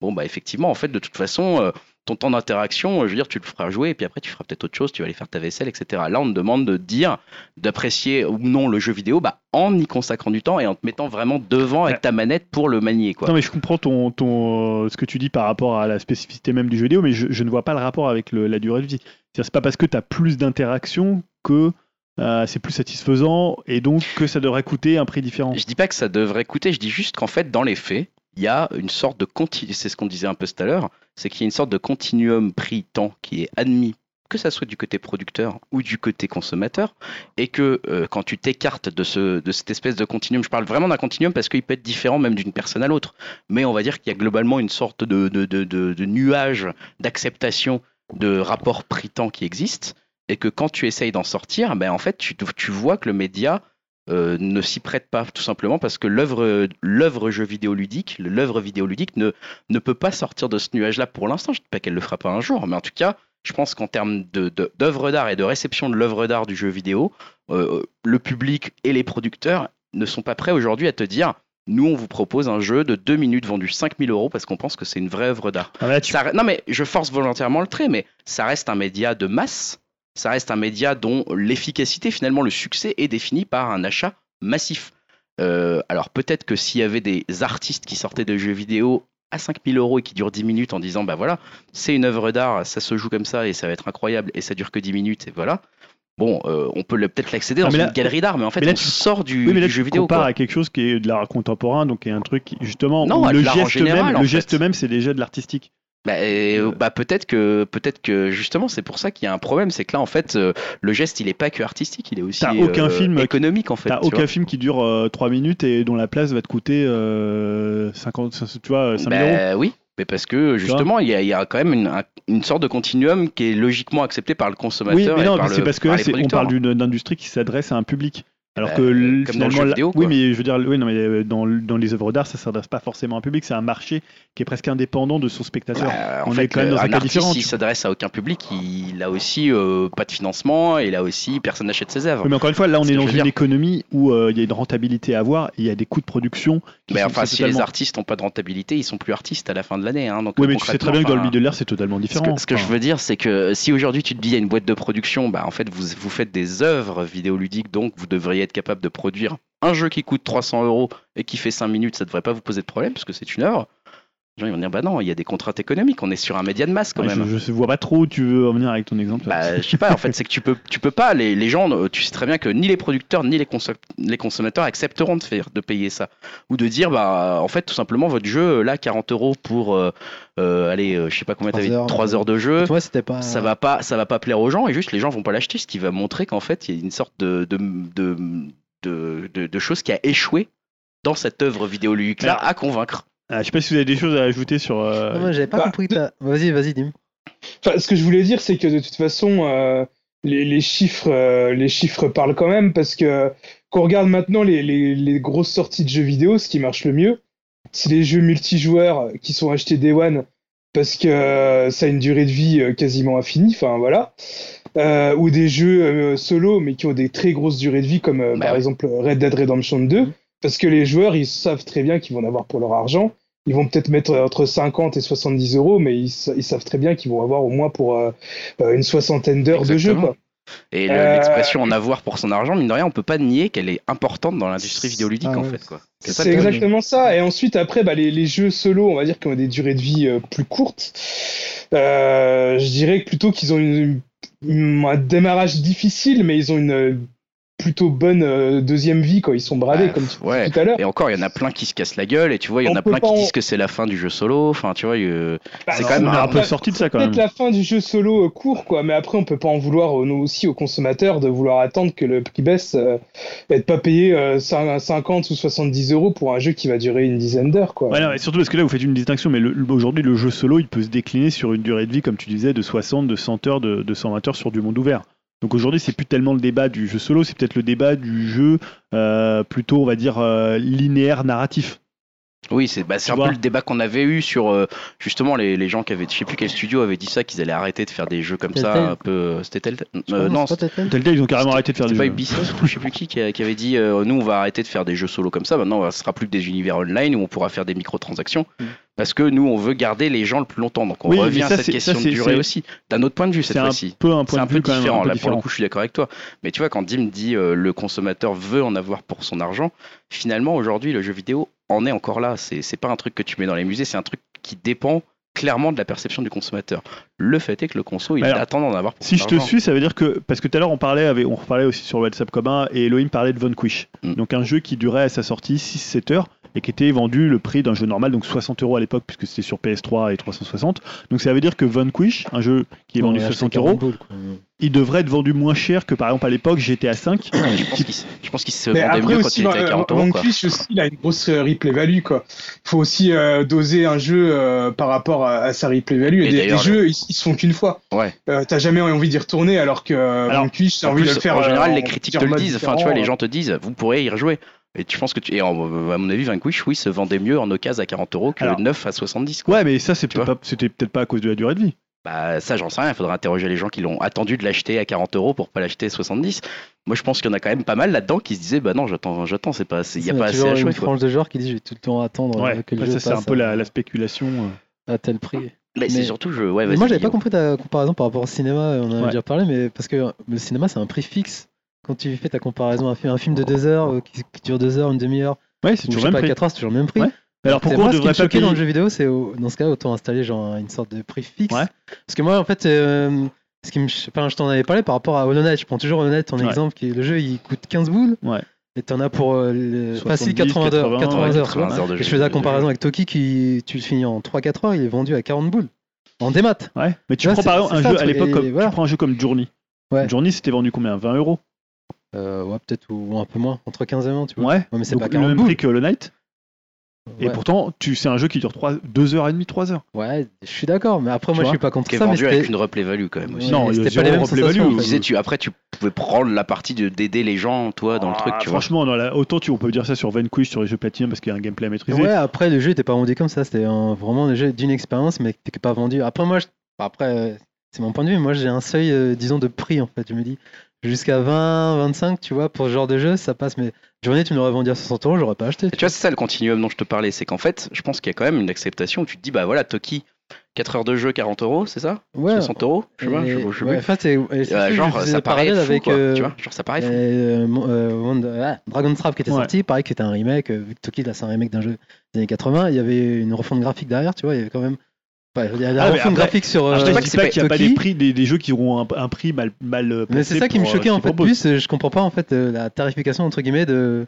Speaker 1: bon, bah, effectivement, en fait, de toute façon, euh, ton temps d'interaction, euh, je veux dire, tu le feras jouer, et puis après, tu feras peut-être autre chose, tu vas aller faire ta vaisselle, etc. Là, on te demande de dire, d'apprécier ou non le jeu vidéo, bah, en y consacrant du temps et en te mettant vraiment devant avec
Speaker 2: Ouais.
Speaker 1: ta manette pour le manier, quoi.
Speaker 2: Non mais je comprends ton, ton, euh, ce que tu dis par rapport à la spécificité même du jeu vidéo, mais je, je ne vois pas le rapport avec le- la durée de vie. C'est-à-dire c'est pas parce que tu as plus d'interactions que euh, c'est plus satisfaisant et donc que ça devrait coûter un prix différent.
Speaker 1: Je dis pas que ça devrait coûter, je dis juste qu'en fait, dans les faits, il y a une sorte de continu, c'est ce qu'on disait un peu tout à l'heure, c'est qu'il y a une sorte de continuum prix-temps qui est admis, que ça soit du côté producteur ou du côté consommateur, et que euh, quand tu t'écartes de, ce, de cette espèce de continuum, je parle vraiment d'un continuum parce qu'il peut être différent même d'une personne à l'autre, mais on va dire qu'il y a globalement une sorte de, de, de- de- de nuage d'acceptation de rapport prix-temps qui existe, et que quand tu essayes d'en sortir, ben en fait, tu, tu vois que le média euh, ne s'y prête pas, tout simplement parce que l'œuvre, l'œuvre jeu vidéo ludique, l'œuvre vidéo ludique ne, ne peut pas sortir de ce nuage-là pour l'instant. Je ne dis pas qu'elle le fera pas un jour, mais en tout cas, je pense qu'en termes de, de- d'œuvre d'art et de réception de l'œuvre d'art du jeu vidéo, euh, le public et les producteurs ne sont pas prêts aujourd'hui à te dire nous, on vous propose un jeu de 2 minutes vendu 5000 euros parce qu'on pense que c'est une vraie œuvre d'art.
Speaker 2: Ah, mais là, tu-
Speaker 1: Ça re- non, mais je force volontairement le trait, mais ça reste un média de masse. Ça reste un média dont l'efficacité, finalement, le succès est défini par un achat massif. Euh, alors peut-être que s'il y avait des artistes qui sortaient de jeux vidéo à 5000 euros et qui durent 10 minutes en disant bah voilà, c'est une œuvre d'art, ça se joue comme ça et ça va être incroyable et ça dure que 10 minutes et voilà. Bon, euh, on peut le- peut-être l'accéder
Speaker 2: Non,
Speaker 1: dans
Speaker 2: mais là-
Speaker 1: une galerie d'art, mais en fait
Speaker 2: mais là,
Speaker 1: on
Speaker 2: tu-
Speaker 1: sort du,
Speaker 2: Oui, mais là,
Speaker 1: du
Speaker 2: tu
Speaker 1: jeu vidéo.
Speaker 2: compares
Speaker 1: quoi.
Speaker 2: à quelque chose qui est de l'art contemporain, donc qui est un truc, qui, justement,
Speaker 1: Non,
Speaker 2: où
Speaker 1: à de
Speaker 2: le
Speaker 1: l'art en
Speaker 2: geste
Speaker 1: général,
Speaker 2: même,
Speaker 1: en
Speaker 2: le
Speaker 1: fait.
Speaker 2: geste même, c'est déjà de l'artistique.
Speaker 1: Bah, et,
Speaker 2: Euh,
Speaker 1: bah, peut-être que peut-être que justement c'est pour ça qu'il y a un problème, c'est que là en fait euh, le geste il est pas que artistique, il est aussi euh,
Speaker 2: T'as aucun film-
Speaker 1: économique en fait.
Speaker 2: T'as
Speaker 1: tu
Speaker 2: aucun
Speaker 1: vois.
Speaker 2: film qui dure 3 minutes et dont la place va te coûter euh, 50, tu vois, 5000 euros.
Speaker 1: Bah, oui, mais parce que justement il y a, il y a quand même une, un- une sorte de continuum qui est logiquement accepté par le consommateur.
Speaker 2: Oui, mais
Speaker 1: et
Speaker 2: non,
Speaker 1: par
Speaker 2: mais
Speaker 1: le-
Speaker 2: c'est parce que
Speaker 1: par
Speaker 2: là,
Speaker 1: les
Speaker 2: c'est- on
Speaker 1: producteurs. hein.
Speaker 2: parle d'une industrie qui s'adresse à un public. Alors
Speaker 1: Bah,
Speaker 2: que
Speaker 1: euh,
Speaker 2: l-
Speaker 1: comme dans le
Speaker 2: finalement,
Speaker 1: jeu
Speaker 2: la-
Speaker 1: vidéo,
Speaker 2: oui,
Speaker 1: quoi.
Speaker 2: mais je veux dire, oui, non, mais euh, dans, le- dans les œuvres d'art, ça s'adresse pas forcément à un public, c'est un marché qui est presque indépendant de son spectateur.
Speaker 1: Bah, en
Speaker 2: On
Speaker 1: fait,
Speaker 2: est quand même
Speaker 1: le-
Speaker 2: dans un
Speaker 1: un
Speaker 2: cas différent,
Speaker 1: artiste,
Speaker 2: tu
Speaker 1: il s'adresse à aucun public, il a aussi euh, pas de financement, et il a aussi personne n'achète ses œuvres.
Speaker 2: Oui, mais encore une fois, là, on
Speaker 1: C'est
Speaker 2: est,
Speaker 1: ce que
Speaker 2: dans
Speaker 1: je veux
Speaker 2: une
Speaker 1: dire.
Speaker 2: économie où euh, il y a une rentabilité à avoir, il y a des coûts de production. qui
Speaker 1: Mais
Speaker 2: sont-
Speaker 1: enfin,
Speaker 2: c'est
Speaker 1: si les
Speaker 2: totalement-
Speaker 1: artistes n'ont pas de rentabilité, ils sont plus artistes à la fin de l'année. Hein, donc,
Speaker 2: Oui, mais tu sais très bien que dans le
Speaker 1: concrètement,
Speaker 2: milieu de l'air, c'est totalement
Speaker 1: Ce
Speaker 2: différent.
Speaker 1: que, ce que je
Speaker 2: Enfin,
Speaker 1: veux dire, c'est que si aujourd'hui tu te dis il y a une boîte de production, bah en fait vous, vous faites des œuvres vidéoludiques, donc vous devriez être capable de produire un jeu qui coûte 300 euros et qui fait 5 minutes, ça devrait pas vous poser de problème parce que c'est une œuvre. Les gens ils vont dire bah non, il y a des contraintes économiques, on est sur un média de masse quand
Speaker 2: ouais,
Speaker 1: même. hein.
Speaker 2: Je, je vois pas trop où tu veux en venir avec ton exemple.
Speaker 1: Bah, je sais pas, en fait, c'est que tu peux, tu peux pas, les, les gens, euh, tu sais très bien que ni les producteurs ni les, consom- les consommateurs accepteront de, faire, de payer ça. Ou de dire, bah, en fait, tout simplement, votre jeu, là, 40 euros pour, euh, euh, allez, euh, je sais pas combien
Speaker 3: Trois
Speaker 1: t'avais,
Speaker 3: heures.
Speaker 1: 3 heures de jeu,
Speaker 3: Toi, c'était pas.
Speaker 1: ça va pas ça va pas plaire aux gens et juste les gens vont pas l'acheter ce qui va montrer qu'en fait il y a une sorte de de, de, de, de- de chose qui a échoué dans cette œuvre vidéoludique là à convaincre
Speaker 2: Ah, je sais pas si vous avez des choses à ajouter sur. euh,
Speaker 3: Non, moi, j'avais pas
Speaker 4: Bah,
Speaker 3: compris que t'as- Vas-y, vas-y,
Speaker 1: Euh,
Speaker 3: dis-moi.
Speaker 4: Enfin, ce que je voulais dire, c'est que de toute façon, euh, les, les chiffres, euh, les chiffres parlent quand même parce que qu'on regarde maintenant les, les, les grosses sorties de jeux vidéo, ce qui marche le mieux, c'est les jeux multijoueurs qui sont achetés Day One parce que euh, ça a une durée de vie euh, quasiment infinie. Enfin voilà, Euh, ou des jeux euh, solo mais qui ont des très grosses durées de vie comme euh,
Speaker 1: Bah
Speaker 4: par
Speaker 1: oui. Mm.
Speaker 4: exemple Red Dead Redemption 2 parce que les joueurs ils savent très bien qu'ils vont en avoir pour leur argent. Ils vont peut-être mettre entre 50 et 70 euros, mais ils, sa- ils savent très bien qu'ils vont avoir au moins pour euh, euh, une soixantaine d'heures de jeu.
Speaker 1: Exactement.
Speaker 4: Quoi.
Speaker 1: et le-
Speaker 4: Euh,
Speaker 1: l'expression en avoir pour son argent mine de rien on peut pas nier qu'elle est importante dans l'industrie vidéoludique
Speaker 3: Ah
Speaker 1: en
Speaker 3: ouais.
Speaker 1: fait quoi C'est ça
Speaker 4: C'est
Speaker 1: le-
Speaker 4: exactement ça. Et ensuite, après, bah, les, les jeux solo, on va dire, qui ont des durées de vie euh, plus courtes, euh, je dirais que plutôt qu'ils ont une- une- un démarrage difficile, mais ils ont une euh, plutôt bonne euh, deuxième vie. Quoi. Ils sont bradés,
Speaker 1: Bah,
Speaker 4: comme tu
Speaker 1: ouais.
Speaker 4: disais tout à l'heure.
Speaker 1: et encore, il y en a plein qui se cassent la gueule, et tu vois, il y en
Speaker 4: On
Speaker 1: a
Speaker 4: peut
Speaker 1: plein
Speaker 4: pas
Speaker 1: qui
Speaker 4: en-
Speaker 1: disent que c'est la fin du jeu solo. Enfin, tu vois, il-
Speaker 4: Bah,
Speaker 1: c'est
Speaker 4: non,
Speaker 1: quand même
Speaker 2: on est un peu
Speaker 4: bah,
Speaker 2: sorti de ça quand même.
Speaker 4: peut-être la fin du jeu solo euh, court, quoi. Mais après, on peut pas en vouloir au- nous aussi aux consommateurs de vouloir attendre que le prix baisse euh, et de pas payer euh, cin- 50 ou 70 euros pour un jeu qui va durer une dizaine d'heures, quoi.
Speaker 2: Ouais, non, mais surtout parce que là, vous faites une distinction, mais le- le- aujourd'hui, le jeu solo, il peut se décliner sur une durée de vie, comme tu disais, de 60, de 100 heures, de, de 120 heures sur du monde ouvert. Donc aujourd'hui, c'est plus tellement le débat du jeu solo, c'est peut-être le débat du jeu euh, plutôt, on va dire, euh, linéaire narratif.
Speaker 1: Oui, c'est bah, c'est
Speaker 2: Tu
Speaker 1: un
Speaker 2: vois.
Speaker 1: peu le débat qu'on avait eu sur euh, justement les, les gens qui avaient, je sais plus quel studio avait dit ça, qu'ils allaient arrêter de faire des jeux comme ça,
Speaker 3: Telltale.
Speaker 1: un peu. euh, C'était Telltale Euh, Non,
Speaker 3: c'est pas Telltale
Speaker 2: Tel tel, ils ont carrément arrêté de faire
Speaker 1: c'est
Speaker 2: des
Speaker 1: pas
Speaker 2: jeux.
Speaker 1: Ubisoft ou je sais plus qui qui, a- qui avait dit euh, nous on va arrêter de faire des jeux solo comme ça. Maintenant, ce sera plus que des univers online où on pourra faire des microtransactions
Speaker 3: Mm.
Speaker 1: parce que nous on veut garder les gens le plus longtemps. Donc on
Speaker 2: Oui,
Speaker 1: revient
Speaker 2: mais
Speaker 1: à
Speaker 2: ça,
Speaker 1: cette
Speaker 2: c'est-
Speaker 1: question
Speaker 2: ça,
Speaker 1: de
Speaker 2: c'est-
Speaker 1: durée
Speaker 2: c'est-
Speaker 1: aussi d'un autre point de vue cette
Speaker 2: C'est un
Speaker 1: fois-ci.
Speaker 2: peu un
Speaker 1: C'est
Speaker 2: point
Speaker 1: un
Speaker 2: de vue
Speaker 1: peu
Speaker 2: quand même,
Speaker 1: différent.
Speaker 2: un peu
Speaker 1: Là, pour le
Speaker 2: différent.
Speaker 1: coup, je suis d'accord avec toi. Mais tu vois, quand Dim dit euh, le consommateur veut en avoir pour son argent, finalement, aujourd'hui, le jeu vidéo en est encore là. C'est c'est pas un truc que tu mets dans les musées, c'est un truc qui dépend clairement de la perception du consommateur. Le fait est que le conso, il
Speaker 2: Alors,
Speaker 1: attend d'en avoir pour
Speaker 2: Si je
Speaker 1: son
Speaker 2: te
Speaker 1: argent.
Speaker 2: suis, ça veut dire que parce que tout à l'heure on parlait, avec, on parlait aussi sur le WhatsApp commun et Elohim parlait de Vanquish,
Speaker 1: Mm.
Speaker 2: donc un jeu qui durait à sa sortie 6-7 heures et qui était vendu le prix d'un jeu normal, donc 60 euros à l'époque puisque c'était sur PS3 et 360. Donc ça veut dire que Vanquish, un jeu qui est vendu
Speaker 3: Ouais, acheter
Speaker 2: 60
Speaker 3: 40
Speaker 2: euros,
Speaker 3: boules, quoi.
Speaker 2: il devrait être vendu moins cher que par exemple à l'époque GTA 5.
Speaker 1: Je pense qu'il se- je pense qu'il se
Speaker 4: Mais
Speaker 1: vendait
Speaker 4: après
Speaker 1: mieux quand
Speaker 4: aussi,
Speaker 1: il était à 40 euros. quoi.
Speaker 4: Vanquish aussi, il a une grosse euh, replay value, quoi. Faut aussi euh, doser un jeu euh, par rapport à, à sa replay value. Et
Speaker 1: Et
Speaker 4: des, des
Speaker 1: d'ailleurs,
Speaker 4: jeux, ils ils se font qu'une fois.
Speaker 1: Ouais.
Speaker 4: Euh, t'as jamais envie d'y retourner alors que euh,
Speaker 2: Alors,
Speaker 4: Vanquish, t'as
Speaker 1: En,
Speaker 4: envie
Speaker 1: plus,
Speaker 4: de le faire.
Speaker 1: en général,
Speaker 4: euh,
Speaker 1: les
Speaker 4: en
Speaker 1: critiques
Speaker 4: plusieurs
Speaker 1: te le
Speaker 4: modes
Speaker 1: disent. Enfin, tu vois, les
Speaker 4: différents.
Speaker 1: gens te disent, vous pourrez y rejouer. Et tu penses que tu. Et en- à mon avis, Vanquish, oui, se vendait mieux en occasion à 40 euros que
Speaker 2: Alors.
Speaker 1: 9 à 70. Quoi.
Speaker 2: Ouais, mais ça, c'est
Speaker 1: Tu
Speaker 2: peut-être pas- c'était peut-être pas à cause de la durée de vie.
Speaker 1: Bah, ça, j'en sais rien. Il faudra interroger les gens qui l'ont attendu de l'acheter à 40 euros pour pas l'acheter à 70. Moi, je pense qu'il y en a quand même pas mal là-dedans qui se disaient, bah non, j'attends, j'attends, c'est pas assez. Il n'y a
Speaker 3: Ça,
Speaker 1: pas assez
Speaker 3: toujours
Speaker 1: à jouer.
Speaker 3: une
Speaker 1: quoi.
Speaker 3: frange de joueurs qui dit je vais tout le temps attendre euh,
Speaker 2: Ouais,
Speaker 3: que le
Speaker 2: après,
Speaker 3: jeu
Speaker 2: ça, c'est un
Speaker 3: passe
Speaker 2: peu la,
Speaker 3: à-
Speaker 2: la spéculation. euh.
Speaker 3: à tel prix.
Speaker 1: Mais, c'est
Speaker 3: Mais-
Speaker 1: surtout, je. Ouais,
Speaker 3: Mais
Speaker 1: vas-y,
Speaker 3: moi, j'avais pas
Speaker 1: Guillaume.
Speaker 3: compris ta comparaison par rapport au cinéma, on en a
Speaker 2: Ouais.
Speaker 3: déjà parlé, mais parce que le cinéma, c'est un prix fixe. Quand tu fais ta comparaison à un film, un film de deux heures euh, qui, qui dure deux heures, une demi-heure,
Speaker 2: Ouais, c'est
Speaker 3: ou je
Speaker 2: toujours
Speaker 3: sais
Speaker 2: le
Speaker 3: pas,
Speaker 2: même prix.
Speaker 3: quatre heures, c'est toujours le même prix.
Speaker 2: Ouais. Alors
Speaker 3: C'est
Speaker 2: pourquoi on
Speaker 3: moi, ce qui me
Speaker 2: devrait pas
Speaker 3: choquait
Speaker 2: payer
Speaker 3: dans le jeu vidéo, c'est au- dans ce cas, autant installer genre une sorte de prix fixe.
Speaker 2: Ouais.
Speaker 3: Parce que moi, en fait, euh, ce qui me, ch- enfin, je t'en avais parlé par rapport à Hollow Knight. Je prends toujours Hollow Knight, ton
Speaker 2: Ouais.
Speaker 3: exemple, qui est- le jeu, il coûte 15 boules.
Speaker 2: Ouais.
Speaker 3: Et t'en as pour euh, le-
Speaker 2: 70,
Speaker 3: facile 80 heures.
Speaker 2: 80,
Speaker 3: 80 heures, tu vois.
Speaker 1: 80 heures de
Speaker 3: Et je
Speaker 1: jeu-
Speaker 3: faisais la
Speaker 1: de-
Speaker 3: comparaison avec Toki, qui tu le finis en 3-4 heures, il est vendu à 40 boules. En démat.
Speaker 2: Ouais, mais tu
Speaker 3: Ouais,
Speaker 2: prends
Speaker 3: c'est-
Speaker 2: par exemple
Speaker 3: c'est
Speaker 2: un
Speaker 3: ça,
Speaker 2: jeu
Speaker 3: tu-
Speaker 2: à l'époque,
Speaker 3: et
Speaker 2: comme-
Speaker 3: voilà.
Speaker 2: tu prends un jeu comme Journey.
Speaker 3: Ouais.
Speaker 2: Journey, c'était vendu combien 20 euros.
Speaker 3: Euh, ouais, peut-être, ou, ou un peu moins, entre 15 et 20, tu vois.
Speaker 2: Ouais.
Speaker 3: Ouais, mais c'est
Speaker 2: Donc,
Speaker 3: pas
Speaker 2: le
Speaker 3: 40
Speaker 2: même
Speaker 3: boules.
Speaker 2: prix que Hollow Knight. Et
Speaker 3: Ouais.
Speaker 2: pourtant, tu, c'est un jeu qui dure 3, 2h30, 3h.
Speaker 3: Ouais, je suis d'accord, mais après,
Speaker 2: Tu
Speaker 3: moi, je
Speaker 2: vois,
Speaker 3: suis pas contre
Speaker 1: Qui est
Speaker 3: ça. Mais
Speaker 1: vendu avec
Speaker 3: c'était
Speaker 1: une replay value quand même aussi.
Speaker 3: Ouais,
Speaker 2: Non, il y a
Speaker 3: c'était
Speaker 2: zéro
Speaker 3: pas les mêmes
Speaker 2: replay
Speaker 3: sensations,
Speaker 2: value.
Speaker 1: Tu
Speaker 3: en fait.
Speaker 1: disais, tu, après, tu pouvais prendre la partie de- d'aider les gens, toi, dans le truc,
Speaker 2: Ah,
Speaker 1: tu vois.
Speaker 2: franchement, dans la- autant tu, on peut dire ça sur Vanquish, sur les jeux Platinum, parce qu'il y a un gameplay maîtrisé.
Speaker 3: Ouais, après le jeu était pas vendu comme ça, c'était un- vraiment le jeu d'une expérience mais qui n'était pas vendu. Après moi, je- après euh, c'est mon point de vue, moi j'ai un seuil euh, disons de prix en fait, je me dis jusqu'à 20, 25, tu vois, pour ce genre de jeu ça passe, mais journée tu me l'aurais vendu à 60 euros, j'aurais pas acheté.
Speaker 1: Et tu vois, c'est ça le continuum dont je te parlais. C'est qu'en fait, je pense qu'il y a quand même une acceptation où tu te dis, bah voilà, Toki, 4 heures de jeu, 40 euros, c'est ça
Speaker 3: Ouais.
Speaker 1: 60 euros Je sais pas,
Speaker 3: Et-
Speaker 1: je, je sais
Speaker 3: ouais,
Speaker 1: plus.
Speaker 3: enfin, c'est- et c'est
Speaker 1: Euh,
Speaker 3: fou, je
Speaker 1: genre,
Speaker 3: faisais
Speaker 1: ça
Speaker 3: le
Speaker 1: paraît
Speaker 3: parallèle
Speaker 1: fou,
Speaker 3: avec
Speaker 1: quoi,
Speaker 3: euh,
Speaker 1: tu vois. Genre, ça paraît fou.
Speaker 3: euh, mon- euh, Wonder- ah, Dragon's Trap qui était
Speaker 2: Ouais.
Speaker 3: sorti, pareil qui était un remake, euh, vu que Toki là c'est un remake d'un jeu des années 80, il y avait une refonte graphique derrière, tu vois, il y avait quand même... Enfin, il y avait
Speaker 2: Ah,
Speaker 3: la
Speaker 2: mais
Speaker 3: refonte
Speaker 2: après-
Speaker 3: graphique sur...
Speaker 2: Alors, je
Speaker 1: Euh,
Speaker 2: te
Speaker 1: pas
Speaker 2: dis
Speaker 1: que c'est
Speaker 2: pas
Speaker 1: pas
Speaker 2: qu'il n'y a pas
Speaker 3: Toki.
Speaker 2: des prix, des, des jeux qui auront un, un prix mal, mal euh,
Speaker 3: Mais
Speaker 2: pensé
Speaker 3: c'est ça qui me
Speaker 2: pour, euh,
Speaker 3: choquait
Speaker 2: ce
Speaker 3: en
Speaker 2: qu'ils
Speaker 3: fait
Speaker 2: proposent.
Speaker 3: plus, euh, je comprends pas en fait euh, la tarification entre guillemets de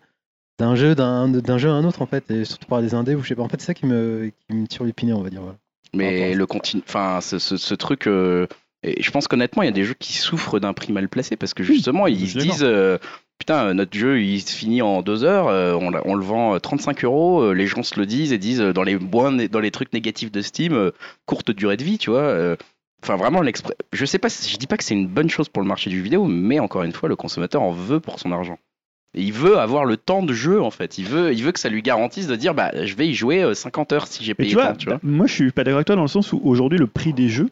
Speaker 3: d'un jeu d'un d'un jeu à un autre en fait et surtout par des indés ou je sais pas en fait c'est ça qui me qui me tire l'épinée on va dire voilà.
Speaker 1: Mais
Speaker 3: Attends.
Speaker 1: le continu, enfin, ce, ce- ce truc. euh, et je pense qu'honnêtement, il y a des jeux qui souffrent d'un prix mal placé parce que justement, ils se
Speaker 2: d'accord.
Speaker 1: disent. euh, Putain, euh, notre jeu, il se finit en deux heures, euh, on, l'a- on le vend euh, 35 euros, euh, les gens se le disent et disent euh, dans les, bois- dans les trucs négatifs de Steam, euh, courte durée de vie, tu vois. euh, Enfin, vraiment, l'exprès. Je sais pas, si- je dis pas que c'est une bonne chose pour le marché du vidéo, mais encore une fois, le consommateur en veut pour son argent. Et il veut avoir le temps de jeu, en fait. Il veut, il veut que ça lui garantisse de dire, bah, je vais y jouer euh, 50 heures si j'ai
Speaker 2: Mais
Speaker 1: payé
Speaker 2: tu vois,
Speaker 1: tant, tu vois.
Speaker 2: moi je suis pas d'accord avec toi dans le sens où aujourd'hui le prix des jeux,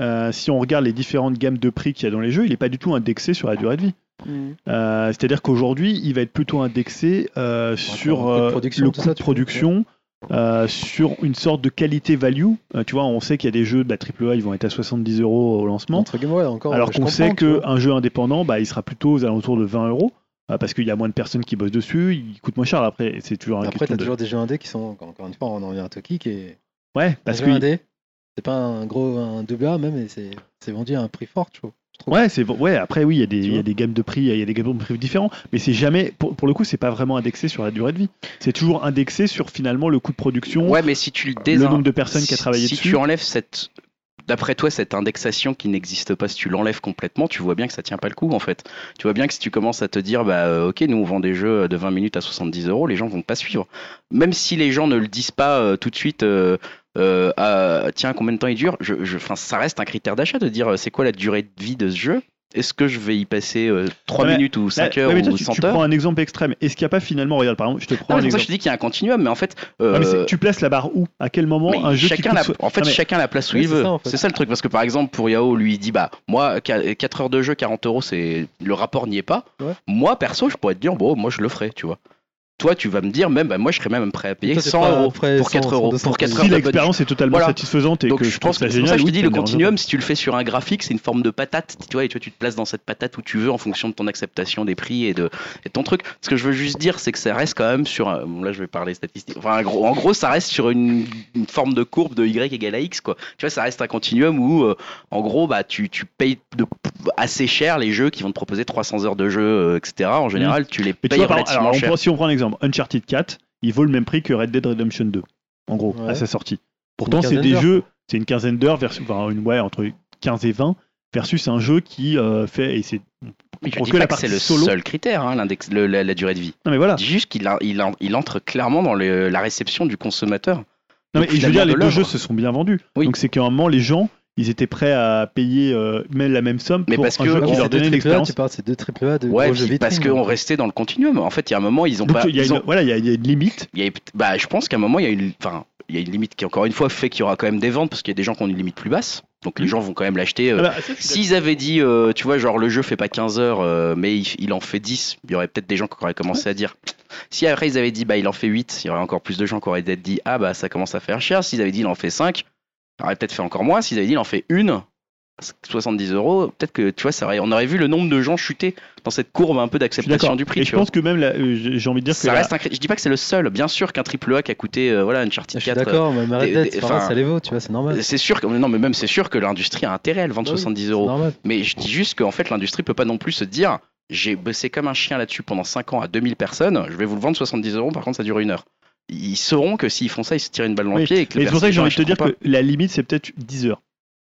Speaker 2: euh, si on regarde les différentes gammes de prix qu'il y a dans les jeux, il n'est pas du tout indexé sur la durée de vie.
Speaker 1: Mm.
Speaker 2: Euh, C'est-à-dire qu'aujourd'hui, il va être plutôt indexé euh, sur
Speaker 3: le coût de
Speaker 2: euh,
Speaker 3: production,
Speaker 2: le
Speaker 3: tout
Speaker 2: coût
Speaker 3: ça,
Speaker 2: de
Speaker 3: tu peux-
Speaker 2: production, euh, sur une sorte de qualité-value. Euh, tu vois, on sait qu'il y a des jeux de la AAA, ils vont être à 70 euros au lancement.
Speaker 3: Entre guillemets ouais, encore
Speaker 2: Alors
Speaker 3: je
Speaker 2: qu'on sait
Speaker 3: comprends, tu vois.
Speaker 2: qu'un jeu indépendant, bah, il sera plutôt aux alentours de 20 euros. euh, Parce qu'il y a moins de personnes qui bossent dessus, il coûte moins cher. Après, c'est toujours un
Speaker 3: après t'as toujours des jeux indés qui sont encore encore une fois on en vient à Toki qui est
Speaker 2: Ouais,
Speaker 3: un
Speaker 2: parce
Speaker 3: jeu
Speaker 2: que
Speaker 3: indé c'est pas un gros un double A même et c'est c'est vendu à un prix fort tu vois.
Speaker 2: Ouais, c'est ouais. Après, oui, il y a des,
Speaker 3: Tu
Speaker 2: il y a
Speaker 3: vois
Speaker 2: des gammes de prix, il y a des gammes de prix différents, mais c'est jamais pour, pour le coup, c'est pas vraiment indexé sur la durée de vie. C'est toujours indexé sur finalement le coût de production,
Speaker 1: Ouais, mais si tu le
Speaker 2: le
Speaker 1: désin-
Speaker 2: nombre de personnes qui a
Speaker 1: si-
Speaker 2: travaillé
Speaker 1: si
Speaker 2: dessus.
Speaker 1: tu enlèves cette, d'après toi, cette indexation qui n'existe pas, si tu l'enlèves complètement, tu vois bien que ça tient pas le coup en fait. Tu vois bien que si tu commences à te dire, bah euh, ok, nous on vend des jeux de 20 minutes à 70 euros, les gens vont pas suivre. Même si les gens ne le disent pas euh, tout de suite. euh, euh, ah, tiens, combien de temps il dure je, je, 'fin, Ça reste un critère d'achat de dire euh, c'est quoi la durée de vie de ce jeu Est-ce que je vais y passer 3
Speaker 2: Ouais, mais-
Speaker 1: minutes ou 5
Speaker 2: Ouais,
Speaker 1: heures
Speaker 2: mais toi,
Speaker 1: ou
Speaker 2: tu,
Speaker 1: 100
Speaker 2: tu
Speaker 1: heures
Speaker 2: prends un exemple extrême. Est-ce qu'il n'y a pas finalement, regarde, par exemple, je te
Speaker 1: Non,
Speaker 2: prends
Speaker 1: mais
Speaker 2: un
Speaker 1: C'est pour ça que je
Speaker 2: exemple.
Speaker 1: te dis qu'il y a un continuum, mais en fait.
Speaker 2: Ah, mais c'est-
Speaker 1: euh,
Speaker 2: tu places la barre où À quel moment
Speaker 1: mais
Speaker 2: un jeu qui
Speaker 1: chacun
Speaker 2: coûte
Speaker 1: la,
Speaker 2: so-
Speaker 1: en fait,
Speaker 2: Non, mais-
Speaker 1: chacun la place où
Speaker 3: Oui,
Speaker 1: il
Speaker 3: c'est
Speaker 1: veut.
Speaker 3: ça, en fait.
Speaker 1: C'est ça le truc. Parce que par exemple, pour Yao, lui, il dit Bah, moi, 4 heures de jeu, 40 euros, c'est le rapport n'y est pas.
Speaker 3: Ouais.
Speaker 1: Moi, perso, je pourrais te dire Bon, moi, je le ferai, tu vois. Toi, tu vas me dire même, bah, moi, je serais même prêt à payer
Speaker 3: Toi, t'es
Speaker 1: 100
Speaker 3: pas
Speaker 1: euros
Speaker 3: prêt
Speaker 1: pour
Speaker 3: 100,
Speaker 1: 4 euros.
Speaker 3: 200,
Speaker 1: Pour 4 heures
Speaker 2: si
Speaker 1: de
Speaker 2: l'expérience est totalement
Speaker 1: Voilà.
Speaker 2: satisfaisante et
Speaker 1: donc
Speaker 2: que
Speaker 1: je pense que c'est pour ça
Speaker 2: trouve ça
Speaker 1: que
Speaker 2: génial,
Speaker 1: je te
Speaker 2: oui,
Speaker 1: dis
Speaker 2: tu
Speaker 1: le
Speaker 2: me déranges pas.
Speaker 1: continuum si tu le fais sur un graphique c'est une forme de patate tu vois et toi tu te places dans cette patate où tu veux en fonction de ton acceptation des prix et de, et de ton truc ce que je veux juste dire c'est que ça reste quand même sur un- bon là je vais parler statistique enfin un gros- en gros ça reste sur une, une forme de courbe de y égale à x quoi tu vois ça reste un continuum où euh, en gros bah tu, tu payes de, assez cher les jeux qui vont te proposer 300 heures de jeu euh, etc en général tu les
Speaker 2: Mm. Mais tu
Speaker 1: payes
Speaker 2: vois, par-
Speaker 1: relativement
Speaker 2: alors, on
Speaker 1: cher
Speaker 2: prend- si on prend un exemple, Uncharted 4, il vaut le même prix que Red Dead Redemption 2, en gros, à
Speaker 3: Ouais.
Speaker 2: sa sortie. Pourtant,
Speaker 3: Une
Speaker 2: c'est
Speaker 3: quinzaine
Speaker 2: des
Speaker 3: d'heures,
Speaker 2: jeux, c'est une quinzaine d'heures, versus, enfin, une, ouais, entre 15 et 20, versus un jeu qui euh, fait. Et c'est,
Speaker 1: Mais je
Speaker 2: pour
Speaker 1: dis
Speaker 2: que
Speaker 1: pas
Speaker 2: la
Speaker 1: que c'est
Speaker 2: partie
Speaker 1: le
Speaker 2: solo-
Speaker 1: seul critère hein, l'index- le- la- la durée de vie
Speaker 2: non, mais voilà.
Speaker 1: Je dis juste qu'il a- il, en- il entre clairement dans le- la réception du consommateur.
Speaker 2: Non, mais
Speaker 1: Donc,
Speaker 2: et je veux dire,
Speaker 1: finalement,
Speaker 2: les
Speaker 1: de
Speaker 2: deux
Speaker 1: l'œuvre.
Speaker 2: jeux se sont bien vendus.
Speaker 1: Oui.
Speaker 2: Donc, c'est qu'à un moment, les gens, ils étaient prêts à payer euh, même la même somme
Speaker 1: Mais
Speaker 2: pour
Speaker 1: parce
Speaker 2: un
Speaker 1: que
Speaker 2: jeu
Speaker 1: on-
Speaker 2: qui
Speaker 1: c'est
Speaker 2: leur
Speaker 3: deux
Speaker 2: donnait une
Speaker 3: triple A,
Speaker 2: expérience.
Speaker 3: tu parles, c'est deux triple A de
Speaker 1: Ouais,
Speaker 3: gros jeux
Speaker 1: puis parce
Speaker 3: vitrines. Ah,
Speaker 1: qu'on restait dans le continuum. En fait, il y a un moment, ils ont
Speaker 2: Donc
Speaker 1: pas.
Speaker 2: il y a
Speaker 1: ils
Speaker 2: une-
Speaker 1: ont-
Speaker 2: voilà, il y a- il y a une limite.
Speaker 1: il y a- bah, je pense qu'à un moment, il y a une, enfin, il y a une limite qui, encore une fois, fait qu'il y aura quand même des ventes parce qu'il y a des gens qui ont une limite plus basse. Donc les
Speaker 2: Mhm.
Speaker 1: gens vont quand même l'acheter. euh,
Speaker 2: Ah bah, ça, je suis d'accord.
Speaker 1: S'ils avaient dit, euh, tu vois, genre le jeu fait pas 15 heures, euh, mais il, il en fait 10, il y aurait peut-être des gens qui auraient commencé à dire. Si après ils avaient dit, bah il en fait 8, il y aurait encore plus de gens qui auraient peut-être dit, ah bah ça commence à faire cher. S'ils avaient dit, il en fait 5, il aurait peut-être fait encore moins. S'ils avaient dit, il en fait une, 70 euros, peut-être que, tu vois, ça aurait, on aurait vu le nombre de gens chuter dans cette courbe un peu
Speaker 2: Je suis d'accord.
Speaker 1: d'acceptation du prix.
Speaker 2: Et
Speaker 1: tu
Speaker 2: je
Speaker 1: vois.
Speaker 2: pense que même, la- euh, j'ai j'ai envie de dire que
Speaker 1: Ça
Speaker 2: la-
Speaker 1: reste un cri- Je dis pas que c'est le seul. Bien sûr qu'un triple A qui a coûté euh, voilà,
Speaker 3: Je
Speaker 1: Uncharted
Speaker 3: suis
Speaker 1: 4. euh,
Speaker 3: d'accord, mais Red
Speaker 1: des-
Speaker 3: Dead,
Speaker 1: des-
Speaker 3: c'est pareil,
Speaker 1: enfin,
Speaker 3: ça les vaut, tu vois, c'est normal.
Speaker 1: C'est sûr que non, mais même c'est sûr que l'industrie a intérêt à le vendre
Speaker 3: Bah oui,
Speaker 1: 70
Speaker 3: C'est
Speaker 1: euros.
Speaker 3: normal.
Speaker 1: Mais je dis juste qu'en fait, l'industrie peut pas non plus se dire j'ai bossé comme un chien là-dessus pendant 5 ans à 2000 personnes, je vais vous le vendre 70 euros, par contre ça dure une heure. Ils sauront que s'ils font ça, ils se tirent une balle dans le
Speaker 2: Oui,
Speaker 1: pied. Et que
Speaker 2: Mais
Speaker 1: les
Speaker 2: c'est pour ça que j'ai envie de te dire
Speaker 1: personnes
Speaker 2: que la limite, c'est peut-être 10 heures.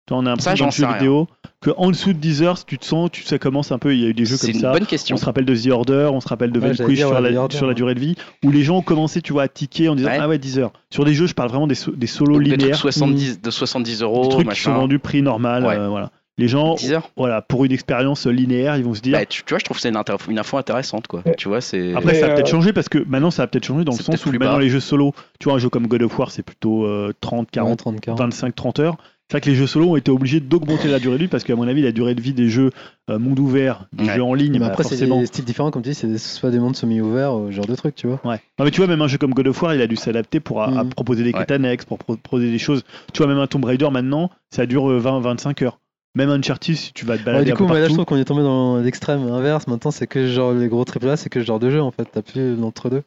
Speaker 2: Tu en as un
Speaker 1: Ça,
Speaker 2: peu dans
Speaker 1: j'en
Speaker 2: le jeu
Speaker 1: sais rien.
Speaker 2: vidéo, que en dessous de 10 heures, si tu te sens, tu, ça commence un peu. Il y a eu des jeux
Speaker 1: C'est
Speaker 2: comme
Speaker 1: une
Speaker 2: ça.
Speaker 1: bonne question.
Speaker 2: On se rappelle de The Order, on se rappelle de
Speaker 3: Ouais, j'allais
Speaker 2: Vanquish
Speaker 3: dire,
Speaker 2: sur,
Speaker 3: ouais, The
Speaker 2: la,
Speaker 3: Order,
Speaker 2: sur la
Speaker 3: ouais.
Speaker 2: durée de vie, où les gens ont commencé, tu vois, à tiquer en disant
Speaker 1: Ouais.
Speaker 2: Ah ouais, 10 heures. Sur des jeux, je parle vraiment des, so- des solos
Speaker 1: Donc, des trucs
Speaker 2: linéaires,
Speaker 1: 70, de 70 euros,
Speaker 2: des trucs qui sont
Speaker 1: machin.
Speaker 2: vendus prix normal.
Speaker 1: Ouais.
Speaker 2: euh, voilà. Les gens,
Speaker 1: 10 heures.
Speaker 2: voilà, pour une expérience linéaire, ils vont se dire
Speaker 1: Bah, tu, tu vois, je trouve que c'est une, inter- une info intéressante, quoi.
Speaker 4: Ouais.
Speaker 1: Tu vois, c'est.
Speaker 2: Après,
Speaker 4: Et,
Speaker 2: ça a
Speaker 4: euh,
Speaker 2: peut-être changé parce que maintenant, ça a peut-être changé dans le
Speaker 1: c'est
Speaker 2: sens
Speaker 1: peut-être
Speaker 2: où
Speaker 1: plus
Speaker 2: maintenant,
Speaker 1: bas.
Speaker 2: les jeux solo, tu vois, un jeu comme God of War, c'est plutôt euh, 30, 40,
Speaker 3: 40, 40.
Speaker 2: 25, 30 heures. C'est vrai que les jeux solo ont été obligés d'augmenter la durée de vie parce qu'à mon avis, la durée de vie des jeux euh, monde ouvert, des
Speaker 1: Ouais.
Speaker 2: jeux en ligne,
Speaker 3: Mais
Speaker 2: bah,
Speaker 3: après, c'est
Speaker 2: forcément.
Speaker 3: des styles différents, comme tu dis, c'est des- soit des mondes semi-ouverts, ou ce genre de trucs, tu vois.
Speaker 2: Ouais. Non, mais tu vois, même un jeu comme God of War, il a dû s'adapter pour à- à
Speaker 3: Mhm.
Speaker 2: proposer des quêtes annexes, pour pro- proposer des choses. Tu vois, même un Tomb Raider maintenant, ça dure euh, 20, 25 heures. Même Uncharted, si tu vas te
Speaker 1: Bah,
Speaker 3: Ouais,
Speaker 2: balader
Speaker 3: du
Speaker 2: un
Speaker 3: coup,
Speaker 2: peu
Speaker 3: moi, là, je
Speaker 2: partout,
Speaker 3: trouve qu'on est tombé dans l'extrême inverse. Maintenant, c'est que genre les gros AAA, c'est que ce genre de jeu en fait. T'as plus l'entre-deux.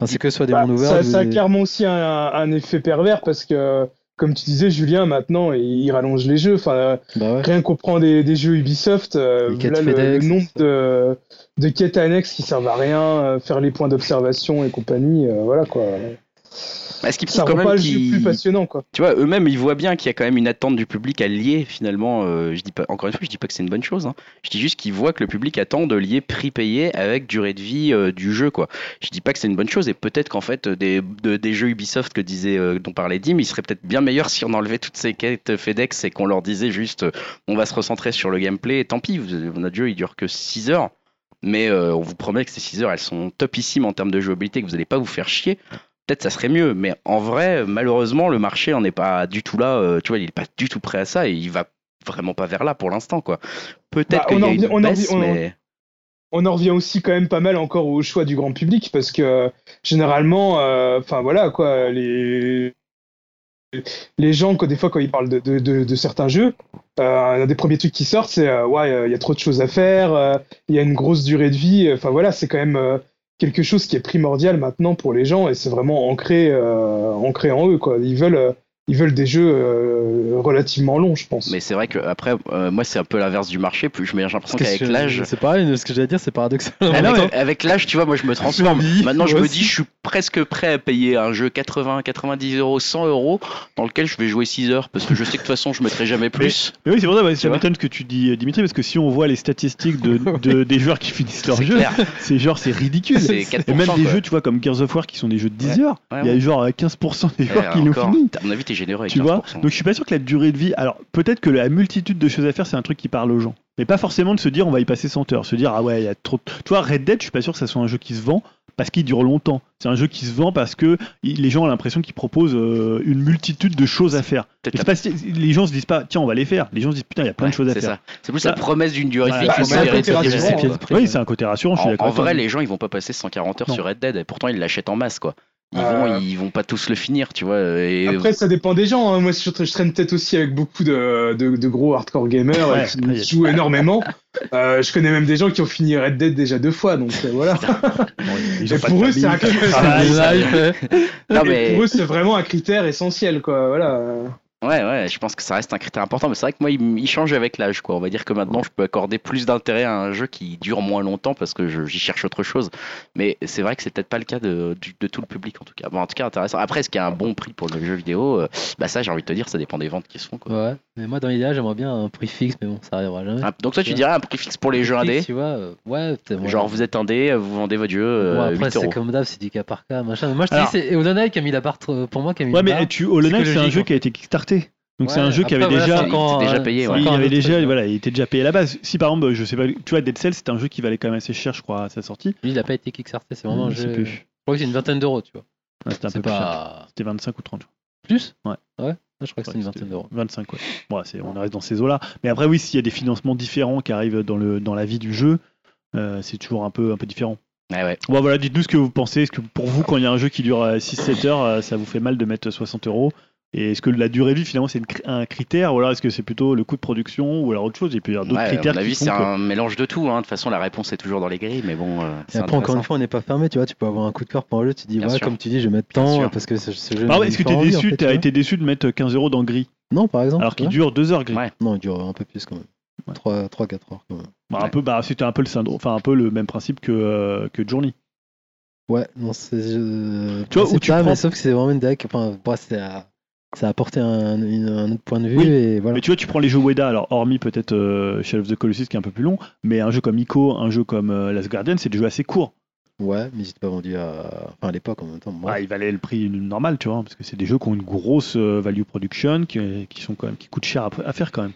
Speaker 3: Enfin, c'est que soit des
Speaker 4: Bah,
Speaker 3: mondes ouverts.
Speaker 4: ça,
Speaker 3: ou
Speaker 4: ça a
Speaker 3: des-
Speaker 4: clairement aussi un, un effet pervers parce que, comme tu disais, Julien, maintenant, il rallonge les jeux. Enfin, euh,
Speaker 3: Bah ouais.
Speaker 4: rien qu'on prend des, des jeux Ubisoft, euh,
Speaker 3: Les quêtes
Speaker 4: voilà le, le
Speaker 3: FedEx,
Speaker 4: nombre
Speaker 3: c'est ça.
Speaker 4: de, de quêtes annexes qui servent à rien, euh, faire les points d'observation et compagnie, euh, voilà quoi.
Speaker 1: Est-ce qu'ils
Speaker 4: Ça
Speaker 1: peuvent quand
Speaker 4: rend pas
Speaker 1: même
Speaker 4: le jeu
Speaker 1: qu'ils-
Speaker 4: plus passionnant quoi.
Speaker 1: tu vois, eux-mêmes, ils voient bien qu'il y a quand même une attente du public à lier finalement. euh, je dis pas, encore une fois, je dis pas que c'est une bonne chose. hein. Je dis juste qu'ils voient que le public attend de lier prix payé avec durée de vie euh, du jeu, quoi. Je dis pas que c'est une bonne chose et peut-être qu'en fait euh, des, de- des jeux Ubisoft que disait, euh, dont parlait Dim, ils seraient peut-être bien meilleurs si on enlevait toutes ces quêtes FedEx et qu'on leur disait juste, euh, on va se recentrer sur le gameplay. Et tant pis, vous- notre jeu il dure que 6 heures. Mais euh, on vous promet que ces 6 heures, elles sont topissimes en termes de jouabilité, que vous n'allez pas vous faire chier peut-être ça serait mieux. Mais en vrai, malheureusement, le marché en est pas du tout là. euh, tu vois, il est pas du tout prêt à ça et il va vraiment pas vers là pour l'instant, quoi. Peut-être
Speaker 4: Bah,
Speaker 1: qu'il
Speaker 4: on
Speaker 1: y
Speaker 4: en
Speaker 1: a
Speaker 4: revient-
Speaker 1: une
Speaker 4: on en
Speaker 1: baisse,
Speaker 4: revient- on en-
Speaker 1: mais
Speaker 4: on en revient aussi quand même pas mal encore au choix du grand public parce que euh, généralement, euh, enfin voilà quoi, les les gens que des fois quand ils parlent de, de, de, de certains jeux, euh, un des premiers trucs qui sortent c'est euh, ouais euh, il y a trop de choses à faire, euh, il y a une grosse durée de vie, enfin voilà c'est quand même euh, quelque chose qui est primordial maintenant pour les gens et c'est vraiment ancré euh, ancré en eux quoi. Ils veulent euh, ils veulent des jeux euh, relativement longs je pense.
Speaker 1: mais c'est vrai que après, euh, moi, c'est un peu l'inverse du marché. Plus je me j'ai l'impression
Speaker 3: Parce que
Speaker 1: qu'avec
Speaker 3: je-
Speaker 1: l'âge, Ah
Speaker 3: C'est pareil, ce que j'allais dire, c'est paradoxal.
Speaker 1: avec,
Speaker 2: Ah non,
Speaker 1: avec l'âge, tu vois, moi, je me transforme.
Speaker 3: Oui,
Speaker 1: Maintenant, je
Speaker 3: moi
Speaker 1: me
Speaker 3: aussi.
Speaker 1: dis, je suis presque prêt à payer un jeu 80, 90 euros, 100 euros, dans lequel je vais jouer 6 heures, parce que je sais que de toute façon, je mettrai jamais plus.
Speaker 2: Mais oui, c'est pour ça, ouais, ça
Speaker 1: vois
Speaker 2: m'étonne ce que tu dis, euh, Dimitri, parce que si on voit les statistiques de, de- des joueurs qui finissent leur
Speaker 1: C'est
Speaker 2: jeu,
Speaker 1: clair.
Speaker 2: c'est genre, c'est ridicule.
Speaker 1: C'est
Speaker 2: Et même
Speaker 1: 4%,
Speaker 2: des
Speaker 1: quoi.
Speaker 2: jeux, tu vois, comme Gears of War qui sont des jeux de 10 heures,
Speaker 1: Ouais,
Speaker 2: il y a
Speaker 1: ouais.
Speaker 2: genre euh, 15%
Speaker 1: Eh,
Speaker 2: des joueurs qui l'ont
Speaker 1: encore,
Speaker 2: fini.
Speaker 1: À mon avis, t'es généreux avec
Speaker 2: Tu vois
Speaker 1: 15%.
Speaker 2: Donc je suis pas sûr que la durée de vie. Alors peut-être que la multitude de choses à faire, c'est un truc qui parle aux gens. Mais pas forcément de se dire on va y passer 100 heures. Se dire ah ouais, il y a trop de. Tu vois, Red Dead, je suis pas sûr que ça soit un jeu qui se vend parce qu'il dure longtemps. C'est un jeu qui se vend parce que i- les gens ont l'impression qu'il propose euh, une multitude de choses à faire.
Speaker 1: Peut-être
Speaker 2: Et c'est pas si- les gens se disent pas tiens, on va les faire. Les gens se disent putain, il y a plein
Speaker 1: Ouais,
Speaker 2: de choses à
Speaker 1: c'est
Speaker 2: faire.
Speaker 1: ça. C'est plus
Speaker 2: Bah,
Speaker 1: la promesse d'une durée de vie
Speaker 2: bah,
Speaker 1: qu'une
Speaker 4: c'est un peu
Speaker 1: durée de vie
Speaker 4: terrasse
Speaker 1: réelle,
Speaker 4: du
Speaker 1: quoi.
Speaker 4: monde,
Speaker 3: hein.
Speaker 2: Oui, c'est un côté rassurant, je suis
Speaker 1: En,
Speaker 2: d'accord.
Speaker 1: en
Speaker 2: avec toi.
Speaker 1: vrai, les gens, ils vont pas passer 140 heures
Speaker 2: Non.
Speaker 1: sur Red Dead. Et pourtant, ils l'achètent en masse, quoi. Ils,
Speaker 4: Euh.
Speaker 1: vont, ils vont pas tous le finir, tu vois. Et
Speaker 4: Après, ça dépend des gens. hein. Moi, je, je traîne peut-être aussi avec beaucoup de, de, de gros hardcore gamers euh,
Speaker 2: Ouais,
Speaker 4: qui
Speaker 2: après, y a-
Speaker 4: jouent énormément. Euh, je connais même des gens qui ont fini Red Dead déjà deux fois, donc euh, voilà.
Speaker 2: Ils
Speaker 4: Et
Speaker 3: Bah,
Speaker 2: ont pas de
Speaker 4: pour eux,
Speaker 2: famille,
Speaker 4: c'est un
Speaker 2: ils ont pas de
Speaker 4: critère.
Speaker 1: ah,
Speaker 3: Ah,
Speaker 2: travail.
Speaker 1: bah, non,
Speaker 4: Et
Speaker 1: mais
Speaker 4: pour eux, c'est vraiment un critère essentiel, quoi. Voilà.
Speaker 1: ouais, ouais, je pense que ça reste un critère important. Mais c'est vrai que moi, il, il change avec l'âge, quoi. On va dire que maintenant, je peux accorder plus d'intérêt à un jeu qui dure moins longtemps parce que je- j'y cherche autre chose. Mais c'est vrai que c'est peut-être pas le cas de, du- de tout le public, en tout cas. Bon, en tout cas, intéressant. Après, est-ce qu'il y a un bon prix pour le jeu vidéo Euh, Bah, ça, j'ai envie de te dire, ça dépend des ventes qui se font, quoi.
Speaker 3: Ouais, mais moi, dans l'idéal, j'aimerais bien un prix fixe, mais bon, ça arrivera jamais.
Speaker 1: Ah, Donc, toi, tu dirais un prix fixe pour les jeux
Speaker 3: Prix fixe,
Speaker 1: indés
Speaker 3: Tu vois, euh, ouais, peut-être, ouais.
Speaker 1: Genre, vous êtes indé, vous vendez votre jeu
Speaker 3: Bon,
Speaker 1: euh,
Speaker 3: après,
Speaker 1: 8 euros.
Speaker 3: c'est comme d'hab, c'est du cas par cas, machin. Moi, je te
Speaker 2: Alors-
Speaker 3: dis, c'est Holonai qui a mis la barre, trop- pour moi, qui a mis
Speaker 2: Ouais,
Speaker 3: la barre.
Speaker 2: mais tu, Hollow Knight, c'est un
Speaker 3: psychologique,
Speaker 2: jeu
Speaker 3: en
Speaker 2: qui a été kickstarté. Donc
Speaker 3: Ouais,
Speaker 2: c'est un jeu qui
Speaker 3: après,
Speaker 2: avait
Speaker 3: voilà,
Speaker 2: déjà.
Speaker 3: c'est encore-
Speaker 1: Il était déjà payé,
Speaker 3: c'est
Speaker 1: ouais.
Speaker 2: Oui, il
Speaker 3: encore un
Speaker 2: avait
Speaker 3: autre
Speaker 2: déjà,
Speaker 3: truc.
Speaker 2: voilà, il était déjà payé à la base. Si par exemple, je sais pas, tu vois, Dead Cell, c'était un jeu qui valait quand même assez cher, je crois, à sa sortie.
Speaker 3: Lui, il n'a pas été Kickstarter, c'est vraiment un
Speaker 2: Mm, Je sais
Speaker 3: jeu.
Speaker 2: plus.
Speaker 3: Je crois que c'est une vingtaine d'euros, tu vois.
Speaker 2: Ouais, c'était un peu
Speaker 3: C'est
Speaker 2: plus cher.
Speaker 3: pas.
Speaker 2: C'était 25 ou 30. je crois.
Speaker 3: Plus
Speaker 2: Ouais.
Speaker 3: Ouais, je crois que c'est
Speaker 2: Ouais,
Speaker 3: une vingtaine d'euros.
Speaker 2: 25, ouais. Bon, c'est- on reste dans ces eaux-là. Mais après, oui, s'il y a des financements différents qui arrivent dans, le, dans la vie du jeu, euh, c'est toujours un peu, un peu différent.
Speaker 1: Ouais, ouais.
Speaker 2: Bon, voilà, dites-nous ce que vous pensez. Est-ce que pour vous, quand il y a un jeu qui dure 6-7 heures, euh, ça vous fait mal de mettre 60 euros Et est-ce que la durée de vie, finalement, c'est une cri- un critère Ou alors est-ce que c'est plutôt le coût de production Ou alors autre chose Il peut y avoir d'autres
Speaker 1: Ouais, à
Speaker 2: critères
Speaker 1: mon avis,
Speaker 2: qui font
Speaker 1: c'est
Speaker 2: que-
Speaker 1: un mélange de tout. hein. De toute façon, la réponse est toujours dans les grilles, mais bon. euh,
Speaker 3: Et
Speaker 1: c'est
Speaker 3: après, encore
Speaker 1: intéressant.
Speaker 3: une fois, on n'est pas fermé, tu vois. Tu peux avoir un coup de cœur pour un jeu, tu dis,
Speaker 1: Bien
Speaker 3: ouais,
Speaker 1: sûr.
Speaker 3: comme tu dis, je vais mettre
Speaker 1: Bien
Speaker 3: tant
Speaker 1: sûr.
Speaker 3: parce que ce, ce jeu.
Speaker 2: Ah ouais,
Speaker 3: m'a
Speaker 2: est-ce que
Speaker 3: pas
Speaker 2: t'es
Speaker 3: envie, en
Speaker 2: déçu
Speaker 3: fait, tu
Speaker 2: T'as
Speaker 3: vois.
Speaker 2: été déçu de mettre 15 euros dans gris,
Speaker 3: Non, hein. par exemple.
Speaker 2: alors
Speaker 3: tu
Speaker 2: qu'il
Speaker 3: vois.
Speaker 2: dure 2 heures gris.
Speaker 1: Ouais.
Speaker 3: Non, il dure un peu plus quand même.
Speaker 2: Ouais.
Speaker 3: 3-4 heures quand même.
Speaker 2: Bah, un
Speaker 1: Ouais.
Speaker 2: peu, bah, c'était un peu le syndrome, enfin un peu le même principe que euh, que Journey.
Speaker 3: Ouais, non, c'est. euh,
Speaker 2: Tu vois, où
Speaker 3: c'est
Speaker 2: tu
Speaker 3: pas,
Speaker 2: prends-
Speaker 3: mais sauf que c'est vraiment une deck. Enfin, bah, c'est à- ça a apporté un, une- un autre point de vue
Speaker 2: Oui.
Speaker 3: et voilà.
Speaker 2: Mais tu vois, tu prends les jeux Weda, alors hormis peut-être euh, Shadow of the Colossus qui est un peu plus long, mais un jeu comme Ico, un jeu comme euh, Last Guardian, c'est des jeux assez courts.
Speaker 3: Ouais, mais ils étaient pas vendus à. Enfin, à l'époque en même temps. bon.
Speaker 2: Bah, il valait le prix normal, tu vois, parce que c'est des jeux qui ont une grosse euh, value production, qui, euh, qui sont quand même, qui coûtent cher à, à faire quand même.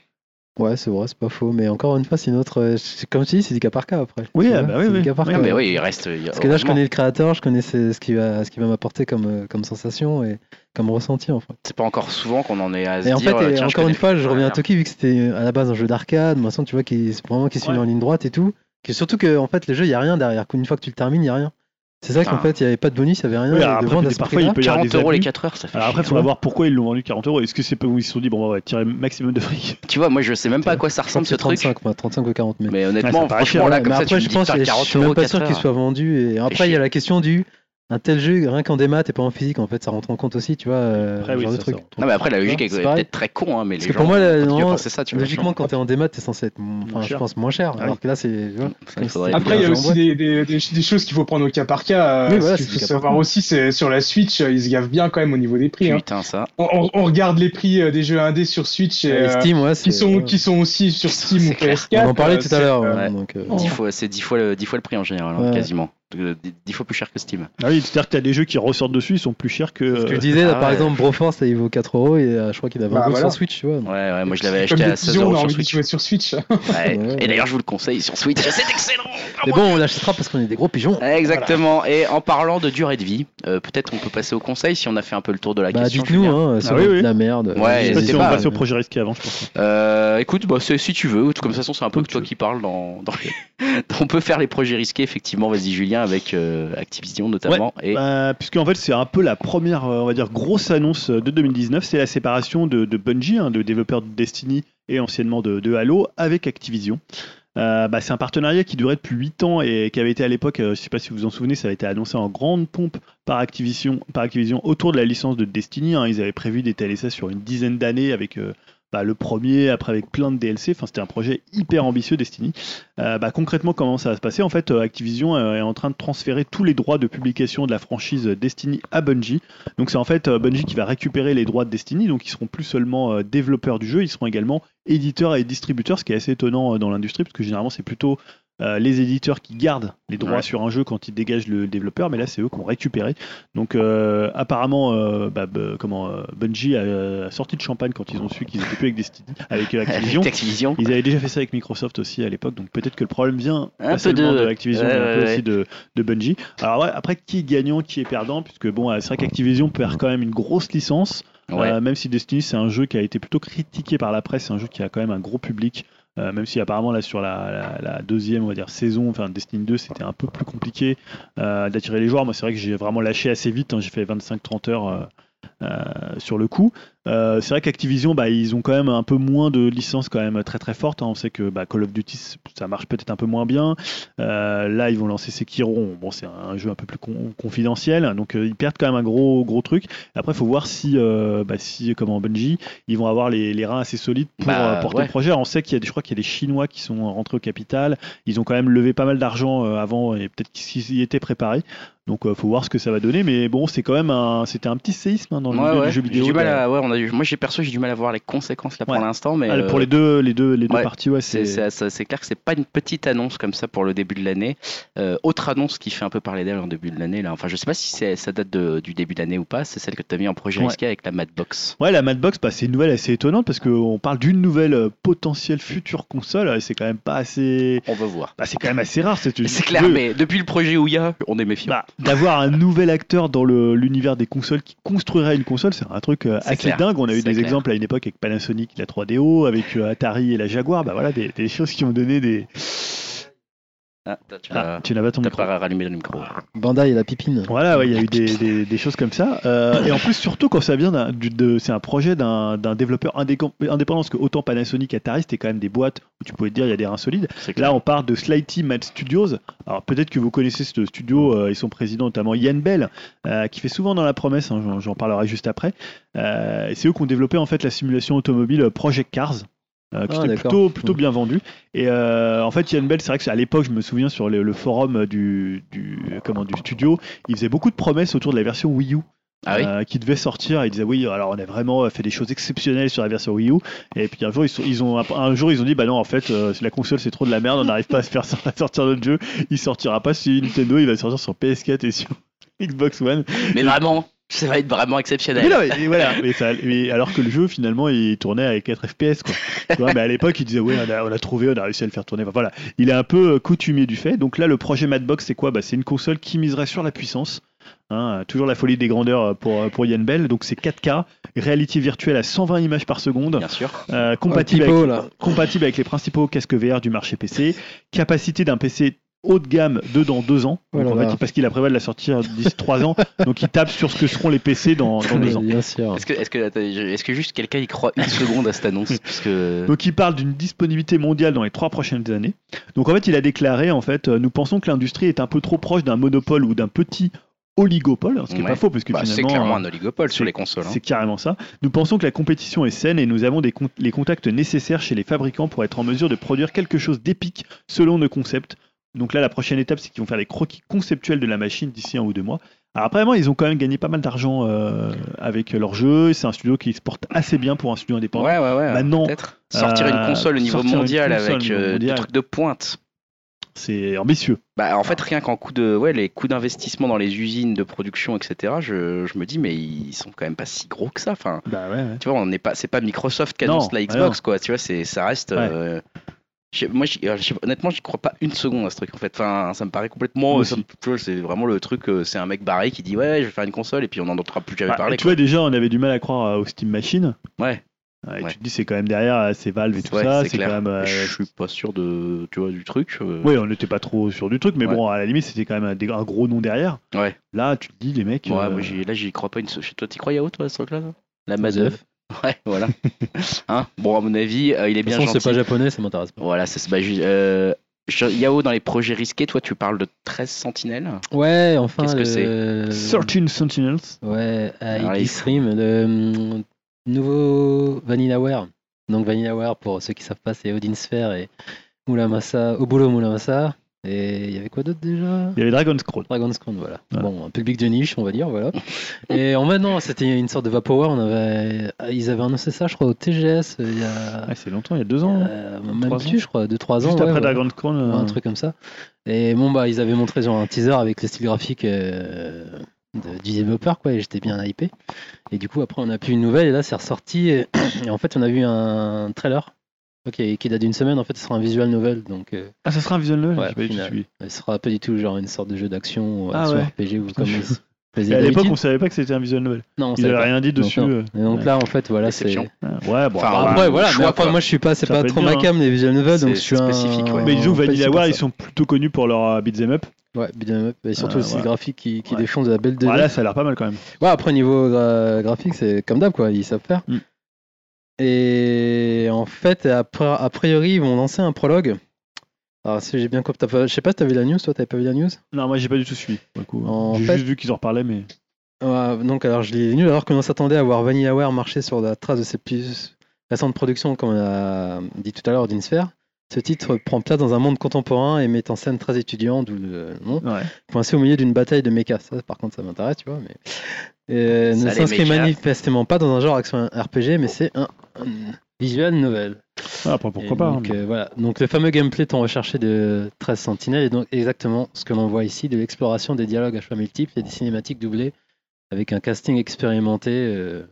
Speaker 3: Ouais, c'est vrai, c'est pas faux. Mais encore une fois, c'est une autre. euh, c'est- Comme tu dis, c'est du cas par cas après.
Speaker 2: Oui,
Speaker 3: Tu
Speaker 2: ah
Speaker 3: vois,
Speaker 2: bah oui,
Speaker 3: c'est
Speaker 2: oui.
Speaker 3: du cas par
Speaker 2: Oui,
Speaker 1: Ah,
Speaker 3: cas.
Speaker 1: mais oui, il reste.
Speaker 3: euh, Parce que là, je connais le créateur, je connais ce ce qu'il va, ce qu'il va m'apporter comme, euh, comme sensation et comme ressenti en fait.
Speaker 1: C'est pas encore souvent qu'on en est à se
Speaker 3: Et en fait,
Speaker 1: dire.
Speaker 3: et
Speaker 1: euh, tiens, je
Speaker 3: encore
Speaker 1: connais
Speaker 3: une fois,
Speaker 1: le-
Speaker 3: je reviens à
Speaker 1: Ouais.
Speaker 3: Toki, vu que c'était euh, à la base un jeu d'arcade, de toute façon, tu vois, qui, c'est vraiment qui suit
Speaker 2: Ouais.
Speaker 3: en ligne droite et tout. Que, surtout que, en fait, le jeu, il n'y a rien derrière. Une fois que tu le termines, il n'y a rien. C'est ça qu'en
Speaker 1: Ah.
Speaker 3: fait, il n'y avait pas de bonus, il n'y avait rien.
Speaker 2: Oui,
Speaker 3: et
Speaker 2: alors après,
Speaker 3: de vendre à
Speaker 2: peut-être
Speaker 3: ce
Speaker 2: parfois, il
Speaker 3: prix-là.
Speaker 2: peut y avoir
Speaker 1: 40
Speaker 2: des
Speaker 1: euros les
Speaker 2: abus.
Speaker 1: 4 heures, ça fait
Speaker 2: Alors après, il
Speaker 1: chier.
Speaker 2: faudra voir pourquoi ils l'ont vendu 40 euros. Est-ce que c'est pas où ils se sont dit, bon, bah, on va tirer maximum de fric
Speaker 1: Tu vois, moi, je sais même pas à quoi ça
Speaker 3: Je crois
Speaker 1: ressemble
Speaker 3: que
Speaker 1: ce
Speaker 3: c'est
Speaker 1: truc.
Speaker 3: 35, moi, 35 ou 40 mais-
Speaker 1: Mais
Speaker 2: Ouais, ça
Speaker 1: honnêtement,
Speaker 2: paraît
Speaker 1: franchement,
Speaker 2: cher,
Speaker 1: là,
Speaker 3: Ouais,
Speaker 1: comme
Speaker 3: mais
Speaker 1: ça, tu
Speaker 3: après,
Speaker 1: me
Speaker 3: je
Speaker 1: dis,
Speaker 3: pense
Speaker 1: putain,
Speaker 3: que je
Speaker 1: 40
Speaker 3: suis même
Speaker 1: euros,
Speaker 3: pas
Speaker 1: 4
Speaker 3: sûr qu'il
Speaker 1: heures.
Speaker 3: soit vendu. Et après, il y a la question du un tel jeu, rien qu'en démat et pas en physique, en fait, ça rentre en compte aussi, tu vois. euh,
Speaker 2: Après,
Speaker 3: le
Speaker 2: oui,
Speaker 3: genre de
Speaker 2: ça,
Speaker 3: truc.
Speaker 2: ça rentre.
Speaker 1: Non, mais après, la logique
Speaker 3: C'est
Speaker 1: est
Speaker 3: pareil.
Speaker 1: peut-être très con, hein, mais les
Speaker 3: Parce que
Speaker 1: gens.
Speaker 3: pour moi, là,
Speaker 1: continuent à
Speaker 3: non,
Speaker 1: penser ça, tu vois.
Speaker 3: Logiquement, quand t'es en démat, t'es censé être, mm, enfin,
Speaker 2: Moins
Speaker 3: je
Speaker 2: cher.
Speaker 3: pense, moins cher.
Speaker 2: Ah
Speaker 3: alors
Speaker 2: oui.
Speaker 3: que là, c'est. tu vois,
Speaker 1: Ça, il Mmh, faudrait- oh,
Speaker 3: c'est-
Speaker 1: Ouais,
Speaker 4: Après, il y a
Speaker 3: c'est-
Speaker 4: aussi des, des, des, des choses qu'il faut prendre au cas par cas. euh,
Speaker 3: Oui, voilà,
Speaker 4: ce
Speaker 3: c'est
Speaker 4: qu'il
Speaker 3: du
Speaker 4: faut
Speaker 3: cas par
Speaker 4: savoir
Speaker 3: cas.
Speaker 4: aussi, c'est sur la Switch, euh, ils se gavent bien quand même au niveau des prix. hein.
Speaker 1: Putain, ça.
Speaker 4: On, on- on regarde les prix euh, des jeux indés sur Switch et,
Speaker 3: Et
Speaker 4: euh,
Speaker 3: Steam, ouais, c'est-
Speaker 4: qui, sont,
Speaker 3: ouais.
Speaker 4: qui sont aussi sur
Speaker 1: C'est
Speaker 4: Steam ou
Speaker 1: clair.
Speaker 4: PS4.
Speaker 3: On en
Speaker 4: euh,
Speaker 3: parlait tout
Speaker 4: c'est,
Speaker 3: à l'heure.
Speaker 4: euh,
Speaker 3: ouais, donc, euh,
Speaker 1: 10 fois, c'est 10 fois, le, 10 fois le prix en général, hein,
Speaker 3: Ouais.
Speaker 1: quasiment. 10 fois plus cher que Steam.
Speaker 2: Ah oui, c'est-à-dire que t'as des jeux qui ressortent dessus, ils sont plus chers que.
Speaker 3: Ce que je
Speaker 2: euh,
Speaker 3: disais, là,
Speaker 1: Ah
Speaker 3: par
Speaker 1: ouais.
Speaker 3: exemple, Broforce, là, il vaut 4 euros et euh, je crois qu'il a 20
Speaker 4: Bah,
Speaker 3: euros
Speaker 4: voilà.
Speaker 3: sur Switch, tu vois.
Speaker 1: Ouais, ouais, moi je
Speaker 4: c'est
Speaker 1: l'avais
Speaker 4: comme
Speaker 1: acheté
Speaker 4: des
Speaker 1: à
Speaker 4: petits
Speaker 1: 16
Speaker 4: jeux, on
Speaker 1: euros
Speaker 4: a
Speaker 1: sur
Speaker 4: envie de
Speaker 1: Switch.
Speaker 4: jouer sur Switch.
Speaker 1: Ouais.
Speaker 3: Ouais,
Speaker 1: Et
Speaker 3: ouais.
Speaker 1: d'ailleurs, je vous le conseille sur Switch, c'est excellent.
Speaker 3: Mais bon, on l'achètera parce qu'on est des gros pigeons.
Speaker 1: Exactement. Et en parlant de durée de vie, euh, peut-être on peut passer au conseil si on a fait un peu le tour de la
Speaker 3: Bah,
Speaker 1: question.
Speaker 3: dites-nous,
Speaker 1: Julien.
Speaker 3: hein, ça
Speaker 2: oui,
Speaker 3: vaut
Speaker 2: oui.
Speaker 3: de la merde.
Speaker 1: Ouais,
Speaker 2: je sais pas
Speaker 1: c'est
Speaker 2: si on
Speaker 1: pas-
Speaker 2: passe au projet risqué avant, je pense.
Speaker 1: Euh, écoute, bah, c'est- si tu veux, comme ça, c'est un peu
Speaker 2: Comme
Speaker 1: que toi
Speaker 2: Bah, tu veux.
Speaker 1: qui parles. Dans, dans les- on peut faire les projets risqués, effectivement. Vas-y, Julien, avec euh, Activision notamment. et
Speaker 2: Bah, puisque en fait c'est un peu la première euh, on va dire grosse annonce de 2019 c'est la séparation de, de Bungie hein, de développeur de Destiny et anciennement de, de Halo avec Activision Euh, bah, c'est un partenariat qui durait depuis 8 ans et qui avait été à l'époque euh, je sais pas si vous vous en souvenez ça avait été annoncé en grande pompe par Activision, par Activision autour de la licence de Destiny hein. ils avaient prévu d'étaler ça sur une dizaine d'années avec euh, bah, le premier, après avec plein de DLC, enfin, c'était un projet hyper ambitieux Destiny. Euh, bah, concrètement, comment ça va se passer En fait, euh, Activision euh, est en train de transférer tous les droits de publication de la franchise euh, Destiny à Bungie. Donc, c'est en fait euh, Bungie qui va récupérer les droits de Destiny. Donc, ils seront plus seulement euh, développeurs du jeu, ils seront également éditeurs et distributeurs, ce qui est assez étonnant euh, dans l'industrie, parce que généralement, c'est plutôt euh, les éditeurs qui gardent les droits
Speaker 1: Ouais.
Speaker 2: sur un jeu quand ils dégagent le développeur, mais là, c'est eux qui ont récupéré. Donc, euh, apparemment, euh, bah, bah, comment euh, Bungie a, euh, sorti de champagne quand ils ont su qu'ils étaient plus avec Destiny, avec euh, Activision.
Speaker 1: avec Activision.
Speaker 2: Ils avaient déjà fait ça avec Microsoft aussi à l'époque, donc peut-être que le problème vient
Speaker 1: Un
Speaker 2: pas
Speaker 1: peu
Speaker 2: seulement
Speaker 1: de-
Speaker 2: de Activision,
Speaker 1: ouais,
Speaker 2: mais un peu
Speaker 1: ouais,
Speaker 2: aussi de, de Bungie. Alors ouais, après qui est gagnant, qui est perdant, puisque bon, euh, c'est vrai qu'Activision perd quand même une grosse licence,
Speaker 1: Ouais.
Speaker 2: euh, même si Destiny c'est un jeu qui a été plutôt critiqué par la presse, c'est un jeu qui a quand même un gros public. euh, même si apparemment là sur la, la- la deuxième on va dire saison, enfin Destiny 2 c'était un peu plus compliqué euh, d'attirer les joueurs. Moi c'est vrai que j'ai vraiment lâché assez vite, hein, j'ai fait 25-30 heures euh, euh, sur le coup. Euh, c'est vrai qu'Activision, bah, ils ont quand même un peu moins de licences quand même très très fortes. hein. On sait que bah, Call of Duty, c- ça marche peut-être un peu moins bien. Euh, là, ils vont lancer Sekiro. Bon, c'est un jeu un peu plus con- confidentiel, donc euh, ils perdent quand même un gros gros truc. Après, il faut voir si, euh, bah, si comment Bungie, ils vont avoir les, les reins assez solides pour
Speaker 1: Bah,
Speaker 2: euh, porter
Speaker 1: ouais.
Speaker 2: le projet. Alors, on sait qu'il y a, des- je crois qu'il y a des Chinois qui sont rentrés au capital. Ils ont quand même levé pas mal d'argent euh, avant et peut-être qu'ils y étaient préparés. Donc, euh, faut voir ce que ça va donner. Mais bon, c'est quand même un, c'était un petit séisme hein, dans le
Speaker 1: Ouais,
Speaker 2: milieu
Speaker 1: ouais.
Speaker 2: du jeu
Speaker 1: J'ai
Speaker 2: vidéo.
Speaker 1: du mal
Speaker 2: de-
Speaker 1: à- ouais, on a eu. Moi, j'ai perçu, j'ai du mal à voir les conséquences là pour
Speaker 2: Ouais.
Speaker 1: l'instant, mais
Speaker 2: Ah,
Speaker 1: euh,
Speaker 2: pour les deux, les deux, les deux
Speaker 1: ouais,
Speaker 2: parties, ouais,
Speaker 1: c'est c'est-
Speaker 2: c'est.
Speaker 1: c'est- c'est clair que c'est pas une petite annonce comme ça pour le début de l'année. Euh, autre annonce qui fait un peu parler d'elle en début de l'année, là. Enfin, je sais pas si c'est- ça date de- du début de l'année ou pas. C'est celle que tu as mis en projet
Speaker 2: Ouais.
Speaker 1: risqué avec la Madbox.
Speaker 2: Ouais, la Madbox, bah, c'est une nouvelle assez étonnante parce qu'on parle d'une nouvelle euh, potentielle future console et c'est quand même pas assez.
Speaker 1: On va voir.
Speaker 2: Bah, c'est quand même assez rare cette.
Speaker 1: C'est clair,
Speaker 2: de-
Speaker 1: mais depuis le projet Ouya, on est méfiant.
Speaker 2: bah, d'avoir un nouvel acteur dans le- l'univers des consoles qui construirait une console, c'est un truc euh,
Speaker 1: C'est
Speaker 2: assez
Speaker 1: clair,
Speaker 2: dingue. On a eu
Speaker 1: c'est
Speaker 2: des
Speaker 1: clair.
Speaker 2: exemples à une époque avec Panasonic, la 3DO, avec euh, Atari et la Jaguar. Bah voilà, des, des choses qui ont donné des.
Speaker 1: Ah, t'as- tu
Speaker 2: Ah,
Speaker 1: as-
Speaker 2: tu n'as pas ton
Speaker 1: t'as
Speaker 2: micro. Ah,
Speaker 1: pas rallumé le micro.
Speaker 3: Bandai et la pipine.
Speaker 2: Voilà, ouais, il y a eu des, des- des choses comme ça. Euh, et en plus, surtout quand ça vient d'un, du- de, c'est un projet d'un, d'un développeur indécom- indépendant, parce que autant Panasonic, Atari, c'était quand même des boîtes où tu pouvais te dire il y a des reins solides.
Speaker 1: C'est clair.
Speaker 2: Là, on part de Slighty Mad Studios. Alors, peut-être que vous connaissez ce studio euh, et son président, notamment Yann Bell, euh, qui fait souvent dans la promesse, hein, j'en, j'en parlerai juste après. Euh, et c'est eux qui ont développé en fait la simulation automobile Project Cars. euh, qui
Speaker 3: Ah,
Speaker 2: était
Speaker 3: d'accord.
Speaker 2: plutôt, plutôt
Speaker 3: Mhm.
Speaker 2: bien vendu. Et euh, en fait, Yann Bell, c'est vrai que à l'époque, je me souviens sur le, le forum euh, du, du, comment, du studio, il faisait beaucoup de promesses autour de la version Wii U
Speaker 1: Ah oui.
Speaker 2: euh, qui devait sortir. Ils disaient oui, alors on a vraiment fait des choses exceptionnelles sur la version Wii U. Et puis un jour ils, sont- ils ont un jour ils ont dit bah non en fait euh, la console c'est trop de la merde, on n'arrive pas à se faire à sortir notre jeu. Il sortira pas sur Nintendo, il va sortir sur PS4 et sur Xbox One.
Speaker 1: Mais vraiment, ça va être vraiment
Speaker 2: Euh, Mais
Speaker 1: exceptionnel.
Speaker 2: non, mais- mais voilà. Mais ça- mais alors que le jeu, finalement, il tournait avec 4 FPS, quoi. Tu vois, mais à l'époque, il disait, ouais, on a, on a trouvé, on a réussi à le faire tourner. Enfin, voilà. Il est un peu euh, coutumier du fait. Donc là, le projet Madbox, c'est quoi bah, C'est une console qui miserait sur la puissance. Hein, euh, toujours la folie des grandeurs euh, pour, euh, pour Yann Bell. Donc c'est 4K, réalité virtuelle à 120 images par seconde.
Speaker 1: Bien sûr.
Speaker 2: Euh, compatible,
Speaker 3: Un petit peu,
Speaker 2: avec,
Speaker 3: là.
Speaker 2: compatible avec les principaux casques VR du marché PC, capacité d'un PC haut de gamme de dans deux ans, Donc,
Speaker 3: Oh là
Speaker 2: en fait,
Speaker 3: là.
Speaker 2: il- parce qu'il a prévu de la sortir d'ici trois ans, donc il tape sur ce que seront les PC dans, dans deux ans.
Speaker 3: Bien sûr.
Speaker 1: Est-ce que, est-ce que, attends, je- est-ce que juste quelqu'un y croit une seconde à cette annonce Parce que
Speaker 2: Donc il parle d'une disponibilité mondiale dans les trois prochaines années. Donc en fait, il a déclaré en fait, euh, nous pensons que l'industrie est un peu trop proche d'un monopole ou d'un petit oligopole, ce qui n'est
Speaker 1: Ouais.
Speaker 2: pas faux parce que
Speaker 1: bah, c'est
Speaker 2: finalement
Speaker 1: clairement
Speaker 2: euh,
Speaker 1: un oligopole sur les consoles. hein.
Speaker 2: c'est carrément ça. Nous pensons que la compétition est saine et nous avons des con- les contacts nécessaires chez les fabricants pour être en mesure de produire quelque chose d'épique selon nos concepts. Donc là, la prochaine étape, c'est qu'ils vont faire des croquis conceptuels de la machine d'ici un ou deux mois. Alors après, moi, ils ont quand même gagné pas mal d'argent euh, avec leur jeu. C'est un studio qui se porte assez bien pour un studio indépendant.
Speaker 1: Ouais, ouais, ouais.
Speaker 2: Maintenant,
Speaker 1: peut-être. Sortir une
Speaker 2: bah euh,
Speaker 1: console au niveau
Speaker 2: sortir une
Speaker 1: mondial
Speaker 2: console au
Speaker 1: avec
Speaker 2: niveau
Speaker 1: euh, des
Speaker 2: mondial.
Speaker 1: trucs de pointe.
Speaker 2: C'est ambitieux.
Speaker 1: Bah, en fait, rien qu'en coût de, ouais, les coûts d'investissement dans les usines de production, etc. Je, je me dis, mais ils sont quand même pas si gros que ça. Enfin,
Speaker 2: Bah ouais.
Speaker 1: tu vois, on n'est pas, c'est pas Microsoft qui
Speaker 2: Non,
Speaker 1: annonce la
Speaker 2: bah
Speaker 1: Xbox, quoi. Tu vois, c'est, ça reste.
Speaker 2: Ouais.
Speaker 1: euh, je- moi, j'y- euh, je- honnêtement, je crois pas une seconde à ce truc. En fait, enfin, ça me paraît complètement. euh,
Speaker 2: Moi
Speaker 1: ça me- tu vois, c'est vraiment le truc. euh, C'est un mec barré qui dit ouais, je vais faire une console et puis on n'en entendra plus jamais
Speaker 2: Bah,
Speaker 1: parler.
Speaker 2: tu
Speaker 1: quoi.
Speaker 2: vois, déjà, on avait du mal à croire euh, aux Steam Machine.
Speaker 1: Ouais.
Speaker 2: Ouais, et
Speaker 1: Ouais.
Speaker 2: Tu te dis, c'est quand même derrière, euh, c'est Valve et tout
Speaker 1: Ouais,
Speaker 2: ça.
Speaker 1: c'est
Speaker 2: C'est
Speaker 1: clair.
Speaker 2: quand même. euh,
Speaker 1: Je suis pas sûr de, tu vois, du truc. euh,
Speaker 2: Oui, on n'était pas trop sûr du truc, mais
Speaker 1: Ouais.
Speaker 2: bon, à la limite, c'était quand même un, des- un gros nom derrière.
Speaker 1: Ouais.
Speaker 2: Là, tu te dis, les mecs.
Speaker 1: Ouais,
Speaker 2: euh,
Speaker 1: moi, j'y- là, j'y crois pas une seule. Toi, t'y crois, Yao, toi, à ce truc-là toi La Madeuf.
Speaker 3: Madeuf.
Speaker 1: Ouais, voilà. hein bon, à mon avis, euh, il est
Speaker 3: De toute
Speaker 1: bien
Speaker 3: façon,
Speaker 1: gentil.
Speaker 3: c'est pas japonais, ça m'intéresse pas.
Speaker 1: Voilà, ça se bat juste. euh, je- Yao, dans les projets risqués, toi, tu parles de 13 sentinelles.
Speaker 3: Ouais, enfin.
Speaker 1: Qu'est-ce que
Speaker 3: le-
Speaker 2: 13 Sentinels.
Speaker 3: Ouais,
Speaker 1: Alors, les-
Speaker 3: ID Stream, le hum, nouveau VanillaWare. Donc VanillaWare, pour ceux qui savent pas, c'est Odin Sphere et Mulamasa, Obolo Mulamasa. Et il y avait quoi d'autre déjà
Speaker 2: Il y avait Dragon's Crown.
Speaker 3: Dragon's Crown, voilà.
Speaker 2: Voilà.
Speaker 3: Bon, un public de niche, on va dire, voilà. et en fait, non, c'était une sorte de Vaporware. On avait, ils avaient annoncé ça, je crois, au TGS, euh, il y a.
Speaker 2: Ah, c'est longtemps, il y a deux ans. hein.
Speaker 3: euh, même
Speaker 2: trois ans.
Speaker 3: plus, je crois, 2-3 ans.
Speaker 2: Juste
Speaker 3: ouais,
Speaker 2: après
Speaker 3: voilà.
Speaker 2: Dragon's Crown.
Speaker 3: Ouais,
Speaker 2: euh,
Speaker 3: un truc comme ça. Et bon, bah, ils avaient montré genre un teaser avec le style graphique euh, de- du développeur, quoi, et j'étais bien hypé. Et du coup, après, on a plus une nouvelle, et là, c'est ressorti. Et, et en fait, on a vu un trailer ok, qui date d'une semaine. En fait, ce sera un visual novel, donc euh,
Speaker 2: Ah, ça sera un visual novel
Speaker 3: Ouais,
Speaker 2: j'ai pas du tout
Speaker 3: final.
Speaker 2: suivi.
Speaker 3: ce sera pas du tout genre une sorte de jeu d'action euh, ou
Speaker 2: Ah
Speaker 3: action
Speaker 2: ouais.
Speaker 3: RPG ou
Speaker 2: Putain,
Speaker 3: comme
Speaker 2: je-
Speaker 3: ils faisaient
Speaker 2: Et à l'époque,
Speaker 3: d'habitude.
Speaker 2: on savait pas que c'était un visual novel.
Speaker 3: non, on
Speaker 2: Ils
Speaker 3: savait
Speaker 2: avaient
Speaker 3: pas.
Speaker 2: rien dit
Speaker 3: Donc,
Speaker 2: dessus.
Speaker 3: non.
Speaker 2: euh,
Speaker 3: Et donc
Speaker 2: ouais.
Speaker 3: là, en fait, voilà, c'est.
Speaker 1: Exception.
Speaker 2: Ah, Ouais, bon.
Speaker 1: Enfin,
Speaker 2: alors,
Speaker 1: après,
Speaker 3: Ouais, voilà,
Speaker 1: choix,
Speaker 3: mais après,
Speaker 1: quoi.
Speaker 3: moi, je suis pas, c'est
Speaker 2: Ça
Speaker 3: pas
Speaker 2: peut être
Speaker 3: trop
Speaker 2: bien, hein.
Speaker 3: ma cam, les visual novels, donc
Speaker 1: C'est-
Speaker 3: je suis
Speaker 1: c'est
Speaker 3: un.
Speaker 1: spécifique, ouais.
Speaker 2: Mais disons que
Speaker 3: en fait, c'est pas
Speaker 2: VanillaWare,
Speaker 3: ça.
Speaker 2: ils sont plutôt connus pour leur euh, beat'em up.
Speaker 3: Ouais, beat'em up. Et surtout
Speaker 2: Euh,
Speaker 3: le style
Speaker 2: voilà.
Speaker 3: graphique qui, qui
Speaker 2: Ouais.
Speaker 3: défonce de la belle 2D.
Speaker 2: Voilà, Ah, ça a l'air pas mal quand même.
Speaker 3: Ouais, après, niveau gra- graphique, c'est comme d'hab, quoi. Ils savent faire.
Speaker 2: Mm.
Speaker 3: Et en fait, a pri- a priori, ils vont lancer un prologue. Alors, si j'ai bien compris, t'as pas- je sais pas si t'as vu la news, toi, t'avais pas vu la news
Speaker 2: Non, moi, j'ai pas du tout suivi. pour le coup.
Speaker 3: En
Speaker 2: J'ai
Speaker 3: fait-
Speaker 2: juste vu qu'ils en reparlaient, mais.
Speaker 3: Ouais, donc, alors, je lis les news, alors que l'on s'attendait à voir VanillaWare marcher sur la trace de ses plus récentes productions, comme on a dit tout à l'heure, d'Insphere. Ce titre prend place dans un monde contemporain et met en scène très étudiant, d'où le nom,
Speaker 1: Ouais.
Speaker 3: coincé au milieu d'une bataille de mécas. Ça, par contre, ça m'intéresse, tu vois. Mais... Euh,
Speaker 1: Ça,
Speaker 3: ne
Speaker 1: les
Speaker 3: s'inscrit
Speaker 1: mechas.
Speaker 3: manifestement pas dans un genre action RPG, mais c'est un, un visual novel.
Speaker 2: Ah, pas-
Speaker 3: Et
Speaker 2: pourquoi pas.
Speaker 3: donc, euh, voilà. donc le fameux gameplay tant recherché de 13 Sentinelles est donc exactement ce que l'on voit ici, de l'exploration des dialogues à choix multiples et des cinématiques doublées avec un casting expérimenté. euh,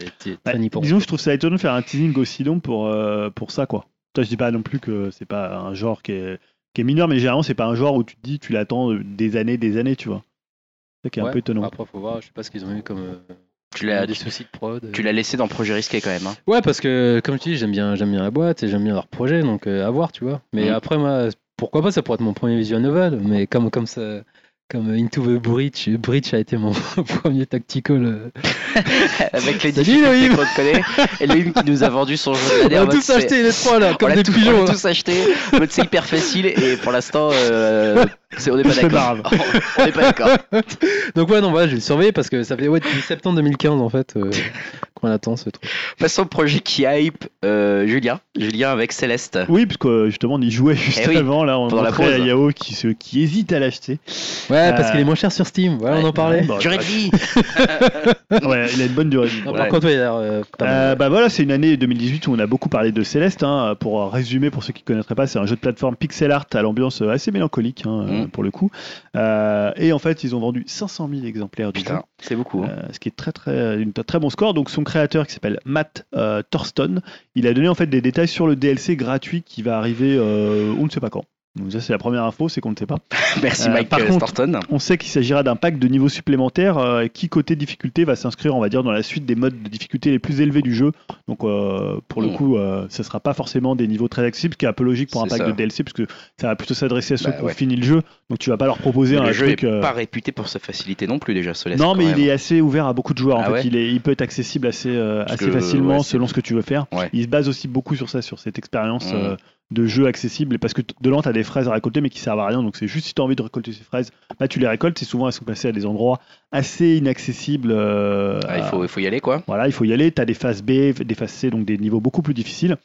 Speaker 3: et t-
Speaker 2: Ouais,
Speaker 3: très nippon.
Speaker 2: Bah, disons, je trouve ça étonnant de faire un teasing aussi long pour, euh, pour ça, quoi. Toi, je dis pas non plus que c'est pas un genre qui est, qui est mineur, mais généralement, c'est pas un genre où tu te dis, tu l'attends euh, des années, des années, tu vois. C'est ça qui est un
Speaker 3: Ouais, Ah.
Speaker 2: peu étonnant.
Speaker 3: Après, faut voir, je sais pas ce qu'ils ont eu comme euh,
Speaker 1: Tu l'as,
Speaker 3: des
Speaker 1: tu,
Speaker 3: soucis de prod.
Speaker 1: tu l'as laissé dans Projet Risqué quand même. hein.
Speaker 3: Ouais, parce que comme tu dis, j'aime bien, j'aime bien la boîte et j'aime bien leur projet, donc euh, à voir, tu vois. Mais
Speaker 1: Mhm.
Speaker 3: après, moi, pourquoi pas, ça pourrait être mon premier visual novel, mais comme, comme ça. Comme Into the Breach, Breach a été mon premier tactical. euh,
Speaker 1: Avec les
Speaker 3: Salut,
Speaker 1: difficultés
Speaker 3: Loïm.
Speaker 1: qu'on te connaît. Et Loïm qui nous a vendu son jeu de l'année. en
Speaker 3: On a
Speaker 1: mode,
Speaker 3: tous
Speaker 1: c'est-
Speaker 3: acheté les trois là,
Speaker 1: On
Speaker 3: comme
Speaker 1: l'a
Speaker 3: des
Speaker 1: tout-
Speaker 3: pigeons. hein.
Speaker 1: on l'a
Speaker 3: là.
Speaker 1: tous acheté. En mode, C'est hyper facile et pour l'instant, euh, c'est- on n'est pas
Speaker 2: C'est
Speaker 1: d'accord.
Speaker 2: marrant.
Speaker 1: on n'est pas d'accord.
Speaker 3: Donc ouais, non, voilà, je vais le surveiller parce que ça fait ouais, depuis septembre 2015 en fait euh, qu'on attend ce truc.
Speaker 1: Passons au projet qui hype euh, Julien. Julien avec Céleste.
Speaker 2: Oui, parce que euh, justement, on y jouait juste
Speaker 1: Eh oui,
Speaker 2: avant, là, on
Speaker 1: pendant la
Speaker 2: montrait à
Speaker 1: pause.
Speaker 2: Yao qui, se, qui hésite à l'acheter.
Speaker 3: Ouais,
Speaker 2: Euh,
Speaker 3: parce qu'il est moins cher sur Steam. Voilà, on en parlait.
Speaker 2: Bon,
Speaker 1: Durée de vie.
Speaker 2: ouais, il a une bonne durée. de vie.
Speaker 3: Non,
Speaker 1: ouais.
Speaker 3: Par contre, ouais, il a l'air, euh, pas mal.
Speaker 2: Euh, bah voilà, c'est une année 2018 où on a beaucoup parlé de Céleste. hein. Pour résumer, pour ceux qui ne connaîtraient pas, c'est un jeu de plateforme pixel art à l'ambiance euh, assez mélancolique hein,
Speaker 1: Mm.
Speaker 2: euh, pour le coup. Euh, et en fait, ils ont vendu 500 000 exemplaires du jeu.
Speaker 1: Putain, c'est beaucoup. hein.
Speaker 2: Euh, ce qui est très très une- un très bon score. Donc son créateur qui s'appelle Matt euh, Thorston, il a donné en fait des détails sur le DLC gratuit qui va arriver euh, on ne sait pas quand. Donc ça c'est la première info, c'est qu'on ne sait pas.
Speaker 1: Merci
Speaker 2: euh,
Speaker 1: Mike
Speaker 2: par
Speaker 1: euh,
Speaker 2: contre-
Speaker 1: Storton.
Speaker 2: On sait qu'il s'agira d'un pack de niveaux supplémentaires euh, qui côté difficulté va s'inscrire on va dire dans la suite des modes de difficulté les plus élevés du jeu. Donc euh, pour le
Speaker 1: Mm.
Speaker 2: coup, euh, ce sera pas forcément des niveaux très accessibles, ce qui est un peu logique pour un
Speaker 1: C'est
Speaker 2: pack
Speaker 1: ça.
Speaker 2: de DLC parce que ça va plutôt s'adresser à ceux
Speaker 1: Bah,
Speaker 2: qui ont
Speaker 1: ouais.
Speaker 2: fini le jeu. Donc tu vas pas leur proposer un
Speaker 1: le jeu n'est
Speaker 2: truc. euh,
Speaker 1: pas réputé pour sa facilité non plus déjà, Céleste.
Speaker 2: non,
Speaker 1: quand
Speaker 2: mais
Speaker 1: même.
Speaker 2: il est assez ouvert à beaucoup de joueurs. en
Speaker 1: Ah
Speaker 2: fait.
Speaker 1: ouais
Speaker 2: il, est, il peut être accessible assez, euh,
Speaker 1: Parce
Speaker 2: assez
Speaker 1: que,
Speaker 2: facilement
Speaker 1: ouais, c'est-
Speaker 2: selon ce que tu veux faire.
Speaker 1: Ouais.
Speaker 2: Il se base aussi beaucoup sur ça, sur cette expérience
Speaker 1: Mhm.
Speaker 2: euh, de jeu accessible. Et Parce que t- de l'an, tu as des fraises à récolter, mais qui servent à rien. Donc c'est juste si tu as envie de récolter ces fraises, bah, tu les récoltes. Et souvent, elles sont placées à des endroits assez inaccessibles. euh,
Speaker 1: Ah, il,
Speaker 2: à-
Speaker 1: faut, il faut y aller quoi.
Speaker 2: Voilà, il faut y aller. Tu as des phases B, des phases C, donc des niveaux beaucoup plus difficiles.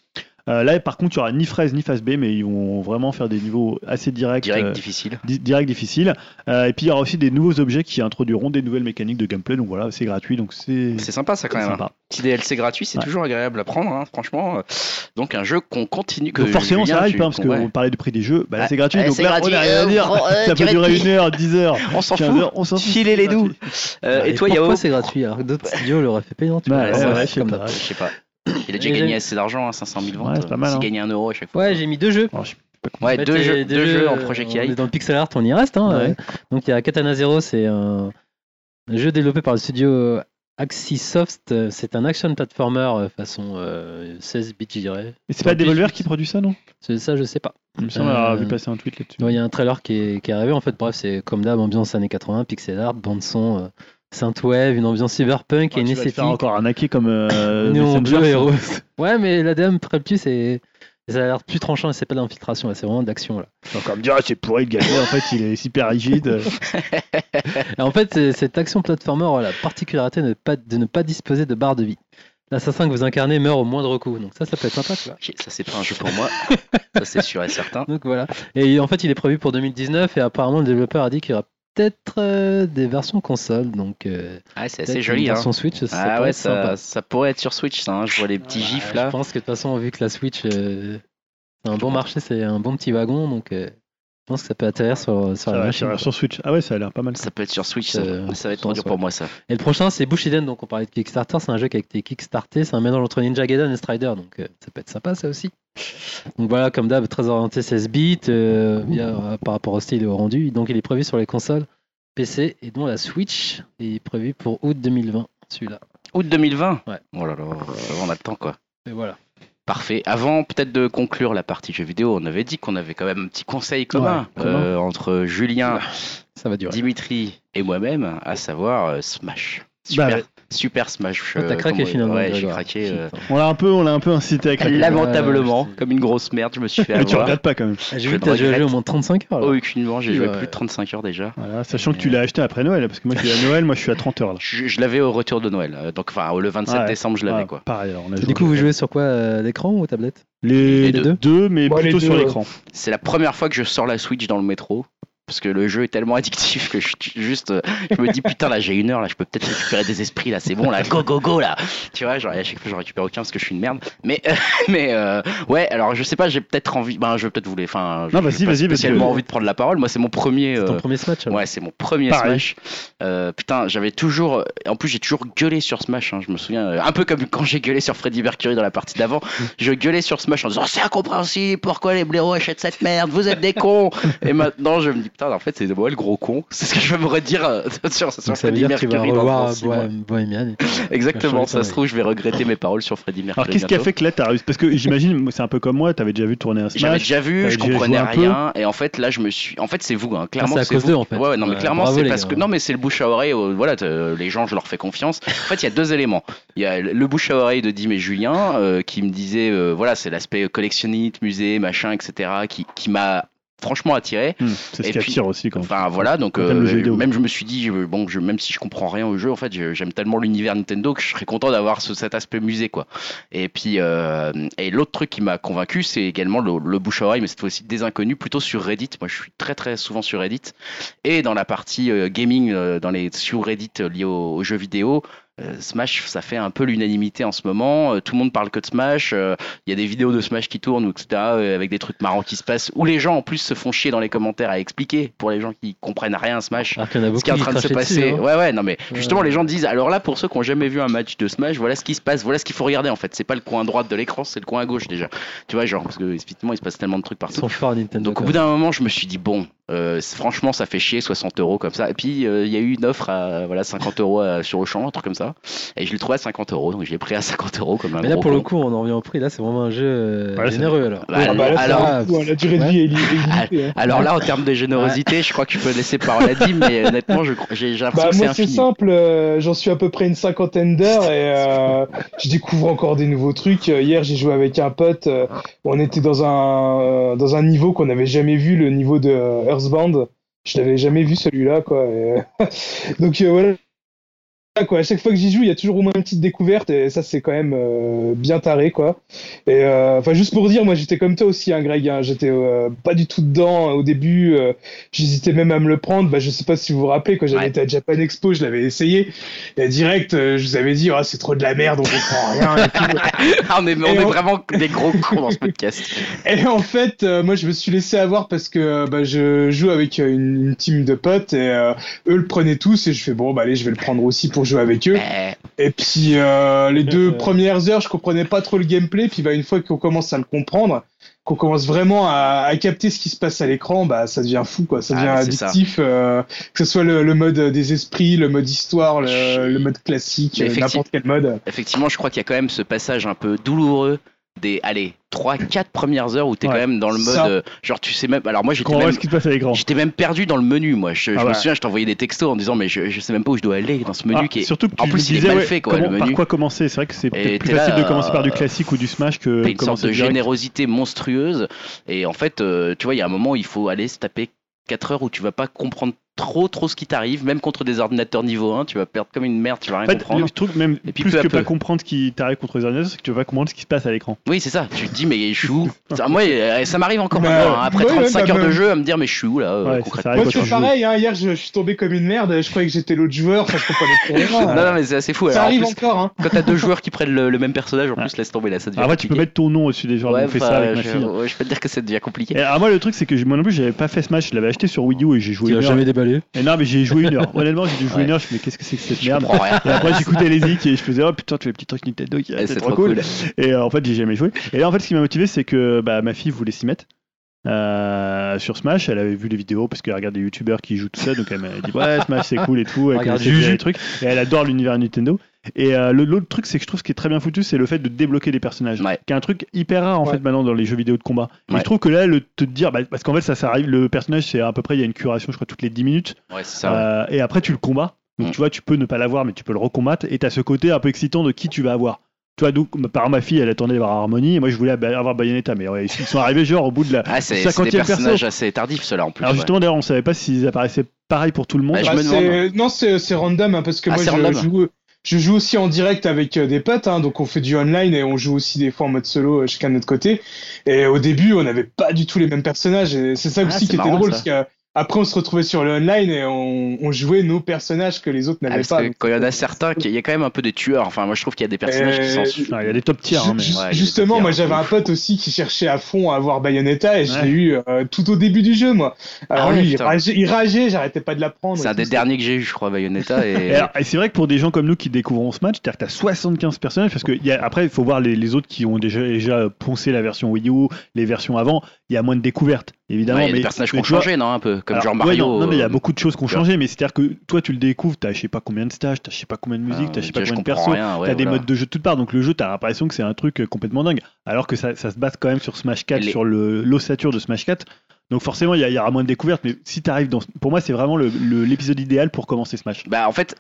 Speaker 2: Euh, là, par contre, il n'y aura ni fraise ni phase B, mais ils vont vraiment faire des niveaux assez directs.
Speaker 1: Direct,
Speaker 2: euh,
Speaker 1: difficile.
Speaker 2: Di- direct difficile. Euh, et puis il y aura aussi des nouveaux objets qui introduiront des nouvelles mécaniques de gameplay. Donc voilà, c'est gratuit, donc c'est
Speaker 1: C'est sympa ça quand
Speaker 2: c'est
Speaker 1: même. hein.
Speaker 2: sympa.
Speaker 1: Petit DLC gratuit, c'est
Speaker 2: Ouais.
Speaker 1: toujours agréable à prendre, hein, franchement. Donc un jeu qu'on continue. Que
Speaker 2: Donc forcément,
Speaker 1: Julien,
Speaker 2: ça arrive, hein,
Speaker 1: tu-
Speaker 2: parce qu'on
Speaker 1: ouais.
Speaker 2: parlait du prix des jeux, bah, là
Speaker 1: Ouais.
Speaker 2: c'est gratuit.
Speaker 1: Ouais,
Speaker 2: donc
Speaker 1: c'est
Speaker 2: là,
Speaker 1: gratuit,
Speaker 2: on a rien à
Speaker 1: euh,
Speaker 2: dire.
Speaker 1: grand- euh,
Speaker 2: ça peut
Speaker 1: direct
Speaker 2: durer
Speaker 1: prix.
Speaker 2: une heure, 10 heures,
Speaker 1: on s'en
Speaker 2: 15
Speaker 1: fout.
Speaker 2: heures, on s'en fout.
Speaker 1: Filez
Speaker 2: c'est
Speaker 1: les nous.
Speaker 2: gratuit.
Speaker 1: Euh, et toi,
Speaker 3: pourquoi
Speaker 1: Yao
Speaker 3: c'est gratuit alors que d'autres studios l'auraient fait payer non, tu
Speaker 2: Ouais,
Speaker 3: vois,
Speaker 2: ouais,
Speaker 3: c'est
Speaker 2: ouais,
Speaker 3: vrai,
Speaker 2: je sais
Speaker 3: comme
Speaker 2: pas.
Speaker 3: d'hab.
Speaker 1: Je sais pas. Il a déjà
Speaker 3: Et
Speaker 1: gagné
Speaker 3: j'ai-
Speaker 1: assez d'argent, hein, 500 000 ventes.
Speaker 2: Ouais, c'est pas mal,
Speaker 1: S'il
Speaker 2: hein.
Speaker 1: gagnait un euro à chaque fois.
Speaker 3: Ouais, j'ai mis deux jeux.
Speaker 2: Alors, je-
Speaker 1: Ouais,
Speaker 3: Bah,
Speaker 1: deux,
Speaker 3: t'es-
Speaker 1: jeux,
Speaker 3: des
Speaker 1: deux jeux en
Speaker 3: euh,
Speaker 1: projet qui
Speaker 3: on est
Speaker 1: aille.
Speaker 3: Dans le pixel art, on y reste. Hein,
Speaker 2: Ouais.
Speaker 3: euh. Donc il y a Katana Zero, c'est euh, un jeu développé par le studio euh, Axisoft. Euh, C'est un action platformer euh, façon euh, 16 bits, je dirais.
Speaker 2: Et c'est pas
Speaker 3: Tant pis,
Speaker 2: Devolver
Speaker 3: je-
Speaker 2: qui produit ça, non
Speaker 3: C'est ça, je sais pas.
Speaker 2: Il me semble
Speaker 3: Euh,
Speaker 2: avoir vu passer un tweet là-dessus.
Speaker 1: bah,
Speaker 3: Non, Il y a un trailer qui est, qui est arrivé. En fait, bref, c'est comme d'hab, ambiance années 80, pixel art, bande son, euh, synthwave, une ambiance cyberpunk et
Speaker 2: Ah,
Speaker 3: une
Speaker 2: tu vas te
Speaker 3: esthétique.
Speaker 2: faire encore arnaquer comme euh,
Speaker 3: Néon
Speaker 2: Messenger,
Speaker 3: bleu et
Speaker 2: ça.
Speaker 3: rose. Ouais, mais l'ADM très petit, c'est ça a l'air plus tranchant. et C'est pas d'infiltration, là, c'est vraiment d'action là.
Speaker 2: Tu vas encore me dire, Ah, c'est pourri le gameplay, en fait, il est super rigide.
Speaker 3: Et en fait, c'est- cette action platformer a la particularité de ne pas, de ne pas disposer de barre de vie. L'assassin que vous incarnez meurt au moindre coup, donc ça, ça peut être sympa, tu vois.
Speaker 1: Ok, Ça, c'est pas un jeu pour moi. ça, c'est sûr et certain.
Speaker 3: Donc voilà. Et en fait, il est prévu pour 2019 et apparemment, le développeur a dit qu'il y aura peut-être euh, des versions console, donc euh,
Speaker 1: Ah, c'est
Speaker 3: peut-être
Speaker 1: assez
Speaker 3: une
Speaker 1: joli. Hein.
Speaker 3: version Switch, ça
Speaker 1: Ah
Speaker 3: pourrait
Speaker 1: ouais,
Speaker 3: être sympa.
Speaker 1: ça, ça pourrait être sur Switch, ça. hein. Je vois les petits gifs
Speaker 3: Je
Speaker 1: là.
Speaker 3: pense que de toute façon, vu que la Switch, euh, c'est un bon marché, c'est un bon petit wagon, donc euh, je pense que ça peut atterrir sur, sur
Speaker 2: Ça
Speaker 3: la
Speaker 2: va,
Speaker 3: machine.
Speaker 2: ça va sur Switch. Ah ouais, ça a l'air pas mal.
Speaker 1: Ça peut être sur Switch, ça,
Speaker 3: Euh,
Speaker 1: ça va être
Speaker 3: je
Speaker 1: trop
Speaker 3: pense,
Speaker 1: dur
Speaker 3: ouais.
Speaker 1: pour moi ça.
Speaker 3: Et le prochain, c'est Bushiden, donc on parlait de Kickstarter. C'est un jeu qui a été Kickstarté. C'est un mélange entre Ninja Gaiden et Strider, donc euh, ça peut être sympa, ça aussi. Donc voilà, comme d'hab, très orienté 16 bits euh, bien, euh, par rapport au style et au rendu. Donc il est prévu sur les consoles PC et dont la Switch. Il est prévu pour août 2020, celui-là.
Speaker 1: Août 2020
Speaker 3: Ouais.
Speaker 1: Oh là là, on a le temps quoi.
Speaker 3: Et voilà.
Speaker 1: Parfait. Avant peut-être de conclure la partie jeux vidéo, on avait dit qu'on avait quand même un petit conseil commun
Speaker 2: Ouais, commun.
Speaker 1: euh, entre Julien,
Speaker 3: Ça va durer.
Speaker 1: Dimitri et moi-même, à savoir euh, Smash.
Speaker 2: Bah
Speaker 1: Super.
Speaker 2: ouais.
Speaker 1: Super Smash.
Speaker 3: Ah, t'as craqué,
Speaker 1: euh, comment-
Speaker 3: finalement,
Speaker 1: Ouais, j'ai
Speaker 3: Grégoire.
Speaker 1: craqué. euh,
Speaker 2: On l'a un peu, on l'a un peu incité à craquer.
Speaker 1: lamentablement,
Speaker 3: Ouais, ouais,
Speaker 1: comme une grosse merde, je me suis fait
Speaker 2: Mais tu
Speaker 1: avoir.
Speaker 2: regrettes pas quand même.
Speaker 3: Ah, J'ai
Speaker 1: Je
Speaker 3: vu que t'as joué
Speaker 1: regrette.
Speaker 3: au moins 35
Speaker 2: Ah
Speaker 3: heures. là.
Speaker 1: Aucunement, j'ai joué
Speaker 3: Ouais.
Speaker 1: plus de 35 heures déjà.
Speaker 2: Voilà, sachant que tu l'as acheté après Noël, parce que moi je suis à Noël, moi je suis à 30 heures là.
Speaker 1: Je, je l'avais au retour de Noël, euh, donc enfin au- le 27
Speaker 2: Ouais.
Speaker 1: décembre, je l'avais
Speaker 2: Ah,
Speaker 1: quoi.
Speaker 2: Pareil, alors on a
Speaker 3: du
Speaker 2: joué.
Speaker 3: coup, vous jouez sur quoi euh, L'écran ou tablette
Speaker 1: les
Speaker 2: les, deux.
Speaker 3: deux.
Speaker 2: mais
Speaker 4: Bon, les
Speaker 2: plutôt
Speaker 4: deux,
Speaker 2: sur
Speaker 4: ouais.
Speaker 2: l'écran.
Speaker 1: C'est la première fois que je sors la Switch dans le métro. Parce que le jeu est tellement addictif que je, juste, euh, je me dis putain là j'ai une heure là, je peux peut-être récupérer des esprits là, c'est bon là, go go go là. Tu vois, genre et à chaque fois j'en récupère aucun parce que je suis une merde. Mais euh, mais euh, ouais, alors je sais pas, j'ai peut-être envie, ben je vais peut-être vous les, enfin, j'ai
Speaker 2: Non, vas-y,
Speaker 1: pas
Speaker 2: vas-y, parce
Speaker 1: spécialement
Speaker 2: que-
Speaker 1: envie de prendre la parole. Moi c'est mon premier.
Speaker 3: C'est
Speaker 1: euh,
Speaker 3: ton premier Smash alors.
Speaker 1: Ouais, c'est mon premier
Speaker 2: Pareil.
Speaker 1: Smash. Euh, putain, j'avais toujours. En plus, j'ai toujours gueulé sur Smash. hein, je me souviens, euh, un peu comme quand j'ai gueulé sur Freddy Mercury dans la partie d'avant. Je gueulais sur Smash en disant c'est incompréhensible. Pourquoi les blaireaux achètent cette merde Vous êtes des cons. Et maintenant, je me dis putain, en fait, c'est moi le gros con. C'est ce que je vais me redire euh, sur, sur
Speaker 3: Donc, ça veut
Speaker 1: Freddy
Speaker 3: dire que tu vas
Speaker 1: Mercury dans
Speaker 3: revoir
Speaker 1: six mois.
Speaker 3: Bohe- Bohemian.
Speaker 1: Exactement.
Speaker 3: changer ton
Speaker 1: Ça se trouve, je vais regretter mes paroles sur Freddy Mercury.
Speaker 2: Alors qu'est-ce qui a
Speaker 1: bientôt.
Speaker 2: fait que là t'as réussi Parce que j'imagine, moi, c'est un peu comme moi, t'avais déjà vu tourner un
Speaker 1: J'avais
Speaker 2: Smash.
Speaker 1: déjà vu,
Speaker 2: t'avais
Speaker 1: je
Speaker 2: déjà joué
Speaker 1: comprenais
Speaker 2: un peu.
Speaker 1: rien, et en fait là je me suis. En fait c'est vous, hein. clairement
Speaker 3: Ah, c'est à cause
Speaker 1: vous.
Speaker 3: d'eux, en fait.
Speaker 1: Ouais, ouais, non mais
Speaker 3: Ouais,
Speaker 1: clairement
Speaker 3: bravo,
Speaker 1: c'est
Speaker 3: les
Speaker 1: parce que
Speaker 3: gars.
Speaker 1: non mais c'est le bouche à oreille. euh, voilà, t'as- euh, les gens je leur fais confiance. En fait il y a deux éléments. Il y a le bouche à oreille de Dim et Julien euh, qui me disait euh, voilà c'est l'aspect collectionniste, musée, machin, etc. qui, qui m'a franchement attiré.
Speaker 2: Hmm, c'est ce
Speaker 1: Et
Speaker 2: qui
Speaker 1: puis-
Speaker 2: attire aussi quand même.
Speaker 1: Enfin voilà, donc
Speaker 2: Quand t'aimes le jeu
Speaker 1: euh,
Speaker 2: vidéo.
Speaker 1: même je me suis dit, euh, bon, je, même si je comprends rien au jeu, en fait, je- j'aime tellement l'univers Nintendo que je serais content d'avoir ce- cet aspect musée, quoi. Et puis, euh, et l'autre truc qui m'a convaincu, c'est également le, le bouche à oreille, mais cette fois-ci des inconnus, plutôt sur Reddit. Moi, je suis très très souvent sur Reddit et dans la partie euh, gaming, euh, dans les sur Reddit euh, liés aux, aux jeux vidéo. euh, Smash, ça fait un peu l'unanimité en ce moment. euh, Tout le monde parle que de Smash. euh, il y a des vidéos de Smash qui tournent, ou etc., euh, avec des trucs marrants qui se passent, où les gens en plus se font chier dans les commentaires à expliquer pour les gens qui comprennent rien à Smash.
Speaker 3: Alors qu'il y en a Ah, beaucoup
Speaker 1: Ce qui est en train de se
Speaker 3: crachaient
Speaker 1: passer.
Speaker 3: dessus, hein.
Speaker 1: ouais, ouais, non, mais justement,
Speaker 3: Ouais.
Speaker 1: les gens disent alors là, pour ceux qui ont jamais vu un match de Smash, voilà ce qui se passe, voilà ce qu'il faut regarder en fait. C'est pas le coin droit de l'écran, c'est le coin à gauche déjà. Tu vois, genre, parce que effectivement, il se passe tellement de trucs
Speaker 3: Ils
Speaker 1: partout.
Speaker 3: sont forts Nintendo.
Speaker 1: Donc
Speaker 3: quoi.
Speaker 1: au bout d'un moment, je me suis dit bon, euh, c'est- franchement, ça fait chier 60 euros comme ça. Et puis euh, il y a eu une offre à voilà 50 euros à- sur le champ, un truc comme ça. Et je l'ai trouvé à 50 euros, donc j'ai pris à 50 euros comme un
Speaker 3: Mais là,
Speaker 1: gros
Speaker 3: pour le
Speaker 1: con.
Speaker 3: coup, on en revient au prix. Là, c'est vraiment un jeu euh,
Speaker 2: Ouais, c'est-
Speaker 3: généreux alors.
Speaker 1: Bah,
Speaker 4: Ah bah là,
Speaker 1: alors-
Speaker 4: ça, ouais, la durée de vie est li- est limitée. hein.
Speaker 1: Alors là, en termes de générosité, je crois que je peux laisser parole à Dim, mais honnêtement, je crois- j'ai j'ai l'impression
Speaker 4: Bah,
Speaker 1: que c'est
Speaker 4: moi, c'est
Speaker 1: infini.
Speaker 4: simple, euh, j'en suis à peu près une cinquantaine d'heures et euh, je découvre encore des nouveaux trucs. Euh, Hier, j'ai joué avec un pote, euh, on était dans un, euh, dans un niveau qu'on n'avait jamais vu, le niveau de euh, Earthbound. Je l'avais jamais vu celui-là, quoi. et, euh, Donc euh, voilà. Ah, Quoi. À chaque fois que j'y joue, il y a toujours au moins une petite découverte et ça c'est quand même euh, bien taré quoi. Et euh, enfin juste pour dire, moi j'étais comme toi aussi, hein, Greg. hein. J'étais euh, pas du tout dedans euh, au début. euh, J'hésitais même à me le prendre. Bah, je sais pas si vous vous rappelez, quand j'avais
Speaker 1: Ouais.
Speaker 4: été à Japan Expo, je l'avais essayé. Et direct, euh, je vous avais dit, Ah, c'est trop de la merde, on comprend rien. et tout.
Speaker 1: Ah, on est, on
Speaker 4: Et
Speaker 1: est
Speaker 4: on-
Speaker 1: vraiment des gros cons dans ce podcast.
Speaker 4: Et en fait, euh, moi, je me suis laissé avoir parce que euh, bah, je joue avec euh, une, une team de potes et euh, eux le prenaient tous et je fais bon, bah allez, je vais le prendre aussi pour jouer avec eux.
Speaker 1: Eh,
Speaker 4: Et puis euh, les deux premières heures, je comprenais pas trop le gameplay. Puis bah une fois qu'on commence à le comprendre, qu'on commence vraiment à, à capter ce qui se passe à l'écran, bah ça devient fou quoi. Ça
Speaker 1: Ah,
Speaker 4: devient
Speaker 1: mais c'est ça.
Speaker 4: addictif. euh, que ce soit le, le mode des esprits, le mode histoire, le, le mode classique,
Speaker 1: Mais
Speaker 4: euh, n'importe quel mode.
Speaker 1: effectivement, je crois qu'il y a quand même ce passage un peu douloureux des, allez, 3-4 premières heures où t'es
Speaker 2: Ouais.
Speaker 1: quand même dans le mode,
Speaker 4: Ça.
Speaker 1: euh, genre tu sais même, alors moi j'étais
Speaker 2: Qu'on voit
Speaker 1: même,
Speaker 2: ce qui se passe à l'écran.
Speaker 1: j'étais même perdu dans le menu, moi. Je, je
Speaker 2: Ah
Speaker 1: me
Speaker 2: ouais.
Speaker 1: souviens, je t'envoyais des textos en disant, mais je, je sais même pas où je dois aller dans ce menu
Speaker 2: Ah,
Speaker 1: qui est.
Speaker 2: Surtout que
Speaker 1: en
Speaker 2: tu
Speaker 1: plus, il est
Speaker 2: disais
Speaker 1: mal
Speaker 2: ouais,
Speaker 1: fait, quoi, le
Speaker 2: comment- par
Speaker 1: menu.
Speaker 2: quoi commencer. C'est vrai que c'est peut-être plus
Speaker 1: t'es là,
Speaker 2: facile de commencer par du
Speaker 1: euh,
Speaker 2: classique ou du Smash que
Speaker 1: T'as une sorte
Speaker 2: commencer
Speaker 1: de
Speaker 2: direct.
Speaker 1: générosité monstrueuse. Et en fait, euh, tu vois, il y a un moment où il faut aller se taper 4 heures où tu vas pas comprendre trop trop ce qui t'arrive, même contre des ordinateurs niveau 1, tu vas perdre comme une merde, tu vas rien
Speaker 2: En fait,
Speaker 1: comprendre.
Speaker 2: le truc, même
Speaker 1: Et puis
Speaker 2: plus
Speaker 1: peu à
Speaker 2: que pas
Speaker 1: peu.
Speaker 2: comprendre ce qui t'arrive contre les ordinateurs, c'est que tu vas comprendre ce qui se passe à l'écran.
Speaker 1: Oui, c'est ça. Tu te dis, mais je suis où Ça, Moi, euh, ça m'arrive encore
Speaker 4: Bah,
Speaker 1: maintenant, hein, après
Speaker 4: ouais, ouais,
Speaker 1: 35
Speaker 4: bah,
Speaker 1: heures de
Speaker 4: bah.
Speaker 1: jeu, à me dire, mais je suis où là euh,
Speaker 2: Ouais, c'est
Speaker 1: concrètement
Speaker 2: ça,
Speaker 4: Moi,
Speaker 2: Ah, quand
Speaker 4: je
Speaker 2: tu
Speaker 4: fais pareil. Hein, hier, je, je suis tombé comme une merde. Je croyais que j'étais l'autre joueur. Enfin, je comprenais plus rien.
Speaker 1: Non, non, mais c'est assez fou.
Speaker 4: ça
Speaker 1: Alors, en
Speaker 4: arrive
Speaker 1: plus,
Speaker 4: encore. Hein.
Speaker 1: quand t'as deux joueurs qui prennent le, le même personnage, en plus, laisse tomber là, ça devient
Speaker 2: Alors, Après, Ah, tu peux
Speaker 1: compliqué.
Speaker 2: mettre ton nom au-dessus des gens.
Speaker 1: Ouais,
Speaker 2: on fait
Speaker 1: enfin,
Speaker 2: ça avec ma
Speaker 1: je,
Speaker 2: fille.
Speaker 1: ouais, je peux te dire que ça devient compliqué.
Speaker 2: Et alors moi le truc c'est que je- moi non plus j'avais pas fait Smash, je l'avais acheté sur Wii U et j'ai joué
Speaker 3: Tu l'as
Speaker 2: une heure.
Speaker 3: jamais déballé
Speaker 2: Et non mais j'ai joué une heure. Honnêtement j'ai dû jouer
Speaker 1: Ouais.
Speaker 2: une heure, je me suis dit, mais qu'est-ce que c'est que cette
Speaker 1: Je
Speaker 2: merde
Speaker 1: comprends rien. Eh,
Speaker 2: Et après j'écoutais les zik et je faisais oh putain tu fais les petits trucs Nintendo qui
Speaker 1: Ouais,
Speaker 2: c'est trop cool. Et euh, en fait j'ai jamais joué. Et là en fait ce qui m'a motivé c'est que bah, ma fille voulait s'y mettre. euh, sur Smash, elle avait vu les vidéos parce qu'elle regarde des youtubeurs qui jouent tout ça, donc elle m'a dit ouais Smash c'est cool et tout, elle
Speaker 3: Regarde
Speaker 2: connaissait déjà
Speaker 3: Juju.
Speaker 2: les trucs et elle adore l'univers Nintendo. Et euh, le- l'autre truc c'est que je trouve ce qui est très bien foutu c'est le fait de débloquer des personnages,
Speaker 1: Ouais.
Speaker 2: qui est un truc hyper rare en
Speaker 4: Ouais.
Speaker 2: fait maintenant dans les jeux vidéo de combat. Et
Speaker 1: Ouais.
Speaker 2: je trouve que là, le te dire, bah, parce qu'en fait, ça, ça arrive, le personnage, c'est à peu près, il y a une curation, je crois, toutes les 10 minutes.
Speaker 1: Ouais, c'est ça.
Speaker 2: Euh, et après, tu le combats. Donc
Speaker 1: Mm.
Speaker 2: tu vois, tu peux ne pas l'avoir, mais tu peux le recombattre. Et t'as ce côté un peu excitant de qui tu vas avoir. Tu vois, donc, ma- par ma fille, elle attendait d'avoir Harmony, et moi je voulais ab- avoir Bayonetta, mais ouais, ils sont arrivés genre au bout de la.
Speaker 1: Ah, c'est c'est
Speaker 2: 50e
Speaker 1: des personnages assez tardifs, ceux-là, en plus.
Speaker 2: Alors
Speaker 1: ouais.
Speaker 2: justement, d'ailleurs, on savait pas s'ils apparaissaient pareil pour tout le monde.
Speaker 1: Bah, je
Speaker 4: Bah,
Speaker 1: me
Speaker 4: c'est- Non, c'est c'est random hein, parce que
Speaker 1: Ah,
Speaker 4: moi
Speaker 1: c'est
Speaker 4: je
Speaker 1: random.
Speaker 4: joue, je joue aussi en direct avec euh, des potes, hein, donc on fait du online et on joue aussi des fois en mode solo euh, chacun de notre côté. Et au début, on n'avait pas du tout les mêmes personnages et c'est ça
Speaker 1: Ah,
Speaker 4: aussi
Speaker 1: c'est
Speaker 4: qui était
Speaker 1: marrant,
Speaker 4: drôle
Speaker 1: ça.
Speaker 4: parce que après on se retrouvait sur le online et on, on jouait nos personnages que les autres
Speaker 1: Ah,
Speaker 4: n'avaient
Speaker 1: parce
Speaker 4: pas.
Speaker 1: que
Speaker 4: donc
Speaker 1: quand il y en a
Speaker 4: c'était-
Speaker 1: certains, qui- il y a quand même un peu des tueurs. Enfin, moi, je trouve qu'il y a des personnages qui
Speaker 4: Euh,
Speaker 1: sont.
Speaker 2: Ah, il y a des top tiers. hein, mais-
Speaker 4: Ju- ju-
Speaker 1: ouais, il y a
Speaker 4: justement,
Speaker 1: des
Speaker 4: moi
Speaker 1: tiers,
Speaker 4: j'avais
Speaker 1: de
Speaker 4: un
Speaker 1: ouf.
Speaker 4: pote aussi qui cherchait à fond à avoir Bayonetta et je
Speaker 2: Ouais.
Speaker 4: l'ai eu euh, tout au début du jeu moi. Alors
Speaker 1: Ah ouais,
Speaker 4: lui, il
Speaker 1: putain.
Speaker 4: rageait, il rageait, j'arrêtais pas de la prendre.
Speaker 1: C'est
Speaker 4: et
Speaker 1: un
Speaker 4: tout,
Speaker 1: des
Speaker 4: c'était-
Speaker 1: derniers que j'ai eu, je crois, Bayonetta.
Speaker 2: Et,
Speaker 1: Et...
Speaker 2: alors, et c'est vrai que pour des gens comme nous qui découvrons ce match, c'est-à-dire que tu as 75 personnages, parce que il y a- après, il faut voir les, les autres qui ont déjà, déjà poncé la version Wii U, les versions avant, il y a moins de découvertes, évidemment.
Speaker 1: Ouais, il y a
Speaker 2: mais
Speaker 1: des personnages qui
Speaker 2: mais
Speaker 1: ont
Speaker 2: tu vois-
Speaker 1: changé, non Un peu, comme
Speaker 2: alors,
Speaker 1: genre
Speaker 2: ouais,
Speaker 1: Mario.
Speaker 2: non, non, mais il y a
Speaker 1: euh,
Speaker 2: beaucoup de choses qui ont
Speaker 1: tu vois.
Speaker 2: changé, mais c'est-à-dire que toi, tu le découvres, tu as je sais pas combien de stages, tu as je sais pas combien de musiques,
Speaker 1: ah,
Speaker 2: tu as je sais pas
Speaker 1: déjà,
Speaker 2: combien de
Speaker 1: comprends
Speaker 2: persos.
Speaker 1: rien, ouais,
Speaker 2: T'as des
Speaker 1: voilà.
Speaker 2: modes de jeu de toutes parts, donc le jeu, t'as l'impression que c'est un truc euh, complètement dingue. Alors que ça, ça se base quand même sur Smash 4,
Speaker 1: Les-
Speaker 2: sur le- l'ossature de Smash 4. Donc forcément, il y, a- il y aura moins de découvertes, mais si t'arrives dans. Pour moi, c'est vraiment le- le- l'épisode idéal pour commencer Smash.
Speaker 1: Bah en fait,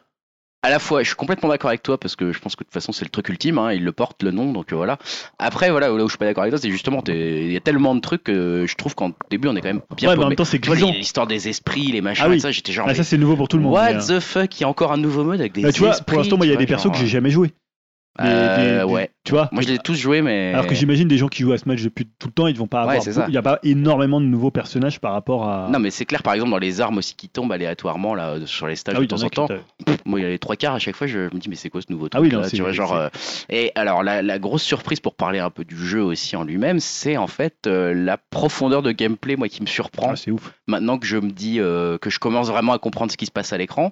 Speaker 1: à la fois, je suis complètement d'accord avec toi parce que je pense que de toute façon c'est le truc ultime, hein, il le porte le nom, donc euh, voilà. Après, voilà, là où je suis pas d'accord avec toi, c'est justement, t'es- il y a tellement de trucs que je trouve qu'en début on est quand même bien
Speaker 2: ouais, mais en
Speaker 1: paumé.
Speaker 2: même temps, c'est
Speaker 1: Tu vois,
Speaker 2: grisant.
Speaker 1: les- l'histoire des esprits, les machins
Speaker 2: Ah oui.
Speaker 1: et ça, j'étais genre.
Speaker 2: Ah, ça,
Speaker 1: mais
Speaker 2: c'est nouveau pour tout le monde.
Speaker 1: What
Speaker 2: mais, euh,
Speaker 1: the fuck, il y a encore un nouveau mode avec des
Speaker 2: bah, tu vois,
Speaker 1: esprits,
Speaker 2: pour l'instant, moi, il y a
Speaker 1: tu
Speaker 2: des
Speaker 1: vois,
Speaker 2: persos que
Speaker 1: genre,
Speaker 2: j'ai jamais joué. Des- des-
Speaker 1: euh,
Speaker 2: des-
Speaker 1: ouais.
Speaker 2: Tu vois
Speaker 1: Moi je les ai tous joués, mais.
Speaker 2: Alors que j'imagine des gens qui jouent à ce match depuis tout le temps, ils vont pas
Speaker 1: Ouais,
Speaker 2: avoir.
Speaker 1: c'est ça.
Speaker 2: Il n'y a pas énormément de nouveaux personnages par rapport à.
Speaker 1: Non mais c'est clair par exemple dans les armes aussi qui tombent aléatoirement là euh, sur les stages
Speaker 2: ah oui,
Speaker 1: de temps
Speaker 2: t'en as
Speaker 1: en
Speaker 2: qui-
Speaker 1: temps.
Speaker 2: t'as-
Speaker 1: Moi, il y a les trois quarts à chaque fois, je me dis, mais c'est quoi ce nouveau
Speaker 2: Ah
Speaker 1: truc
Speaker 2: oui, non,
Speaker 1: là,
Speaker 2: c'est-
Speaker 1: tu vois, genre, euh, Et alors, la, la grosse surprise pour parler un peu du jeu aussi en lui-même, c'est en fait euh, la profondeur de gameplay, moi, qui me surprend
Speaker 2: Ah, c'est ouf.
Speaker 1: maintenant que je me dis euh, que je commence vraiment à comprendre ce qui se passe à l'écran,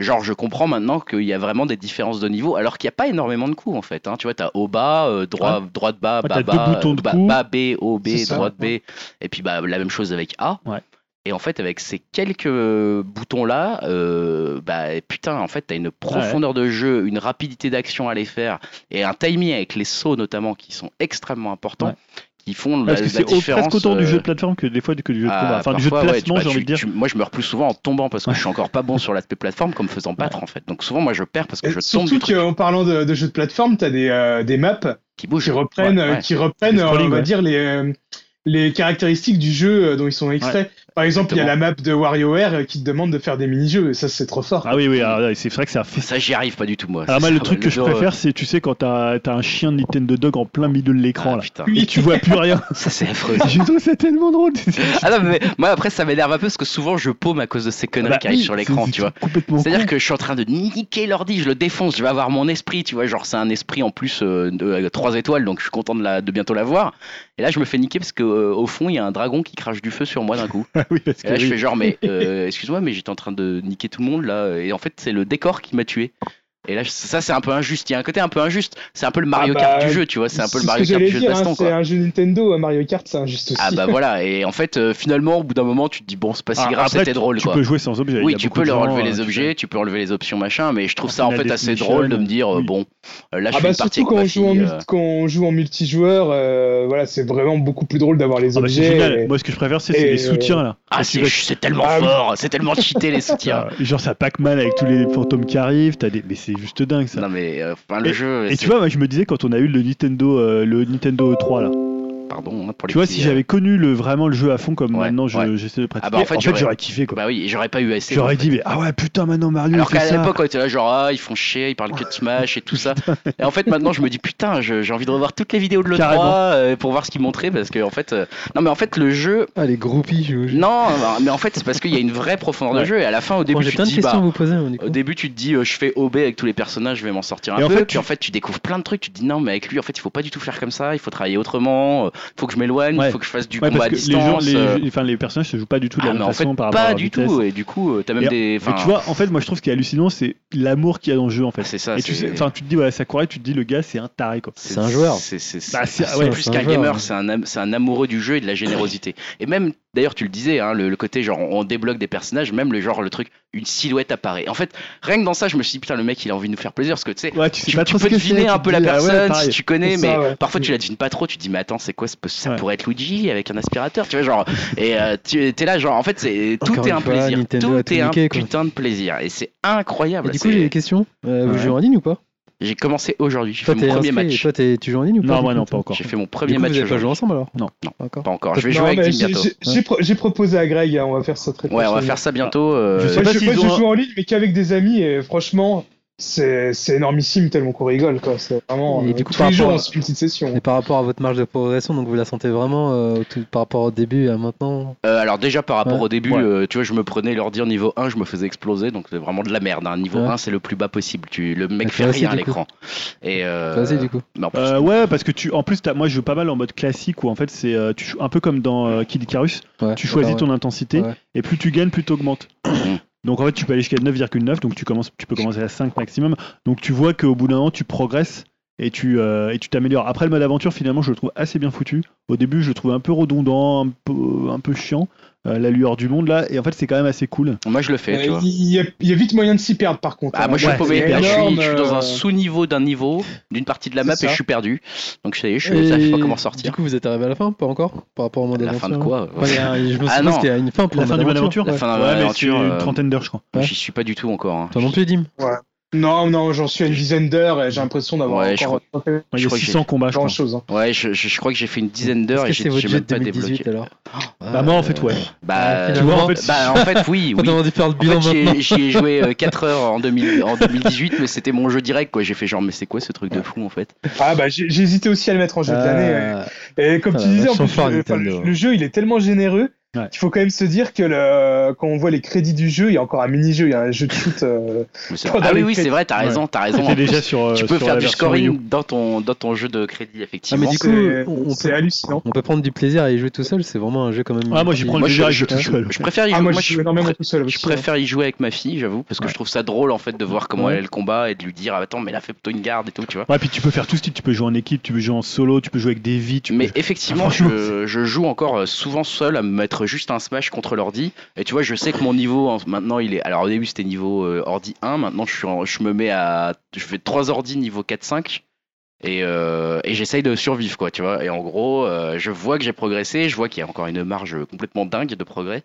Speaker 1: genre je comprends maintenant qu'il y a vraiment des différences de niveau, alors qu'il n'y a pas énormément de coups en fait. hein. Tu vois, t'as haut bas, euh, droit, droite bas,
Speaker 2: Ouais,
Speaker 1: bas
Speaker 2: t'as
Speaker 1: bas,
Speaker 2: deux boutons de
Speaker 1: bas,
Speaker 2: coups.
Speaker 1: bas B, haut B,
Speaker 4: C'est ça,
Speaker 1: droite B, et puis bah, la même chose avec A.
Speaker 2: Ouais.
Speaker 1: Et en fait, avec ces quelques boutons-là, euh, bah putain, en fait, t'as une profondeur de jeu, une rapidité d'action à les faire, et un timing avec les sauts notamment qui sont extrêmement importants,
Speaker 2: Ouais.
Speaker 1: qui font
Speaker 2: Ah,
Speaker 1: la,
Speaker 2: parce que
Speaker 1: la
Speaker 2: c'est au-
Speaker 1: différence.
Speaker 2: presque autant du
Speaker 1: euh,
Speaker 2: jeu de plateforme que des fois que du jeu de
Speaker 1: ah,
Speaker 2: combat. Enfin, du jeu de
Speaker 1: parfois, ouais,
Speaker 2: placement,
Speaker 1: tu- bah,
Speaker 2: j'ai
Speaker 1: tu-
Speaker 2: envie de dire.
Speaker 1: tu- moi, je me replie souvent en tombant parce que je suis encore pas bon sur l'aspect plateforme comme faisant battre en fait. Donc souvent, moi, je perds parce que
Speaker 4: Et
Speaker 1: je tombe
Speaker 4: Surtout
Speaker 1: du truc
Speaker 4: qu'en parlant de, de jeux de plateforme, t'as des, euh, des maps
Speaker 1: qui bouge.
Speaker 4: qui reprennent,
Speaker 1: Ouais,
Speaker 4: euh,
Speaker 1: ouais.
Speaker 4: qui reprennent,
Speaker 2: Les
Speaker 4: euh,
Speaker 2: scrolling,
Speaker 4: on va
Speaker 2: ouais.
Speaker 4: dire les euh, les caractéristiques du jeu euh, dont ils sont extraits. Par exemple, il y a la map de WarioWare euh, qui te demande de faire des mini-jeux et ça c'est trop fort.
Speaker 2: Ah oui, oui, alors, c'est vrai que ça fait
Speaker 1: Ça, j'y arrive pas du tout moi.
Speaker 2: Alors
Speaker 1: C'est
Speaker 2: Ah, moi, le
Speaker 1: ça,
Speaker 2: truc que je
Speaker 1: genre, euh,
Speaker 2: préfère, c'est, tu sais, quand t'as t'as un chien de Nintendo Dog en plein milieu de l'écran,
Speaker 1: ah,
Speaker 2: là,
Speaker 1: putain,
Speaker 2: et tu vois plus rien.
Speaker 1: ça c'est affreux.
Speaker 2: Je trouve ça tellement drôle.
Speaker 1: Ah non, mais moi après ça m'énerve un peu parce que souvent je paume à cause de ces conneries
Speaker 2: Bah
Speaker 1: qui arrivent
Speaker 2: oui,
Speaker 1: sur l'écran,
Speaker 2: c'est-
Speaker 1: tu vois.
Speaker 2: c'est Complètement.
Speaker 1: C'est-à-dire
Speaker 2: con.
Speaker 1: que je suis en train de niquer l'ordi, je le défonce, je vais avoir mon esprit, tu vois, genre c'est un esprit en plus euh, de euh, trois étoiles, donc je suis content de, la, de bientôt l'avoir. Et là je me fais niquer parce que euh, au fond il y a un dragon qui crache du feu sur moi d'un coup.
Speaker 2: Ah oui, parce
Speaker 1: Et là,
Speaker 2: que
Speaker 1: je
Speaker 2: oui.
Speaker 1: fais genre, mais euh, excuse-moi, mais j'étais en train de niquer tout le monde là, et en fait, c'est le décor qui m'a tué. Et là, ça, c'est un peu injuste. Il y a un côté un peu injuste. C'est un peu le Mario
Speaker 4: Ah
Speaker 1: Kart
Speaker 4: bah,
Speaker 1: du jeu, tu vois. C'est un peu le
Speaker 4: ce
Speaker 1: Mario
Speaker 4: que
Speaker 1: Kart du
Speaker 4: j'allais
Speaker 1: jeu de
Speaker 4: dire, hein,
Speaker 1: baston,
Speaker 4: c'est
Speaker 1: quoi.
Speaker 4: un jeu Nintendo, un Mario Kart c'est injuste aussi.
Speaker 1: Ah bah voilà. Et en fait, euh, finalement, au bout d'un moment, tu te dis, bon, c'est pas si
Speaker 2: Ah,
Speaker 1: grave,
Speaker 2: après,
Speaker 1: c'était drôle,
Speaker 2: Tu
Speaker 1: quoi.
Speaker 2: peux jouer sans objet. il
Speaker 1: Oui,
Speaker 2: y a
Speaker 1: tu
Speaker 2: beaucoup
Speaker 1: peux
Speaker 2: de
Speaker 1: leur
Speaker 2: gens,
Speaker 1: enlever
Speaker 2: euh,
Speaker 1: les
Speaker 2: tu Ah,
Speaker 1: objets, tu peux enlever les options, machin, mais je trouve ça en
Speaker 2: Final
Speaker 1: fait assez
Speaker 2: Destination,
Speaker 1: drôle de me dire, euh,
Speaker 2: oui. Ah,
Speaker 1: bon, euh, là, je
Speaker 4: Ah
Speaker 1: suis
Speaker 4: bah
Speaker 1: une partie
Speaker 4: surtout
Speaker 1: avec
Speaker 4: quand on,
Speaker 1: ma
Speaker 4: joue en
Speaker 1: fille,
Speaker 4: multi-
Speaker 1: euh,
Speaker 4: quand on joue en multijoueur, euh, voilà, c'est vraiment beaucoup plus drôle d'avoir les
Speaker 2: Ah bah, c'est
Speaker 4: objets.
Speaker 2: génial.
Speaker 4: et-
Speaker 2: Moi, ce que je préfère, c'est c'est
Speaker 4: et-
Speaker 2: les soutiens, là. Quand
Speaker 1: Ah,
Speaker 2: tu
Speaker 1: c'est
Speaker 2: vas-
Speaker 1: c'est tellement
Speaker 4: Ah, oui.
Speaker 1: fort, c'est tellement cheaté les hein. soutiens.
Speaker 2: Ah, Genre, ça Pac-Man avec tous les fantômes qui arrivent. t'as Des... Mais c'est juste dingue, ça.
Speaker 1: Non, mais euh, enfin, le jeu.
Speaker 2: Et
Speaker 1: c'est-
Speaker 2: tu vois, moi, je me disais quand on a eu le Nintendo, euh, le Nintendo 3 là.
Speaker 1: Pardon, hein, pour les
Speaker 2: Tu vois,
Speaker 1: petits,
Speaker 2: si
Speaker 1: euh,
Speaker 2: j'avais connu le vraiment le jeu à fond comme
Speaker 1: Ouais,
Speaker 2: maintenant, je-
Speaker 1: ouais. Ah bah,
Speaker 2: j'essaie de pratiquer.
Speaker 1: en fait, j'aurais-
Speaker 2: j'aurais kiffé quoi.
Speaker 1: Bah oui, j'aurais pas eu assez.
Speaker 2: J'aurais dit, mais ah ouais, putain, maintenant Mario,
Speaker 1: Alors
Speaker 2: il fait
Speaker 1: qu'à
Speaker 2: ça.
Speaker 1: l'époque, on était là, genre, ah, ils font chier, ils parlent que de Smash et tout ça. Et en fait, maintenant, je me dis, putain, je- j'ai envie de revoir toutes les vidéos de l'E3
Speaker 2: Carrément.
Speaker 1: euh, pour voir ce qu'ils montraient, parce que, en fait, euh, non, mais en fait, le jeu,
Speaker 3: Ah, les groupies, je vous
Speaker 1: non, mais en fait, c'est parce qu'il y a une vraie profondeur de
Speaker 3: Ouais.
Speaker 1: jeu, et à la fin, au
Speaker 3: Bon,
Speaker 1: début,
Speaker 3: J'ai
Speaker 1: tu te
Speaker 3: plein de
Speaker 1: dis,
Speaker 3: questions
Speaker 1: bah,
Speaker 3: à vous poser. hein, du coup.
Speaker 1: au début, tu te dis, euh, je fais OB avec tous les personnages, je vais m'en sortir un
Speaker 2: Et en
Speaker 1: peu.
Speaker 2: fait,
Speaker 1: puis en fait, tu découvres plein de trucs. Tu te dis, non, mais avec lui, en fait, il faut pas du tout faire comme ça. Il faut travailler autrement. euh, Il faut que je m'éloigne. Il
Speaker 2: Ouais.
Speaker 1: faut que je fasse du
Speaker 2: Ouais,
Speaker 1: combat
Speaker 2: parce
Speaker 1: à
Speaker 2: que les, gens,
Speaker 1: distance.
Speaker 2: les,
Speaker 1: euh,
Speaker 2: enfin, les personnages se jouent pas du tout de la
Speaker 1: ah, mais
Speaker 2: même
Speaker 1: en
Speaker 2: façon
Speaker 1: fait,
Speaker 2: par rapport à
Speaker 1: pas
Speaker 2: leur
Speaker 1: du
Speaker 2: vitesse.
Speaker 1: tout. Et du coup, euh, t'as même
Speaker 2: Et-
Speaker 1: des.
Speaker 2: Mais
Speaker 1: enfin,
Speaker 2: tu vois, en fait, moi je trouve ce qui est hallucinant, c'est l'amour qu'il y a dans le jeu en fait.
Speaker 1: c'est Ah, ça.
Speaker 2: Et tu
Speaker 1: c'est-
Speaker 2: sais, enfin, tu te dis, ouais, Sakurai, tu te dis, le gars, c'est un taré quoi.
Speaker 3: C'est un joueur.
Speaker 1: C'est c'est- c'est-
Speaker 2: Bah, c'est-
Speaker 1: c'est
Speaker 2: ouais,
Speaker 1: plus
Speaker 3: c'est un
Speaker 1: qu'un
Speaker 3: joueur,
Speaker 1: gamer,
Speaker 3: ouais.
Speaker 1: c'est un, am- c'est un amoureux du jeu et de la générosité. Et même, d'ailleurs, tu le disais, hein, le, le côté genre on débloque des personnages, même le genre le truc, une silhouette apparaît. En fait, rien que dans ça, je me suis dit putain, le mec il a envie de nous faire plaisir parce que tu sais,
Speaker 2: Ouais, tu sais
Speaker 1: tu,
Speaker 2: pas
Speaker 1: tu
Speaker 2: trop
Speaker 1: peux
Speaker 2: ce que c'est,
Speaker 1: deviner
Speaker 2: tu
Speaker 1: un
Speaker 2: te
Speaker 1: peu la
Speaker 2: dis, ah ouais,
Speaker 1: personne
Speaker 2: pareil.
Speaker 1: si tu connais,
Speaker 4: C'est ça,
Speaker 1: mais
Speaker 4: ouais.
Speaker 1: parfois tu la devines pas trop. Tu te dis mais attends, c'est quoi ça, peut- ça
Speaker 2: Ouais.
Speaker 1: pourrait être Luigi avec un aspirateur, tu vois, genre. Et euh, tu es là, genre, en fait, c'est tout
Speaker 3: Encore
Speaker 1: est
Speaker 3: une
Speaker 1: un
Speaker 3: fois,
Speaker 1: plaisir.
Speaker 3: Nintendo a
Speaker 1: tout
Speaker 3: tout
Speaker 1: est un
Speaker 3: niqué, quoi.
Speaker 1: putain de plaisir. Et c'est
Speaker 3: Et
Speaker 1: incroyable.
Speaker 3: du
Speaker 1: Ah,
Speaker 3: coup,
Speaker 1: bah, c'est-
Speaker 3: j'ai des questions. Euh, Vous
Speaker 2: Ouais.
Speaker 3: jouez en ligne ou pas
Speaker 1: J'ai commencé aujourd'hui, j'ai fait
Speaker 3: Toi,
Speaker 1: mon
Speaker 3: t'es
Speaker 1: premier
Speaker 3: inscrit, et
Speaker 1: match.
Speaker 3: Toi, t'es- tu joues en ligne ou pas
Speaker 2: Non,
Speaker 3: du
Speaker 2: moi
Speaker 3: coup,
Speaker 2: non,
Speaker 3: toi
Speaker 2: pas encore.
Speaker 1: J'ai fait mon
Speaker 3: Du
Speaker 1: premier
Speaker 3: coup,
Speaker 1: match
Speaker 3: vous avez pas joué
Speaker 1: aujourd'hui.
Speaker 3: ensemble alors
Speaker 2: Non.
Speaker 1: Non.
Speaker 3: D'accord.
Speaker 1: Pas encore, je vais
Speaker 4: Non,
Speaker 1: jouer
Speaker 4: mais
Speaker 1: avec Dim
Speaker 4: j'ai-
Speaker 1: bientôt.
Speaker 4: j'ai- J'ai pro- j'ai proposé à Greg, hein, on va faire ça très
Speaker 1: Ouais, on va
Speaker 4: prochainement.
Speaker 1: faire ça bientôt. euh,
Speaker 2: Je sais
Speaker 4: Moi,
Speaker 2: pas
Speaker 4: je,
Speaker 2: s'ils
Speaker 4: moi, je
Speaker 2: ont un-
Speaker 4: joue en ligne, mais qu'avec des amis, et franchement, c'est c'est énormissime tellement qu'on rigole, quoi. C'est vraiment.
Speaker 3: Et
Speaker 4: euh,
Speaker 3: du coup,
Speaker 4: tous
Speaker 3: par
Speaker 4: les jours,
Speaker 3: rapport à-
Speaker 4: on se fait une petite session.
Speaker 3: Et par rapport à votre marge de progression, donc vous la sentez vraiment euh, tout- par rapport au début à maintenant
Speaker 1: Euh, alors déjà par rapport
Speaker 3: Ouais.
Speaker 1: au début,
Speaker 2: Ouais.
Speaker 1: euh, tu vois, je me prenais l'ordi au niveau 1, je me faisais exploser, donc c'est vraiment de la merde. Hein. Niveau
Speaker 3: Ouais.
Speaker 1: 1, c'est le plus bas possible. Tu, le
Speaker 3: Mais
Speaker 1: mec
Speaker 3: toi
Speaker 1: fait
Speaker 3: aussi,
Speaker 1: rien à
Speaker 3: du coup.
Speaker 1: l'écran. Et euh,
Speaker 3: Vas-y, du coup.
Speaker 1: mais en plus,
Speaker 2: Euh, ouais, parce que tu, en plus, t'as- moi je joue pas mal en mode classique où en fait c'est euh, tu, cho- un peu comme dans euh, Kid Icarus,
Speaker 3: Ouais,
Speaker 2: tu choisis
Speaker 3: ouais.
Speaker 2: ton intensité
Speaker 3: Ouais.
Speaker 2: et plus tu gagnes, plus tu augmentes. donc en fait, tu peux aller jusqu'à 9,9, donc tu, commences, tu peux commencer à 5 maximum. Donc tu vois qu'au bout d'un an, tu progresses et tu euh, et tu t'améliores. Après, le mode aventure, finalement, je le trouve assez bien foutu. Au début, je le trouvais un peu redondant, un peu, un peu chiant, euh, la lueur du monde là, et en fait, c'est quand même assez cool.
Speaker 1: moi je le fais. tu
Speaker 4: Euh,
Speaker 1: vois.
Speaker 4: Il y, a- il y a vite moyen de s'y perdre, par contre.
Speaker 1: Ah, moi je suis
Speaker 2: ouais,
Speaker 1: paumé.
Speaker 2: c'est
Speaker 1: Là, je, suis,
Speaker 4: énorme,
Speaker 1: je suis dans
Speaker 4: euh,
Speaker 1: un sous-niveau d'un niveau, d'une partie de la
Speaker 4: c'est
Speaker 1: map et
Speaker 4: ça.
Speaker 1: je suis perdu. Donc ça y est, je suis- ça, je sais pas comment sortir.
Speaker 3: Du coup, vous êtes arrivé à la fin, pas encore Par rapport au mode
Speaker 1: la fin de
Speaker 3: aventure
Speaker 1: quoi
Speaker 3: Enfin, il y a- Je me
Speaker 1: Ah,
Speaker 3: souviens
Speaker 1: non.
Speaker 3: qu'il y a une fin pour
Speaker 2: La
Speaker 3: le
Speaker 2: fin du mode aventure
Speaker 1: La
Speaker 3: ouais.
Speaker 1: fin d'un
Speaker 2: Ouais, mais c'est
Speaker 1: aventure,
Speaker 2: une
Speaker 1: euh,
Speaker 2: trentaine d'heures, je crois.
Speaker 3: ouais.
Speaker 1: J'y suis pas du tout encore. hein.
Speaker 3: Toi non plus, Dim
Speaker 4: Non, non, j'en suis à une dizaine d'heures et j'ai l'impression d'avoir
Speaker 1: Ouais, je
Speaker 4: encore pas fait hein.
Speaker 2: Il
Speaker 1: Je
Speaker 2: y a
Speaker 1: crois que
Speaker 2: 600 combats, je
Speaker 4: grand
Speaker 2: crois.
Speaker 4: chose.
Speaker 1: Ouais, je, je- je crois que j'ai fait une dizaine
Speaker 3: Est-ce
Speaker 1: d'heures
Speaker 3: que
Speaker 1: et
Speaker 3: c'est
Speaker 1: j'ai
Speaker 3: votre
Speaker 1: j'ai
Speaker 3: jeu
Speaker 1: même
Speaker 3: de
Speaker 1: pas
Speaker 3: 2018
Speaker 1: débloqué.
Speaker 3: alors
Speaker 2: Bah, moi, en fait, ouais.
Speaker 1: Bah,
Speaker 3: Ah,
Speaker 2: tu vois, en fait,
Speaker 1: bah, en fait, oui,
Speaker 3: On
Speaker 1: oui.
Speaker 3: a dû faire le
Speaker 1: En
Speaker 3: bilan
Speaker 1: fait, j'y ai-
Speaker 3: maintenant.
Speaker 1: j'y ai, joué euh, 4 heures en, 2000 en 2018, mais c'était mon jeu direct, quoi. J'ai fait genre, mais c'est quoi ce truc de fou, en fait
Speaker 4: Ah, bah, j'ai j'ai hésité aussi à le mettre en jeu de l'année.
Speaker 3: Ah,
Speaker 4: Et comme tu
Speaker 3: Ah,
Speaker 4: disais, en
Speaker 3: ils sont
Speaker 4: plus,
Speaker 3: forts,
Speaker 4: le, enfin,
Speaker 3: Nintendo.
Speaker 4: le- le jeu, il est tellement généreux
Speaker 2: Ouais.
Speaker 4: qu'il faut quand même se dire que le, quand on voit les crédits du jeu, il y a encore un mini-jeu, il y a un jeu de shoot. euh,
Speaker 1: Mais c'est-
Speaker 4: Trop
Speaker 1: Ah oui,
Speaker 4: dans
Speaker 1: oui,
Speaker 4: les
Speaker 1: c'est vrai, t'as
Speaker 2: Ouais.
Speaker 1: raison, t'as raison.
Speaker 2: C'était
Speaker 1: En plus,
Speaker 2: déjà sur, euh,
Speaker 1: tu peux
Speaker 2: sur
Speaker 1: faire
Speaker 2: la
Speaker 1: du
Speaker 2: version Wii U. Ah,
Speaker 1: scoring dans ton, dans ton jeu de crédit,
Speaker 4: Ah,
Speaker 1: effectivement.
Speaker 3: mais du coup,
Speaker 4: c'est-
Speaker 3: on- on
Speaker 4: c'est
Speaker 3: peut-
Speaker 4: hallucinant.
Speaker 3: Euh, On peut prendre du plaisir à y jouer tout seul, c'est vraiment un jeu quand même.
Speaker 2: Ah, moi, j'y
Speaker 3: qui-
Speaker 2: prends
Speaker 1: Mm.
Speaker 2: le
Speaker 1: Moi,
Speaker 2: plaisir
Speaker 1: je,
Speaker 2: à
Speaker 1: je-
Speaker 2: jouer tout
Speaker 1: je-
Speaker 2: seul.
Speaker 1: je préfère y jouer.
Speaker 4: Ah, moi,
Speaker 1: moi,
Speaker 4: je joue énormément tout seul
Speaker 1: je
Speaker 4: aussi. hein.
Speaker 1: préfère y jouer avec ma fille, j'avoue, parce que je trouve ça drôle en fait de voir comment
Speaker 3: Ouais.
Speaker 1: elle est le combat et de lui dire ah, attends mais là fais plutôt une garde et tout, tu vois.
Speaker 2: Ouais, puis tu peux faire tout ce type. Tu peux jouer en équipe, tu peux jouer en solo, tu peux jouer avec des vies. Tu
Speaker 1: Mais
Speaker 2: peux...
Speaker 1: effectivement,
Speaker 2: Ah, franchement,
Speaker 1: je, je joue encore euh, souvent seul à me mettre juste un smash contre l'ordi. Et tu vois, je sais que mon niveau en- maintenant il est. Alors au début c'était niveau euh, ordi 1, maintenant je, suis en- je me mets à. Je fais 3 ordi niveau 4-5. Et, euh, et j'essaye de survivre, quoi, tu vois. Et en gros, euh, je vois que j'ai progressé, je vois qu'il y a encore une marge complètement dingue de progrès.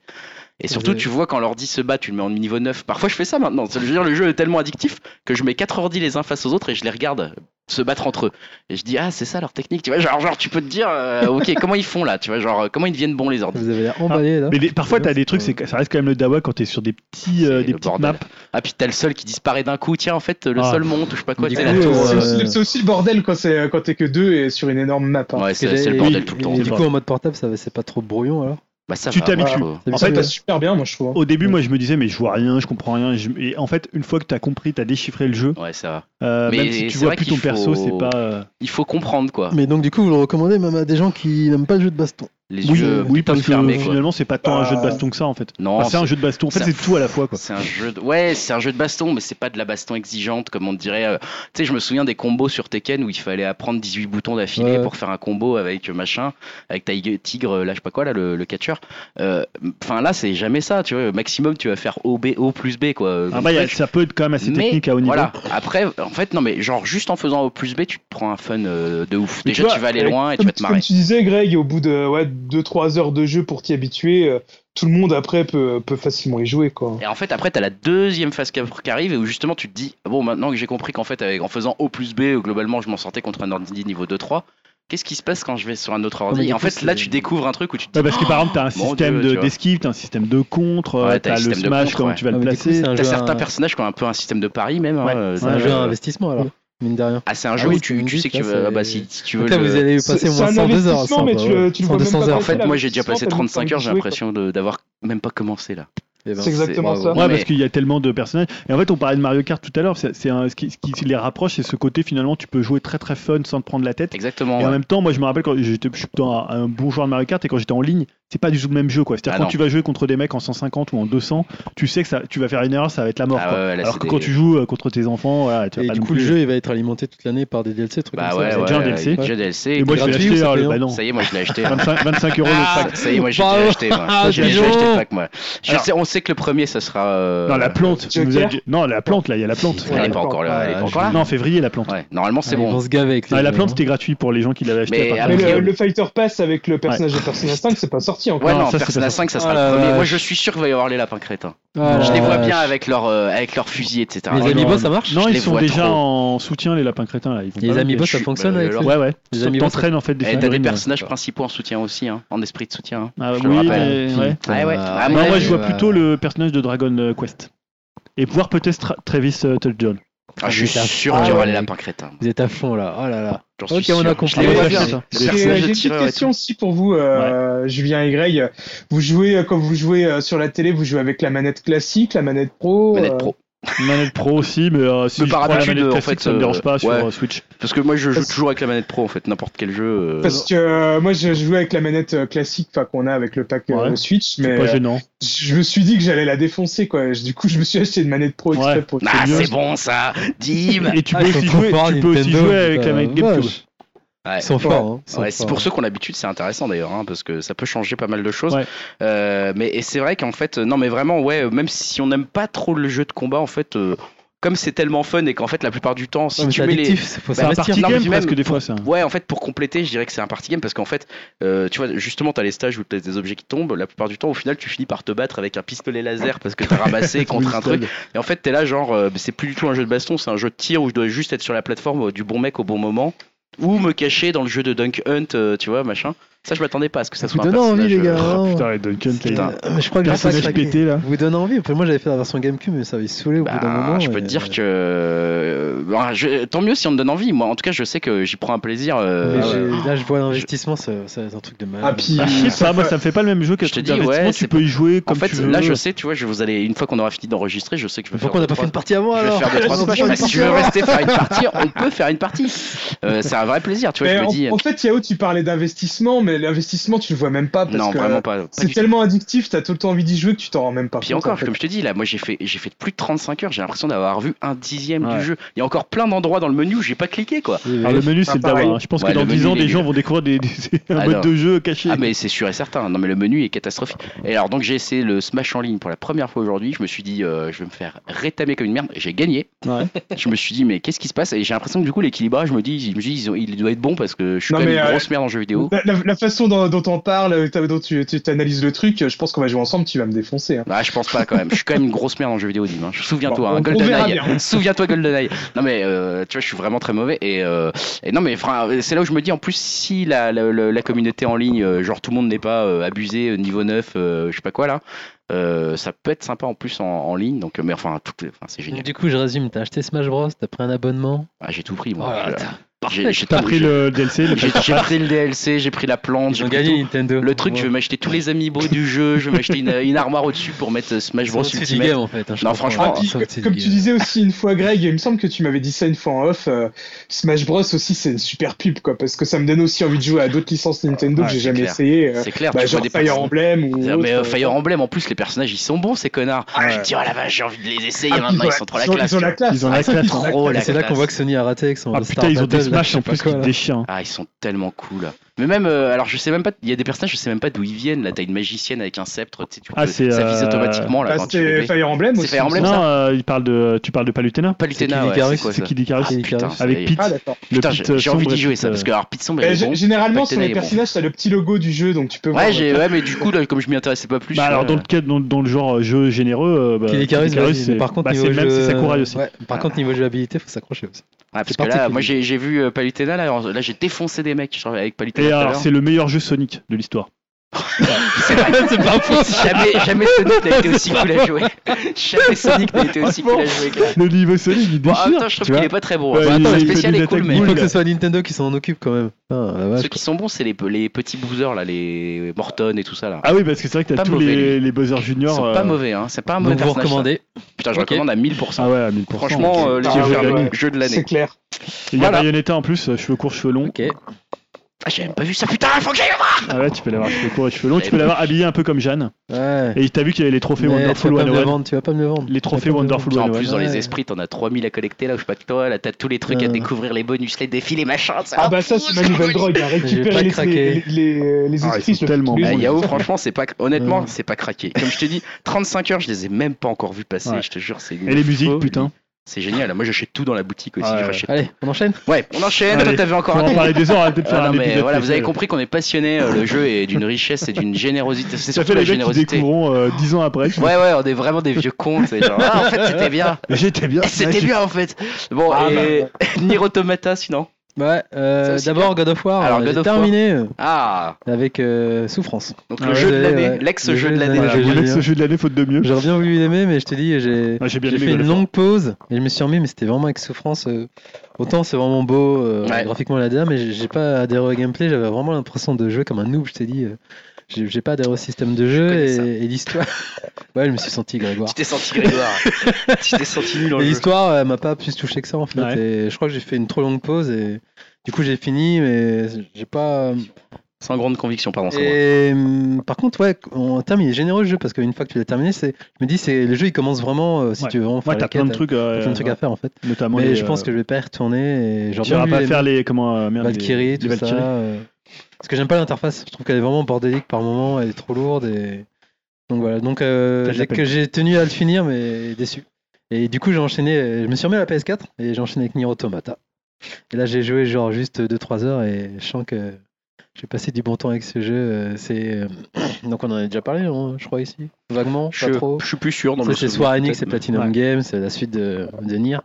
Speaker 1: Et surtout,
Speaker 3: Ouais.
Speaker 1: tu vois quand l'ordi se bat, tu le mets en niveau 9. Parfois, je fais ça maintenant. Je veux dire, le jeu est tellement addictif que je mets quatre ordi les uns face aux autres et je les regarde se battre entre eux. Et je dis, ah, c'est ça leur technique, tu vois. Genre, genre tu peux te dire, euh, ok, comment ils font là, tu vois, genre, euh, comment ils deviennent bons les ordi.
Speaker 3: Vous avez l'air emballé là.
Speaker 2: Mais des- parfois,
Speaker 3: C'est
Speaker 2: t'as
Speaker 3: bien,
Speaker 2: des trucs,
Speaker 3: c'est-
Speaker 2: c'est que ça reste quand même le dawa quand t'es sur des petits, euh,
Speaker 1: C'est
Speaker 2: des
Speaker 1: le
Speaker 2: petites
Speaker 1: bordel.
Speaker 2: maps.
Speaker 1: Ah, puis t'as le sol qui disparaît d'un coup, tiens, en fait, le
Speaker 2: Ah.
Speaker 1: sol monte, ou je sais pas quoi,
Speaker 3: Du
Speaker 1: tu sais, la
Speaker 3: coup,
Speaker 1: tour,
Speaker 4: C'est
Speaker 1: euh,
Speaker 4: aussi, c'est aussi le bordel quand c'est- euh, quand t'es que deux et sur une énorme map. hein.
Speaker 1: Ouais,
Speaker 3: Parce
Speaker 1: c'est
Speaker 3: que
Speaker 1: c'est le
Speaker 3: j'ai-
Speaker 1: bordel
Speaker 2: oui,
Speaker 1: tout le
Speaker 3: et
Speaker 1: temps.
Speaker 3: Du coup, en mode portable, ça va- c'est pas trop brouillon alors
Speaker 1: Bah, ça
Speaker 2: tu
Speaker 1: va,
Speaker 2: t'habitues.
Speaker 1: moi, je-
Speaker 3: C'est
Speaker 4: En fait,
Speaker 3: habituel,
Speaker 4: passe
Speaker 3: ouais.
Speaker 4: super bien, moi, je trouve. hein.
Speaker 2: Au début, moi, je me disais, mais je vois rien, je comprends rien. je- Et en fait, une fois que t'as compris, t'as déchiffré le jeu,
Speaker 1: Ouais, ça va.
Speaker 2: euh,
Speaker 1: Mais
Speaker 2: même si tu
Speaker 1: c'est
Speaker 2: vois
Speaker 1: vrai
Speaker 2: plus
Speaker 1: qu'il
Speaker 2: ton perso,
Speaker 1: faut-
Speaker 2: c'est pas. euh,
Speaker 1: Il faut comprendre, quoi.
Speaker 3: Mais donc, du coup, vous le recommandez même à des gens qui n'aiment pas le jeu de baston.
Speaker 1: Les
Speaker 2: Oui,
Speaker 1: yeux
Speaker 2: oui,
Speaker 1: putain de
Speaker 2: parce que
Speaker 1: fermés, quoi.
Speaker 2: finalement, c'est pas tant un jeu de
Speaker 4: Euh,
Speaker 2: baston que ça, en fait.
Speaker 1: Non,
Speaker 2: Enfin, c'est un jeu de baston. En fait,
Speaker 1: ça-
Speaker 2: c'est tout à la fois, quoi.
Speaker 1: C'est un jeu de... Ouais, c'est un jeu de baston, mais c'est pas de la baston exigeante, comme on dirait. euh, Tu sais, je me souviens des combos sur Tekken où il fallait apprendre 18 boutons d'affilée
Speaker 3: Ouais.
Speaker 1: pour faire un combo avec euh, machin, avec Tiger, Tigre, euh, là, je sais pas quoi, là, le, le catcheur. Euh, Enfin, là, c'est jamais ça, tu vois. Maximum, tu vas faire O, B, O plus B, quoi. euh,
Speaker 2: Ah, bah, il y a-
Speaker 1: Après,
Speaker 2: ça peut être quand même assez
Speaker 1: mais
Speaker 2: technique à haut niveau.
Speaker 1: Voilà. Après, en fait, non, mais genre, juste en faisant O plus B, tu te prends un fun euh, de ouf.
Speaker 4: Mais
Speaker 1: Déjà,
Speaker 4: tu
Speaker 1: tu,
Speaker 4: vois,
Speaker 1: vas aller
Speaker 4: avec-
Speaker 1: loin et tu
Speaker 4: Comme,
Speaker 1: vas te
Speaker 4: comme
Speaker 1: marrer.
Speaker 4: tu disais, Greg, au bout de 2-3 heures de jeu pour t'y habituer, euh, tout le monde après peut, peut facilement y jouer. Quoi.
Speaker 1: Et en fait, après, t'as la deuxième phase qui qui arrive et où justement tu te dis, ah bon, maintenant que j'ai compris qu'en fait, avec, en faisant O plus B, euh, globalement, je m'en sortais contre un ordi niveau 2-3, qu'est-ce qui se passe quand je vais sur un autre
Speaker 3: mais
Speaker 1: ordi
Speaker 3: du
Speaker 1: Et Ah, en euh,
Speaker 3: coup,
Speaker 1: fait,
Speaker 3: c'est-
Speaker 1: là, tu découvres un truc où tu te dis,
Speaker 2: Ouais, parce que par exemple, t'as un
Speaker 1: Mon
Speaker 2: système
Speaker 1: Dieu,
Speaker 2: de-
Speaker 1: tu vois.
Speaker 2: d'esquive, t'as un système de contre, euh,
Speaker 1: Ouais, t'as
Speaker 2: t'as
Speaker 1: le
Speaker 2: le
Speaker 1: système de
Speaker 2: smash,
Speaker 1: contre,
Speaker 2: comment
Speaker 1: ouais.
Speaker 2: tu vas
Speaker 3: Ah,
Speaker 2: le
Speaker 3: mais du coup,
Speaker 2: placer.
Speaker 3: c'est un
Speaker 1: t'as
Speaker 3: jeu à-
Speaker 1: certains personnages qui ont un peu un système de pari, même. hein,
Speaker 2: Ouais,
Speaker 1: euh,
Speaker 2: c'est
Speaker 1: ça,
Speaker 3: C'est un
Speaker 1: euh,
Speaker 3: jeu à investissement alors, mine de rien.
Speaker 1: Ah, c'est un jeu
Speaker 3: oui,
Speaker 1: où
Speaker 3: c'est
Speaker 1: tu,
Speaker 3: une
Speaker 1: tu sais
Speaker 3: vie,
Speaker 1: que tu
Speaker 3: ça,
Speaker 1: veux.
Speaker 3: c'est-
Speaker 1: Ah, bah, si, si tu veux.
Speaker 3: Donc là,
Speaker 1: le-
Speaker 3: vous allez
Speaker 4: C'est-
Speaker 3: passer au
Speaker 4: c'est
Speaker 3: moins
Speaker 4: un
Speaker 3: 102 heures.
Speaker 4: investissement,
Speaker 3: ça,
Speaker 4: mais
Speaker 3: bah,
Speaker 4: tu,
Speaker 3: ouais.
Speaker 4: euh, tu le vois même
Speaker 3: 100-200
Speaker 4: pas
Speaker 3: heures.
Speaker 1: En fait,
Speaker 4: Là,
Speaker 1: moi, j'ai déjà passé
Speaker 4: t'as le temps de
Speaker 1: 35 heures, j'ai
Speaker 4: jouer, quoi.
Speaker 1: l'impression de- d'avoir même pas commencé là.
Speaker 3: Eh ben,
Speaker 4: C'est exactement
Speaker 3: bravo.
Speaker 4: ça.
Speaker 2: Ouais,
Speaker 1: mais-
Speaker 2: parce qu'il y a tellement de personnages. Et en fait, on parlait de Mario Kart tout à l'heure. C'est c'est un- ce, qui, ce qui les rapproche, c'est ce côté finalement, tu peux jouer très très fun sans te prendre la tête.
Speaker 1: Exactement.
Speaker 2: Et en
Speaker 1: ouais.
Speaker 2: même temps, moi je me rappelle quand j'étais, je suis plutôt un, un bon joueur de Mario Kart et quand j'étais en ligne, c'est pas du tout le même jeu quoi. C'est-à-dire
Speaker 1: Ah
Speaker 2: quand
Speaker 1: non.
Speaker 2: tu vas jouer contre des mecs en 150 ou en 200, tu sais que ça, tu vas faire une erreur, ça va être la mort.
Speaker 1: Ah
Speaker 2: quoi.
Speaker 1: ouais, ouais, là,
Speaker 2: Alors
Speaker 1: c'est
Speaker 2: que
Speaker 1: des-
Speaker 2: quand tu joues euh, contre tes enfants, voilà, tu vas
Speaker 3: Et
Speaker 2: pas
Speaker 3: du
Speaker 2: non
Speaker 3: coup, le
Speaker 2: plus-
Speaker 3: jeu, il va être alimenté toute l'année par des DLC, trucs
Speaker 1: Bah
Speaker 3: comme
Speaker 1: ouais,
Speaker 3: ça.
Speaker 1: ouais,
Speaker 2: déjà un DLC.
Speaker 1: ouais, déjà un DLC.
Speaker 2: Et moi je vais
Speaker 3: gratuit ou
Speaker 2: l'acheter.
Speaker 3: c'est
Speaker 2: hein, le-
Speaker 3: payant
Speaker 2: bah non.
Speaker 1: Ça y est, moi je l'ai acheté.
Speaker 2: 25, euros
Speaker 1: Ah,
Speaker 2: le pack.
Speaker 1: Ça y est, moi j'ai déjà
Speaker 3: Bah,
Speaker 1: acheté. Moi.
Speaker 3: ah,
Speaker 1: j'ai déjà
Speaker 3: Jojo.
Speaker 1: acheté le pack, moi. Je
Speaker 2: Alors-
Speaker 1: sais- on sait que le premier, ça sera. euh,
Speaker 2: Non, la plante. tu nous as
Speaker 4: Joker
Speaker 2: dit- Non, la plante là, il y a la plante.
Speaker 1: Elle est pas encore là. Elle est pas encore là.
Speaker 2: Non, en février la plante.
Speaker 1: Ouais, normalement c'est
Speaker 3: Allez, Ils
Speaker 1: bon.
Speaker 3: vont se gaver avec
Speaker 2: Non,
Speaker 3: les-
Speaker 2: la plante c'était gratuit pour les gens qui l'avaient acheté.
Speaker 1: Ah, Mais euh,
Speaker 2: à
Speaker 4: Mais
Speaker 2: partir de-
Speaker 4: le, le Fighter Pass avec le personnage de Persona 5, c'est pas sorti encore.
Speaker 1: Ouais,
Speaker 2: Non,
Speaker 1: non,
Speaker 2: ça, c'est pas
Speaker 1: Persona
Speaker 2: ça.
Speaker 1: 5, ça
Speaker 3: Ah
Speaker 1: sera
Speaker 3: la
Speaker 1: le premier.
Speaker 3: vache.
Speaker 1: Moi, je suis sûr qu'il va y avoir les lapins crétins.
Speaker 3: Ah,
Speaker 1: Je les
Speaker 3: la
Speaker 1: vois bien
Speaker 3: vache.
Speaker 1: avec leur, euh, avec leur fusil, etc.
Speaker 3: Les
Speaker 2: non,
Speaker 3: amiibo,
Speaker 2: non.
Speaker 3: ça marche
Speaker 2: Non,
Speaker 1: je
Speaker 2: ils
Speaker 1: les
Speaker 2: sont
Speaker 1: vois
Speaker 2: déjà
Speaker 1: trop.
Speaker 2: en soutien les lapins crétins là. Ils vont
Speaker 3: Les
Speaker 2: pas-
Speaker 3: amiibo,
Speaker 1: je
Speaker 3: ça
Speaker 1: suis-
Speaker 3: fonctionne
Speaker 1: bah,
Speaker 3: avec
Speaker 1: alors-
Speaker 3: ça
Speaker 2: Ouais, ouais.
Speaker 3: Les amiibo, ça-
Speaker 2: T'entraînes en fait des
Speaker 1: Et Eh, t'as des
Speaker 2: figurines.
Speaker 1: personnages principaux en soutien aussi, hein, en esprit de soutien. hein.
Speaker 2: Ah,
Speaker 1: je le
Speaker 2: oui,
Speaker 1: rappelle.
Speaker 2: mais- ouais.
Speaker 1: Ah ouais.
Speaker 3: Euh,
Speaker 1: Ah, mon
Speaker 2: Non, moi
Speaker 1: avis,
Speaker 2: je vois
Speaker 3: euh,
Speaker 2: plutôt le personnage de Dragon euh, Quest. Et voir peut-être Tra- Travis euh, Touchdown.
Speaker 1: Ah, je suis
Speaker 3: Ah,
Speaker 1: sûr
Speaker 3: ouais.
Speaker 1: qu'il y aura les lapins crétins.
Speaker 3: Vous êtes à fond là. Oh là là.
Speaker 1: J'en
Speaker 3: Ok,
Speaker 1: suis
Speaker 3: on a
Speaker 1: sûr.
Speaker 3: compris.
Speaker 1: Je les
Speaker 4: Ouais,
Speaker 1: vois
Speaker 4: bien.
Speaker 1: bien.
Speaker 2: Des
Speaker 1: Des
Speaker 4: J'ai
Speaker 1: personnages
Speaker 4: euh, j'ai
Speaker 1: de
Speaker 4: une petite
Speaker 1: tireur et
Speaker 4: question aussi pour vous, euh, Julien et Greg. Vous jouez, euh, quand vous jouez euh, sur la télé, vous jouez avec la manette classique, la manette pro
Speaker 1: tout.
Speaker 4: euh,
Speaker 1: Manette pro.
Speaker 2: Manette pro aussi, mais euh, si
Speaker 1: Le
Speaker 2: je prends la
Speaker 1: parapluie,
Speaker 2: manette
Speaker 1: le- en
Speaker 2: classique,
Speaker 1: fait,
Speaker 2: ça me
Speaker 1: euh,
Speaker 2: dérange pas sur
Speaker 1: ouais.
Speaker 2: euh, Switch.
Speaker 1: Parce que moi, je joue
Speaker 4: Parce-
Speaker 1: toujours avec la manette pro, en fait, n'importe quel jeu. euh,
Speaker 4: Parce que euh, moi, je jouais avec la manette euh, classique, enfin qu'on a avec le pack euh,
Speaker 2: Ouais.
Speaker 4: Switch,
Speaker 2: C'est
Speaker 4: mais
Speaker 2: pas
Speaker 4: euh,
Speaker 2: gênant.
Speaker 4: je me suis dit que j'allais la défoncer, quoi. Je- Du coup, je me suis acheté une manette pro exprès
Speaker 2: Ouais.
Speaker 4: pour.
Speaker 1: Ah,
Speaker 2: mieux.
Speaker 1: c'est bon ça Dim
Speaker 2: Et tu
Speaker 3: Ah,
Speaker 2: peux
Speaker 3: ils sont
Speaker 2: aussi
Speaker 3: trop
Speaker 2: jouer,
Speaker 3: forts,
Speaker 2: tu peux aussi
Speaker 3: Nintendo,
Speaker 2: jouer avec la
Speaker 3: putain,
Speaker 2: manette GameCube.
Speaker 3: vache.
Speaker 1: Ouais.
Speaker 3: Ils sont forts. hein. Ils sont
Speaker 1: Ouais, c'est
Speaker 3: forts.
Speaker 1: pour ceux qu'on l'habitude, c'est intéressant d'ailleurs, hein, parce que ça peut changer pas mal de choses.
Speaker 2: Ouais.
Speaker 1: Euh, mais et c'est vrai qu'en fait, euh, non, mais vraiment, ouais, euh, même si on n'aime pas trop le jeu de combat, en fait, euh, comme c'est tellement fun et qu'en fait, la plupart du temps, si
Speaker 3: Ouais, mais
Speaker 1: tu
Speaker 3: c'est
Speaker 1: mets les,
Speaker 3: addictif. Faut
Speaker 2: C'est un
Speaker 1: parti-
Speaker 3: s'investir.
Speaker 2: party
Speaker 1: non, mais
Speaker 2: game
Speaker 1: puis
Speaker 2: presque
Speaker 1: même-
Speaker 2: des fois ça.
Speaker 1: Ouais, en fait, pour compléter, je dirais que c'est un party game parce qu'en fait, euh, tu vois, justement, t'as les stages où t'as des objets qui tombent. La plupart du temps, au final, tu finis par te battre avec un pistolet laser parce que t'as ramassé contre un truc. Et en fait, t'es là, genre, euh, c'est plus du tout un jeu de baston, c'est un jeu de tir où je dois juste être sur la plateforme euh, du bon mec au bon moment ou me cacher dans le jeu de Dunk Hunt, euh, tu vois, machin. Ça, je m'attendais pas à ce que ça
Speaker 3: Vous
Speaker 1: soit un
Speaker 3: donne envie,
Speaker 1: personnage.
Speaker 3: les gars.
Speaker 1: euh,
Speaker 2: Ah,
Speaker 3: hein.
Speaker 2: Putain, et Duncan,
Speaker 3: C'est-
Speaker 2: t'as-
Speaker 3: euh, Je crois que je vais pas
Speaker 2: personnage
Speaker 3: craquer.
Speaker 2: pété là.
Speaker 3: Vous donne envie. Après, moi, j'avais fait la version GameCube, mais ça avait saoulé au bout d'un
Speaker 1: Bah,
Speaker 3: moment.
Speaker 1: je peux
Speaker 3: et-
Speaker 1: te dire que euh, bah, je- tant mieux si on me donne envie. Moi, en tout cas, je sais que j'y prends un plaisir. euh,
Speaker 3: Mais
Speaker 1: ouais.
Speaker 3: j'ai- Là, je vois l'investissement, ça ça va être un truc de mal.
Speaker 4: Ah, puis-
Speaker 2: Bah, je sais pas, moi ça me fait pas le même jeu qu'à
Speaker 1: Je te
Speaker 2: truc
Speaker 1: dis, ouais,
Speaker 2: d'investissement,
Speaker 1: c'est
Speaker 2: tu peux y jouer
Speaker 1: En
Speaker 2: comme
Speaker 1: fait,
Speaker 2: tu veux.
Speaker 1: là, je sais, tu vois, je vous allez une fois qu'on aura fini d'enregistrer, je sais que je vais
Speaker 3: Pourquoi
Speaker 1: faire
Speaker 3: on n'a pas fait
Speaker 1: deux,
Speaker 3: une partie avant
Speaker 1: je vais
Speaker 3: alors
Speaker 1: faire deux, trois
Speaker 3: On peut
Speaker 1: smash,
Speaker 3: faire une
Speaker 1: mais si
Speaker 3: partie
Speaker 1: je veux
Speaker 3: avant.
Speaker 1: rester faire une partie, on peut faire une partie. Euh, c'est un vrai plaisir, tu vois.
Speaker 4: Mais
Speaker 1: je me
Speaker 4: en,
Speaker 1: dis, euh,
Speaker 4: en fait, Yao, tu parlais d'investissement, mais l'investissement, tu le vois même pas parce
Speaker 1: non,
Speaker 4: que
Speaker 1: vraiment pas. pas
Speaker 4: c'est
Speaker 1: du tout.
Speaker 4: tellement addictif, t'as tout le temps envie d'y jouer que tu t'en rends même pas
Speaker 1: Puis
Speaker 4: compte,
Speaker 1: encore,
Speaker 4: en fait.
Speaker 1: comme je te dis, là, moi j'ai fait, j'ai fait plus de 35 heures, j'ai l'impression d'avoir vu un dixième
Speaker 2: Ouais.
Speaker 1: du jeu. Il y a encore plein d'endroits dans le menu où j'ai pas cliqué, quoi.
Speaker 2: Alors, le menu, c'est le
Speaker 4: pareil.
Speaker 2: dawa. hein. Je pense
Speaker 1: Ouais,
Speaker 2: que dans
Speaker 1: le
Speaker 2: 10
Speaker 1: menu,
Speaker 2: ans,
Speaker 1: il
Speaker 2: des
Speaker 1: est
Speaker 2: gens vont découvrir des, des- un
Speaker 1: Ah non.
Speaker 2: mode de jeu caché.
Speaker 1: Ah, mais c'est sûr et certain. Non, mais le menu est catastrophique.
Speaker 4: Ah,
Speaker 1: Et alors, donc j'ai essayé le Smash en ligne pour la première fois aujourd'hui. Je me suis dit, euh, je vais me faire rétamer comme une merde. J'ai gagné.
Speaker 2: Ouais.
Speaker 1: je me suis dit, mais qu'est-ce qui se passe Et j'ai l'impression que du coup, l'équilibrage, je me dis, je me dis, ils ont- il doit être bon parce que je suis
Speaker 4: Non,
Speaker 1: quand même
Speaker 4: mais,
Speaker 1: une
Speaker 4: euh,
Speaker 1: grosse merde en jeu vidéo.
Speaker 4: La, la- la façon dont, dont on parle, ta- dont tu tu- t'analyses le truc, euh, je pense qu'on va jouer ensemble, tu vas me défoncer. hein.
Speaker 1: Ah, je pense pas quand même. Je suis quand même une grosse merde en jeu vidéo, Dim. hein. Je- Souviens-toi,
Speaker 4: Bon,
Speaker 1: hein,
Speaker 4: on- on verra bien.
Speaker 1: GoldenEye. Souviens-toi, GoldenEye. Non, mais euh, tu vois, je suis vraiment très mauvais. Et, euh, et non, mais enfin, c'est là où je me dis, en plus, si la, la, la- la communauté en ligne, euh, genre tout le monde n'est pas euh, abusé, euh, niveau 9, euh, je sais pas quoi là, euh, ça peut être sympa en plus en, en ligne. Donc, euh, mais enfin, tout, enfin c'est génial.
Speaker 3: Du coup, je résume. T'as acheté Smash Bros, t'as pris un abonnement.
Speaker 1: Ah, j'ai tout pris, moi.
Speaker 3: Voilà,
Speaker 1: Je-
Speaker 3: Oh, t'as-
Speaker 1: j'ai j'ai
Speaker 2: T'as
Speaker 1: tout-
Speaker 2: pris
Speaker 1: j'ai-
Speaker 2: le DLC, le
Speaker 1: J'ai j'ai pris le DLC, j'ai pris la plante,
Speaker 3: Ils
Speaker 1: j'ai
Speaker 3: ont
Speaker 1: pris
Speaker 3: gagné
Speaker 1: tout.
Speaker 3: Nintendo.
Speaker 1: Le truc, je vais
Speaker 3: Ouais.
Speaker 1: m'acheter tous les amiibo du jeu, je vais m'acheter une, une armoire au-dessus pour mettre euh, Smash
Speaker 3: Ils
Speaker 1: Bros
Speaker 3: sont au-dessus du
Speaker 1: Ultimate.
Speaker 3: game, en fait. hein, je
Speaker 1: Non,
Speaker 3: comprends.
Speaker 1: franchement,
Speaker 4: Ah, puis,
Speaker 3: Ils sont au-dessus
Speaker 4: comme
Speaker 3: du
Speaker 4: tu
Speaker 3: game.
Speaker 4: disais aussi une fois, Greg, il me semble que tu m'avais dit ça une fois en off, euh, Smash Bros aussi c'est une super pub, quoi, parce que ça me donne aussi envie de jouer à d'autres licences Nintendo
Speaker 1: Ouais,
Speaker 4: que j'ai
Speaker 1: c'est
Speaker 4: jamais
Speaker 1: clair.
Speaker 4: essayé, euh,
Speaker 1: C'est clair,
Speaker 4: bah,
Speaker 1: tu vois
Speaker 4: genre
Speaker 1: des
Speaker 4: Fire
Speaker 1: personnages.
Speaker 4: Emblem ou.
Speaker 1: C'est-à-dire,
Speaker 4: autre,
Speaker 1: Mais euh,
Speaker 4: euh,
Speaker 1: Fire Emblem, en plus, les personnages, ils sont bons, ces connards.
Speaker 4: Ouais.
Speaker 1: Je me dis, oh la vache, j'ai envie de les essayer
Speaker 4: Ah,
Speaker 1: maintenant,
Speaker 4: puis,
Speaker 1: ils sont trop la
Speaker 4: ils ont-
Speaker 1: classe.
Speaker 4: Ils ont la
Speaker 1: tu vois.
Speaker 4: classe.
Speaker 2: Ils ont la
Speaker 1: Ah,
Speaker 2: classe.
Speaker 1: trop la
Speaker 3: Et c'est là qu'on
Speaker 1: classe.
Speaker 3: voit que Sony a raté avec son.
Speaker 2: Ah
Speaker 3: Star
Speaker 2: putain, ils ont des
Speaker 3: Battle, là, je
Speaker 2: Smash
Speaker 3: sais
Speaker 2: en
Speaker 3: pas
Speaker 2: plus
Speaker 3: quoi, là.
Speaker 2: qui déchirent. hein.
Speaker 1: Ah, ils sont tellement cool. Mais même, euh, alors je sais même pas, il y a des personnages, je sais même pas d'où ils viennent. Là, t'as une magicienne avec un sceptre, tu sais, tu
Speaker 2: Ah,
Speaker 1: peux-
Speaker 2: c'est,
Speaker 1: ça vise
Speaker 2: euh,
Speaker 1: automatiquement là
Speaker 4: Bah,
Speaker 1: quand tu
Speaker 4: c'est
Speaker 1: le fais.
Speaker 4: Fire Emblem
Speaker 1: C'est
Speaker 4: aussi.
Speaker 1: Fire
Speaker 4: il me
Speaker 1: Emblem,
Speaker 4: semble.
Speaker 2: Non, euh, il parle de, tu parles de Palutena
Speaker 1: Palutena, ouais,
Speaker 3: Kidigarus,
Speaker 1: c'est quoi
Speaker 2: C'est
Speaker 1: ça
Speaker 2: qui dit Karis
Speaker 1: Ah, putain,
Speaker 3: Kidigarus.
Speaker 1: ça
Speaker 2: Avec
Speaker 1: y est.
Speaker 2: Pete,
Speaker 4: Ah, d'accord.
Speaker 2: le
Speaker 1: Putain,
Speaker 2: Pete,
Speaker 1: j'ai j'ai
Speaker 2: sombre
Speaker 1: envie
Speaker 2: et
Speaker 1: d'y jouer
Speaker 2: Pete,
Speaker 1: ça, parce
Speaker 2: euh,
Speaker 1: que alors Pete Sombre,
Speaker 4: Euh,
Speaker 1: il est
Speaker 4: g-
Speaker 1: bon.
Speaker 4: Généralement, sur
Speaker 1: Pactena
Speaker 4: les
Speaker 1: est bon.
Speaker 4: personnages, t'as le petit logo du jeu, donc tu peux voir. euh,
Speaker 1: Ouais, j'ai- ouais, mais du coup, là, comme je m'y intéressais pas plus. euh,
Speaker 2: Bah,
Speaker 1: tu
Speaker 2: alors,
Speaker 1: vois,
Speaker 2: dans le, cadre- dans, dans le genre euh, jeu généreux, euh, bah,
Speaker 3: Kid Icarus,
Speaker 2: Kid Icarus,
Speaker 3: vas-y,
Speaker 2: c'est
Speaker 3: mais par contre,
Speaker 2: bah, c'est
Speaker 3: niveau
Speaker 2: le même,
Speaker 3: jeu- euh,
Speaker 2: c'est Sakurai aussi. Ah.
Speaker 3: ouais, Par contre, niveau jouabilité, faut s'accrocher aussi.
Speaker 1: Ouais, parce
Speaker 3: c'est
Speaker 1: que là,
Speaker 3: particulier.
Speaker 1: moi j'ai j'ai vu euh, Palutena, là, alors, là j'ai défoncé des mecs je travaille avec Palutena.
Speaker 2: Et
Speaker 1: tout à
Speaker 2: alors,
Speaker 1: l'heure.
Speaker 2: c'est le meilleur jeu Sonic de l'histoire.
Speaker 1: C'est vrai. Jamais, jamais Sonic n'a été aussi cool à jouer. Jamais Sonic n'a été aussi cool à jouer que là.
Speaker 2: Le niveau Sonic, il
Speaker 1: Bon, en même
Speaker 2: déchire.
Speaker 1: temps, je trouve
Speaker 2: tu
Speaker 1: qu'il
Speaker 2: vois.
Speaker 1: est pas très bon.
Speaker 2: Ouais,
Speaker 1: Enfin,
Speaker 2: il-
Speaker 1: attends, le
Speaker 2: il fait
Speaker 1: spécial
Speaker 2: des
Speaker 1: est cool,
Speaker 2: attaques
Speaker 1: mais
Speaker 3: Il faut
Speaker 2: Cool,
Speaker 3: que
Speaker 2: là.
Speaker 3: ce soit Nintendo qui s'en occupe quand même. Ah, la vache.
Speaker 1: ceux qui sont bons, c'est les, les petits boozers, là, les Morton et tout ça. Là.
Speaker 2: Ah oui, parce que c'est vrai que t'as
Speaker 1: Pas
Speaker 2: tous
Speaker 1: mauvais,
Speaker 2: les, les Buzzer
Speaker 1: Ils
Speaker 2: Junior.
Speaker 1: sont
Speaker 2: euh,
Speaker 1: pas mauvais, hein. c'est pas un mauvais
Speaker 3: Donc vous
Speaker 1: personnage. ça.
Speaker 3: recommandez.
Speaker 1: Putain, je
Speaker 3: Ok.
Speaker 1: recommande à 1000%.
Speaker 2: Ah ouais, à 1000%.
Speaker 1: Franchement, euh, les
Speaker 4: Ah,
Speaker 1: jeux
Speaker 4: ouais,
Speaker 1: de l'année-
Speaker 4: ouais.
Speaker 1: jeu de
Speaker 4: C'est
Speaker 1: l'année.
Speaker 4: clair.
Speaker 2: Il y a
Speaker 1: voilà.
Speaker 2: Bayonetta en plus, euh, cheveux courts, cheveux longs.
Speaker 3: Ok.
Speaker 1: Ah, j'ai même pas vu ça, putain, faut que j'aille le voir
Speaker 2: Ah ouais, tu peux l'avoir cheveux courts et cheveux longs, tu peux l'avoir habillé un peu comme Jeanne.
Speaker 1: hein.
Speaker 3: Ouais.
Speaker 2: Et t'as vu qu'il y avait les trophées
Speaker 3: Mais
Speaker 2: Wonderful
Speaker 3: tu vas pas me le
Speaker 2: 101.
Speaker 3: vendre, tu vas pas me le vendre.
Speaker 2: Les trophées
Speaker 3: Tu vas pas me le
Speaker 2: Wonderful
Speaker 1: en
Speaker 2: 101.
Speaker 1: plus, dans les
Speaker 3: ouais.
Speaker 1: esprits, t'en as 3000 à collecter là, je sais pas que toi, là, t'as tous les trucs à
Speaker 3: Euh.
Speaker 1: découvrir, les bonus, les défis, les machins. c'est
Speaker 4: Ah
Speaker 1: un
Speaker 4: bah ça
Speaker 1: fou,
Speaker 4: c'est ma nouvelle drogue, hein,
Speaker 3: J'ai pas
Speaker 4: récupérer les,
Speaker 3: craqué.
Speaker 4: les, euh, les, les
Speaker 2: Ah, ils
Speaker 4: esprits,
Speaker 2: sont
Speaker 4: je le fais
Speaker 2: tellement
Speaker 4: tous les
Speaker 2: bons.
Speaker 1: Bah,
Speaker 4: jours.
Speaker 1: Yahoo, franchement, c'est pas honnêtement,
Speaker 3: Ouais.
Speaker 1: c'est pas craqué. Comme je te dis, 35 heures, je les ai même pas encore vu passer.
Speaker 2: Ouais.
Speaker 1: Je te jure, c'est
Speaker 2: Et les musiques, putain.
Speaker 1: c'est génial. Moi, j'achète tout dans la boutique aussi.
Speaker 2: Ah ouais,
Speaker 1: je rachète-
Speaker 3: Allez, on enchaîne
Speaker 1: Ouais, on enchaîne.
Speaker 2: Allez,
Speaker 1: Toi, t'avais encore
Speaker 2: On va
Speaker 1: un.
Speaker 2: en parler des heures, arrêtez de faire
Speaker 1: Ah
Speaker 2: un
Speaker 1: non, mais
Speaker 2: épisode.
Speaker 1: voilà, vous avez
Speaker 2: spécial.
Speaker 1: compris qu'on est passionné. euh, Le jeu est d'une richesse et d'une générosité. C'est
Speaker 2: Ça
Speaker 1: surtout
Speaker 2: fait
Speaker 1: la
Speaker 2: les mecs qui
Speaker 1: générosité.
Speaker 2: découvriront euh, 10 ans après.
Speaker 1: Ouais, ouais, on est vraiment des vieux cons. C'est genre, ah, en fait, c'était bien.
Speaker 2: J'étais bien.
Speaker 1: Eh, C'était bien, en fait. Bon,
Speaker 4: Ah,
Speaker 1: et
Speaker 2: bah,
Speaker 1: Nier Automata, sinon.
Speaker 3: Ouais,
Speaker 1: Ça
Speaker 3: euh,
Speaker 1: aussi,
Speaker 3: d'abord God of War.
Speaker 1: Alors,
Speaker 3: euh,
Speaker 1: God
Speaker 3: j'ai
Speaker 1: of War.
Speaker 3: terminé euh,
Speaker 1: Ah,
Speaker 3: avec euh, Souffrance.
Speaker 1: donc
Speaker 2: Ah
Speaker 1: le
Speaker 2: ouais,
Speaker 1: jeu de
Speaker 3: désolé,
Speaker 1: l'année,
Speaker 3: ouais.
Speaker 1: l'ex-jeu de l'année.
Speaker 2: Voilà,
Speaker 3: Voilà, j'ai-
Speaker 2: mon
Speaker 3: j'ai
Speaker 2: ex
Speaker 3: bien.
Speaker 2: jeu de l'année, faute de mieux.
Speaker 3: J'aurais bien voulu l'aimer, mais je te dis, j'ai
Speaker 2: Ah, J'ai bien
Speaker 3: j'ai
Speaker 2: aimé
Speaker 3: fait
Speaker 2: God
Speaker 3: une
Speaker 2: of War.
Speaker 3: longue pause et je me suis remis, mais c'était vraiment avec Souffrance. euh, autant c'est vraiment beau euh,
Speaker 1: Ouais.
Speaker 3: graphiquement la DA, mais j'ai- j'ai pas adhéré au gameplay. J'avais vraiment l'impression de jouer comme un noob, je t'ai dit. euh, j'ai j'ai pas adhéré au système de jeu
Speaker 1: connais
Speaker 3: et,
Speaker 1: ça.
Speaker 3: et l'histoire. ouais, je me suis senti Grégoire.
Speaker 1: Tu t'es senti Grégoire. tu t'es senti nul en
Speaker 3: Et
Speaker 1: jeu.
Speaker 3: l'histoire euh, m'a pas plus touché que ça en fait.
Speaker 2: Ouais.
Speaker 3: Et je crois que j'ai fait une trop longue pause et du coup j'ai fini, mais j'ai pas.
Speaker 1: Sans grande conviction, pardon. c'est moi.
Speaker 3: Et, hum, par contre, ouais, en termes, il est généreux le jeu parce qu'une fois que tu l'as terminé, c'est, je me dis, c'est le jeu, il commence vraiment euh, si
Speaker 2: Ouais.
Speaker 3: tu veux vraiment faire
Speaker 2: Ouais, t'as
Speaker 3: les
Speaker 2: plein de
Speaker 3: quêtes,
Speaker 2: trucs.
Speaker 3: euh,
Speaker 2: euh,
Speaker 3: plein de trucs à faire en fait.
Speaker 2: Notamment.
Speaker 3: Mais
Speaker 2: les,
Speaker 3: je pense
Speaker 2: euh,
Speaker 3: que je vais pas y retourner et j'aurais
Speaker 2: Tu vas
Speaker 3: bien
Speaker 2: pas
Speaker 3: voulu
Speaker 2: faire
Speaker 3: aimer
Speaker 2: les. Comment. euh, merde, les- les
Speaker 3: Valkyrie, tout ça.
Speaker 2: Valkyries.
Speaker 3: euh, Parce que j'aime pas l'interface, je trouve qu'elle est vraiment bordélique par moment, elle est trop lourde et donc voilà. Donc
Speaker 2: T'as
Speaker 3: euh,
Speaker 2: de la
Speaker 3: j'ai-
Speaker 2: peine.
Speaker 3: que j'ai tenu à le finir, mais déçu. Et du coup j'ai enchaîné, euh, je me suis remis à la PS4 et j'ai enchaîné avec Nier Automata. Et là j'ai joué genre juste 2-3 heures et je sens que j'ai passé du bon temps avec ce jeu. euh, C'est euh, donc on en a déjà parlé, hein, je crois ici, vaguement,
Speaker 1: Je,
Speaker 3: pas trop.
Speaker 1: je suis plus sûr. dans
Speaker 3: Ça,
Speaker 1: mes
Speaker 3: c'est
Speaker 1: souvenirs,
Speaker 3: Square Enix, c'est
Speaker 1: peut-être, mais-
Speaker 3: Platinum
Speaker 2: Ouais.
Speaker 3: Games, c'est la suite de, de Nier.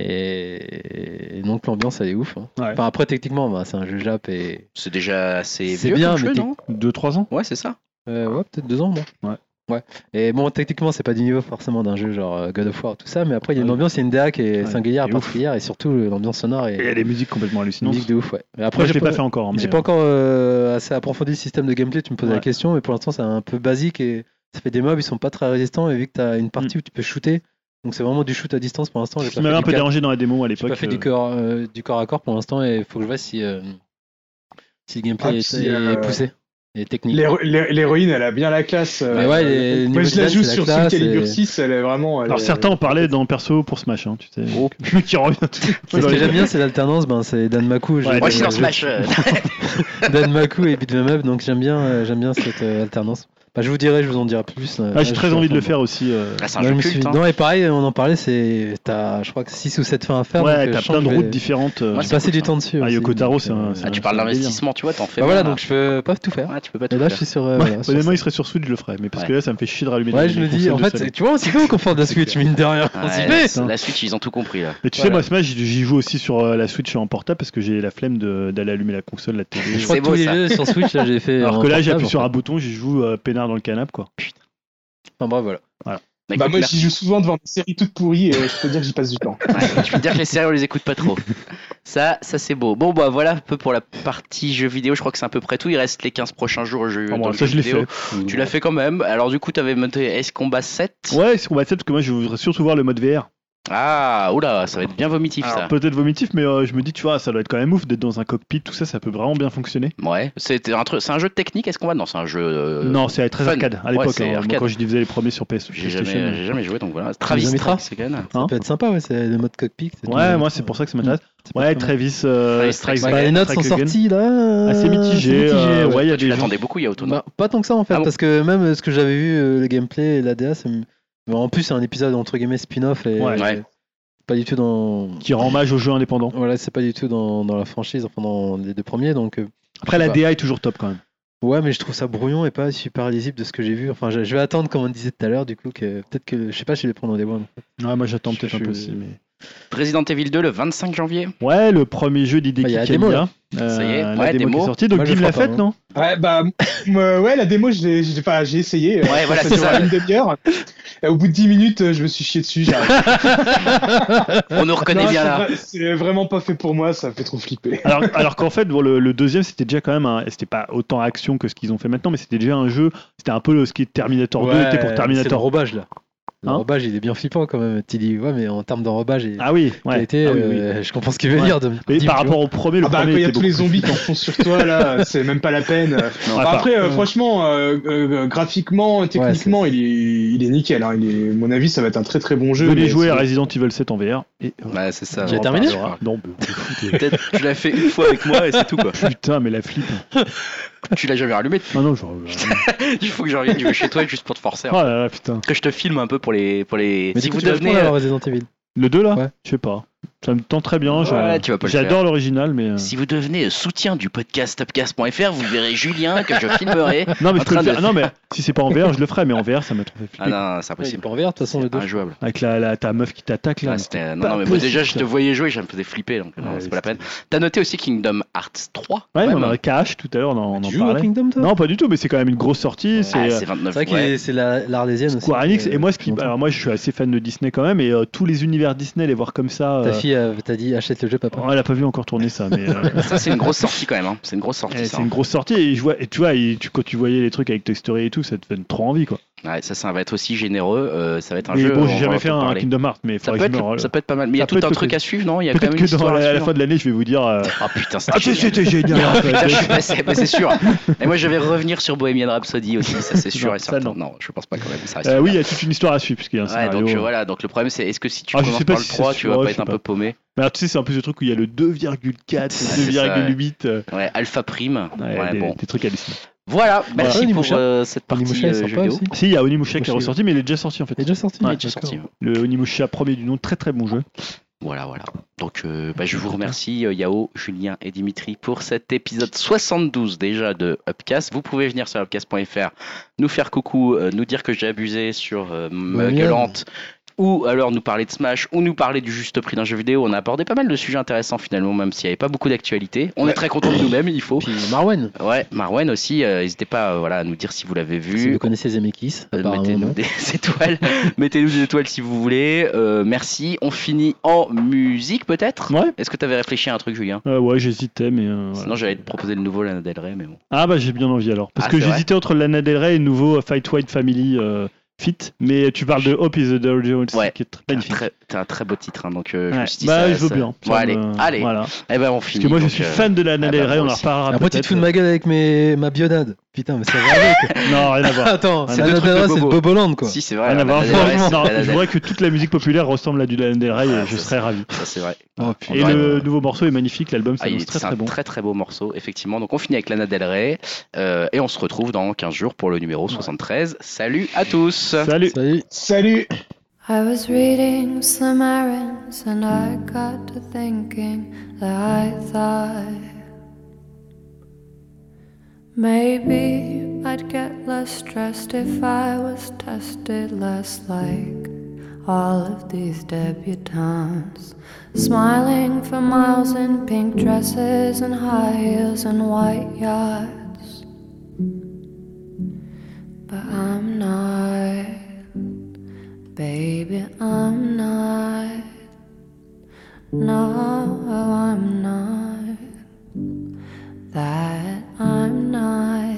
Speaker 3: Et, et donc l'ambiance elle est ouf. hein.
Speaker 2: Ouais.
Speaker 3: Enfin, après techniquement bah, c'est un jeu Jap et
Speaker 1: C'est déjà assez
Speaker 3: C'est
Speaker 1: vieux
Speaker 3: bien,
Speaker 1: comme jeu,
Speaker 3: mais
Speaker 1: non
Speaker 2: 2-3 ans.
Speaker 1: Ouais, c'est ça.
Speaker 3: euh, ouais peut-être deux ans moi.
Speaker 2: Ouais.
Speaker 3: Ouais. Et bon techniquement c'est pas du niveau forcément d'un jeu genre euh, God of War tout ça, mais après il y a une
Speaker 2: Ouais.
Speaker 3: ambiance, il y a une DA qui est
Speaker 2: Ouais,
Speaker 3: singulière,
Speaker 2: et ouf.
Speaker 3: particulière et surtout euh, l'ambiance sonore et
Speaker 2: Il y a des musiques complètement hallucinantes.
Speaker 3: musique de ouf ouais. Mais
Speaker 2: Après, je l'ai
Speaker 3: j'ai
Speaker 2: pas fait encore. hein,
Speaker 3: j'ai
Speaker 2: mais-
Speaker 3: pas encore euh, assez approfondi le système de gameplay, tu me posais
Speaker 2: Ouais.
Speaker 3: la question, mais pour l'instant c'est un peu basique et ça fait des mobs, ils sont pas très résistants et vu que t'as une partie
Speaker 2: Mm.
Speaker 3: où tu peux shooter, donc c'est vraiment du shoot à distance pour l'instant. j'ai
Speaker 2: Ce qui
Speaker 3: pas
Speaker 2: m'avait
Speaker 3: fait
Speaker 2: un
Speaker 3: du
Speaker 2: peu
Speaker 3: cas-
Speaker 2: dérangé dans la démo à
Speaker 3: J'ai
Speaker 2: l'époque.
Speaker 3: pas fait
Speaker 2: euh,
Speaker 3: du, corps, euh, du corps à corps pour l'instant et il faut que je vois si, euh, si le gameplay
Speaker 4: Ah,
Speaker 3: est,
Speaker 4: si,
Speaker 3: est
Speaker 4: euh,
Speaker 3: poussé et technique.
Speaker 4: L'héro- l'hé- L'héroïne, elle a bien la classe. euh,
Speaker 3: Mais ouais, les- les
Speaker 4: moi,
Speaker 3: niveaux
Speaker 4: je
Speaker 3: de
Speaker 4: la
Speaker 3: classe,
Speaker 4: joue
Speaker 3: c'est la
Speaker 4: sur Soul
Speaker 3: classe,
Speaker 4: Calibur
Speaker 3: et-
Speaker 4: 6, elle est vraiment. elle
Speaker 2: Alors
Speaker 4: est-
Speaker 2: certains en parlaient dans perso pour Smash, hein, tu sais.
Speaker 3: Oh.
Speaker 2: donc, qui revient.
Speaker 3: Ce que j'aime bien, c'est l'alternance, ben, c'est Dan Maku.
Speaker 2: Ouais,
Speaker 1: Moi,
Speaker 2: ouais,
Speaker 1: aussi dans
Speaker 2: ouais.
Speaker 1: Smash. euh,
Speaker 3: Dan Maku et Beat 'em Up, donc j'aime bien, euh, j'aime bien cette euh, alternance. Bah, je vous dirai, je vous en dirai plus. là.
Speaker 2: Ah,
Speaker 3: Là,
Speaker 2: j'ai
Speaker 3: je
Speaker 2: très
Speaker 3: suis
Speaker 2: envie de le
Speaker 3: en train
Speaker 2: faire aussi. euh.
Speaker 1: Ah, c'est
Speaker 3: Là, je
Speaker 1: un
Speaker 3: me
Speaker 1: jeu
Speaker 3: suis-
Speaker 1: culte. hein.
Speaker 3: Non, et pareil, on en parlait, c'est. T'as, je crois que 6 ou 7 fins à faire. donc,
Speaker 2: Ouais,
Speaker 3: euh,
Speaker 2: t'as
Speaker 3: je sens
Speaker 2: plein de
Speaker 3: que je vais-
Speaker 2: routes différentes. euh,
Speaker 1: Moi,
Speaker 3: J'ai
Speaker 1: c'est
Speaker 3: passé
Speaker 1: cool,
Speaker 3: du
Speaker 1: ça.
Speaker 3: temps dessus.
Speaker 2: Ah,
Speaker 3: aussi,
Speaker 2: Yoko Taro,
Speaker 3: donc,
Speaker 2: c'est un-
Speaker 3: euh,
Speaker 2: c'est
Speaker 1: Ah,
Speaker 2: un-
Speaker 1: tu parles
Speaker 2: c'est un
Speaker 1: d'investissement, tu vois, t'en fais.
Speaker 3: Bah voilà,
Speaker 1: plein,
Speaker 3: donc je peux pas tout faire.
Speaker 1: là. Ah, tu peux pas tout
Speaker 3: Et là, je
Speaker 1: faire.
Speaker 3: suis sur. euh,
Speaker 2: Ouais,
Speaker 3: voilà, sur
Speaker 2: Honnêtement,
Speaker 3: ça.
Speaker 2: il serait sur Switch, je le ferais. Mais parce
Speaker 1: Ouais.
Speaker 2: que là, ça me fait chier de rallumer.
Speaker 3: Ouais,
Speaker 2: les-
Speaker 3: je
Speaker 2: les
Speaker 3: me dis,
Speaker 2: consoles
Speaker 3: en
Speaker 2: de
Speaker 3: fait,
Speaker 2: salon.
Speaker 3: tu vois, c'est quoi au confort de la
Speaker 2: C'est
Speaker 3: Switch,
Speaker 2: clair.
Speaker 3: mine de rien On s'y
Speaker 1: Ouais,
Speaker 3: fait Hein.
Speaker 1: la- la Switch, ils ont tout compris là.
Speaker 2: Mais tu sais,
Speaker 3: Voilà.
Speaker 2: moi, Smash, j'y j'y joue aussi sur euh, la Switch en portable parce que j'ai la flemme de- d'aller allumer la console, la télé.
Speaker 3: Je crois
Speaker 1: C'est
Speaker 3: que
Speaker 1: beau,
Speaker 3: tous les
Speaker 1: ça.
Speaker 3: jeux sur Switch, là, j'ai fait.
Speaker 2: Alors
Speaker 3: en
Speaker 2: que là,
Speaker 3: portable,
Speaker 2: j'appuie
Speaker 3: en
Speaker 2: sur
Speaker 3: fait.
Speaker 2: un bouton, j'y joue euh, peinard dans le canapé, quoi.
Speaker 3: Enfin, bref, voilà.
Speaker 1: Bah,
Speaker 4: Bah,
Speaker 1: écoute,
Speaker 4: moi,
Speaker 1: merci.
Speaker 4: j'y joue souvent devant des séries toutes pourries et je peux dire que j'y passe du temps.
Speaker 1: Ouais, je peux te dire que les séries, on les écoute pas trop. Ça, ça c'est beau. Bon, bah voilà un peu pour la partie jeux vidéo. Je crois que c'est à peu près tout. Il reste les 15 prochains jours. Jeux,
Speaker 2: Ah, bon,
Speaker 1: dans le
Speaker 2: ça,
Speaker 1: jeu
Speaker 2: je l'ai
Speaker 1: vidéo.
Speaker 2: fait.
Speaker 1: Tu l'as fait quand même. Alors, du coup, t'avais monté S Combat 7.
Speaker 2: Ouais, c'est combat 7 parce que moi, je voudrais surtout voir le mode VR.
Speaker 1: Ah, oula, ça va être bien vomitif
Speaker 2: Alors,
Speaker 3: Ah.
Speaker 1: ça.
Speaker 2: peut-être vomitif, mais euh, je me dis, tu vois, ça doit être quand même ouf d'être dans un cockpit, tout ça, ça peut vraiment bien fonctionner.
Speaker 1: Ouais, c'est un truc, c'est un jeu de technique, est-ce qu'on va Non, c'est un jeu. euh,
Speaker 2: non, c'est très
Speaker 1: fun.
Speaker 2: arcade à
Speaker 1: Ouais,
Speaker 2: l'époque,
Speaker 1: c'est
Speaker 2: hein, moi,
Speaker 1: arcade.
Speaker 2: quand je faisais les premiers sur PS
Speaker 1: J'ai
Speaker 2: PlayStation.
Speaker 1: jamais, j'ai jamais joué, donc voilà.
Speaker 3: nous
Speaker 1: Travis
Speaker 3: invitera.
Speaker 1: Strikesagan.
Speaker 2: Hein
Speaker 3: Ça peut être sympa, ouais, c'est le mode cockpit. c'est
Speaker 2: Ouais,
Speaker 3: tout.
Speaker 2: moi, c'est pour ça que ça m'intéresse.
Speaker 3: C'est pas
Speaker 2: Ouais,
Speaker 3: trop mal.
Speaker 2: Travis euh,
Speaker 1: Travis
Speaker 2: Strikes
Speaker 1: Strikes
Speaker 3: Bah,
Speaker 2: Back,
Speaker 3: les notes sont
Speaker 2: Strike Again.
Speaker 3: sorties là.
Speaker 2: Assez mitigé.
Speaker 3: c'est
Speaker 2: euh,
Speaker 3: ouais.
Speaker 2: ouais, il y a
Speaker 1: Je
Speaker 2: des gens.
Speaker 1: l'attendais beaucoup, Yauto. non
Speaker 3: Bah, pas tant que ça en fait,
Speaker 1: Ah bon
Speaker 3: parce que même euh, ce que j'avais vu, euh, le gameplay et la DA, ça me- Bon, en plus c'est un épisode entre guillemets spin-off et
Speaker 2: Ouais.
Speaker 3: c'est
Speaker 1: Ouais.
Speaker 3: pas du tout dans.
Speaker 2: Qui rend hommage aux jeux indépendants.
Speaker 3: Voilà, c'est pas du tout dans, dans la franchise, enfin dans les deux premiers, donc euh,
Speaker 2: Après,
Speaker 3: Je sais
Speaker 2: la
Speaker 3: pas.
Speaker 2: DA est toujours top quand même.
Speaker 3: ouais, mais je trouve ça brouillon et pas super lisible de ce que j'ai vu. Enfin, je, je vais attendre comme on disait tout à l'heure, du coup que peut-être que je sais pas, je vais les prendre en des one.
Speaker 2: Ouais, moi, j'attends
Speaker 3: Je-
Speaker 2: peut-être un
Speaker 3: je-
Speaker 2: peu aussi. Mais...
Speaker 1: Resident Evil 2 le 25 janvier.
Speaker 2: Ouais, le premier jeu d'idée
Speaker 3: Ah, il y a la
Speaker 2: Kikamiya,
Speaker 3: démo, là.
Speaker 2: euh,
Speaker 1: Ça y est,
Speaker 2: la
Speaker 1: ouais,
Speaker 2: démo qui
Speaker 1: démo.
Speaker 2: est sortie. Donc,
Speaker 3: Moi, je
Speaker 2: vive
Speaker 3: le
Speaker 2: la
Speaker 3: ferai
Speaker 2: fête,
Speaker 3: pas,
Speaker 2: non
Speaker 4: Ouais, bah, euh, ouais, la démo, je l'ai- je l'ai- enfin, j'ai essayé. euh,
Speaker 1: Ouais, voilà, c'est
Speaker 4: ça
Speaker 1: ça.
Speaker 4: dure une demi-heure. Et au bout de 10 minutes, euh, je me suis chié dessus. j'ai arrêté.
Speaker 3: Ah,
Speaker 1: On nous reconnaît
Speaker 4: Non,
Speaker 1: bien
Speaker 4: c'est
Speaker 1: là.
Speaker 4: vrai- C'est vraiment pas fait pour moi, ça me fait trop flipper.
Speaker 2: Alors, alors qu'en fait, bon, le, le deuxième, c'était déjà quand même, un- c'était pas autant action que ce qu'ils ont fait maintenant, mais c'était déjà un jeu. C'était un peu le- ce qui est Terminator 2 était pour
Speaker 3: C'est le
Speaker 2: Terminator.
Speaker 3: robage là. L'enrobage, il est bien flippant quand même. Tu dis, ouais, mais en termes d'enrobage et
Speaker 2: Ah oui, ouais.
Speaker 3: qualité,
Speaker 2: Ah oui,
Speaker 3: euh, je comprends ce qu'il veut
Speaker 2: Ouais.
Speaker 3: dire. De,
Speaker 2: oui. Et
Speaker 3: Dim,
Speaker 2: par
Speaker 3: tu vois.
Speaker 2: rapport au premier, le
Speaker 4: Ah bah,
Speaker 2: premier
Speaker 4: quand il y a
Speaker 2: était
Speaker 4: tous les
Speaker 2: beaucoup Ah,
Speaker 4: zombies qui enfoncent sur toi, là, c'est même pas la peine.
Speaker 1: Non,
Speaker 2: à
Speaker 4: Bah,
Speaker 2: part-
Speaker 4: après, euh,
Speaker 3: euh,
Speaker 4: franchement, euh, euh, graphiquement, techniquement, il, est, il est nickel. Hein. Il est, à mon avis, ça va être un très très bon
Speaker 2: plus-
Speaker 4: jeu.
Speaker 2: Venez
Speaker 4: mais
Speaker 2: jouer à
Speaker 4: c'est-
Speaker 2: Resident Evil 7 en VR. Et
Speaker 1: Bah, c'est ça.
Speaker 3: J'ai
Speaker 1: on
Speaker 3: terminé
Speaker 1: reparlera.
Speaker 2: Non, mais vous foutez.
Speaker 1: Peut-être tu l'as fait une fois avec moi et c'est tout quoi.
Speaker 2: Putain, mais la flip.
Speaker 1: Tu l'as jamais rallumé.
Speaker 2: Ah non, je.
Speaker 1: Il faut que je revienne je vais chez toi juste pour te forcer.
Speaker 2: Oh là là, putain.
Speaker 1: Que je te filme un peu pour les pour les.
Speaker 3: Mais
Speaker 1: si
Speaker 3: du coup,
Speaker 1: vous
Speaker 3: tu vas
Speaker 1: devenez
Speaker 3: prendre la Resident Evil.
Speaker 2: Le 2 là
Speaker 3: Ouais.
Speaker 2: Je sais pas. Ça me tend très bien. j'a-
Speaker 1: Ouais, tu vas pas le
Speaker 2: J'adore l'original, mais. euh,
Speaker 1: Si vous devenez euh, soutien du podcast topcast.fr, vous verrez Julien que je filmerai.
Speaker 2: Non, mais,
Speaker 1: en
Speaker 2: je peux le
Speaker 1: train de-
Speaker 2: faire. non, mais si c'est pas en VR, je le ferai, mais en VR, ça m'a trop fait
Speaker 1: Ah
Speaker 2: flipper.
Speaker 1: non, c'est
Speaker 3: Ouais, il est
Speaker 1: impossible.
Speaker 3: pas en VR, de toute façon, le 2.
Speaker 1: Injouable.
Speaker 2: Avec la, la- ta meuf qui t'attaque là.
Speaker 1: Ah,
Speaker 2: là.
Speaker 1: c'était- non,
Speaker 2: pas
Speaker 1: non, mais moi, déjà, je
Speaker 2: possible.
Speaker 1: te voyais jouer, je me faisais flipper, donc non,
Speaker 2: Ouais,
Speaker 1: c'est pas la peine. T'as noté aussi Kingdom Hearts 3
Speaker 2: Ouais,
Speaker 1: quand
Speaker 2: mais on
Speaker 1: même.
Speaker 2: a Cash tout à l'heure, on en, on en
Speaker 3: Tu joues à
Speaker 2: parlait.
Speaker 3: Kingdom, toi
Speaker 2: Non, pas du tout, mais c'est quand même une grosse sortie.
Speaker 1: Ah,
Speaker 2: c'est euh,
Speaker 1: c'est 29
Speaker 3: C'est vrai que
Speaker 1: ouais.
Speaker 3: c'est la- l'Ardésienne aussi.
Speaker 2: Square Enix.
Speaker 3: euh,
Speaker 2: Et moi, ce qui,
Speaker 3: longtemps.
Speaker 2: alors moi, je suis assez fan de Disney quand même, et euh, tous les univers Disney, les voir comme ça.
Speaker 3: Ta
Speaker 2: euh,
Speaker 3: fille euh, t'a dit achète le jeu, papa.
Speaker 2: oh, elle a pas vu encore tourner ça, mais. euh,
Speaker 1: Ça, c'est une grosse sortie quand même. hein. C'est une grosse sortie.
Speaker 2: eh,
Speaker 1: ça,
Speaker 2: c'est une grosse sortie et, je vois, et tu vois et tu- quand tu voyais les trucs avec Toy Story et tout ça te donne trop envie quoi.
Speaker 1: Ouais, ça, ça va être aussi généreux. euh, ça va être un
Speaker 2: Mais
Speaker 1: jeu.
Speaker 2: bon
Speaker 1: on
Speaker 2: j'ai
Speaker 1: va
Speaker 2: jamais
Speaker 1: en
Speaker 2: fait un
Speaker 1: parler.
Speaker 2: Kingdom Hearts mais
Speaker 1: Ça
Speaker 2: faudrait
Speaker 1: peut,
Speaker 2: que je me
Speaker 1: être,
Speaker 2: re-
Speaker 1: ça peut être pas mal. Mais il y a
Speaker 2: Ça
Speaker 1: tout
Speaker 2: peut
Speaker 1: un
Speaker 2: être
Speaker 1: truc
Speaker 2: que-
Speaker 1: à suivre, non Il y a quand
Speaker 2: Peut-être
Speaker 1: même une
Speaker 2: que dans
Speaker 1: histoire
Speaker 2: la,
Speaker 1: à
Speaker 2: la fin
Speaker 1: suivre.
Speaker 2: de l'année je vais vous dire euh,
Speaker 1: Ah putain, c'est
Speaker 2: ah
Speaker 1: génial.
Speaker 2: c'était génial. en fait.
Speaker 1: Putain, je suis passé, mais c'est sûr. Et moi, je vais revenir sur Bohemian Rhapsody aussi, ça c'est sûr
Speaker 2: Non,
Speaker 1: et
Speaker 2: ça,
Speaker 1: certain.
Speaker 2: non.
Speaker 1: non, je pense pas quand même. Ça reste
Speaker 2: Euh, oui il
Speaker 1: super.
Speaker 2: y a toute une histoire à suivre parce qu'il y a un
Speaker 1: Ouais,
Speaker 2: scénario.
Speaker 1: donc euh, voilà, donc le problème c'est est-ce que si tu
Speaker 2: Ah, je
Speaker 1: commences
Speaker 2: sais pas
Speaker 1: par le
Speaker 2: si c'est
Speaker 1: 3,
Speaker 2: sûr,
Speaker 1: tu vas
Speaker 2: ouais,
Speaker 1: pas
Speaker 2: je
Speaker 1: être un
Speaker 2: sais
Speaker 1: peu paumé
Speaker 2: Mais alors, tu sais c'est un peu ce truc où il y a le 2,4,
Speaker 1: c'est ça,
Speaker 2: 2,8. euh,
Speaker 1: Ouais, Alpha Prime.
Speaker 2: ouais,
Speaker 1: Ouais,
Speaker 2: des,
Speaker 1: bon.
Speaker 2: des trucs hallucinants.
Speaker 1: Voilà, merci pour
Speaker 3: Onimusha.
Speaker 1: euh, cette partie
Speaker 3: Onimusha
Speaker 1: euh,
Speaker 3: hein. est
Speaker 1: jeu
Speaker 3: sympa
Speaker 1: vidéo.
Speaker 3: aussi.
Speaker 2: Si il y a Onimusha qui est
Speaker 3: Onimusha.
Speaker 2: ressorti mais il est déjà sorti en fait.
Speaker 3: Il est déjà sorti.
Speaker 1: Il est
Speaker 2: Ouais,
Speaker 1: déjà
Speaker 3: d'accord.
Speaker 1: sorti.
Speaker 2: Le Onimusha premier du nom très très bon jeu.
Speaker 1: Voilà, voilà. Donc, euh, bah, je vous remercie, euh, Yao, Julien et Dimitri, pour cet épisode 72 déjà de Upcast. Vous pouvez venir sur upcast.fr, nous faire coucou, euh, nous dire que j'ai abusé sur euh, ma
Speaker 3: Ouais,
Speaker 1: gueulante, ou alors nous parler de Smash, ou nous parler du juste prix d'un jeu vidéo. On a abordé pas mal de sujets intéressants finalement, même s'il n'y avait pas beaucoup d'actualité. On est très content de nous-mêmes, il faut.
Speaker 3: Puis Marwen,
Speaker 1: Ouais, Marwen aussi, euh, n'hésitez pas euh, voilà, à nous dire si vous l'avez vu.
Speaker 3: si vous connaissez Zemeckis,
Speaker 1: Euh,
Speaker 3: apparemment,
Speaker 1: Mettez-nous
Speaker 3: non.
Speaker 1: des étoiles. Mettez-nous des étoiles si vous voulez. Euh, merci. On finit en musique peut-être.
Speaker 2: Ouais.
Speaker 1: Est-ce que tu avais réfléchi à un truc, Julien
Speaker 2: Euh, ouais j'hésitais mais. euh, voilà.
Speaker 1: Sinon, j'allais te proposer le nouveau Lana Del Rey, mais bon.
Speaker 2: Ah bah j'ai bien envie alors. Parce
Speaker 1: Ah,
Speaker 2: que
Speaker 1: c'est vrai
Speaker 2: j'hésitais entre Lana Del Rey et le nouveau Fight White Family euh, Fit. Mais tu parles de Hope is the Dojo aussi
Speaker 1: Ouais.
Speaker 2: qui est très
Speaker 1: T'as un
Speaker 2: magnifique.
Speaker 1: très, t'as un très beau titre, hein, donc euh, je
Speaker 2: Ouais.
Speaker 1: me suis dit
Speaker 2: bah
Speaker 1: ça-
Speaker 2: je veux
Speaker 1: ça-
Speaker 2: bien.
Speaker 1: Bon,
Speaker 2: Ça
Speaker 1: allez,
Speaker 2: me-
Speaker 1: allez.
Speaker 2: Voilà.
Speaker 1: Eh ben, on
Speaker 2: Parce
Speaker 1: finit.
Speaker 2: que moi je
Speaker 1: donc,
Speaker 2: suis
Speaker 1: euh,
Speaker 2: fan de Lana
Speaker 1: ah
Speaker 2: Del
Speaker 1: bah,
Speaker 2: Rey, on
Speaker 1: moi
Speaker 2: en
Speaker 1: aussi.
Speaker 2: reparlera
Speaker 3: Après, tu te
Speaker 2: peut-être.
Speaker 3: fous de ma gueule avec mes... ma biodade. Putain, mais ça va avec.
Speaker 2: Non rien à voir.
Speaker 3: Attends,
Speaker 2: C'est
Speaker 3: la
Speaker 1: deux
Speaker 3: Lana
Speaker 1: trucs
Speaker 3: Del
Speaker 1: de
Speaker 3: Rey, c'est le
Speaker 1: bobo.
Speaker 3: Boboland, quoi.
Speaker 1: Si, c'est vrai.
Speaker 2: Rien à
Speaker 1: Lana
Speaker 2: voir.
Speaker 1: Del Rey, c'est
Speaker 2: Non,
Speaker 1: Lana Del
Speaker 2: je
Speaker 1: Rey.
Speaker 2: voudrais que toute la musique populaire ressemble à du Lana Del Rey
Speaker 1: Ah,
Speaker 2: et je
Speaker 1: ça,
Speaker 2: serais ravi.
Speaker 1: Ça, c'est vrai.
Speaker 3: Oh,
Speaker 2: Et
Speaker 3: putain.
Speaker 2: le nouveau morceau est magnifique, l'album
Speaker 1: Ah, il
Speaker 2: s'annonce
Speaker 1: est-
Speaker 2: très
Speaker 1: c'est un
Speaker 2: très bon.
Speaker 1: très très beau morceau, effectivement. Donc, on finit avec Lana Del Rey euh, et on se retrouve dans 15 jours pour le numéro 73. Salut à tous.
Speaker 2: Salut
Speaker 3: Salut.
Speaker 4: Salut
Speaker 5: I was reading some errands and I got to thinking that I thought maybe I'd get less stressed if I was tested less like all of these debutantes. Smiling for miles in pink dresses and high heels and white yachts. But I'm not. Baby, I'm not. No, I'm not. That I'm not.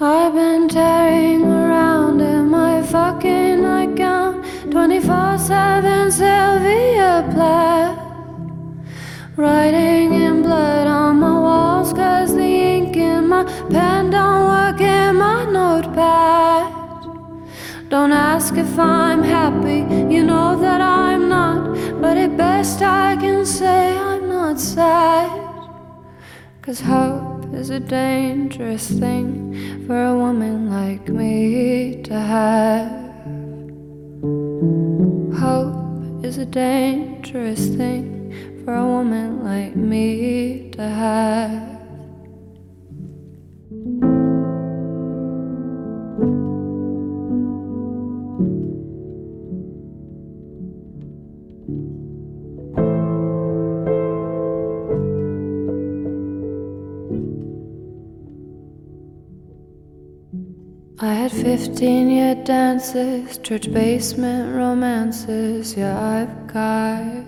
Speaker 5: I've been tearing around in my fucking nightgown 24 7 Sylvia Plath. Writing in blood on my walls, cause the ink in my pen don't work in my notepad. Don't ask if I'm happy, you know that I'm not. But at best, I can say I'm not sad. Cause hope is a dangerous thing for a woman like me to have. Hope is a dangerous thing for a woman like me to have. I had 15 year dances, church basement romances, yeah, I've got.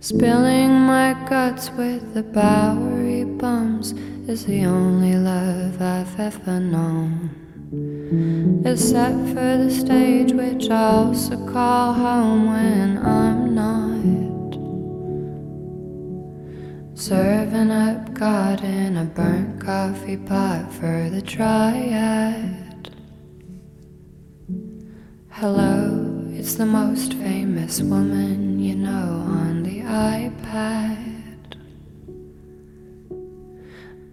Speaker 5: Spilling my guts with the Bowery bums is the only love I've ever known. except for the stage which I also call home when I'm not serving up God in a burnt coffee pot for the triad. Hello, it's the most famous woman you know on the iPad.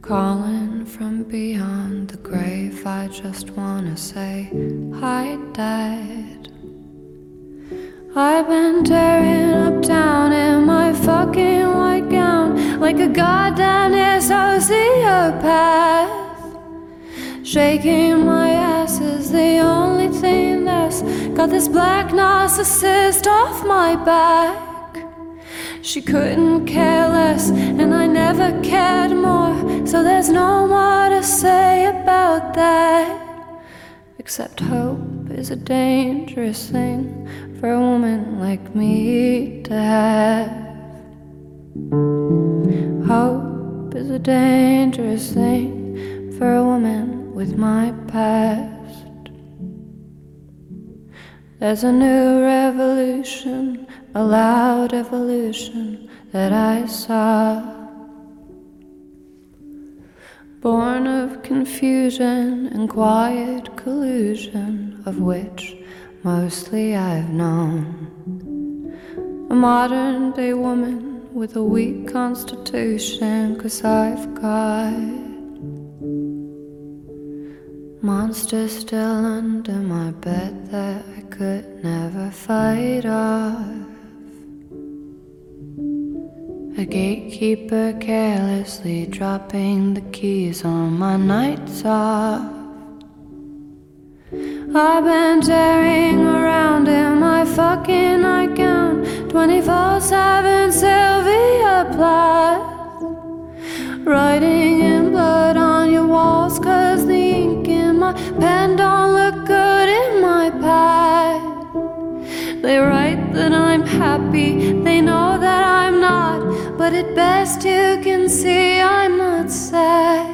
Speaker 5: Calling from beyond the grave, I just wanna say, Hi, Dad. I've been tearing up town in my fucking white gown like a goddamn sociopath. Shaking my ass is the only thing that's got this black narcissist off my back. She couldn't care less, and I never cared more, so there's no more to say about that. Except hope is a dangerous thing for a woman like me to have. Hope is a dangerous thing for a woman with my past. There's a new revolution, a loud evolution that I saw. Born of confusion and quiet collusion, of which mostly I've known. A modern day woman with a weak constitution, cause I've got monsters still under my bed that I could never fight off. A gatekeeper carelessly dropping the keys on my nights off. I've been tearing around in my fucking nightgown, 24 7 Sylvia Plath. Writing in blood on your walls, cause the ink in my pen don't look good in my pad. They write that I'm happy, they know that I'm not. But at best, you can see I'm not sad.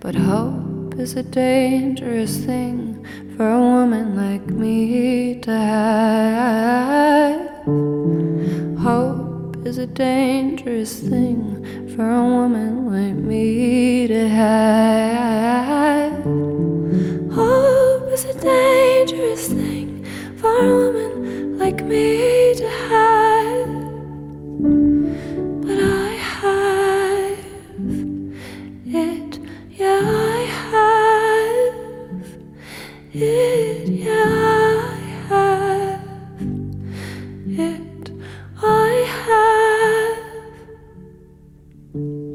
Speaker 5: But hope is a dangerous thing for a woman like me to have. Hope is a dangerous thing for a woman like me to have. Hope is a dangerous thing for a woman like me to have. But I have it, yeah, I have it, yeah, I have it, I have